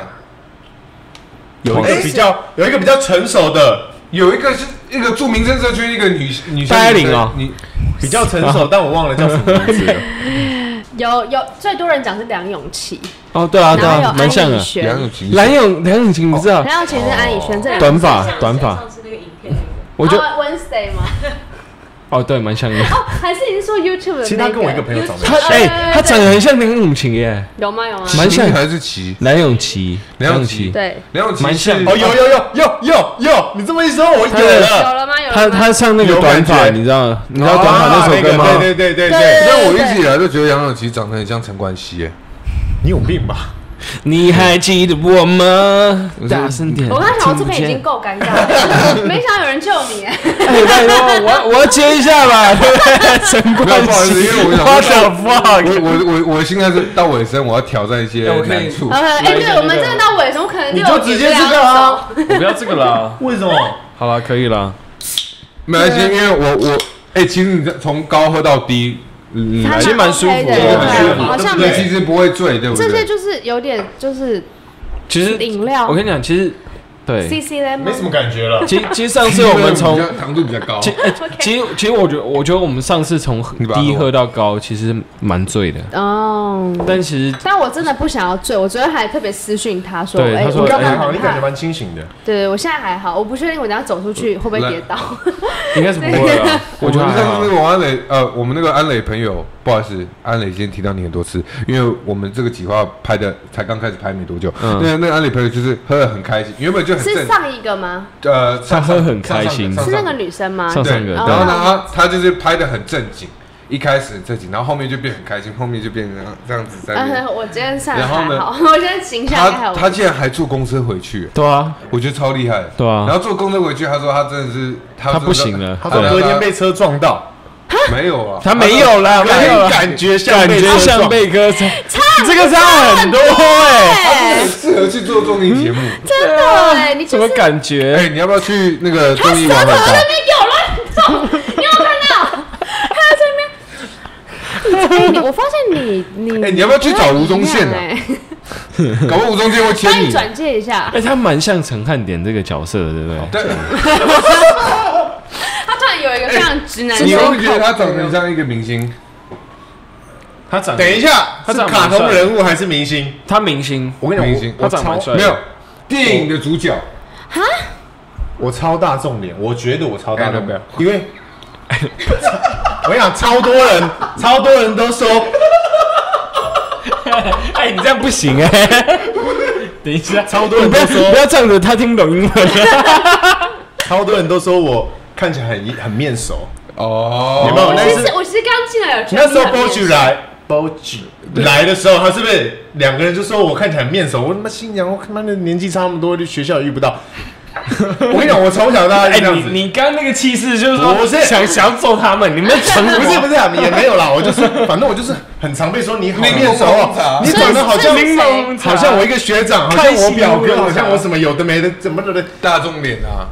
[SPEAKER 3] 有一个比较有一个比较成熟的，
[SPEAKER 1] 有一个是一个住民生社区一个女女生
[SPEAKER 2] 戴爱玲哦
[SPEAKER 1] 你
[SPEAKER 3] 比较成 熟，但我忘了叫什么名字了。
[SPEAKER 4] 有有最多人讲是梁咏琪，
[SPEAKER 2] 哦，对啊对
[SPEAKER 4] 然后
[SPEAKER 2] 啊，
[SPEAKER 4] 有哎哦
[SPEAKER 2] 蛮像
[SPEAKER 4] 安以
[SPEAKER 2] 的。
[SPEAKER 4] 轩，
[SPEAKER 1] 梁咏琪
[SPEAKER 2] 蓝永蓝永晴，你知道？
[SPEAKER 4] 梁咏琪是安以轩，这两个
[SPEAKER 2] 短发
[SPEAKER 5] 像
[SPEAKER 2] 短发
[SPEAKER 5] 上次那个影片那个。
[SPEAKER 2] 啊我就
[SPEAKER 4] 哦 Wednesday 吗？
[SPEAKER 2] 哦，对，蛮像的。
[SPEAKER 4] 哦，还是你是说 YouTube 的那个？
[SPEAKER 3] 其实他跟我一个朋友长得
[SPEAKER 2] 他哎
[SPEAKER 4] 对对，对
[SPEAKER 2] 他长得很像梁咏琪耶，
[SPEAKER 4] 有吗？有吗？
[SPEAKER 2] 蛮像
[SPEAKER 1] 秦还是齐？
[SPEAKER 2] 梁咏琪，
[SPEAKER 1] 梁咏琪
[SPEAKER 4] 对，
[SPEAKER 1] 梁咏琪
[SPEAKER 2] 蛮像
[SPEAKER 1] 是
[SPEAKER 3] 哦，有有有有有有，你这么一啊说，我
[SPEAKER 4] 有
[SPEAKER 3] 有了。
[SPEAKER 4] 了吗？有
[SPEAKER 2] 他
[SPEAKER 4] 了吗？
[SPEAKER 2] 啊他唱那个
[SPEAKER 3] 有
[SPEAKER 2] 短
[SPEAKER 3] 感觉
[SPEAKER 2] 发，你知道你知道短发那首歌吗
[SPEAKER 3] 啊？那个对
[SPEAKER 4] 对
[SPEAKER 3] 对对对对，
[SPEAKER 1] 但我一直以来都觉得梁咏琪长得很像陈冠希耶，
[SPEAKER 3] 你有病吧？
[SPEAKER 2] 你还记得我吗？大声点！
[SPEAKER 4] 我刚想我这
[SPEAKER 2] 听不
[SPEAKER 4] 边已
[SPEAKER 2] 见
[SPEAKER 4] 经够尴尬了， 没想到有人救你。欸
[SPEAKER 2] 哎，拜托，我我要接一下吧， 对不对？陈
[SPEAKER 1] 没有
[SPEAKER 2] 冠
[SPEAKER 1] 不好意思，
[SPEAKER 2] 希
[SPEAKER 1] 因为我想
[SPEAKER 2] ，What
[SPEAKER 1] 说
[SPEAKER 2] the fuck？
[SPEAKER 1] 我我我我现在是到尾声，我要挑战一些
[SPEAKER 2] 哎我可以
[SPEAKER 1] 难处。
[SPEAKER 4] 呃，哎，对，我们真的到尾声，我可能
[SPEAKER 3] 你
[SPEAKER 4] 六
[SPEAKER 3] 就直接这个啊？
[SPEAKER 2] 我不要这个了，
[SPEAKER 3] 为什么？
[SPEAKER 2] 好了，可以了。
[SPEAKER 1] 没关系，因为我我哎、其实你从高喝到低，嗯，
[SPEAKER 4] 他
[SPEAKER 1] 来
[SPEAKER 2] 其实蛮舒服的
[SPEAKER 4] 对
[SPEAKER 1] 蛮
[SPEAKER 4] 啊
[SPEAKER 1] 舒服的
[SPEAKER 4] 好像
[SPEAKER 1] 对，
[SPEAKER 4] 没
[SPEAKER 1] 其实不会醉，对不
[SPEAKER 4] 这些
[SPEAKER 1] 对？
[SPEAKER 4] 就是有点就是
[SPEAKER 2] 其实
[SPEAKER 4] 饮料
[SPEAKER 2] 我跟你讲，其实
[SPEAKER 4] C
[SPEAKER 2] 对，
[SPEAKER 4] C 嘞吗
[SPEAKER 3] 没？什么感觉了。
[SPEAKER 2] 其实 其实上次我们从
[SPEAKER 1] 因为比较糖度比较高，
[SPEAKER 2] 其哎其实其实我觉得我觉得我们上次从
[SPEAKER 1] 你把它
[SPEAKER 2] 低
[SPEAKER 1] 喝完
[SPEAKER 2] 喝到高，其实蛮醉的，
[SPEAKER 4] 哦。
[SPEAKER 2] 但其实
[SPEAKER 4] 但我真的不想要醉，我昨天还特别私讯他说，
[SPEAKER 2] 对
[SPEAKER 4] 哎，
[SPEAKER 2] 他说
[SPEAKER 4] 我
[SPEAKER 3] 你
[SPEAKER 4] 刚
[SPEAKER 3] 刚
[SPEAKER 4] 刚
[SPEAKER 3] 还好，
[SPEAKER 4] 很
[SPEAKER 3] 你感觉
[SPEAKER 4] 怕，
[SPEAKER 3] 蛮清醒的。
[SPEAKER 4] 对我现在还好，我不确定我等下走出去会不会跌倒。
[SPEAKER 2] 应该是不会啊了。 我觉得
[SPEAKER 1] 们
[SPEAKER 2] 还
[SPEAKER 1] 上
[SPEAKER 2] 好
[SPEAKER 1] 次那个王安磊，呃，我们那个安磊朋友，不好意思，安磊今天提到你很多次，因为我们这个计划拍的才刚开始拍没多久，
[SPEAKER 2] 嗯
[SPEAKER 1] 那那个安磊朋友就是喝的很开心，原本就很
[SPEAKER 4] 是
[SPEAKER 1] 正，
[SPEAKER 4] 上一个吗？
[SPEAKER 1] 呃，上
[SPEAKER 2] 他喝很开心
[SPEAKER 1] 上上
[SPEAKER 4] 是那个
[SPEAKER 1] 上
[SPEAKER 4] 女生吗？
[SPEAKER 2] 上上
[SPEAKER 1] 对，
[SPEAKER 2] 个
[SPEAKER 1] 然
[SPEAKER 4] 对
[SPEAKER 1] 后呢，他他就是拍的很正经，一开始很正经，然后后面就变很开心，后面就变成这样子在那边
[SPEAKER 4] 嗯，。我今天上来
[SPEAKER 1] 然后
[SPEAKER 4] 还
[SPEAKER 1] 呢
[SPEAKER 4] 好，我今天形象还
[SPEAKER 1] 他
[SPEAKER 4] 好。
[SPEAKER 1] 他竟然还坐公车回去，
[SPEAKER 2] 对啊，
[SPEAKER 1] 我觉得超厉害的。
[SPEAKER 2] 对啊
[SPEAKER 1] 然后坐公车回去，他说他真的是他
[SPEAKER 2] 他
[SPEAKER 1] 真的
[SPEAKER 2] 不行了
[SPEAKER 3] 他说啊
[SPEAKER 2] 对
[SPEAKER 3] 隔天被车撞到，哎
[SPEAKER 1] 没有啊，
[SPEAKER 2] 他没有啦，没有啦，
[SPEAKER 3] 感觉像
[SPEAKER 2] 感
[SPEAKER 3] 被
[SPEAKER 2] 觉
[SPEAKER 3] 车
[SPEAKER 2] 像
[SPEAKER 3] 撞
[SPEAKER 2] 贝哥差，这个差很多哎，
[SPEAKER 4] 哎
[SPEAKER 1] 很适合去做综艺节目。
[SPEAKER 4] 真的哎，你
[SPEAKER 2] 什
[SPEAKER 4] 就
[SPEAKER 2] 么
[SPEAKER 4] 是
[SPEAKER 2] 感觉？
[SPEAKER 1] 哎，你要不要去那个综艺玩很
[SPEAKER 4] 那
[SPEAKER 1] 大？
[SPEAKER 4] 边有乱走，你有看到？他在这边。哎你我发现你 你
[SPEAKER 1] 哎你要不要去找吴宗宪啊
[SPEAKER 4] 不太一样哎
[SPEAKER 1] 搞不好吴宗宪会签
[SPEAKER 4] 帮你
[SPEAKER 1] 你。
[SPEAKER 4] 转介一下
[SPEAKER 2] 哎，，他蛮像陈汉典这个角色的，对不哦对？
[SPEAKER 1] 对，
[SPEAKER 4] 他突然有一个非常直男的
[SPEAKER 1] 你
[SPEAKER 4] 口
[SPEAKER 1] 会
[SPEAKER 4] 吻。
[SPEAKER 1] 不会觉得他长得像一个明星？
[SPEAKER 2] 他长
[SPEAKER 3] 等一下，
[SPEAKER 2] 他
[SPEAKER 3] 是
[SPEAKER 2] 长得
[SPEAKER 3] 卡
[SPEAKER 2] 蛮帅
[SPEAKER 3] 通人物还是明星？
[SPEAKER 2] 他明星，
[SPEAKER 3] 我跟你
[SPEAKER 1] 明
[SPEAKER 3] 讲
[SPEAKER 1] 星，
[SPEAKER 3] 我我
[SPEAKER 2] 他长得蛮
[SPEAKER 3] 超
[SPEAKER 2] 帅
[SPEAKER 1] 没有，电影的主角
[SPEAKER 3] 我超大众脸，我觉得我超
[SPEAKER 2] 哎
[SPEAKER 3] 大众脸
[SPEAKER 1] Annabelle，
[SPEAKER 3] 因为我跟你讲，超多 人，超多人都说
[SPEAKER 2] 哎，你这样不行哎。 等一下，
[SPEAKER 3] 超多人
[SPEAKER 2] 不
[SPEAKER 3] 都
[SPEAKER 2] 要不
[SPEAKER 3] 说，
[SPEAKER 2] 要这样子，他听懂英文。
[SPEAKER 3] 超多人都说我看起来很很面熟，
[SPEAKER 1] 哦，
[SPEAKER 3] 有没有？
[SPEAKER 4] 我
[SPEAKER 3] 但
[SPEAKER 4] 其
[SPEAKER 3] 是
[SPEAKER 4] 实我其实刚进来有觉得
[SPEAKER 3] 那时候
[SPEAKER 4] 你很面
[SPEAKER 3] BOG
[SPEAKER 4] 熟
[SPEAKER 3] 来，BOG 来的时候，他是不是两个人就说我看起来很面熟？我他妈心想，我他妈的年纪差那么多，就学校也遇不 到。我跟你讲，我从小到大就
[SPEAKER 2] 哎，
[SPEAKER 3] 这样
[SPEAKER 2] 你
[SPEAKER 3] 子。
[SPEAKER 2] 你刚刚那个气势就是说，
[SPEAKER 3] 我不是
[SPEAKER 2] 想想揍他们，你们成
[SPEAKER 3] 不是不是啊，也没有啦，我就是，反正我就是很常被说你好
[SPEAKER 1] 柠檬
[SPEAKER 3] 面熟
[SPEAKER 1] 红茶
[SPEAKER 3] 哦，你长得好像
[SPEAKER 4] 所以是
[SPEAKER 2] 柠檬茶
[SPEAKER 3] 好像我一个学长，好
[SPEAKER 2] 开
[SPEAKER 3] 像
[SPEAKER 2] 心
[SPEAKER 3] 我表
[SPEAKER 2] 柠檬
[SPEAKER 3] 哥，
[SPEAKER 2] 茶
[SPEAKER 3] 好像我什么有的没的，怎么的的，
[SPEAKER 1] 大众脸啊，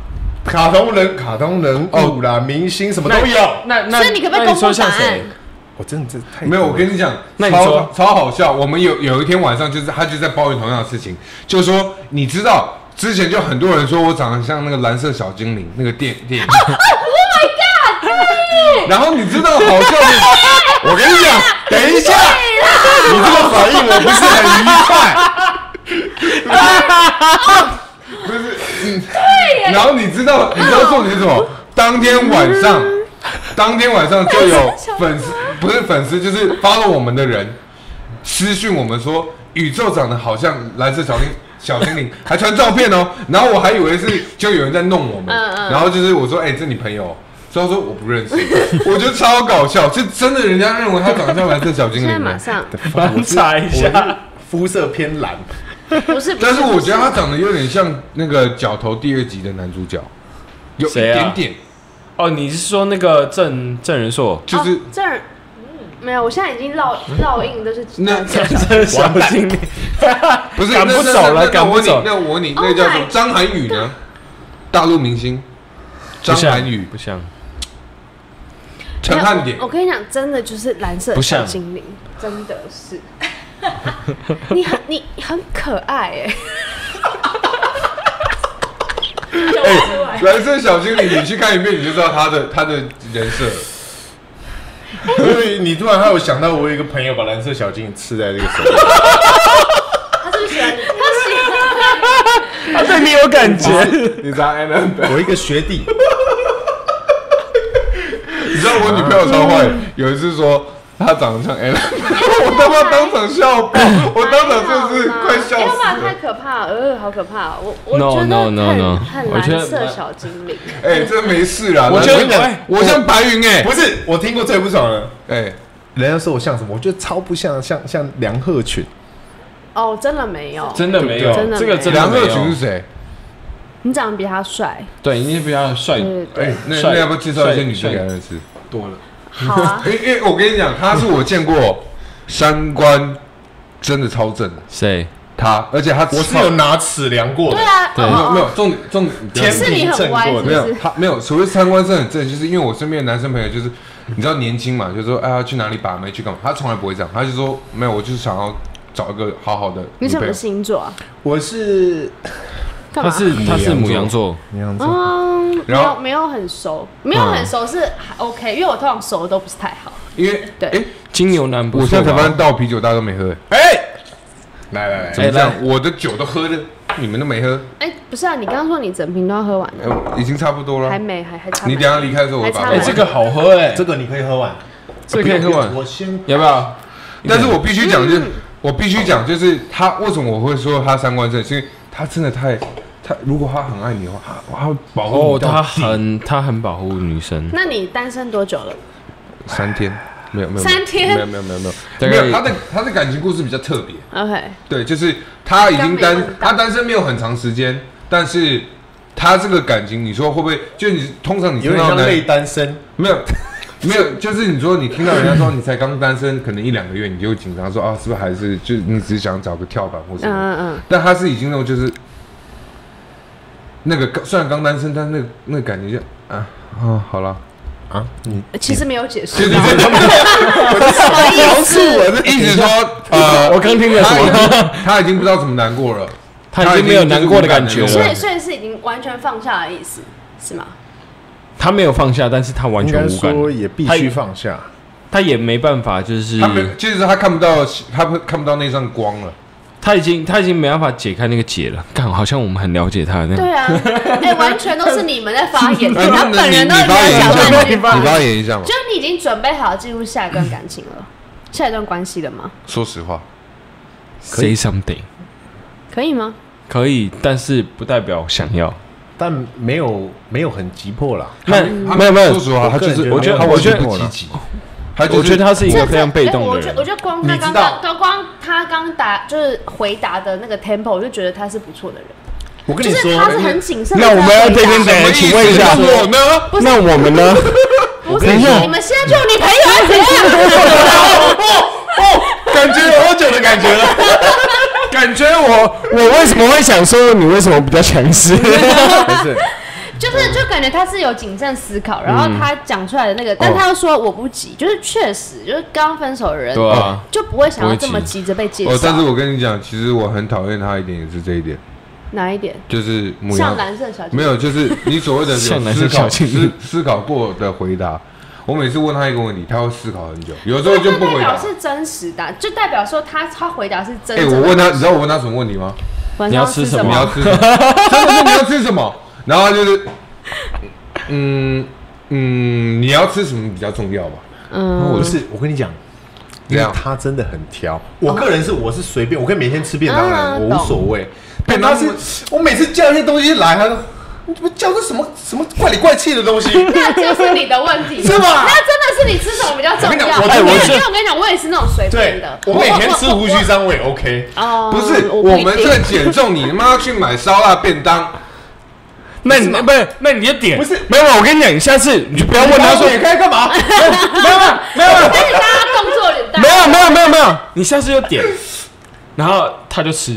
[SPEAKER 3] 卡通人、卡通人物啦，明星什么都有。
[SPEAKER 2] 那那
[SPEAKER 4] 所以你可不可以
[SPEAKER 2] 那
[SPEAKER 4] 公
[SPEAKER 2] 你
[SPEAKER 4] 布
[SPEAKER 2] 说
[SPEAKER 4] 答
[SPEAKER 2] 像谁
[SPEAKER 4] 案？
[SPEAKER 3] 我真的这太
[SPEAKER 1] 没有，我跟你讲，
[SPEAKER 2] 哎那你
[SPEAKER 1] 超
[SPEAKER 2] 说
[SPEAKER 1] 超好笑。我们有有一天晚上，就是他就在抱怨同样的事情，就说你知道之前就
[SPEAKER 2] Oh
[SPEAKER 1] 很多人说我长得像那个蓝色小精灵那个电电影，然后你知道好笑的，
[SPEAKER 3] 我跟 你讲，等一下，你这个反应我不是很愉快。
[SPEAKER 1] 然后你知道你知道重点是什
[SPEAKER 4] 嗯
[SPEAKER 1] 么？当天晚上，当天晚上就 有粉丝，不是粉丝，就是 follow 我们的人私讯我们说，宇宙长得好像蓝色小精小精灵，还传照片 哦。然后我还以为是就有人在弄我们，
[SPEAKER 4] 嗯嗯
[SPEAKER 1] 然后就是我说，哎、这你朋友。所以他说我不 认识，我觉得超搞笑，就真的人家认为他长得像蓝色小精
[SPEAKER 4] 现在
[SPEAKER 1] 灵
[SPEAKER 4] 马
[SPEAKER 1] 呢。
[SPEAKER 4] 上
[SPEAKER 2] 翻查一下，
[SPEAKER 3] 肤色偏蓝，
[SPEAKER 4] 不是，不
[SPEAKER 1] 但是我觉得
[SPEAKER 4] 不
[SPEAKER 1] 他长得有点像那个《角头》第二集的男主角，有一
[SPEAKER 2] 谁啊
[SPEAKER 1] 点点，
[SPEAKER 2] 哦，你是说那个郑郑仁 硕？
[SPEAKER 1] 就是、嗯
[SPEAKER 4] 哦这儿没有，我现在已经烙烙印都是
[SPEAKER 1] 那
[SPEAKER 2] 郑小 精灵，
[SPEAKER 1] 不是
[SPEAKER 2] 赶不
[SPEAKER 1] 那那
[SPEAKER 2] 走
[SPEAKER 1] 那
[SPEAKER 2] 了，
[SPEAKER 1] 那
[SPEAKER 2] 赶
[SPEAKER 1] 我
[SPEAKER 2] 不
[SPEAKER 1] 问你
[SPEAKER 2] 走。
[SPEAKER 1] 那我问你，
[SPEAKER 4] Oh
[SPEAKER 1] 那叫什么
[SPEAKER 4] my？
[SPEAKER 1] 张涵予呢？大陆明星张
[SPEAKER 2] 不像
[SPEAKER 1] 涵予
[SPEAKER 2] 不，像，
[SPEAKER 1] 陈汉典
[SPEAKER 4] 没有 我我跟你讲，真的就是蓝色
[SPEAKER 2] 不
[SPEAKER 4] 小
[SPEAKER 2] 像
[SPEAKER 4] 精灵，真的是。你很你很可爱哎、
[SPEAKER 5] 笑出来。
[SPEAKER 1] 蓝色小精灵，你去看一遍你就知道他的他的人设。
[SPEAKER 3] 所以你突然让我想到，我有一个朋友把蓝色小精灵刺在这个手上。
[SPEAKER 5] 他是不是喜欢你？
[SPEAKER 2] 他对你有感觉。
[SPEAKER 1] 你知道 a l
[SPEAKER 3] 我一个学弟，
[SPEAKER 1] 你知道我女朋友超
[SPEAKER 2] 啊
[SPEAKER 1] 坏，有一次说他长得像 a l 我他妈当场笑爆，
[SPEAKER 4] 哎
[SPEAKER 1] 我当场就是快笑
[SPEAKER 4] 要不然
[SPEAKER 1] 死
[SPEAKER 4] 太
[SPEAKER 1] 了。
[SPEAKER 4] 可怕了，呃，好可怕哦！我我
[SPEAKER 2] No,
[SPEAKER 4] 觉得
[SPEAKER 2] no,
[SPEAKER 4] 很
[SPEAKER 2] no, no.
[SPEAKER 4] 很
[SPEAKER 2] 我觉得
[SPEAKER 4] 蓝色小精灵，
[SPEAKER 1] 哎，这没事啦，
[SPEAKER 3] 我觉得
[SPEAKER 1] 蓝色
[SPEAKER 3] 哎
[SPEAKER 1] 我像白云哎
[SPEAKER 3] 不，是我听过最不爽的，
[SPEAKER 1] 哎，
[SPEAKER 3] 人家说我像什么？我觉得超不像，像像梁鹤群。
[SPEAKER 4] 哦，真的没有，
[SPEAKER 2] 真的没有，
[SPEAKER 4] 真的
[SPEAKER 2] 这个
[SPEAKER 4] 没有
[SPEAKER 2] 真的
[SPEAKER 1] 梁
[SPEAKER 2] 没
[SPEAKER 1] 鹤群
[SPEAKER 2] 有
[SPEAKER 1] 是。谁？
[SPEAKER 4] 你长得比他帅，
[SPEAKER 2] 对，你比较帅
[SPEAKER 4] 对对对，
[SPEAKER 1] 哎，那
[SPEAKER 2] 帅
[SPEAKER 1] 那要不要介绍一些女生
[SPEAKER 2] 帅
[SPEAKER 1] 给他认识？
[SPEAKER 2] 多了。
[SPEAKER 4] 好啊，
[SPEAKER 1] 因为因为哎我跟你讲，他是我见过三观真的超正的，
[SPEAKER 2] 谁？
[SPEAKER 1] 他，而且他
[SPEAKER 3] 我是有拿尺量过的
[SPEAKER 4] 对。啊，
[SPEAKER 2] 对
[SPEAKER 4] 哦
[SPEAKER 1] 没有没
[SPEAKER 4] 哦
[SPEAKER 1] 有重点重点
[SPEAKER 3] 天
[SPEAKER 4] 是你很歪是不
[SPEAKER 1] 没有
[SPEAKER 4] 是？
[SPEAKER 1] 他没有所谓三观正很正，就是因为我身边的男生朋友就是你知道年轻嘛，就说啊去哪里把妹去干嘛，他从来不会这样，他就说没有，我就是想要找一个好好的
[SPEAKER 4] 你
[SPEAKER 1] 女
[SPEAKER 4] 什
[SPEAKER 1] 朋
[SPEAKER 4] 么
[SPEAKER 1] 友。
[SPEAKER 4] 星座啊？
[SPEAKER 3] 我是哦
[SPEAKER 4] 干
[SPEAKER 2] 他
[SPEAKER 4] 嘛？
[SPEAKER 2] 是他是母羊座，
[SPEAKER 3] 那样子，
[SPEAKER 4] 嗯，没
[SPEAKER 1] 然后嗯
[SPEAKER 4] 有没有很熟，没有很熟是还 OK，因为我通常熟都不是太好。
[SPEAKER 1] 因为
[SPEAKER 4] 对
[SPEAKER 1] 哎，
[SPEAKER 2] 金牛男不
[SPEAKER 1] 我啊
[SPEAKER 2] 错
[SPEAKER 1] 现在才
[SPEAKER 2] 吧
[SPEAKER 1] 发现倒啤酒大家都没喝，哎
[SPEAKER 3] 哎，来来
[SPEAKER 1] 怎
[SPEAKER 3] 来，
[SPEAKER 1] 么这样
[SPEAKER 2] 来？
[SPEAKER 1] 我的酒都喝了，你们都没喝，
[SPEAKER 4] 哎，不是啊，你刚刚说你整瓶都要喝完了，
[SPEAKER 1] 哎已经差不多了
[SPEAKER 4] 还。没，还还差。
[SPEAKER 1] 你等一下离开的时候，我
[SPEAKER 4] 还
[SPEAKER 1] 会
[SPEAKER 4] 差
[SPEAKER 1] 把
[SPEAKER 4] 不
[SPEAKER 2] 哎，
[SPEAKER 1] 它
[SPEAKER 4] 多
[SPEAKER 2] 这个好喝哎，
[SPEAKER 3] 这个你可以喝完，
[SPEAKER 2] 这个可以喝完，
[SPEAKER 3] 我先
[SPEAKER 2] 要不要？
[SPEAKER 1] 但是我必须讲，就是、
[SPEAKER 4] 嗯
[SPEAKER 1] 我必须讲，就是他为什么我会说他三观正，是因为他真的太他如果他很爱你的话，他他会保护
[SPEAKER 2] 哦，
[SPEAKER 1] 你到
[SPEAKER 2] 他很他很保护女生，
[SPEAKER 4] 那你单身多久了？
[SPEAKER 1] 三天，没有没有
[SPEAKER 4] 三天
[SPEAKER 1] 没有没有没有没有
[SPEAKER 2] 大
[SPEAKER 1] 没
[SPEAKER 2] 概
[SPEAKER 1] 有他的他的感情故事比较特别，
[SPEAKER 4] OK，
[SPEAKER 1] 对，就是他已经
[SPEAKER 4] 刚
[SPEAKER 1] 单
[SPEAKER 4] 没问到
[SPEAKER 1] 他单身没有很长时间，但是他这个感情，你说会不会？就你通常你
[SPEAKER 3] 有
[SPEAKER 1] 听
[SPEAKER 3] 点
[SPEAKER 1] 到
[SPEAKER 3] 像
[SPEAKER 1] 男
[SPEAKER 3] 类单身，
[SPEAKER 1] 没有。 没有，就是你说你听到人家说你才刚单身，可能一两个月你就会紧张说啊，是不是还是就你只是想找个跳板或什
[SPEAKER 4] 嗯
[SPEAKER 1] 么？
[SPEAKER 4] 嗯
[SPEAKER 1] 但他是已经那种就是那个刚虽然刚单身，但是那个那个感觉就啊啊好 了，
[SPEAKER 4] 嗯，其实没有解
[SPEAKER 1] 就
[SPEAKER 4] 释
[SPEAKER 1] 是
[SPEAKER 4] 到，
[SPEAKER 1] 什么意思？一直说呃，
[SPEAKER 2] 我刚听了
[SPEAKER 1] 他
[SPEAKER 2] 什
[SPEAKER 1] 已
[SPEAKER 2] 么？
[SPEAKER 1] 经他已经不知道怎么难过了，
[SPEAKER 2] 他已经没有难过的感觉
[SPEAKER 1] 他
[SPEAKER 4] 所
[SPEAKER 1] 已
[SPEAKER 4] 以
[SPEAKER 2] 了
[SPEAKER 1] 经，
[SPEAKER 4] 所以是已经完全放下的意思，是吗？
[SPEAKER 2] 他没有放下，但是他完
[SPEAKER 3] 应
[SPEAKER 2] 全
[SPEAKER 3] 该
[SPEAKER 2] 无感，
[SPEAKER 3] 说也必须放下。
[SPEAKER 2] 他也没办法，就是
[SPEAKER 1] 他没就是他看不到他不看不到那扇光了。
[SPEAKER 2] 他已经他已经没办法解开那个结了，看好像我们很了解他那样。
[SPEAKER 4] 对啊， 哎、完全都是你们在发 言，
[SPEAKER 1] 哎
[SPEAKER 4] 嗯他
[SPEAKER 1] 那
[SPEAKER 4] 本人
[SPEAKER 1] 你
[SPEAKER 4] 都
[SPEAKER 1] 你
[SPEAKER 4] 没
[SPEAKER 1] 发
[SPEAKER 4] 有
[SPEAKER 1] 言一下
[SPEAKER 4] 讲
[SPEAKER 1] 嘛
[SPEAKER 4] 半
[SPEAKER 1] 你
[SPEAKER 4] 句话，
[SPEAKER 1] 发言一下嘛
[SPEAKER 4] 就。你已经准备好进入下一段感情了，下一段关系了吗？
[SPEAKER 1] 说实话，
[SPEAKER 2] Say something
[SPEAKER 4] 可以吗？
[SPEAKER 2] 可以，但是不代表想要。
[SPEAKER 3] 但没有没有很急迫啦。
[SPEAKER 2] 那
[SPEAKER 1] 他
[SPEAKER 2] 没有没有
[SPEAKER 1] 说，实话，他就是
[SPEAKER 3] 我个人觉得
[SPEAKER 1] 他
[SPEAKER 3] 没有
[SPEAKER 1] 完全
[SPEAKER 3] 很
[SPEAKER 1] 不
[SPEAKER 3] 积
[SPEAKER 1] 积
[SPEAKER 3] 极
[SPEAKER 1] 极，他就是
[SPEAKER 2] 我觉得他是一
[SPEAKER 4] 这
[SPEAKER 2] 个非常被动
[SPEAKER 4] 我
[SPEAKER 2] 的
[SPEAKER 4] 觉
[SPEAKER 2] 人
[SPEAKER 4] 我。觉得光他
[SPEAKER 3] 你知
[SPEAKER 4] 刚
[SPEAKER 3] 道
[SPEAKER 4] 刚，光光他刚答就是回答的那个 tempo，我就觉得他是不错的人，
[SPEAKER 3] 我跟
[SPEAKER 4] 就
[SPEAKER 3] 你
[SPEAKER 4] 是
[SPEAKER 3] 说，
[SPEAKER 4] 他是很谨慎地
[SPEAKER 2] 那我
[SPEAKER 4] 在回答。
[SPEAKER 2] 们要这边
[SPEAKER 1] 什么意思
[SPEAKER 2] 哎请问一下
[SPEAKER 1] 那我呢？
[SPEAKER 4] 不是
[SPEAKER 2] 那我们呢？
[SPEAKER 4] 不是
[SPEAKER 2] 跟你说
[SPEAKER 4] 你们现在就有女朋友 还是怎样？
[SPEAKER 3] 感觉有喝酒的感觉了。
[SPEAKER 2] 感觉我我为什么会想说你为什么比较强势？
[SPEAKER 4] 就是就感觉他是有谨慎思考，然后他讲出来的那个，但他又说我不急，就是确实就是刚分手的人，
[SPEAKER 2] 对啊
[SPEAKER 4] 就不会想要这
[SPEAKER 2] 不
[SPEAKER 4] 么
[SPEAKER 2] 会急
[SPEAKER 4] 急着被介绍。
[SPEAKER 1] 哦，但是我跟你讲，其实我很讨厌他一点，也是这一点，
[SPEAKER 4] 哪一点？
[SPEAKER 1] 就是母羊
[SPEAKER 4] 像蓝色小姐
[SPEAKER 1] 没有，就是你所谓的有
[SPEAKER 2] 像男
[SPEAKER 1] 思
[SPEAKER 2] 生
[SPEAKER 1] 考
[SPEAKER 2] 小
[SPEAKER 1] 思
[SPEAKER 2] 精灵
[SPEAKER 1] 思考过的回答。我每次问他一个问题，他会思考很久，有时候就不
[SPEAKER 4] 代
[SPEAKER 1] 回
[SPEAKER 4] 表
[SPEAKER 1] 答。
[SPEAKER 4] 是真实的啊，就代表说他他回答是真
[SPEAKER 1] 哎、
[SPEAKER 4] 的。
[SPEAKER 1] 我问他，你知道我问他什么问题吗？
[SPEAKER 4] 晚
[SPEAKER 2] 你
[SPEAKER 4] 上
[SPEAKER 2] 要
[SPEAKER 4] 要
[SPEAKER 2] 吃
[SPEAKER 4] 吃
[SPEAKER 2] 什
[SPEAKER 4] 什
[SPEAKER 2] 么
[SPEAKER 1] 你要
[SPEAKER 4] 么？
[SPEAKER 1] 吃什么？ 他就说你要吃什么，然后他就是，嗯嗯，你要吃什么比较重要吧？
[SPEAKER 4] 嗯
[SPEAKER 3] 不是，我跟你讲，因
[SPEAKER 1] 这
[SPEAKER 3] 为
[SPEAKER 1] 样
[SPEAKER 3] 他真的很挑。我个人是我是随便，我可以每天吃便当
[SPEAKER 4] 啊
[SPEAKER 3] 的，我无
[SPEAKER 4] 懂
[SPEAKER 3] 所谓。
[SPEAKER 1] 便
[SPEAKER 3] 便
[SPEAKER 1] 当
[SPEAKER 3] 当是，我每次叫一些东西来，他说你怎么叫这什么什么怪里怪气的东西？
[SPEAKER 4] 那就是你的问题，
[SPEAKER 3] 是吧
[SPEAKER 4] 那真的是你吃什么比较重
[SPEAKER 3] 我跟你
[SPEAKER 4] 要
[SPEAKER 3] 讲？我
[SPEAKER 4] 没有
[SPEAKER 2] 我
[SPEAKER 4] 因
[SPEAKER 2] 是
[SPEAKER 4] 为我跟你讲，我也是那种随便
[SPEAKER 3] 对
[SPEAKER 4] 的，。
[SPEAKER 3] 我每天吃胡须章我也 OK。
[SPEAKER 4] 哦，
[SPEAKER 1] 不是，
[SPEAKER 4] 不
[SPEAKER 1] 我
[SPEAKER 4] 一
[SPEAKER 1] 们
[SPEAKER 4] 定
[SPEAKER 1] 在减重，你他妈去买烧腊便当，
[SPEAKER 2] 那你不是，那你就点
[SPEAKER 3] 不是
[SPEAKER 2] 没有，我跟你讲，你下次你就不要问他说
[SPEAKER 3] 你该干嘛？
[SPEAKER 2] 没有没有
[SPEAKER 4] 但是大家动作有点大
[SPEAKER 2] 没有没有没有没有没有，你下次就点，然后他就吃，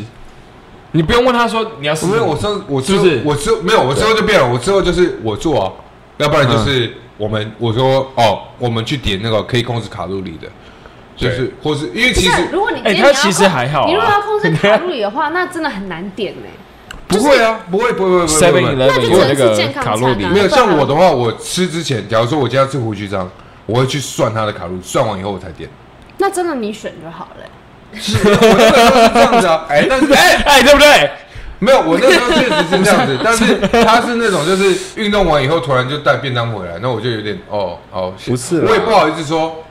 [SPEAKER 2] 你不用问他说你要吃什
[SPEAKER 1] 不
[SPEAKER 2] 么，
[SPEAKER 1] 是，我之后我之后
[SPEAKER 2] 是不是
[SPEAKER 1] 我之后没有，我之后就变了，我之后就是我做啊，要不然
[SPEAKER 2] 嗯
[SPEAKER 1] 就是我们、我说哦，我们去点那个可以控制卡路里的，就是或是因为其
[SPEAKER 4] 不是
[SPEAKER 1] 实
[SPEAKER 4] 如果你今
[SPEAKER 2] 哎
[SPEAKER 4] 天你
[SPEAKER 2] 他
[SPEAKER 4] 要
[SPEAKER 2] 其实
[SPEAKER 4] 控
[SPEAKER 2] 还好啊
[SPEAKER 4] 你如果要控制卡路里的话，那真的很难点欸呢。
[SPEAKER 1] 不会啊，不会不会不会不会
[SPEAKER 2] Seven
[SPEAKER 1] 不会，
[SPEAKER 4] 那
[SPEAKER 2] Eleven
[SPEAKER 4] 就只
[SPEAKER 2] 有
[SPEAKER 4] 能
[SPEAKER 2] 那
[SPEAKER 4] 是
[SPEAKER 2] 个
[SPEAKER 4] 健康
[SPEAKER 2] 卡
[SPEAKER 4] 餐
[SPEAKER 2] 路里，
[SPEAKER 4] 啊
[SPEAKER 1] 没有像我的话，我吃之前，假如说我今天要吃胡须章，我会去算它的卡路里，算完以后我才 点，
[SPEAKER 4] 那真的你选就好了。欸
[SPEAKER 1] 我那个时候是这样子啊，哎，但是哎。
[SPEAKER 2] 哎哎，对不对？，
[SPEAKER 1] 没有，我那时候确实是这样子， 但是他是那种就是运动完以后突然就带便当回来，那我就有点哦，好，
[SPEAKER 3] 不是啦
[SPEAKER 1] 我也不好意思说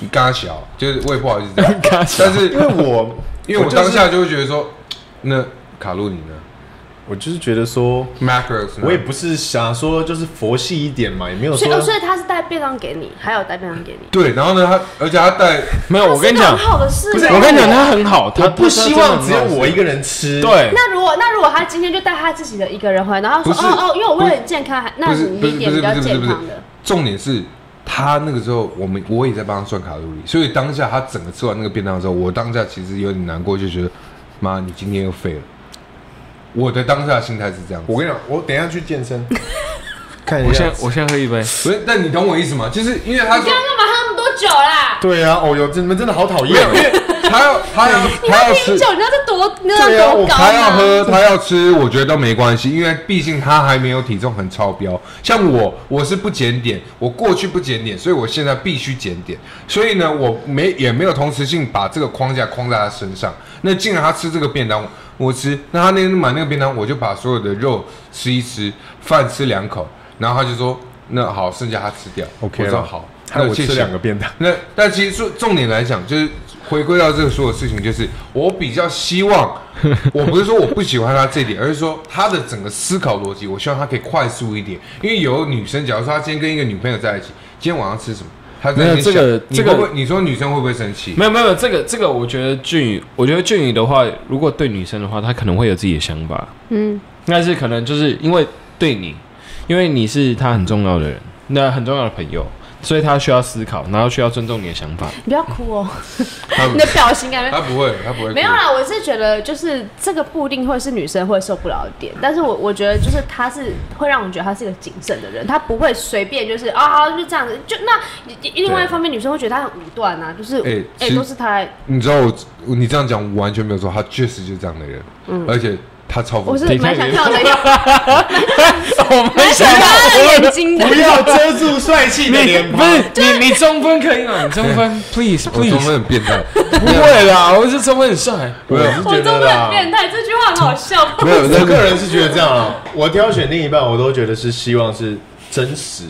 [SPEAKER 1] 你刚小，就是我也不好意思 这样
[SPEAKER 2] 刚小
[SPEAKER 1] 但是
[SPEAKER 3] 因为我，
[SPEAKER 1] 因为我
[SPEAKER 3] 就是
[SPEAKER 1] 当下就会觉得说，那卡路里呢
[SPEAKER 3] 我就是觉得说，
[SPEAKER 1] ，macros，呢
[SPEAKER 3] 我也不是想说就是佛系一点嘛，也没有
[SPEAKER 4] 所
[SPEAKER 3] 说
[SPEAKER 4] 以，哦所以他是带便当给你，还有带便当给你。
[SPEAKER 1] 对，然后呢，他而且他带
[SPEAKER 2] 没有，我跟你讲
[SPEAKER 4] 那是个很，好的事。欸
[SPEAKER 3] 不是
[SPEAKER 2] 我跟你讲，他很好，他
[SPEAKER 3] 我不希望只有我一
[SPEAKER 2] 个
[SPEAKER 3] 个人吃。，
[SPEAKER 2] 对。
[SPEAKER 4] 那如果那如果他今天就带他自己的一个人回来，然后说
[SPEAKER 1] 不是
[SPEAKER 4] 哦哦，因为我为了你健康，那
[SPEAKER 1] 不是
[SPEAKER 4] 你
[SPEAKER 1] 不是
[SPEAKER 4] 你
[SPEAKER 1] 不
[SPEAKER 4] 点
[SPEAKER 1] 是
[SPEAKER 4] 比
[SPEAKER 1] 不
[SPEAKER 4] 较
[SPEAKER 1] 是不是
[SPEAKER 4] 健
[SPEAKER 1] 不是
[SPEAKER 4] 康的。，
[SPEAKER 1] 重点是他那个时候我们我也在帮他算卡路里，所以当下他整个吃完那个便当的时候，我当下其实有点难过，就觉得妈，你今天又废了。我的当下心态是这样子，
[SPEAKER 3] 我跟你讲，我等一下去健身，看
[SPEAKER 2] 我
[SPEAKER 3] 一下
[SPEAKER 2] 先。我先喝一杯，
[SPEAKER 1] 不是，但你懂我意思吗？就是因为他
[SPEAKER 4] 你
[SPEAKER 1] 说
[SPEAKER 4] 刚刚干嘛喝那么多酒啦？
[SPEAKER 3] 对啊，哦哟，你们真的好讨
[SPEAKER 1] 没
[SPEAKER 3] 厌
[SPEAKER 1] 有，因。为他要他要
[SPEAKER 4] 你要
[SPEAKER 1] 他要
[SPEAKER 4] 啤
[SPEAKER 1] 吃，
[SPEAKER 4] 酒，你知道这多你知道
[SPEAKER 3] 对啊
[SPEAKER 4] 多
[SPEAKER 3] 我
[SPEAKER 4] 高
[SPEAKER 1] 他要
[SPEAKER 4] 吗？
[SPEAKER 1] 喝他要吃，我觉得都没关系，因为毕竟他还没有体重很超标。像我，我是不检点，我过去不检点，所以我现在必须检点。所以呢，我没也没有同时性把这个框架框在他身上。那既然他吃这个便当，我吃，那他那天买那个便当，我就把所有的肉吃一吃，饭吃两口，然后他就说。那好，剩下他吃掉。
[SPEAKER 3] OK
[SPEAKER 1] 我说
[SPEAKER 3] 了
[SPEAKER 1] 好，
[SPEAKER 3] 害
[SPEAKER 1] 那
[SPEAKER 3] 我
[SPEAKER 1] 谢
[SPEAKER 3] 吃
[SPEAKER 1] 谢
[SPEAKER 3] 两个便当。
[SPEAKER 1] 那但其实重重点来讲，就是回归到这个所有事情，就是我比较希望，我不是说我不喜欢他这一点，而是说他的整个思考逻辑，我希望他可以快速一点。因为有的女生，假如说她今天跟一个女朋友在一起，今天晚上吃什么，她在那边
[SPEAKER 2] 没有这个
[SPEAKER 1] 想你
[SPEAKER 2] 这个
[SPEAKER 1] 会不会你说女生会不会生气？
[SPEAKER 2] 没有没有，这个这个，我觉得俊宇，我觉得俊宇的话，如果对女生的话，他可能会有自己的想法，
[SPEAKER 4] 嗯，
[SPEAKER 2] 但是可能就是因为对你，因为你是他很重要的人，那很重要的朋友，所以他需要思考，然后需要尊重你的想法。
[SPEAKER 4] 你不要哭哦，
[SPEAKER 1] 她
[SPEAKER 4] 你的表情感 觉
[SPEAKER 1] 她不会，她不会。
[SPEAKER 4] 没有，啊啦，我是觉得就是这个不一定会是女生会受不了的点，但是我我觉得就是他是会让我觉得他是一个谨慎的人，他不会随便就是啊、就这样子，就那另外一方面女生会觉得他很武断啊，就是哎、
[SPEAKER 1] 哎其实
[SPEAKER 4] 都是他来，
[SPEAKER 1] 你知道我你这样讲我完全没有错，她确实就是这样的人，而且她超
[SPEAKER 4] 嗯我
[SPEAKER 1] 不
[SPEAKER 4] 是
[SPEAKER 2] 等一下
[SPEAKER 4] 蛮想
[SPEAKER 2] 你
[SPEAKER 4] 看我的样，
[SPEAKER 2] 我们
[SPEAKER 4] 蛮想看他的眼睛的。
[SPEAKER 3] 不要遮住帅气的
[SPEAKER 2] 你
[SPEAKER 3] 脸
[SPEAKER 2] 不
[SPEAKER 3] 庞。
[SPEAKER 2] 是你你中分可以吗？你中分，please
[SPEAKER 1] 我中
[SPEAKER 2] please，
[SPEAKER 1] 分很变态，
[SPEAKER 2] 不会啦，我是中分很帅。
[SPEAKER 3] 我是
[SPEAKER 4] 我
[SPEAKER 3] 觉
[SPEAKER 4] 真
[SPEAKER 3] 得
[SPEAKER 4] 的很变
[SPEAKER 3] 啦，
[SPEAKER 4] 态，这句话很好笑。
[SPEAKER 1] 没有
[SPEAKER 3] 我个人是觉得这样啊。我挑选另一半，我都觉得是希望是真实，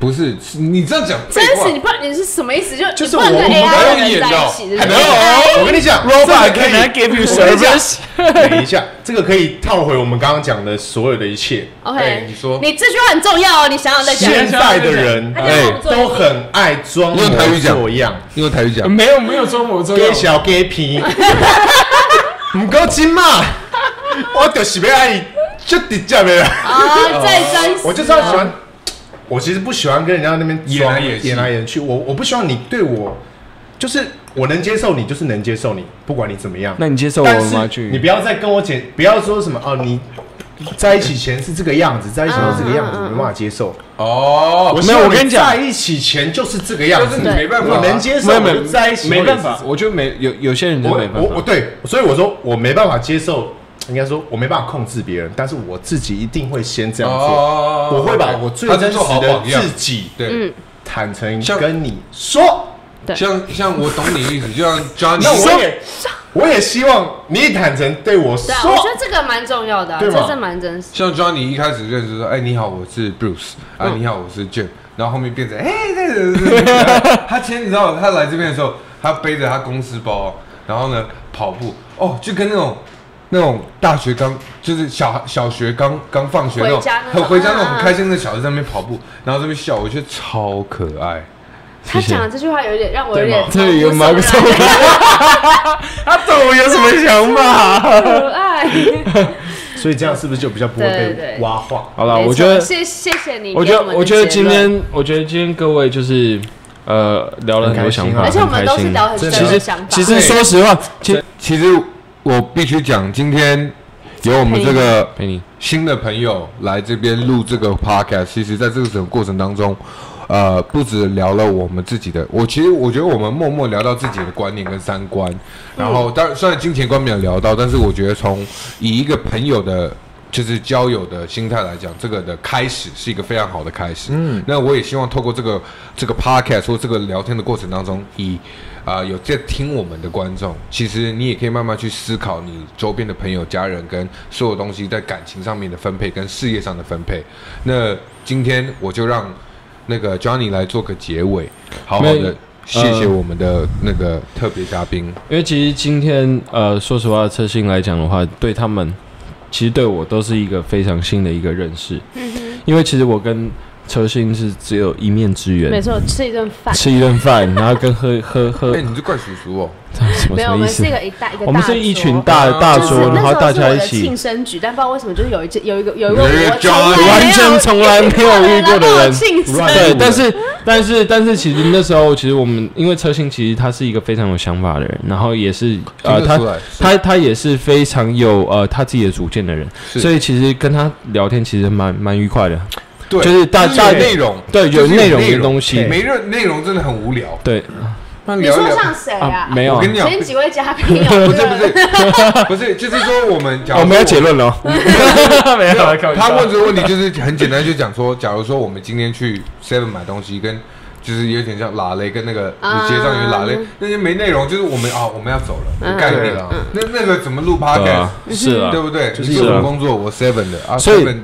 [SPEAKER 1] 不是你这样讲
[SPEAKER 4] 真
[SPEAKER 1] 废话
[SPEAKER 4] 实，你不知道你是什么意思，就
[SPEAKER 3] 就是
[SPEAKER 4] 你不能
[SPEAKER 3] 我
[SPEAKER 4] 跟
[SPEAKER 3] 我
[SPEAKER 4] AI
[SPEAKER 1] 还
[SPEAKER 4] 的
[SPEAKER 1] 有
[SPEAKER 4] 人
[SPEAKER 1] 演
[SPEAKER 4] 在
[SPEAKER 1] 到
[SPEAKER 4] 一起，对不
[SPEAKER 1] 还
[SPEAKER 4] 对
[SPEAKER 1] 没有
[SPEAKER 3] 有，我跟你讲
[SPEAKER 2] Robot,
[SPEAKER 3] 这个可
[SPEAKER 2] can I
[SPEAKER 3] 以
[SPEAKER 2] give you
[SPEAKER 3] 我跟你讲
[SPEAKER 2] service？
[SPEAKER 3] 等一下，这个可以套回我们刚刚讲的所有的一切。
[SPEAKER 1] 哎
[SPEAKER 4] OK，
[SPEAKER 1] 你说
[SPEAKER 4] 你这句话很重要哦，你想想再讲。
[SPEAKER 3] 现在的人哎
[SPEAKER 5] 他就是我们做的
[SPEAKER 3] 都很爱装
[SPEAKER 1] 用台
[SPEAKER 3] 模
[SPEAKER 1] 语讲
[SPEAKER 3] 作样，
[SPEAKER 1] 你用台语讲，
[SPEAKER 2] 没有没有中我中
[SPEAKER 3] 给小给皮， 唔够金嘛，我就是要爱你，就直接的啦。
[SPEAKER 4] 啊，再真实，
[SPEAKER 3] 我就是要喜欢，我其实不喜欢跟人家那边
[SPEAKER 1] 演来
[SPEAKER 3] 装
[SPEAKER 1] 演去
[SPEAKER 3] 演来演去，我我不希望你对我，就是我能接受你，就是能接受你，不管你怎么样。
[SPEAKER 2] 那你接受我
[SPEAKER 3] 但
[SPEAKER 2] 了吗？
[SPEAKER 3] 是
[SPEAKER 2] 俊
[SPEAKER 3] 你
[SPEAKER 2] 宇，
[SPEAKER 3] 不要再跟我讲，不要说什么哦，你在一起前是这个样子，在一起后是这个样
[SPEAKER 4] 嗯
[SPEAKER 3] 子，
[SPEAKER 4] 嗯嗯
[SPEAKER 3] 没办法接受。
[SPEAKER 1] 哦，
[SPEAKER 3] 我
[SPEAKER 2] 没有
[SPEAKER 3] 希望
[SPEAKER 2] 我跟你讲
[SPEAKER 3] 在一起前就是这个样
[SPEAKER 1] 就是
[SPEAKER 3] 子，
[SPEAKER 1] 你没办法
[SPEAKER 3] 我
[SPEAKER 1] 啊，
[SPEAKER 3] 能接受，
[SPEAKER 2] 没有
[SPEAKER 3] 我
[SPEAKER 2] 没
[SPEAKER 3] 就
[SPEAKER 2] 有
[SPEAKER 3] 在一起，
[SPEAKER 2] 没办法，。我觉得没有有些人
[SPEAKER 3] 我
[SPEAKER 2] 就没办
[SPEAKER 3] 我我
[SPEAKER 2] 法。
[SPEAKER 3] 对，所以我说我没办法接受，应该说我没办法控制别人，但是我自己一定会先这样做，
[SPEAKER 1] 哦
[SPEAKER 3] 我会把我最
[SPEAKER 1] 他
[SPEAKER 3] 真
[SPEAKER 1] 是
[SPEAKER 3] 实
[SPEAKER 1] 做好
[SPEAKER 3] 的
[SPEAKER 1] 榜样
[SPEAKER 3] 自己
[SPEAKER 1] 对，
[SPEAKER 3] 他坦诚
[SPEAKER 1] 像
[SPEAKER 3] 跟你说。
[SPEAKER 4] 嗯对
[SPEAKER 1] 像像我懂你意思，就 像 Johnny，
[SPEAKER 3] 那我也我也希望你坦诚对我
[SPEAKER 4] 对啊，我觉
[SPEAKER 3] 说
[SPEAKER 4] 得。这个蛮重要的啊，
[SPEAKER 3] 对
[SPEAKER 4] 这
[SPEAKER 3] 嘛
[SPEAKER 4] 是蛮真实。
[SPEAKER 1] 像 Johnny 一开始认识说，哎、你好，我是 Bruce，哎、
[SPEAKER 3] 嗯
[SPEAKER 1] 你好，我是 Jim，然后后面变成，哎、对对对对对，啊 他前你知道他来这边的时候，他背着他公司包，然后呢跑步，哦，就跟那种那种大学刚就是小小学刚刚放学那种
[SPEAKER 4] 回家那，
[SPEAKER 1] 很
[SPEAKER 4] 种
[SPEAKER 1] 回家那种
[SPEAKER 4] 嗯嗯
[SPEAKER 1] 很开心的小子在那边跑步，然后这边笑，我觉得超可爱。
[SPEAKER 4] 他讲的这句话有点让我有
[SPEAKER 3] 对
[SPEAKER 4] 点
[SPEAKER 3] 嘛
[SPEAKER 2] 这有毛
[SPEAKER 4] 毛
[SPEAKER 2] 不
[SPEAKER 4] 骨
[SPEAKER 2] 中
[SPEAKER 4] 悚然，
[SPEAKER 2] 他对我有什么想法？
[SPEAKER 4] 可爱。
[SPEAKER 3] 所以这样是不是就比较不会
[SPEAKER 4] 对对
[SPEAKER 3] 被
[SPEAKER 4] 对
[SPEAKER 3] 挖化？
[SPEAKER 2] 好了，
[SPEAKER 4] 没错
[SPEAKER 2] 我觉得，
[SPEAKER 4] 谢谢谢你给们的结
[SPEAKER 2] 我觉
[SPEAKER 4] 论，
[SPEAKER 2] 得，我觉得今天，我觉得今天各位就是呃聊了很多想法，
[SPEAKER 4] 啊而且我们
[SPEAKER 2] 很
[SPEAKER 4] 都
[SPEAKER 2] 开
[SPEAKER 4] 是
[SPEAKER 2] 心
[SPEAKER 4] 聊很
[SPEAKER 3] 真
[SPEAKER 4] 深
[SPEAKER 3] 的
[SPEAKER 2] 其
[SPEAKER 4] 的
[SPEAKER 2] 实
[SPEAKER 4] 想法，
[SPEAKER 2] 其实说实话，其实
[SPEAKER 1] 其实我必须讲，今天有我们这个
[SPEAKER 2] 陪你
[SPEAKER 1] 新的朋友来这边录这个 podcast，其实在这个整个过程当中，呃，不止聊了我们自己的，我其实我觉得我们默默聊到自己的观念跟三观，然后当然虽然金钱观没有聊到，但是我觉得从以一个朋友的。就是交友的心态来讲，这个的开始是一个非常好的开始。嗯，那我也希望透过这个这个 podcast 或这个聊天的过程当中，以啊、有在听我们的观众，其实你也可以慢慢去思考你周边的朋友、家人跟所有东西在感情上面的分配跟事业上的分配。那今天我就让那个 Johnny 来做个结尾，好好
[SPEAKER 2] 没呃
[SPEAKER 1] 的谢谢我们的那个特别嘉宾。
[SPEAKER 2] 因为其实今天呃，说实话，测信来讲的话，对他们其实对我都是一个非常新的一个认识。
[SPEAKER 4] 嗯
[SPEAKER 2] 因为其实我跟车信是只有一面之
[SPEAKER 4] 没
[SPEAKER 2] 缘，
[SPEAKER 4] 错，吃一顿饭，
[SPEAKER 2] 吃一顿饭， 然后跟喝喝喝
[SPEAKER 1] 哎、，你是怪叔叔哦，
[SPEAKER 2] 什么
[SPEAKER 4] 没有，
[SPEAKER 2] 什么
[SPEAKER 4] 我
[SPEAKER 2] 意
[SPEAKER 4] 们
[SPEAKER 2] 思
[SPEAKER 4] 是一？个一大一个大桌，
[SPEAKER 2] 我们是一群大
[SPEAKER 1] 哦
[SPEAKER 2] 大
[SPEAKER 4] 就是
[SPEAKER 2] 桌，
[SPEAKER 4] 那
[SPEAKER 2] 然
[SPEAKER 4] 时
[SPEAKER 2] 后
[SPEAKER 4] 候
[SPEAKER 2] 大
[SPEAKER 4] 是
[SPEAKER 2] 家
[SPEAKER 4] 我
[SPEAKER 2] 一
[SPEAKER 4] 的
[SPEAKER 2] 起
[SPEAKER 4] 庆，生举，但不知道为什么就是有一件有一个有一个
[SPEAKER 1] 有一个
[SPEAKER 4] 我从
[SPEAKER 1] Johnny
[SPEAKER 4] 来没
[SPEAKER 2] 完
[SPEAKER 4] 有
[SPEAKER 2] 全从来没有遇过的人。
[SPEAKER 4] 庆生，
[SPEAKER 2] 对，但是但是但是，其实那时候其实我们因为车信其实他是一个非常有想法的人，然后也是呃
[SPEAKER 1] 听得
[SPEAKER 2] 他
[SPEAKER 1] 出来，
[SPEAKER 2] 他他也是非常有呃他自己的主见的人，
[SPEAKER 1] 是
[SPEAKER 2] 所以其实跟他聊天其实蛮蛮愉快的，
[SPEAKER 1] 对，
[SPEAKER 2] 就是大
[SPEAKER 1] 有
[SPEAKER 2] 大
[SPEAKER 1] 内容，
[SPEAKER 2] 对
[SPEAKER 1] 就是
[SPEAKER 2] 有内容
[SPEAKER 1] 容
[SPEAKER 2] 的东西
[SPEAKER 1] 没内内容真的很无聊。
[SPEAKER 2] 对
[SPEAKER 1] 那
[SPEAKER 4] 你
[SPEAKER 1] 聊一
[SPEAKER 4] 说
[SPEAKER 1] 聊
[SPEAKER 4] 像谁啊？
[SPEAKER 2] 没有
[SPEAKER 1] 我
[SPEAKER 2] 啊，
[SPEAKER 1] 跟你讲
[SPEAKER 4] 前，几位嘉宾有
[SPEAKER 1] 不是不是不是，就是说我们讲，
[SPEAKER 2] 我们要结论了，没有啊，开玩笑
[SPEAKER 1] 他问这个问题就是很简单，就讲说，假如说我们今天去 Seven 买东西，跟就是有点像拉雷跟那个
[SPEAKER 4] 啊
[SPEAKER 1] 你结账员拉雷那些没内容，就是我们啊我们要走了的概念啊，那那个怎么录
[SPEAKER 2] 对
[SPEAKER 1] podcast，
[SPEAKER 2] 啊是啊
[SPEAKER 1] 对，不对？
[SPEAKER 2] 就是
[SPEAKER 1] 你做什
[SPEAKER 2] 是啊
[SPEAKER 1] 么工作？我 Seven 的啊
[SPEAKER 2] 所以
[SPEAKER 1] ，Seven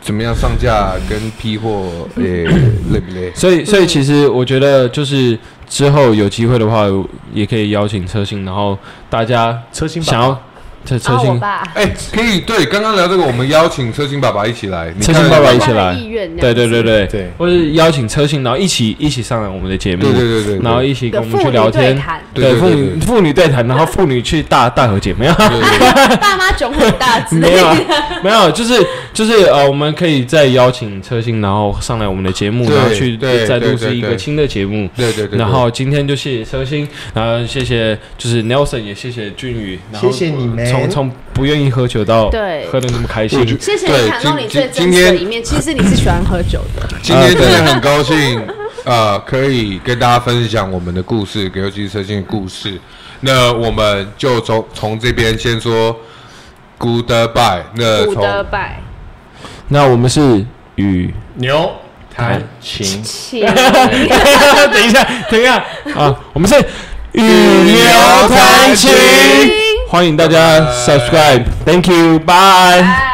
[SPEAKER 1] 怎么样上架跟批货， 诶累不累？
[SPEAKER 2] 所以，所以其实我觉得，就是之后有机会的话，也可以邀请车星，然后大家
[SPEAKER 3] 车星爸爸
[SPEAKER 2] 想要车车
[SPEAKER 4] 啊，我
[SPEAKER 2] 星，
[SPEAKER 4] 爸，
[SPEAKER 1] 哎，可以对，刚刚聊这个，我们邀请车星爸爸一起来，你
[SPEAKER 2] 车
[SPEAKER 1] 看
[SPEAKER 2] 星爸爸一
[SPEAKER 4] 看
[SPEAKER 2] 起
[SPEAKER 4] 他
[SPEAKER 2] 来
[SPEAKER 4] 的意愿，
[SPEAKER 2] 对对对对
[SPEAKER 3] 对
[SPEAKER 2] 或是邀请车星，然后一起一起上来我们的节目，
[SPEAKER 1] 对对对对对
[SPEAKER 2] 然后一起
[SPEAKER 4] 一
[SPEAKER 2] 跟
[SPEAKER 4] 个
[SPEAKER 2] 我们
[SPEAKER 4] 妇
[SPEAKER 2] 去
[SPEAKER 4] 女
[SPEAKER 2] 聊
[SPEAKER 4] 对
[SPEAKER 2] 天，
[SPEAKER 4] 谈，
[SPEAKER 1] 对
[SPEAKER 2] 妇
[SPEAKER 1] 对
[SPEAKER 2] 女
[SPEAKER 1] 对
[SPEAKER 2] 妇女对谈，然后妇女去大大和解，没有啊
[SPEAKER 4] 爸妈囧很大之
[SPEAKER 2] 没
[SPEAKER 4] 类
[SPEAKER 2] 有
[SPEAKER 4] 的
[SPEAKER 2] 啊。没有，就是就是呃，我们可以再邀请车星，然后上来我们的节目，
[SPEAKER 1] 对
[SPEAKER 2] 然后去
[SPEAKER 1] 对
[SPEAKER 2] 再录
[SPEAKER 1] 对
[SPEAKER 2] 制
[SPEAKER 1] 对
[SPEAKER 2] 一个
[SPEAKER 1] 对
[SPEAKER 2] 新的节目，
[SPEAKER 1] 对对对，
[SPEAKER 2] 然后今天就谢谢车星，然后谢谢就是 Nelson，也谢谢俊宇，然后
[SPEAKER 3] 谢谢你们
[SPEAKER 2] 从从不愿意喝酒到
[SPEAKER 4] 对
[SPEAKER 2] 喝的那么开
[SPEAKER 1] 我觉
[SPEAKER 2] 心
[SPEAKER 1] 得，
[SPEAKER 4] 谢谢你袒露你最真实的一面。其实你是喜欢喝酒的，
[SPEAKER 1] 今天真的很高兴，呃，可以跟大家分享我们的故事，尤其是车星的故事。那我们就从从这边先说 goodbye。那
[SPEAKER 4] 古
[SPEAKER 1] 从
[SPEAKER 4] 德拜，
[SPEAKER 2] 那我们是与，
[SPEAKER 3] 牛弹琴，
[SPEAKER 4] 请
[SPEAKER 2] 等一下，等一下啊，我们是与
[SPEAKER 1] 牛弹琴
[SPEAKER 2] 欢迎大家 subscribe，Thank you，拜。